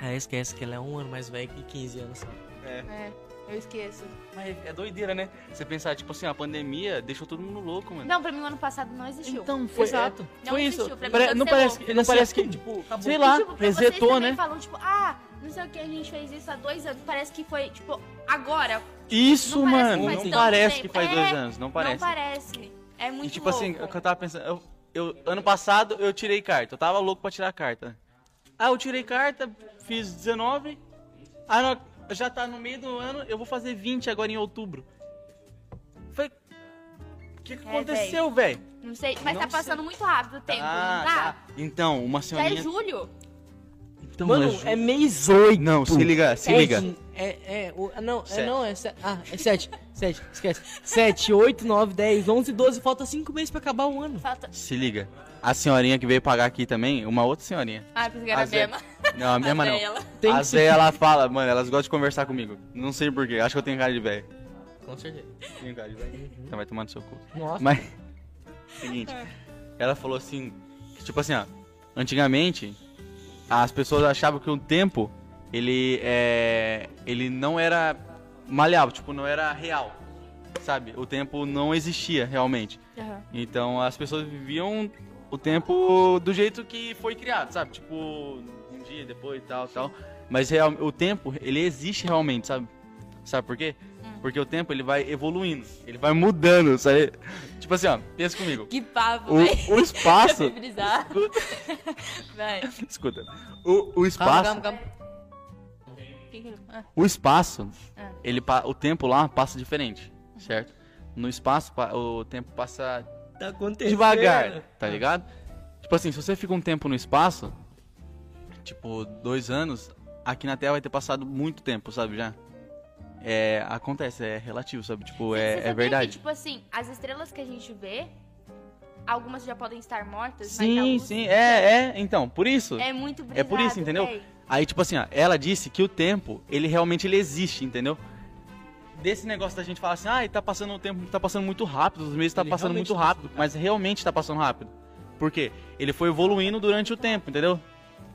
Speaker 2: Ah, esquece que ela é um ano mais velha que 15 anos.
Speaker 4: É, eu esqueço.
Speaker 1: Mas é doideira, né? Você pensar, tipo assim, a pandemia deixou todo mundo louco, mano.
Speaker 4: Não, pra mim o ano passado não existiu.
Speaker 2: Então foi exato.
Speaker 4: Não
Speaker 2: foi
Speaker 4: existiu,
Speaker 2: isso.
Speaker 4: pra mim
Speaker 2: Pare-
Speaker 4: cancelou.
Speaker 2: não parece, que- não
Speaker 4: Assim,
Speaker 2: parece que tipo, acabou.
Speaker 4: E,
Speaker 2: sei lá,
Speaker 4: tipo, pra vocês
Speaker 2: resetou,
Speaker 4: também
Speaker 2: né?
Speaker 4: falam, tipo, ah, não sei o que, a gente fez isso há dois anos. Parece que foi, tipo, agora.
Speaker 1: Isso,
Speaker 4: Não parece que
Speaker 1: mano,
Speaker 4: faz
Speaker 1: não
Speaker 4: tanto
Speaker 1: parece
Speaker 4: tempo.
Speaker 1: que faz
Speaker 4: É,
Speaker 1: dois anos, não parece.
Speaker 4: Não parece. É muito
Speaker 1: E tipo assim,
Speaker 4: louco.
Speaker 1: o que eu tava pensando, eu, eu- ano passado eu tirei carta, eu tava louco pra tirar carta. Ah, eu tirei carta, fiz 19, ah, não, já tá no meio do ano, eu vou fazer 20 agora em outubro. Falei, o que, que
Speaker 4: É,
Speaker 1: aconteceu, velho?
Speaker 4: Não sei, mas
Speaker 1: Não
Speaker 4: tá passando muito rápido o tempo,
Speaker 1: Ah,
Speaker 4: não tá?
Speaker 1: Então, uma
Speaker 4: Já é
Speaker 1: senhorinha...
Speaker 4: julho.
Speaker 1: Então,
Speaker 2: Mano,
Speaker 1: é ju-
Speaker 2: é mês 8.
Speaker 1: Não, se liga, se
Speaker 2: Sete-
Speaker 1: liga.
Speaker 2: É, é, o- ah, não, é,
Speaker 1: Sete.
Speaker 2: não, é, se- ah, é 7, 7, esquece. 7, 8, 9, 10, 11, 12, falta 5 meses pra acabar o ano.
Speaker 4: Falta...
Speaker 1: Se liga. A senhorinha que veio pagar aqui também, uma outra senhorinha.
Speaker 4: Ah, pensei que era a
Speaker 1: A Zé-
Speaker 4: Bema.
Speaker 1: Não, a mesma
Speaker 4: A
Speaker 1: não.
Speaker 4: Bela.
Speaker 2: Tem
Speaker 1: a
Speaker 2: que
Speaker 1: Zé, ela fala, mano, elas gostam de conversar comigo. Não sei porquê, acho que eu tenho cara de velho.
Speaker 2: Com certeza. Uhum.
Speaker 1: Tenho cara de velho. Então vai tomar no seu cu.
Speaker 2: Nossa.
Speaker 1: Mas, seguinte,
Speaker 4: Ah.
Speaker 1: ela falou assim, que, tipo assim, ó, antigamente, as pessoas achavam que o tempo, ele é, ele não era maleável, tipo, não era real, sabe? O tempo não existia realmente. Então as pessoas viviam o tempo do jeito que foi criado, sabe? Tipo, um dia depois e tal, tal. Mas real, o tempo, ele existe realmente, sabe? Sabe por quê? Porque o tempo ele vai evoluindo, ele vai mudando, sabe? Tipo assim, ó, pensa comigo.
Speaker 4: Que pavo, velho.
Speaker 1: O, o espaço.
Speaker 4: Fibrilizar. Vai.
Speaker 1: escuta. O, o espaço.
Speaker 4: Fica- ah,
Speaker 1: O espaço,
Speaker 4: Ah.
Speaker 1: ele, pa- o tempo lá passa diferente, certo? No espaço, pa- o tempo passa
Speaker 2: Tá acontecendo.
Speaker 1: devagar, tá ligado? Tipo assim, se você fica um tempo no espaço, tipo, dois anos, aqui na Terra vai ter passado muito tempo, sabe, já. É, acontece, é relativo, sabe? Tipo,
Speaker 4: Você
Speaker 1: é,
Speaker 4: sabia
Speaker 1: é verdade.
Speaker 4: Que, tipo assim, as estrelas que a gente vê, algumas já podem estar mortas, mas a
Speaker 1: Sim,
Speaker 4: luz
Speaker 1: sim, é, é, então, por isso.
Speaker 4: É muito brilhado,
Speaker 1: É por isso, entendeu?
Speaker 4: véi.
Speaker 1: Aí, tipo assim, ó, ela disse que o tempo, ele realmente ele existe, entendeu? Desse negócio da gente falar assim, ah, tá passando o tempo, tá passando muito rápido, os meses tá
Speaker 2: Ele
Speaker 1: passando
Speaker 2: realmente
Speaker 1: muito
Speaker 2: tá
Speaker 1: rápido, mas realmente tá passando rápido. Por quê? Ele foi evoluindo durante o tempo, entendeu?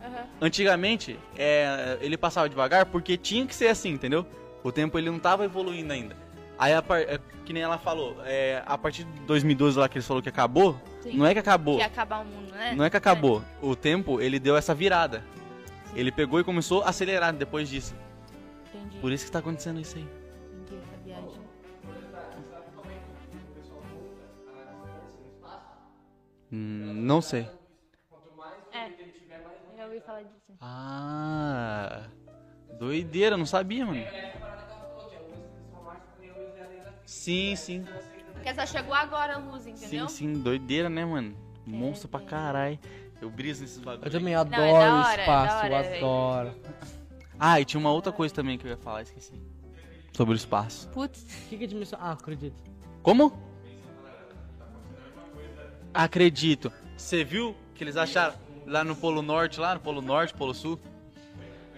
Speaker 4: Aham.
Speaker 1: Antigamente, é, ele passava devagar porque tinha que ser assim, entendeu? O tempo ele não tava evoluindo ainda. Aí, a par- é, que nem ela falou, é, a partir de 2012 lá que eles falou que acabou,
Speaker 4: Sim.
Speaker 1: não é que acabou,
Speaker 4: Que ia acabar o mundo, né?
Speaker 1: não é que acabou. O tempo, ele deu essa virada. Ele pegou e começou a acelerar depois disso.
Speaker 4: Entendi,
Speaker 1: Por isso que tá acontecendo isso aí.
Speaker 4: entendi essa viagem.
Speaker 1: Hum, não sei.
Speaker 4: É, eu já ouvi falar disso.
Speaker 1: Ah. Doideira, não sabia, mano. Sim, sim.
Speaker 4: Porque só chegou agora a luz,
Speaker 1: Sim,
Speaker 4: entendeu?
Speaker 1: sim, doideira, né, mano? Monstro pra caralho. Eu briso nesses bagulho.
Speaker 2: Eu também
Speaker 4: é da
Speaker 2: adoro
Speaker 4: hora,
Speaker 2: espaço,
Speaker 4: é da hora,
Speaker 2: eu
Speaker 4: velho.
Speaker 2: adoro.
Speaker 1: Ah, e tinha uma outra coisa também que eu ia falar, esqueci. Sobre o espaço.
Speaker 4: Putz,
Speaker 2: O que, que é dimensão? Ah, acredito.
Speaker 1: Como? Acredito. Você viu que eles acharam lá no Polo Norte, lá no Polo Norte, Polo Sul?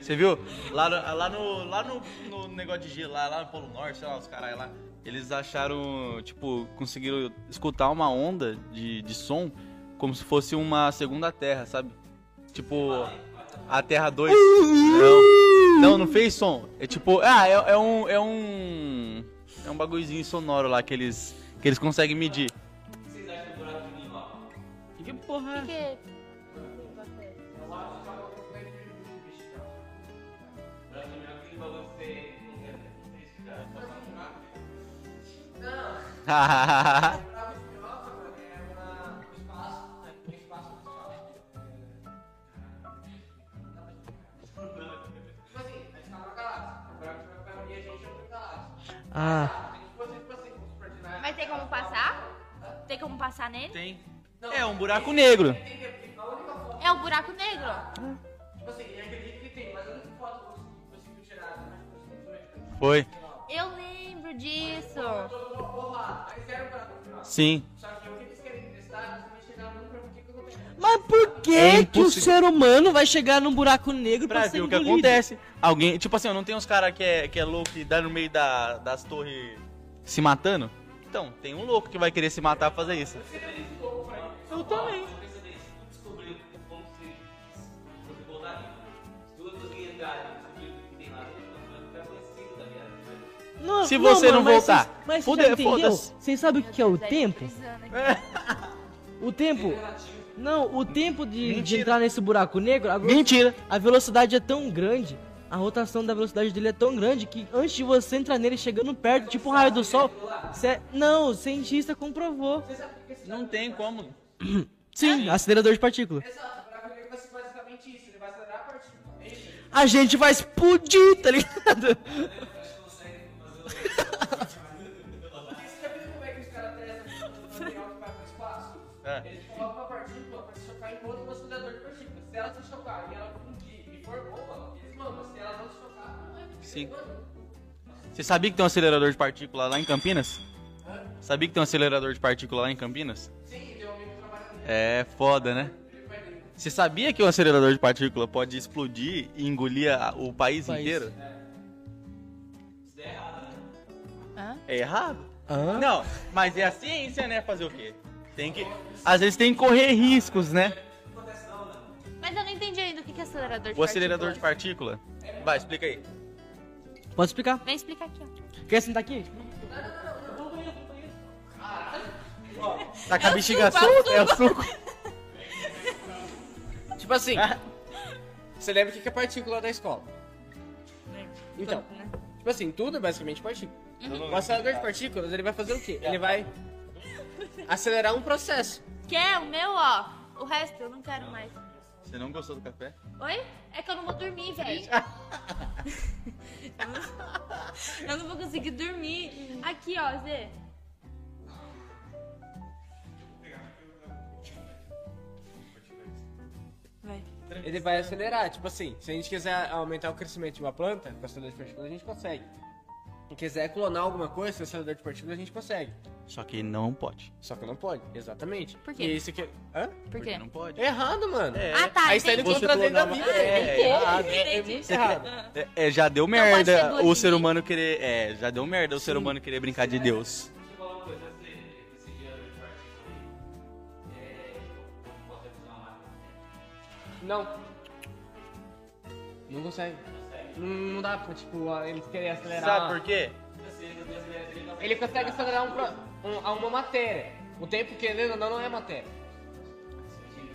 Speaker 1: Você viu? Lá, no- lá, no, lá no, no negócio de gelo, lá, lá no Polo Norte, sei lá, os caras lá. Eles acharam, tipo, conseguiram escutar uma onda de, de som como se fosse uma segunda Terra, sabe? Tipo, a Terra 2. Não, não, não fez som. É tipo, ah, é, é um. É um. É um bagulhozinho sonoro lá que eles, que eles conseguem medir. Que porra
Speaker 4: que que é?
Speaker 2: Ah,
Speaker 4: Vai ter como passar? Tem como passar nele?
Speaker 1: Tem. É um buraco negro.
Speaker 4: É o buraco negro.
Speaker 1: Foi.
Speaker 4: Eu lembro disso.
Speaker 1: Sim.
Speaker 2: mas por que
Speaker 1: É
Speaker 2: que o
Speaker 1: impossível.
Speaker 2: ser humano vai chegar num buraco negro pra
Speaker 1: Pra
Speaker 2: ser
Speaker 1: ver o que
Speaker 2: engolido?
Speaker 1: acontece. Alguém. Tipo assim, ó, não tem uns caras que é, que é louco e dá no meio da, das torres se matando? Então, tem um louco que vai querer se matar pra fazer isso. Eu também.
Speaker 2: Não,
Speaker 1: Se você não
Speaker 2: mas
Speaker 1: voltar,
Speaker 2: vocês- Mas
Speaker 1: fuder,
Speaker 2: você já entendeu?
Speaker 1: foda-se.
Speaker 2: Vocês sabem o que que é o tempo?
Speaker 4: É.
Speaker 2: O tempo... Não, o tempo de, de entrar nesse buraco negro, a, velo-
Speaker 1: Mentira.
Speaker 2: a velocidade é tão grande, a rotação da velocidade dele é tão grande que antes de você entrar nele chegando perto, tipo o raio do sol, cê- é- não, o cientista comprovou. É.
Speaker 1: Não tem como.
Speaker 2: Sim, acelerador de partícula. A gente vai explodir, tá ligado?
Speaker 1: É. Sim. Você sabia que tem um acelerador de partícula lá em Campinas? Sabia que tem um acelerador de partícula lá em Campinas? É foda, né? Você sabia que um acelerador de partícula pode explodir e engolir a- o país,
Speaker 2: País.
Speaker 1: inteiro?
Speaker 4: Hã?
Speaker 1: É errado.
Speaker 2: Hã?
Speaker 1: Não, mas é a ciência, né? Fazer o quê? Tem que. Às vezes tem que correr riscos, né?
Speaker 4: Mas eu não entendi ainda o que que é acelerador de
Speaker 1: O acelerador de
Speaker 4: partículas.
Speaker 1: partícula. Vai, explica aí.
Speaker 2: Pode explicar?
Speaker 4: Vem explicar aqui, ó.
Speaker 2: Quer sentar aqui?
Speaker 1: Tá com a bexiga
Speaker 4: suco, é o
Speaker 1: suco? É o suco.
Speaker 7: Tipo assim, você lembra o que que é partícula da escola? Então,
Speaker 4: Né?
Speaker 7: tipo assim, tudo é basicamente partícula.
Speaker 4: Uhum.
Speaker 7: O acelerador de partículas, ele vai fazer o quê? Ele vai acelerar um processo.
Speaker 4: Quer é o meu, ó? O resto eu não quero mais.
Speaker 1: Você não gostou do café?
Speaker 4: Oi? É que eu não vou dormir, velho. eu não vou conseguir dormir. Aqui, ó, Zê. Vai.
Speaker 1: Três.
Speaker 7: ele vai acelerar. Tipo assim, se a gente quiser aumentar o crescimento de uma planta, com acelerador de partículas a gente consegue. Se quiser clonar alguma coisa, com acelerador de partículas a gente consegue.
Speaker 1: Só que não pode.
Speaker 7: Só que não pode, exatamente.
Speaker 4: Por quê?
Speaker 7: E isso que... é- Hã?
Speaker 4: Por quê?
Speaker 1: Não pode.
Speaker 7: Errado, mano. É.
Speaker 4: Ah, tá,
Speaker 7: Aí está indo
Speaker 4: entendi.
Speaker 7: contra a lei da
Speaker 1: clonar
Speaker 7: vida.
Speaker 1: uma-
Speaker 7: É,
Speaker 1: É,
Speaker 7: é errado,
Speaker 4: entendi,
Speaker 7: é, é
Speaker 4: entendi.
Speaker 7: muito errado.
Speaker 1: É, é, já deu
Speaker 4: pode ser
Speaker 1: merda
Speaker 4: do
Speaker 1: o ser
Speaker 4: limite.
Speaker 1: humano querer. É, já deu merda o ser humano querer brincar de Deus.
Speaker 7: Não. Não consegue. Não, não dá pra, tipo, a- eles querem acelerar.
Speaker 3: Sabe por quê?
Speaker 7: Ele consegue acelerar um pro- um- a uma matéria. O tempo, querendo ou não, não é matéria.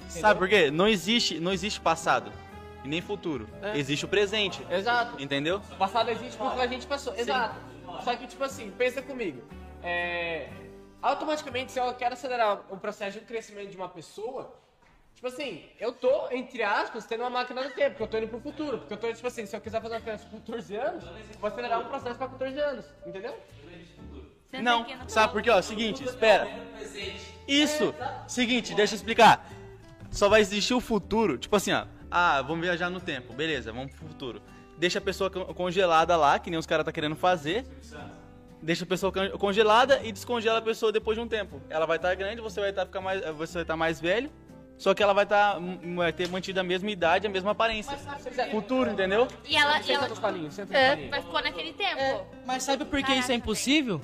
Speaker 1: Sabe por quê? Não existe, não existe passado e nem futuro.
Speaker 7: É.
Speaker 1: Existe o presente.
Speaker 7: Exato.
Speaker 1: Entendeu?
Speaker 7: O passado existe porque a gente passou. Exato. Só que, tipo assim, pensa comigo. É, Automaticamente, se eu quero acelerar o processo de um crescimento de uma pessoa, tipo assim, eu tô, entre aspas, tendo uma máquina do tempo, porque eu tô indo pro futuro. Porque eu tô, tipo assim, se eu quiser fazer uma criança com 14 anos, eu vou acelerar um processo pra 14 anos, entendeu?
Speaker 4: Senta
Speaker 1: Não,
Speaker 4: aqui no
Speaker 1: sabe
Speaker 4: colo.
Speaker 1: por quê? Ó, seguinte, espera. Isso! Seguinte, deixa eu explicar. Só vai existir o futuro, tipo assim, ó. Ah, vamos viajar no tempo, beleza, vamos pro futuro. Deixa a pessoa con- congelada lá, que nem os caras tá querendo fazer. Deixa a pessoa con- congelada e descongela a pessoa depois de um tempo. Ela vai estar grande, você vai tá ficar mais, você vai estar mais velho. Só que ela vai, tá, m- vai ter mantido a mesma idade, a mesma aparência. Futuro, entendeu?
Speaker 4: E ela, e
Speaker 7: Senta
Speaker 4: ela
Speaker 7: nos palinhos, senta nos
Speaker 4: é,
Speaker 7: palinhos.
Speaker 4: vai ficou naquele tempo.
Speaker 2: É, Mas sabe por que
Speaker 4: Caraca, Hum.
Speaker 2: isso é impossível?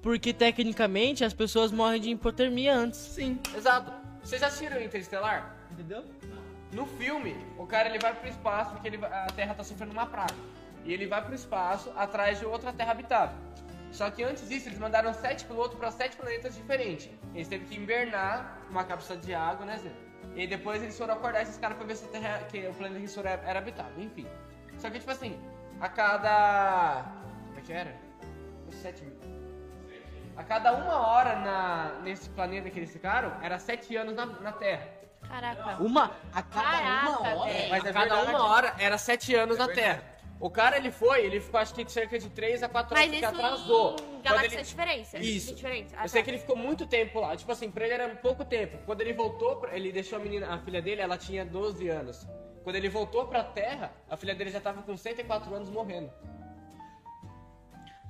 Speaker 2: Porque tecnicamente as pessoas morrem de hipotermia antes.
Speaker 7: Exato. Vocês já assistiram Interestelar? Entendeu? No filme, o cara ele vai pro espaço porque ele, vai- a Terra tá sofrendo uma praga. E ele vai pro espaço atrás de outra Terra habitável. Só que antes disso, eles mandaram sete pilotos para sete planetas diferentes. Eles teve que invernar uma cápsula de água, né, Zé? E depois eles foram acordar esses caras pra ver se a terra, que o planeta Rissura era, era habitável, enfim. Só que, tipo assim, a cada. Como é que era? Os Sete mil. A cada uma hora na, nesse planeta que eles ficaram, era sete anos na, na Terra.
Speaker 4: Caraca.
Speaker 2: Uma.
Speaker 6: A
Speaker 4: Caraca, velho.
Speaker 7: Mas é a cada uma hora era sete anos
Speaker 4: É
Speaker 7: na Terra. O cara, ele foi, ele ficou acho que cerca de três a quatro
Speaker 4: Mas
Speaker 7: anos, porque
Speaker 4: isso
Speaker 7: atrasou.
Speaker 4: em
Speaker 7: Quando
Speaker 4: galáxias
Speaker 7: ele...
Speaker 4: diferentes.
Speaker 7: Isso.
Speaker 4: Diferentes. Ah,
Speaker 7: Eu sei
Speaker 4: tá.
Speaker 7: que ele ficou muito tempo lá. Tipo assim, pra ele era pouco tempo. Quando ele voltou, pra- ele deixou a menina, a filha dele, ela tinha 12 anos. Quando ele voltou pra Terra, a filha dele já tava com 104 anos morrendo.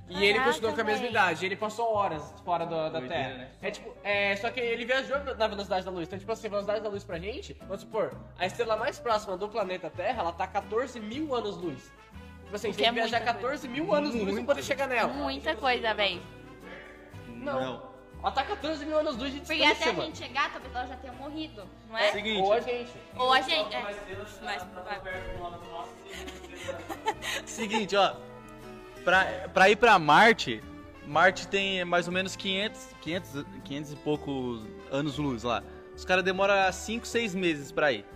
Speaker 7: E ele
Speaker 4: Caraca,
Speaker 7: continuou com a mesma
Speaker 4: véi.
Speaker 7: idade, ele passou horas fora da, da Terra. É tipo, é, só que ele viajou na velocidade da luz. Então, tipo assim, a velocidade da luz pra gente, vamos supor, a estrela mais próxima do planeta Terra, ela tá 14 mil anos luz. Tipo assim, a gente
Speaker 4: que
Speaker 7: tem
Speaker 4: é
Speaker 7: que viajar
Speaker 4: muita
Speaker 7: 14 mil anos luz pra poder chegar nela.
Speaker 4: Muita coisa, véi.
Speaker 7: Não. Ela tá 14 mil anos luz de
Speaker 4: Porque até
Speaker 7: distância,
Speaker 4: a
Speaker 7: mano.
Speaker 4: gente chegar, talvez ela já tenha morrido, não é?
Speaker 1: Seguinte.
Speaker 7: Ou a gente.
Speaker 4: Ou a gente. É, mais provável.
Speaker 1: Seguinte, ó. Pra, pra ir pra Marte, Marte tem mais ou menos 500, 500, 500 e poucos anos-luz lá. Os caras demoram 5, 6 meses pra ir.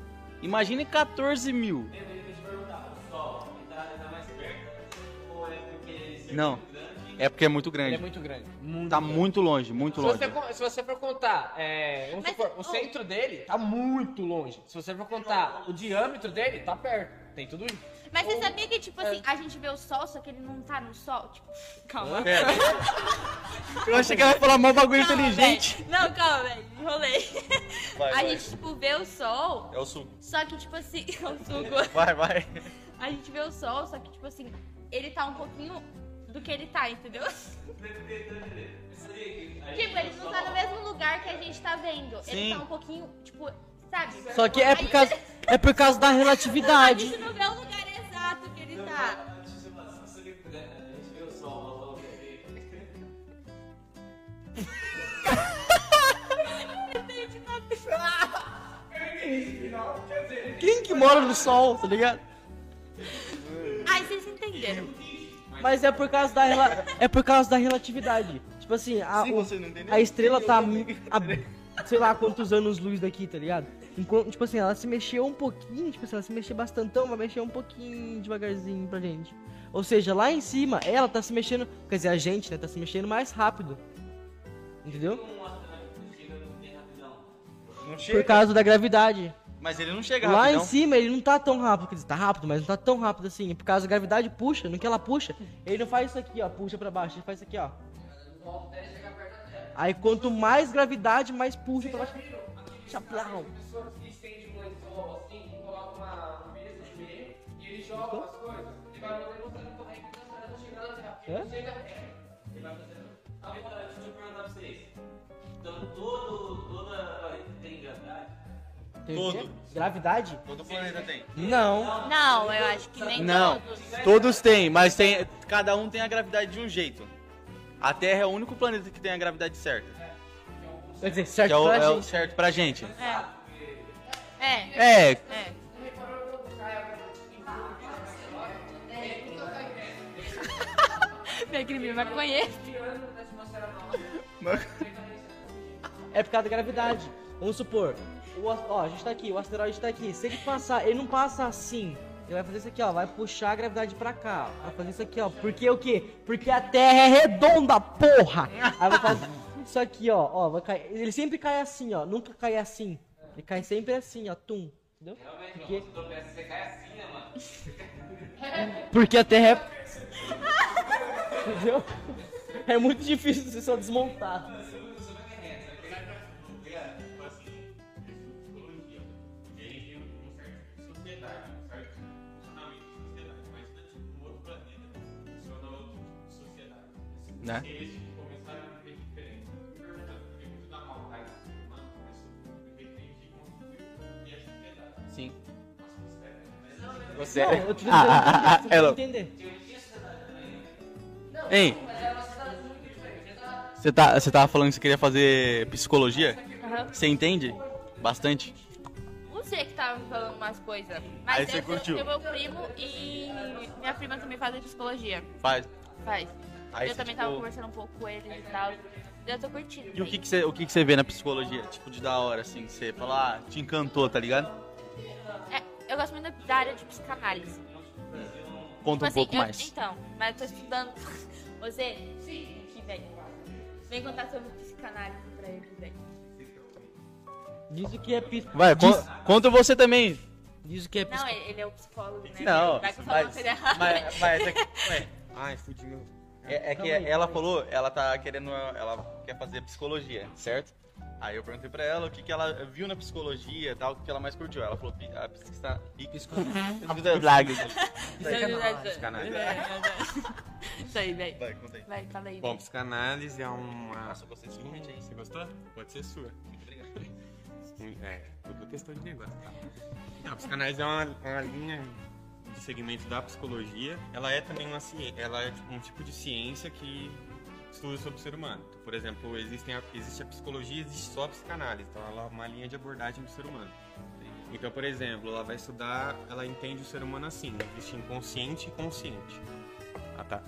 Speaker 1: Imagine 14 mil. Não, é porque é muito
Speaker 7: Ele é
Speaker 1: grande.
Speaker 7: muito grande.
Speaker 1: Tá muito longe, muito
Speaker 7: Se
Speaker 1: longe.
Speaker 2: tá
Speaker 7: você, co- se você for contar, é, vamos
Speaker 4: Mas um-
Speaker 7: supor,
Speaker 4: o-
Speaker 7: o centro dele tá muito longe. Se você for contar o diâmetro dele, tá perto. Tem tudo isso.
Speaker 4: Mas você sabia que, tipo assim, a gente vê o sol, só que ele não tá no sol? Tipo, calma.
Speaker 1: É. Eu achei que ela ia falar mal bagulho
Speaker 4: Calma,
Speaker 1: inteligente.
Speaker 4: véi. Não, calma, velho. Enrolei. a gente, tipo, vê o sol,
Speaker 1: É o suco.
Speaker 4: só que, tipo assim, é um suco.
Speaker 1: Vai, vai.
Speaker 4: A gente vê o sol, só que, tipo assim, ele tá um pouquinho do que ele tá, entendeu? tipo, ele não tá no mesmo lugar que a gente tá vendo.
Speaker 1: Sim.
Speaker 4: Ele tá um pouquinho, tipo, sabe?
Speaker 2: Só que é por causa, é por causa da
Speaker 4: A
Speaker 2: relatividade.
Speaker 4: gente não vê o lugar exato que ele tá.
Speaker 2: Quem que mora no sol, tá ligado?
Speaker 4: Ai, vocês entenderam.
Speaker 2: Mas é por causa da, rela- é por causa da relatividade. Tipo assim, a,
Speaker 1: Sim,
Speaker 2: o-
Speaker 1: você não entendeu?
Speaker 2: a estrela tá mi- a, sei lá quantos anos luz daqui, tá ligado? Enquanto, tipo assim, ela se mexeu um pouquinho, tipo assim, ela se mexeu bastantão, vai mexer um pouquinho devagarzinho pra gente. Ou seja, lá em cima, ela tá se mexendo, quer dizer, a gente, né, tá se mexendo mais rápido. Entendeu?
Speaker 1: Não
Speaker 2: Por
Speaker 1: chega.
Speaker 2: causa da gravidade.
Speaker 1: Mas ele não chega
Speaker 2: Lá em
Speaker 1: rapidão.
Speaker 2: cima ele não tá tão rápido, quer dizer, tá rápido, mas não tá tão rápido assim. Por causa da gravidade puxa, no que ela puxa, ele não faz isso aqui, ó, puxa pra baixo, ele faz isso aqui, ó. Aí quanto mais gravidade, mais puxa pra baixo. Chaplau.
Speaker 7: pessoas que estendem uma escola assim e colocam uma um
Speaker 6: Agora, Ah, deixa eu perguntar pra vocês. Então, todo, toda. Olha, tem gravidade?
Speaker 2: Tem o quê?
Speaker 3: Todo.
Speaker 2: Gravidade?
Speaker 3: Todo planeta tem.
Speaker 2: Não.
Speaker 4: Não, eu acho que nem
Speaker 1: Não,
Speaker 4: todos.
Speaker 1: todos têm, mas tem, cada um tem a gravidade de um jeito. A Terra é o único planeta que tem a gravidade certa.
Speaker 2: Quer dizer,
Speaker 1: Que
Speaker 2: certo
Speaker 1: é o,
Speaker 2: pra
Speaker 1: é o
Speaker 2: gente.
Speaker 1: certo pra gente.
Speaker 4: É,
Speaker 1: É,
Speaker 4: é. Minha crime maconheiro.
Speaker 2: É por causa da gravidade. Vamos supor, o, as- ó, a gente tá aqui, o asteroide tá aqui. Se ele passar, ele não passa assim. Ele vai fazer isso aqui, ó. Vai puxar a gravidade pra cá. ó. Vai fazer isso aqui, ó. Porque o quê? Porque a Terra é redonda, porra! Aí vai fazer isso aqui, ó. ó vai cair. Ele sempre cai assim, ó. Nunca cai assim. Ele cai sempre assim, ó. Tum. Entendeu? Porque... Porque a Terra é. Entendeu? É muito difícil você só desmontar.
Speaker 1: né? Sim.
Speaker 7: Você.
Speaker 2: Não, eu
Speaker 1: Ah,
Speaker 2: tô
Speaker 1: ah, ah, ah,
Speaker 2: tentando
Speaker 1: ela-
Speaker 2: entender.
Speaker 1: Hein? Você tá, você tava falando que você queria fazer psicologia?
Speaker 4: Aham.
Speaker 1: Você entende? Bastante.
Speaker 4: Você que tava me falando umas coisas.
Speaker 1: Aí
Speaker 4: Mas
Speaker 1: você
Speaker 4: eu tenho-
Speaker 1: curtiu.
Speaker 4: tenho meu primo e minha prima também faz psicologia.
Speaker 1: Faz.
Speaker 4: Faz.
Speaker 1: Aí
Speaker 4: eu
Speaker 1: você,
Speaker 4: também
Speaker 1: tipo,
Speaker 4: tava conversando um pouco com ele e tal. E Eu tô curtindo.
Speaker 1: E o que que você, o que que você vê na psicologia? Tipo, de da hora, assim, que você fala, ah, te encantou, tá ligado?
Speaker 4: É, eu gosto muito da- da área de psicanálise.
Speaker 1: Conta um
Speaker 4: Tipo assim,
Speaker 1: pouco
Speaker 4: eu-
Speaker 1: mais.
Speaker 4: Então, mas eu tô estudando. Você? Sim. Que vem. Vem contar sobre psicanálise pra ele, vem.
Speaker 2: Diz o que é pis...
Speaker 1: Vai, con-
Speaker 2: diz,
Speaker 1: conta você também.
Speaker 2: diz o que é pis...
Speaker 4: Não, ele ele é o psicólogo, né?
Speaker 1: Não,
Speaker 4: Vai que eu falo uma
Speaker 1: mas,
Speaker 4: coisa errada.
Speaker 1: mas, mas é que, ué,
Speaker 5: Ai, fudi meu.
Speaker 1: é, é que ela falou, ela tá querendo, ela quer fazer psicologia, certo? Aí eu perguntei pra ela o que, que ela viu na psicologia e tal, o que, que ela mais curtiu. Ela falou, "Pi- a psicista... Uhum. é
Speaker 4: é Isso aí, vem.
Speaker 1: Vai, conta aí.
Speaker 4: Vai, fala aí.
Speaker 5: Bom, psicanálise é uma.
Speaker 1: Nossa, eu gostei desse convite aí.
Speaker 5: Você gostou? Pode ser sua. Hum, É, tudo questão de negócio, tá? Não, a psicanálise é uma, uma linha de segmento da psicologia. Ela é também uma ciência, ela é tipo, um tipo de ciência que estuda sobre o ser humano. Então, por exemplo, existem a- existe a psicologia, existe só a psicanálise. Então, ela é uma linha de abordagem do ser humano. Então, por exemplo, ela vai estudar, ela entende o ser humano assim, existe inconsciente e consciente. Ah, tá.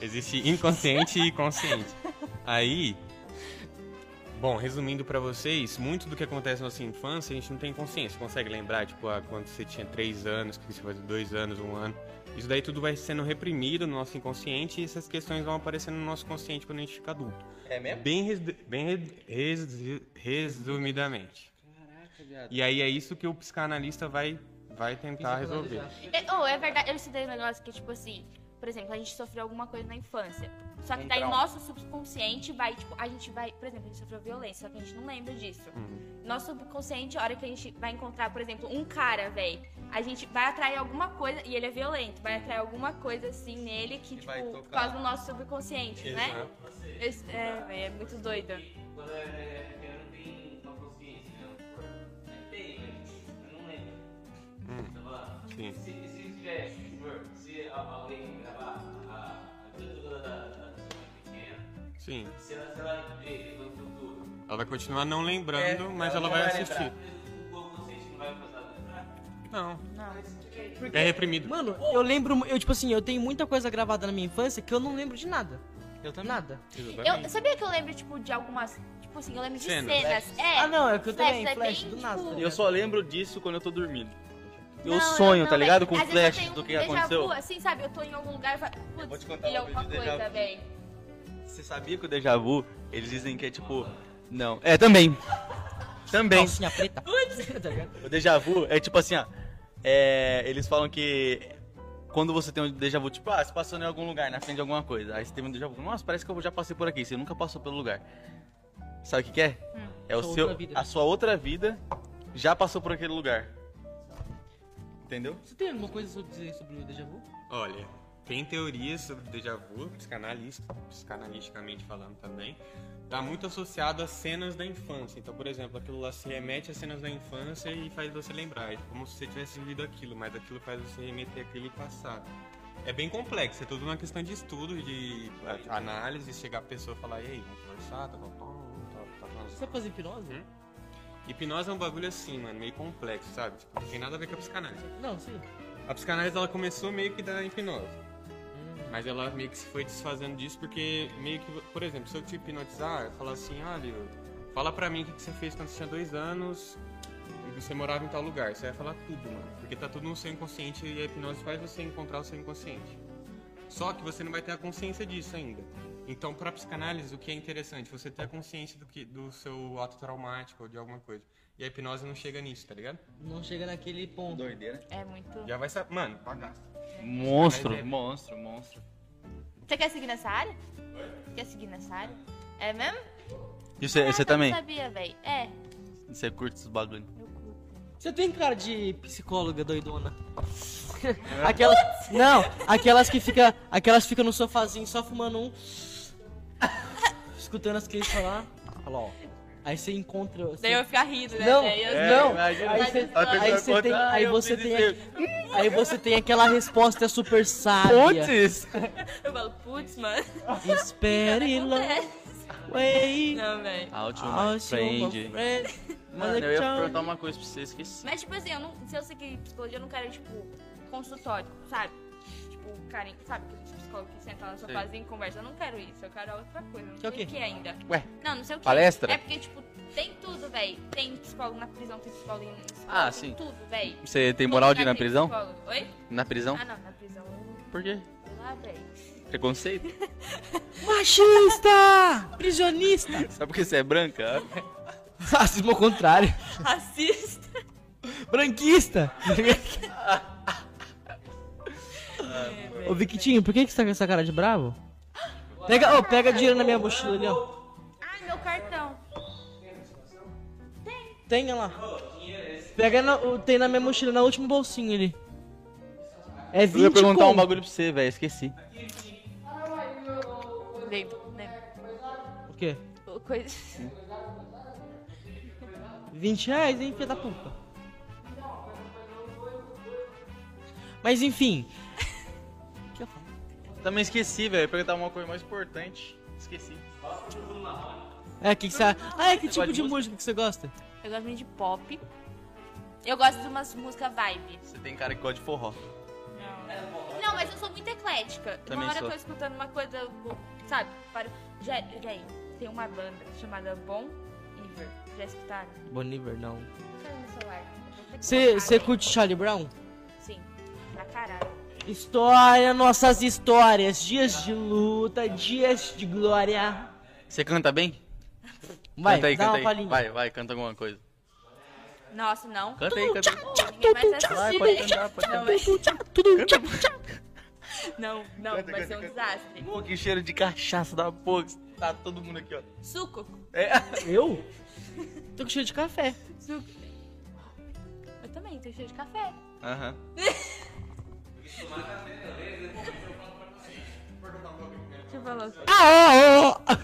Speaker 5: Existe inconsciente e consciente. Aí, Bom, resumindo pra vocês, muito do que acontece na nossa infância a gente não tem consciência. Consegue lembrar, tipo, ah, quando você tinha três anos, que você fazia dois anos, um ano. Isso daí tudo vai sendo reprimido no nosso inconsciente e essas questões vão aparecendo no nosso consciente quando a gente fica adulto.
Speaker 1: É mesmo?
Speaker 5: Bem, resu- bem re- resu- resumidamente. E aí é isso que o psicanalista vai, vai tentar resolver.
Speaker 4: É, oh, é verdade, eu estudei um negócio que, tipo assim, por exemplo, a gente sofreu alguma coisa na infância. Só que
Speaker 1: Um
Speaker 4: daí
Speaker 1: trauma.
Speaker 4: nosso subconsciente vai, tipo, a gente vai, por exemplo, a gente sofreu violência, só que a gente não lembra disso.
Speaker 1: Uhum.
Speaker 4: Nosso subconsciente, a hora que a gente vai encontrar, por exemplo, um cara, velho, a gente vai atrair alguma coisa, e ele é violento, vai atrair alguma coisa assim nele que,
Speaker 1: vai
Speaker 4: tipo,
Speaker 1: tocar.
Speaker 4: faz o nosso subconsciente, né?
Speaker 5: Exato.
Speaker 4: Esse- é, véi, é muito doido.
Speaker 6: Quando eu era pequeno, tem uma consciência, né? Mas Tem, mas eu não lembro. Tá bom?
Speaker 5: Sim.
Speaker 6: Se, se tiver, por- se a- alguém gravar a, a vida da, da pessoa pequena,
Speaker 5: Sim.
Speaker 6: se ela, se ela ver no futuro,
Speaker 5: Ela vai continuar não lembrando, mas É, ela vai assistir.
Speaker 6: o consciente não vai passar a lembrar?
Speaker 5: Não. É reprimido.
Speaker 2: Mano, eu lembro, eu tipo assim, eu tenho muita coisa gravada na minha infância que eu não lembro de nada.
Speaker 1: Eu também.
Speaker 2: Nada.
Speaker 4: Eu sabia que eu lembro, tipo, de algumas. Tipo assim, eu lembro de
Speaker 5: Cenas.
Speaker 4: cenas. É.
Speaker 2: Ah, não, é que eu
Speaker 4: Flash,
Speaker 2: também,
Speaker 4: é
Speaker 2: flash,
Speaker 4: bem,
Speaker 2: do nada.
Speaker 4: tipo,
Speaker 2: tá
Speaker 1: Eu
Speaker 2: ligado?
Speaker 1: só lembro disso quando eu tô dormindo. Eu
Speaker 4: Não,
Speaker 1: sonho,
Speaker 4: não,
Speaker 1: tá
Speaker 4: véi.
Speaker 1: ligado? Com
Speaker 4: Às vezes eu
Speaker 1: flash
Speaker 4: tenho
Speaker 1: do
Speaker 4: um
Speaker 1: que
Speaker 4: déjà vu,
Speaker 1: aconteceu.
Speaker 4: Assim, sabe? Eu tô em algum lugar e falo, putz,
Speaker 1: vou te contar
Speaker 4: vi
Speaker 1: uma
Speaker 4: alguma
Speaker 1: coisa de déjà
Speaker 4: coisa,
Speaker 1: vu.
Speaker 4: velho.
Speaker 1: Você sabia que o déjà vu, eles dizem que é tipo. Não. É, também. Também.
Speaker 2: Calcinha preta. Tá ligado?
Speaker 1: O déjà vu é tipo assim, ó. É, eles falam que quando você tem um déjà vu, tipo, ah, você passou em algum lugar, na frente de alguma coisa. Aí você teve um déjà vu. Nossa, parece que eu já passei por aqui. Você nunca passou pelo lugar. Sabe o que, que é? É o
Speaker 4: Hum.
Speaker 2: Sua
Speaker 1: seu.
Speaker 2: outra vida.
Speaker 1: A sua outra vida já passou por aquele lugar. Entendeu?
Speaker 2: Você tem alguma coisa sobre dizer sobre o déjà vu?
Speaker 5: Olha, tem teorias sobre déjà vu, psicanalista, psicanalisticamente falando também. Tá muito associado a cenas da infância. Então, por exemplo, aquilo lá se remete a cenas da infância e faz você lembrar. É como se você tivesse vivido aquilo, mas aquilo faz você remeter aquele passado. É bem complexo, é tudo uma questão de estudo, de análise, chegar a pessoa e falar, e aí, vamos conversar, tá bom, tá, tá, tá,
Speaker 2: Você sabe fazer hipnose?
Speaker 5: Hum? Hipnose é um bagulho assim, mano, meio complexo, sabe? Tipo, não tem nada a ver com a psicanálise.
Speaker 2: Não, sim.
Speaker 5: A psicanálise ela começou meio que da hipnose. Mas ela meio que se foi desfazendo disso porque meio que, por exemplo, se eu te hipnotizar, eu falar assim, olha, fala pra mim o que que você fez quando você tinha dois anos e você morava em tal lugar. Você vai falar tudo, mano. Porque tá tudo no seu inconsciente e a hipnose faz você encontrar o seu inconsciente. Só que você não vai ter a consciência disso ainda. Então, pra psicanálise, o que é interessante? Você ter a consciência do, que, do seu ato traumático ou de alguma coisa. E a hipnose não chega nisso, tá ligado?
Speaker 2: Não chega naquele ponto.
Speaker 1: Doideira.
Speaker 4: É muito.
Speaker 5: Já vai saber. Mano, bagaço.
Speaker 1: Monstro, É, monstro, monstro.
Speaker 4: Você quer seguir nessa área? Quer seguir nessa área? É mesmo?
Speaker 1: E É, você,
Speaker 4: Caraca,
Speaker 1: você
Speaker 4: eu
Speaker 1: também?
Speaker 4: Não sabia, velho. É,
Speaker 1: Você curte esses bagulho?
Speaker 4: eu curto.
Speaker 2: Você tem cara de psicóloga doidona? aquelas. Não, aquelas que fica. Aquelas que ficam no sofazinho só fumando um. escutando as crianças falar. Fala, ó. Aí você encontra.
Speaker 4: Daí eu ia ficar rindo, né?
Speaker 2: Não,
Speaker 4: Daí eu-
Speaker 2: não.
Speaker 1: É, imagina.
Speaker 2: Aí você, aí você
Speaker 1: conta,
Speaker 2: tem,
Speaker 1: "Ah,
Speaker 2: aí
Speaker 1: eu
Speaker 2: você
Speaker 1: fiz
Speaker 2: tem,
Speaker 1: isso
Speaker 2: aqu- aí você tem aquela resposta super sábia.
Speaker 1: Putz!
Speaker 4: Eu falo, putz, mano.
Speaker 2: Espere long
Speaker 4: Acontece.
Speaker 2: way.
Speaker 4: Não, velho.
Speaker 1: Out
Speaker 2: I'll
Speaker 1: my
Speaker 2: see you,
Speaker 1: friend.
Speaker 2: friend.
Speaker 1: Mano, eu ia perguntar uma coisa pra você, esqueci.
Speaker 4: Mas, tipo assim, eu não, se eu sei que psicologia, eu não quero, tipo, consultório, sabe? Tipo, o cara, sabe, que os psicólogos que sentam na sofazinha e conversam. Eu não quero isso, eu quero outra coisa. Não
Speaker 2: Que é
Speaker 4: sei
Speaker 2: o
Speaker 4: o que,
Speaker 2: quê?
Speaker 4: ainda.
Speaker 1: Ué,
Speaker 4: Não, não sei o que.
Speaker 1: Palestra?
Speaker 4: É porque, tipo, tem tudo, velho. Tem psicólogo na prisão, tem psicólogo em escola,
Speaker 1: Ah,
Speaker 4: tem
Speaker 1: sim.
Speaker 4: tudo, velho.
Speaker 1: você tem moral de ir na prisão?
Speaker 4: Oi?
Speaker 1: Na prisão?
Speaker 4: Ah, não, na prisão. eu-
Speaker 1: Por quê?
Speaker 4: Sei lá, velho.
Speaker 1: Preconceito? um
Speaker 2: Machista! Prisionista!
Speaker 1: Sabe por que você é branca?
Speaker 2: Racismo ao contrário.
Speaker 4: Racista.
Speaker 2: Branquista! Ô, Viquitinho, por que, que você tá com essa cara de bravo? Pega, ô, pega dinheiro na minha mochila ali, ó.
Speaker 4: Ai, meu cartão.
Speaker 2: Tenha lá. Pega na, o- tem na minha mochila, na última bolsinha ali. É 20
Speaker 1: Eu ia perguntar um
Speaker 2: conto.
Speaker 1: bagulho pra você, velho, esqueci.
Speaker 4: Lembro, lembro.
Speaker 2: O quê?
Speaker 4: Ô, Coisa.
Speaker 2: 20 reais, hein, filha da puta. Mas enfim. O que eu falo?
Speaker 1: Também esqueci, velho, eu ia perguntar uma coisa mais importante. Esqueci.
Speaker 2: É, que que você... Ah, é, que tipo
Speaker 1: gosta de
Speaker 2: de música que você gosta?
Speaker 4: Eu gosto muito de pop. Eu gosto de umas músicas vibe.
Speaker 1: Você tem cara que gosta de forró.
Speaker 4: Não, mas eu sou muito eclética.
Speaker 1: Também
Speaker 4: uma hora
Speaker 1: sou.
Speaker 4: eu tô escutando uma coisa, eu vou- sabe? Para... Já, já aí, tem uma banda chamada Bon Iver. Já escutaram?
Speaker 2: Boniver, não.
Speaker 4: Cadê meu celular? Eu vou ter que colocar,
Speaker 2: Você
Speaker 4: velho.
Speaker 2: curte Charlie Brown?
Speaker 4: Sim, pra caralho.
Speaker 2: História, nossas histórias, dias de luta, dias de glória.
Speaker 1: Você canta bem?
Speaker 2: Vai,
Speaker 1: canta aí,
Speaker 2: dá
Speaker 1: canta
Speaker 2: uma
Speaker 1: aí.
Speaker 2: palhinha.
Speaker 1: Vai, vai, canta alguma coisa.
Speaker 4: Nossa, não.
Speaker 1: Canta aí, canta aí.
Speaker 4: Ninguém mais vai
Speaker 1: Vai,
Speaker 4: assistir.
Speaker 1: pode cantar, pode
Speaker 4: Não,
Speaker 1: cantar.
Speaker 4: mas- não, não, vai ser um desastre.
Speaker 1: Pô, que cheiro de cachaça da porra. que Tá todo mundo aqui, ó.
Speaker 4: Suco.
Speaker 2: Eu? Tô com cheiro de café.
Speaker 4: Suco. Eu também, tenho cheiro de café.
Speaker 1: Aham.
Speaker 4: Deixa eu falar.
Speaker 2: Ah, ah, ah.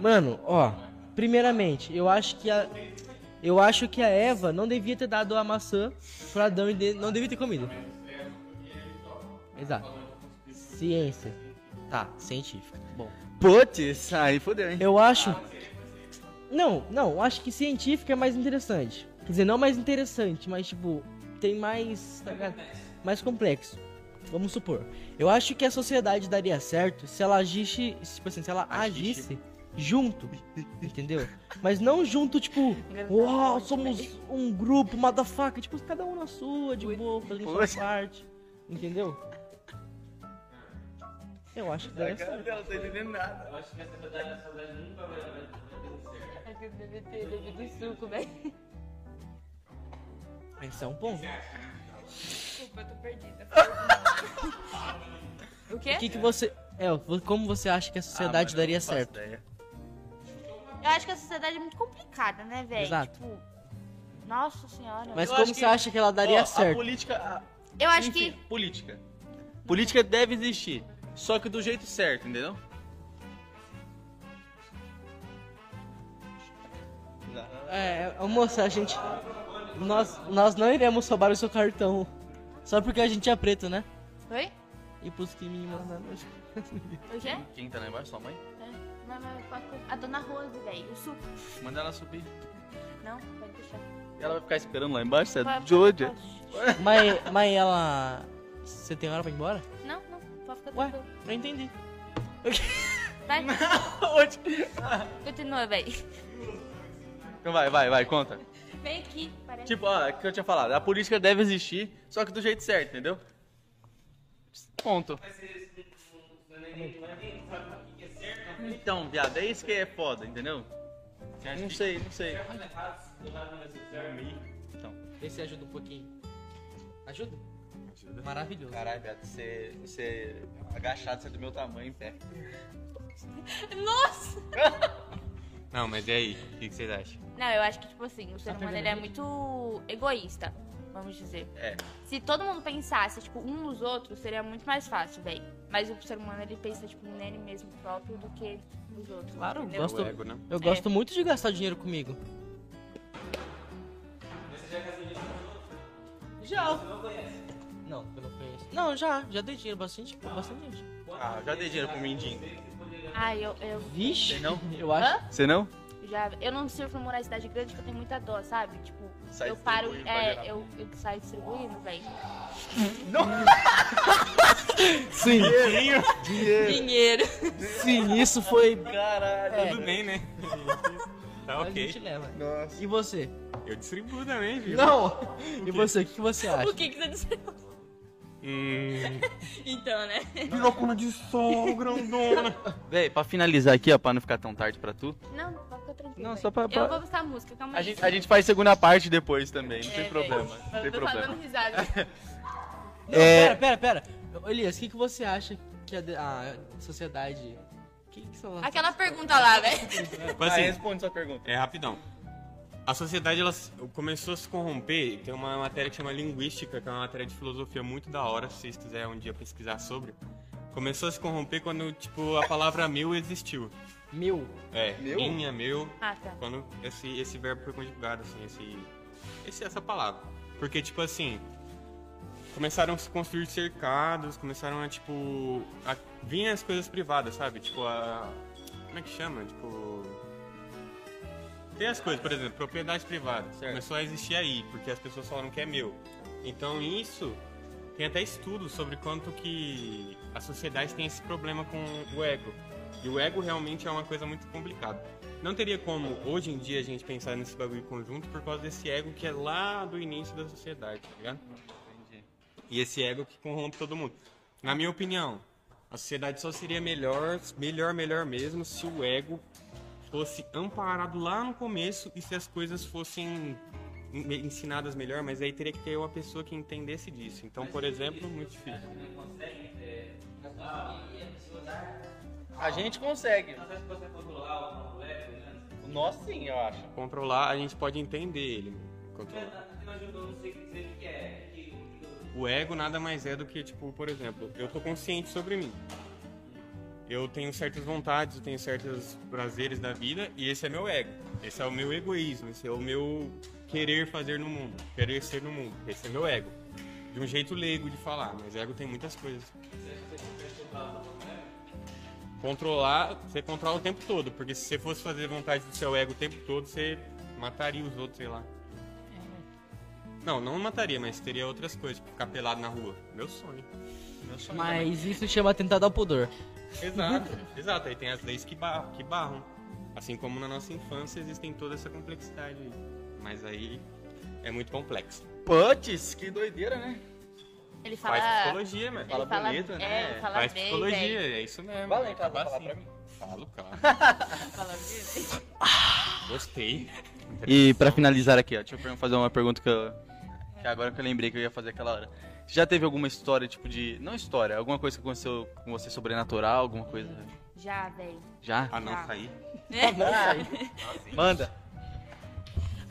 Speaker 2: Mano, ó, primeiramente, eu acho que a eu acho que a Eva não devia ter dado a maçã pra Adão e de- não devia ter comido. Exato. Ciência. Tá, científica. Bom.
Speaker 1: Putz, aí fodeu, hein?
Speaker 2: Eu acho. Não, não, acho que científica é mais interessante. Quer dizer, não mais interessante, mas tipo, tem mais. tá ligado? mais complexo. Vamos supor. Eu acho que a sociedade daria certo se ela agisse. se, Tipo assim, se ela
Speaker 1: Agisse.
Speaker 2: agisse junto. Entendeu? Mas não junto, tipo, uau, somos um grupo, motherfucker. Tipo, cada um na sua, de boa, fazendo sua
Speaker 1: Poxa.
Speaker 2: parte. Entendeu? Eu acho que daria certo.
Speaker 1: não tô entendendo nada.
Speaker 4: Deve ter bebido suco, velho.
Speaker 2: Esse é um ponto.
Speaker 4: Desculpa, eu tô perdida. o quê?
Speaker 1: Ah,
Speaker 2: O que, que você. É, como você acha que a sociedade daria certo?
Speaker 4: Eu acho que a sociedade é muito complicada, né, velho?
Speaker 2: Exato.
Speaker 4: Tipo, nossa senhora.
Speaker 2: Mas
Speaker 4: eu,
Speaker 10: Eu
Speaker 2: como
Speaker 10: acho
Speaker 2: você
Speaker 10: que-
Speaker 2: acha que ela daria
Speaker 1: Ó, A
Speaker 2: certo?
Speaker 1: política. a-
Speaker 4: acho
Speaker 1: enfim,
Speaker 4: que.
Speaker 1: Política. Política deve existir. Só que do jeito certo, entendeu?
Speaker 2: É, ô, moça, a gente. Nós, nós não iremos roubar o seu cartão. Só porque a gente é preto, né?
Speaker 4: Oi?
Speaker 2: E pros que me mandaram.
Speaker 4: O quê?
Speaker 1: Quem tá lá embaixo? Sua mãe?
Speaker 4: É. Mas, mas, pode co- a dona Rose, velho. O suco.
Speaker 1: Manda ela subir.
Speaker 4: Não, pode deixar.
Speaker 1: E ela vai ficar esperando lá embaixo? Você é
Speaker 4: Pode-
Speaker 1: doida.
Speaker 4: pode-
Speaker 2: Mas, mas ela. Você tem hora pra ir embora?
Speaker 4: Não, não, pode ficar
Speaker 2: Ué,
Speaker 4: tranquilo.
Speaker 2: não entendi.
Speaker 4: Vai. Continua, velho.
Speaker 1: Então vai, vai, vai, conta.
Speaker 4: Vem aqui, parece.
Speaker 1: Tipo, ó, o que eu tinha falado, a política deve existir, só que do jeito certo, entendeu? Ponto.
Speaker 4: é
Speaker 1: Então, viado, é isso que é foda, entendeu? Não sei, não sei. Então.
Speaker 2: Esse ajuda um pouquinho. Ajuda? Maravilhoso.
Speaker 1: Caralho, viado, você, você agachado, você é do meu tamanho em pé.
Speaker 4: Nossa!
Speaker 5: Não, mas e aí? O que, que vocês acham?
Speaker 4: Não, eu acho que, tipo assim, o ser humano ele é muito egoísta, vamos dizer.
Speaker 1: É.
Speaker 4: Se todo mundo pensasse, tipo, um nos outros, seria muito mais fácil, velho. Mas o ser humano, ele pensa, tipo, nele mesmo próprio do que nos outros.
Speaker 2: Claro,
Speaker 4: entendeu?
Speaker 2: gosto-
Speaker 5: O ego, né?
Speaker 2: Eu gosto muito de gastar dinheiro comigo. Já. Não, eu não conheço. Não, já. Já dei dinheiro bastante. Bastante dinheiro.
Speaker 1: Ah, eu já dei dinheiro pro mendigo.
Speaker 4: Ah, eu, eu
Speaker 2: Vixe.
Speaker 1: Você não?
Speaker 2: Eu acho.
Speaker 1: Você não?
Speaker 4: já... Eu não sirvo pra morar em cidade grande, que eu tenho muita dó, sabe? Tipo,
Speaker 1: Sai
Speaker 4: eu paro...
Speaker 1: distribuindo pra geral.
Speaker 4: É, eu, eu saio distribuindo, velho.
Speaker 2: Sim,
Speaker 4: Dinheiro.
Speaker 2: sim, isso foi.
Speaker 1: Caralho.
Speaker 2: É,
Speaker 5: Tudo bem, né? tá
Speaker 2: a gente
Speaker 5: ok.
Speaker 2: leva.
Speaker 1: Nossa.
Speaker 2: E você?
Speaker 5: Eu distribuo também, viu?
Speaker 2: Não! E você, o que você acha?
Speaker 4: O que que você disse?
Speaker 5: Hum,
Speaker 4: Então, né?
Speaker 5: pirocuna de sol, grandona.
Speaker 1: Véi, pra finalizar aqui, ó, pra não ficar tão tarde pra tu,
Speaker 4: Não, pode ficar tranquilo.
Speaker 1: Não,
Speaker 4: véi.
Speaker 1: só pra- pra-
Speaker 4: Eu vou buscar a música, calma
Speaker 1: a
Speaker 4: aí.
Speaker 1: gente, a gente faz segunda parte depois também, não
Speaker 4: É,
Speaker 1: tem
Speaker 4: véi.
Speaker 1: problema. Não tem
Speaker 4: Eu tô só
Speaker 1: problema.
Speaker 4: dando risada.
Speaker 2: Não,
Speaker 1: É.
Speaker 2: pera, pera, pera. Ô, Elias, o que, que você acha que a, de- a sociedade. O que, que são as-
Speaker 4: Aquela pergunta lá, velho.
Speaker 5: Tipo assim,
Speaker 1: responde sua pergunta.
Speaker 5: É rapidão. A sociedade ela s- começou a se corromper. Tem uma matéria que chama linguística, que é uma matéria de filosofia muito da hora, se vocês quiserem um dia pesquisar sobre. Começou a se corromper quando tipo a palavra meu existiu.
Speaker 2: Meu.
Speaker 5: É,
Speaker 1: Meu?
Speaker 5: minha, meu,
Speaker 4: Ah, tá.
Speaker 5: quando esse esse verbo foi conjugado assim, esse, esse essa palavra. Porque tipo assim, começaram a se construir cercados, começaram a tipo a vinha as coisas privadas, sabe? Tipo a como é que chama? Tipo tem as coisas, por exemplo, propriedade privada. Começou a existir aí, porque as pessoas falaram que é meu. Então isso tem até estudos sobre quanto que a sociedade tem esse problema com o ego. E o ego realmente é uma coisa muito complicada. Não teria como hoje em dia a gente pensar nesse bagulho conjunto por causa desse ego que é lá do início da sociedade, tá ligado? E esse ego que corrompe todo mundo. Na minha opinião, a sociedade só seria melhor, melhor, melhor mesmo se o ego fosse amparado lá no começo e se as coisas fossem en- ensinadas melhor, mas aí teria que ter uma pessoa que entendesse disso. Então, por exemplo, muito difícil.
Speaker 6: né? ah,
Speaker 1: A gente consegue. Nós sim, eu acho.
Speaker 5: Controlar, a gente pode entender ele. né? Controlar. é, O ego nada mais é do que, tipo, por exemplo, eu tô consciente sobre mim. Eu tenho certas vontades, eu tenho certos prazeres da vida e esse é meu ego. Esse é o meu egoísmo, esse é o meu querer fazer no mundo, querer ser no mundo. Esse é meu ego. De um jeito leigo de falar, mas ego tem muitas coisas. Controlar, você controla o tempo todo, porque se você fosse fazer vontade do seu ego o tempo todo, você mataria os outros, sei lá. Não, não mataria, mas teria outras coisas, tipo, ficar pelado na rua. Meu sonho.
Speaker 2: Mas isso chama atentado ao pudor.
Speaker 5: Exato, exato. Aí tem as leis que, bar que barram. Assim como na nossa infância existem toda essa complexidade aí. Mas aí é muito complexo.
Speaker 1: Putz, que doideira, né?
Speaker 4: Ele fala.
Speaker 5: Faz psicologia, mano.
Speaker 4: ele
Speaker 1: Fala
Speaker 4: fala,
Speaker 1: bonito,
Speaker 4: é,
Speaker 1: né?
Speaker 4: ele fala
Speaker 5: Faz
Speaker 4: bem,
Speaker 5: psicologia,
Speaker 4: velho.
Speaker 5: é isso mesmo.
Speaker 1: Vai lá
Speaker 5: vai
Speaker 1: em casa
Speaker 5: acabar
Speaker 1: falar
Speaker 5: assim.
Speaker 1: então, pra mim.
Speaker 5: Falo, claro.
Speaker 4: Fala bem, velho.
Speaker 5: Gostei.
Speaker 1: E pra finalizar aqui, ó, deixa eu per- fazer uma pergunta que, eu, que agora que eu lembrei que eu ia fazer aquela hora. Já teve alguma história, tipo de. Não história, alguma coisa que aconteceu com você sobrenatural, alguma coisa.
Speaker 4: Já, velho.
Speaker 1: Já?
Speaker 11: Ah, não,
Speaker 4: Tá.
Speaker 11: sair.
Speaker 1: Ah.
Speaker 2: Manda.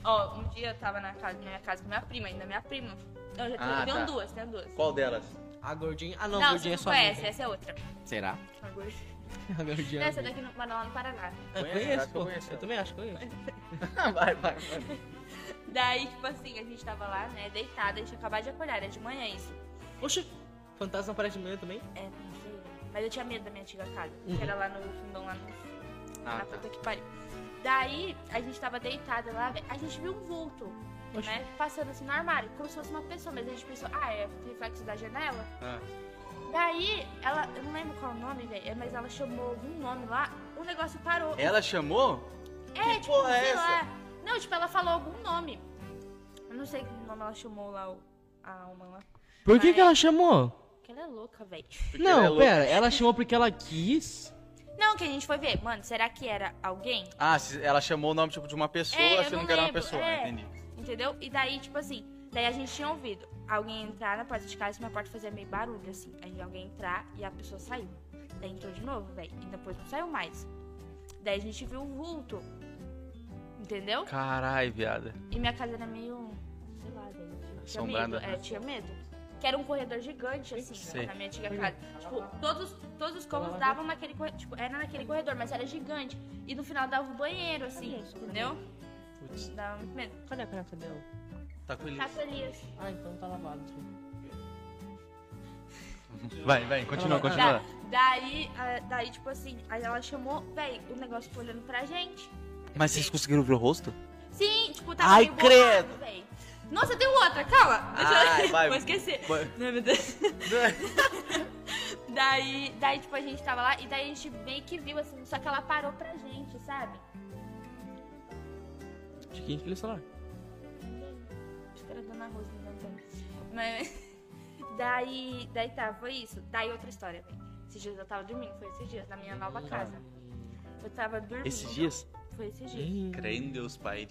Speaker 4: Ó, um dia eu tava na casa, na minha casa com minha prima, ainda minha prima. Não, já tenho,
Speaker 1: Ah,
Speaker 4: tenho
Speaker 1: tá.
Speaker 4: duas, tenho duas.
Speaker 1: Qual delas?
Speaker 2: A gordinha. Ah, não,
Speaker 4: Não, você
Speaker 2: gordinha é
Speaker 4: não
Speaker 2: só.
Speaker 4: conhece, essa é outra.
Speaker 1: Será?
Speaker 4: A gordinha.
Speaker 2: A gordinha. é
Speaker 4: Não, Essa daqui não- mora lá no Paraná.
Speaker 2: Eu
Speaker 12: Conhece,
Speaker 2: conheço,
Speaker 12: acho que eu
Speaker 2: pô.
Speaker 12: conheço
Speaker 2: Eu também acho que conheço.
Speaker 1: Ah,
Speaker 12: vai, vai, vai.
Speaker 4: Daí, tipo assim, a gente tava lá, né, deitada, a gente acabava de acordar, era de manhã isso.
Speaker 2: Oxe, fantasma aparece de manhã também?
Speaker 4: É, mentira. Mas eu tinha medo da minha antiga casa, que era lá no fundão, lá no, na puta que pariu. Daí, a gente tava deitada lá, a gente viu um vulto,
Speaker 2: Oxi.
Speaker 4: né, passando assim no armário, como se fosse uma pessoa, mas a gente pensou, ah, é reflexo da janela? Daí, ela, eu não lembro qual é o nome, velho, mas ela chamou algum nome lá, o negócio parou.
Speaker 1: Ela chamou?
Speaker 4: É, tipo,
Speaker 1: porra é
Speaker 4: sei
Speaker 1: essa?
Speaker 4: lá. Não, tipo, ela falou algum nome. Eu não sei que nome ela chamou lá o- a alma lá.
Speaker 2: Por que,
Speaker 4: Mas-
Speaker 2: que ela chamou?
Speaker 4: Porque ela é louca, velho.
Speaker 1: Ah, é. ela é
Speaker 2: Não,
Speaker 1: louca.
Speaker 2: pera, ela chamou porque ela quis.
Speaker 4: Não, que a gente foi ver. Mano, será que era alguém?
Speaker 1: Ah, se- ela chamou o nome tipo de uma pessoa,
Speaker 4: É, eu
Speaker 1: achando
Speaker 4: não
Speaker 1: que era uma
Speaker 4: lembro,
Speaker 1: pessoa.
Speaker 4: é.
Speaker 1: Entendi.
Speaker 4: Entendeu? E daí, tipo assim, daí a gente tinha ouvido alguém entrar na porta de casa e minha porta fazia meio barulho, assim. Aí alguém entrar e a pessoa saiu. Daí entrou de novo, velho. E depois não saiu mais. Daí a gente viu um vulto. Entendeu?
Speaker 1: Caralho, viada.
Speaker 4: E minha casa era meio. sei lá, velho. Tinha
Speaker 1: Assombrada. né?
Speaker 4: medo. É, tinha medo. Que era um corredor gigante, assim,
Speaker 1: Sei.
Speaker 4: na minha antiga casa. Tipo, todos, todos os cômodos davam naquele corredor. Tipo, era naquele corredor, mas era gigante. E no final dava o banheiro, assim, entendeu? Dava muito medo.
Speaker 2: Cadê a caneca dela?
Speaker 1: Tá com ele.
Speaker 4: Tá feliz.
Speaker 13: Ah, então tá lavado.
Speaker 1: Vai, vai, continua, continua.
Speaker 4: Da- daí, ah, daí, tipo assim, aí ela chamou, véi, o negócio ficou olhando pra gente.
Speaker 1: Mas vocês conseguiram ver o rosto?
Speaker 4: Sim, tipo, tava
Speaker 1: Ai,
Speaker 4: meio bolado,
Speaker 1: credo.
Speaker 4: véi. Nossa, tem outra, calma.
Speaker 1: Ai, vai.
Speaker 4: Vou esquecer.
Speaker 1: Vai.
Speaker 4: Não, é meu Deus. Daí, daí, tipo, a gente tava lá e daí a gente meio que viu, assim, só que ela parou pra gente, sabe?
Speaker 2: De quem que ele celular?
Speaker 4: Acho que era a Dona Rosa, não lembro. Mas, daí, daí tá, foi isso. Daí outra história, véi. Esses dias eu tava dormindo, foi esses dias, na minha
Speaker 1: Hum.
Speaker 4: nova casa. Eu tava dormindo.
Speaker 1: Esses dias?
Speaker 4: Foi esses dias.
Speaker 1: Creio em Deus, pai.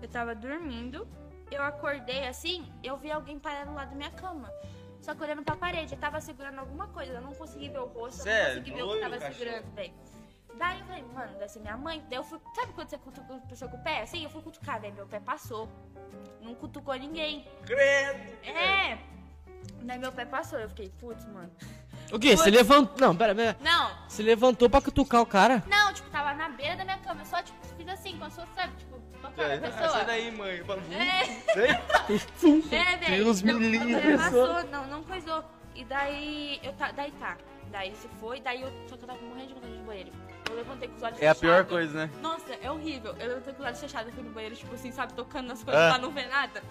Speaker 4: Eu tava dormindo, eu acordei assim, eu vi alguém parado lá da minha cama. Só que olhando pra parede, eu tava segurando alguma coisa, eu não consegui ver o rosto,
Speaker 1: Cê
Speaker 4: eu não
Speaker 1: é
Speaker 4: consegui ver o
Speaker 1: doido,
Speaker 4: que tava
Speaker 1: cachorro.
Speaker 4: segurando, velho. Daí eu falei, mano, deve ser minha mãe. Daí eu fui. Sabe quando você cutuca a pessoa com o pé? Assim, eu fui cutucar, velho. Meu pé passou. Não cutucou ninguém.
Speaker 12: Credo.
Speaker 4: É! Daí meu pé passou. Eu fiquei, putz, mano.
Speaker 2: O quê? Você levantou. Não, pera, pera.
Speaker 4: Não,
Speaker 2: Você levantou pra cutucar o cara?
Speaker 4: não, tipo, tava na beira da minha cama. Eu só, tipo, fiz assim, quando eu sou, sabe, tipo, pra cara da pessoa.
Speaker 1: daí, mãe. "Hum."
Speaker 4: É, velho.
Speaker 1: Deus me
Speaker 4: não,
Speaker 1: livre,
Speaker 4: não
Speaker 1: pessoa.
Speaker 4: Passou, não, não coisou. E daí, eu tá, daí tá. Daí se foi, daí eu, só que eu tava morrendo de vontade de banheiro. Eu levantei com os olhos
Speaker 1: É a
Speaker 4: fechados.
Speaker 1: pior coisa, né?
Speaker 4: Nossa, é horrível. Eu levantei com os olhos fechados, eu fui no banheiro, tipo assim, sabe, tocando nas coisas
Speaker 1: Ah.
Speaker 4: pra não ver nada.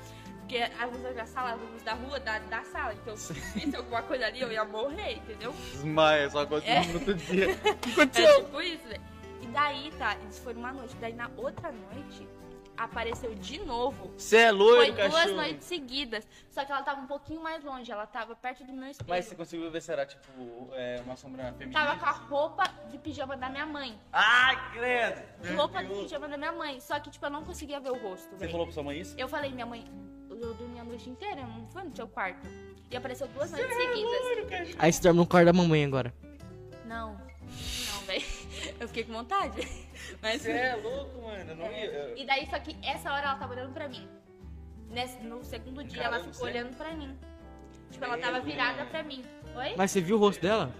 Speaker 4: Porque a luz da sala, a luz da rua, da, da sala. Então, se alguma coisa ali, eu ia morrer, entendeu?
Speaker 1: Desmaia, só acontece
Speaker 4: É.
Speaker 1: no outro dia.
Speaker 4: É tipo isso, velho. E daí, tá, isso foi numa noite. Daí na outra noite, apareceu de novo
Speaker 1: Você é
Speaker 4: foi
Speaker 1: loiro,
Speaker 4: duas
Speaker 1: cachorro.
Speaker 4: noites seguidas. Só que ela tava um pouquinho mais longe, ela tava perto do meu espelho.
Speaker 1: Mas você conseguiu ver se era, tipo, é, uma sombra feminina?
Speaker 4: Tava com a roupa de pijama da minha mãe.
Speaker 1: Ai, Ah, credo! Meu
Speaker 4: Roupa de
Speaker 1: Deus.
Speaker 4: pijama da minha mãe. Só que, tipo, eu não conseguia ver o rosto.
Speaker 1: Você
Speaker 4: velho.
Speaker 1: falou pra sua mãe isso?
Speaker 4: Eu falei, minha mãe, eu dormi a noite inteira, eu não fui no seu quarto. E apareceu duas
Speaker 1: é
Speaker 4: noites seguidas.
Speaker 2: Aí você dorme no quarto da mamãe agora.
Speaker 4: Não, não, velho. Eu fiquei com vontade. Mas. É.
Speaker 12: Você é louco, mano. eu Não ia. eu-
Speaker 4: E daí, só que essa hora ela tava olhando pra mim. Nesse- no segundo dia
Speaker 1: Caramba,
Speaker 4: ela ficou
Speaker 12: é-
Speaker 1: você-
Speaker 4: olhando pra mim. Tipo, ela tava virada pra mim. Oi?
Speaker 2: Mas você viu o rosto dela?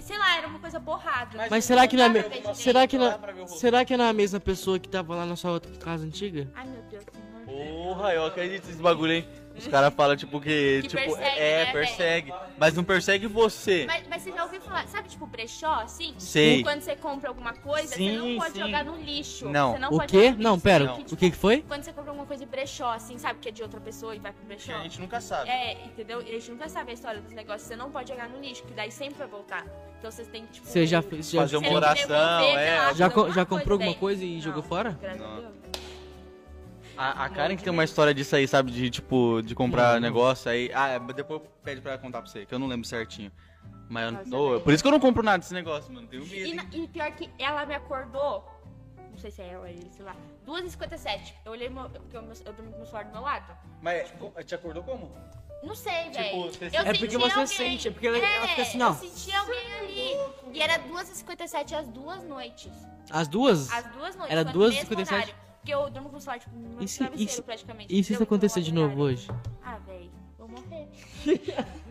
Speaker 4: Sei lá, era uma coisa borrada.
Speaker 2: Mas será que na
Speaker 4: dá
Speaker 2: me...
Speaker 4: pra ver direito.
Speaker 2: será que
Speaker 1: Dá pra ver o
Speaker 2: na
Speaker 1: rosto.
Speaker 2: será que na mesma pessoa que tava lá na sua outra casa antiga?
Speaker 4: Ai, meu Deus, senhor.
Speaker 1: Porra, eu acredito nesse bagulho, hein? Os caras falam, tipo, que.
Speaker 4: Que
Speaker 1: tipo,
Speaker 4: persegue,
Speaker 1: é,
Speaker 4: né,
Speaker 1: persegue. Mas não persegue você.
Speaker 4: Mas, mas você já ouviu falar, sabe, tipo, brechó, assim?
Speaker 1: Sei.
Speaker 4: Quando você compra alguma coisa, você
Speaker 1: Sim,
Speaker 4: não pode
Speaker 1: sim.
Speaker 4: jogar no lixo.
Speaker 1: Não.
Speaker 4: Você não
Speaker 2: o
Speaker 4: pode
Speaker 2: quê?
Speaker 4: jogar no
Speaker 2: Não,
Speaker 4: lixo,
Speaker 2: pera.
Speaker 4: porque,
Speaker 2: O
Speaker 4: tipo,
Speaker 2: que que foi?
Speaker 4: Quando você compra alguma coisa de brechó, assim, sabe, que é de outra pessoa e vai pro
Speaker 1: A
Speaker 4: brechó.
Speaker 1: gente nunca sabe.
Speaker 4: É, entendeu? E a gente nunca sabe a história dos negócios. Você não pode jogar no lixo, que daí sempre vai voltar. Então vocês têm que, tipo...
Speaker 2: Você já fez já,
Speaker 1: Fazer
Speaker 4: você tem
Speaker 1: uma
Speaker 4: que
Speaker 1: oração,
Speaker 4: devolver, sei
Speaker 1: é.
Speaker 4: lá,
Speaker 2: já,
Speaker 4: fazer
Speaker 2: co- já comprou
Speaker 4: velho.
Speaker 2: alguma coisa e
Speaker 4: Não,
Speaker 2: jogou fora?
Speaker 4: graças a
Speaker 1: Não.
Speaker 4: Deus.
Speaker 1: A, a Karen que tem uma história disso aí, sabe? De tipo, de comprar negócio aí. Ah, mas depois pede pra ela contar pra você, que eu não lembro certinho. Mas eu,
Speaker 4: Nossa,
Speaker 1: não-
Speaker 4: velho.
Speaker 1: por isso que eu não compro nada desse negócio, mano. Tenho medo.
Speaker 4: E,
Speaker 1: hein?
Speaker 4: na- e pior que ela me acordou não sei se é ela, ele, sei lá. 2h57. Eu olhei meu. Porque eu, meu- eu dormi com o celular do meu lado.
Speaker 14: Mas
Speaker 4: Tipo,
Speaker 14: te acordou como?
Speaker 4: Não sei, velho.
Speaker 14: você
Speaker 4: Eu
Speaker 2: É porque
Speaker 4: senti
Speaker 2: você
Speaker 4: alguém.
Speaker 2: sente, é porque ela- ela fica assim, não.
Speaker 4: Eu senti alguém ali. E era 2h57 às duas noites.
Speaker 2: As duas?
Speaker 4: Às duas noites.
Speaker 2: Era
Speaker 4: foi no
Speaker 2: 2h57?
Speaker 4: mesmo horário, Porque eu durmo com o celular, tipo, no
Speaker 2: E se- e
Speaker 4: travesseiro,
Speaker 2: se-
Speaker 4: praticamente.
Speaker 2: E se isso
Speaker 4: entendeu? Então,
Speaker 2: acontecer de
Speaker 4: horário.
Speaker 2: novo hoje?
Speaker 4: Ah, velho. Vou morrer.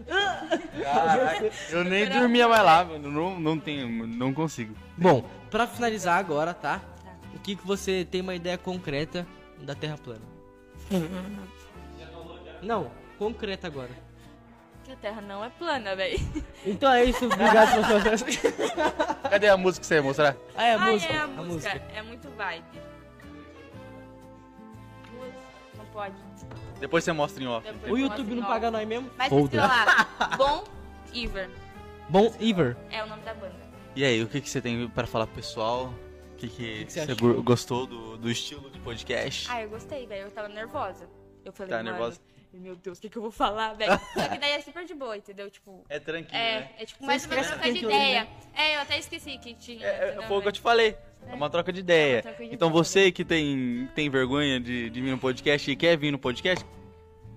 Speaker 1: ah, Eu nem dormia mais lá, mano. Não, não tenho, não consigo.
Speaker 2: Bom, pra finalizar agora, tá? O que que você tem uma ideia concreta da Terra plana? Não, concreta agora.
Speaker 4: Que a Terra não é plana, velho.
Speaker 2: Então é isso, obrigado pela sua atenção.
Speaker 1: Cadê a música que você ia mostrar?
Speaker 2: Ah, é a
Speaker 4: ah,
Speaker 2: música.
Speaker 4: é a música. É muito vibe. Não pode.
Speaker 1: Depois você mostra em off.
Speaker 4: Depois
Speaker 2: O
Speaker 4: eu
Speaker 2: YouTube
Speaker 4: mostro
Speaker 2: não
Speaker 4: em
Speaker 2: paga
Speaker 4: off.
Speaker 2: nós mesmo?
Speaker 4: assim, Mas
Speaker 2: Foda.
Speaker 4: escreva lá. Bom Iver.
Speaker 2: Bom, Iver.
Speaker 4: É o nome da banda.
Speaker 1: E aí, o que, que você tem pra falar pro pessoal? O que, que,
Speaker 2: que você
Speaker 1: você
Speaker 2: achou?
Speaker 1: go- gostou do, do estilo de podcast?
Speaker 4: Ah, eu gostei, velho. Eu tava nervosa. Eu falei,
Speaker 1: Tá
Speaker 4: mano,
Speaker 1: nervosa?
Speaker 4: Meu Deus, o que, que eu vou falar, velho? Só que daí é super de boa, entendeu? Tipo.
Speaker 1: É tranquilo, né?
Speaker 4: É, é tipo mais uma
Speaker 2: esquece
Speaker 4: troca
Speaker 2: que
Speaker 4: de
Speaker 2: tem né? que ouvir,
Speaker 4: ideia. É, eu até esqueci que tinha.
Speaker 1: É,
Speaker 4: entendeu?
Speaker 1: foi o que eu
Speaker 4: Mas-
Speaker 1: te falei. É uma troca de ideia.
Speaker 4: É uma troca de
Speaker 1: Então
Speaker 4: ideia.
Speaker 1: você que tem, tem vergonha de, de vir no podcast e quer vir no podcast,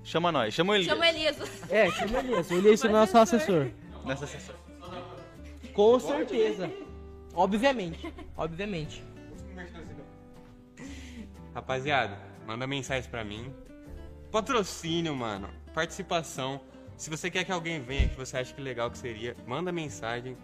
Speaker 1: chama nós. Chama ele.
Speaker 4: Chama o Elias.
Speaker 2: É, chama ele, ele é nosso assessor.
Speaker 1: Nessa sessão.
Speaker 2: Com certeza. Obviamente, obviamente.
Speaker 5: Rapaziada, manda mensagem pra mim. Patrocínio, mano. Participação. Se você quer que alguém venha que você acha que legal que seria, manda mensagem.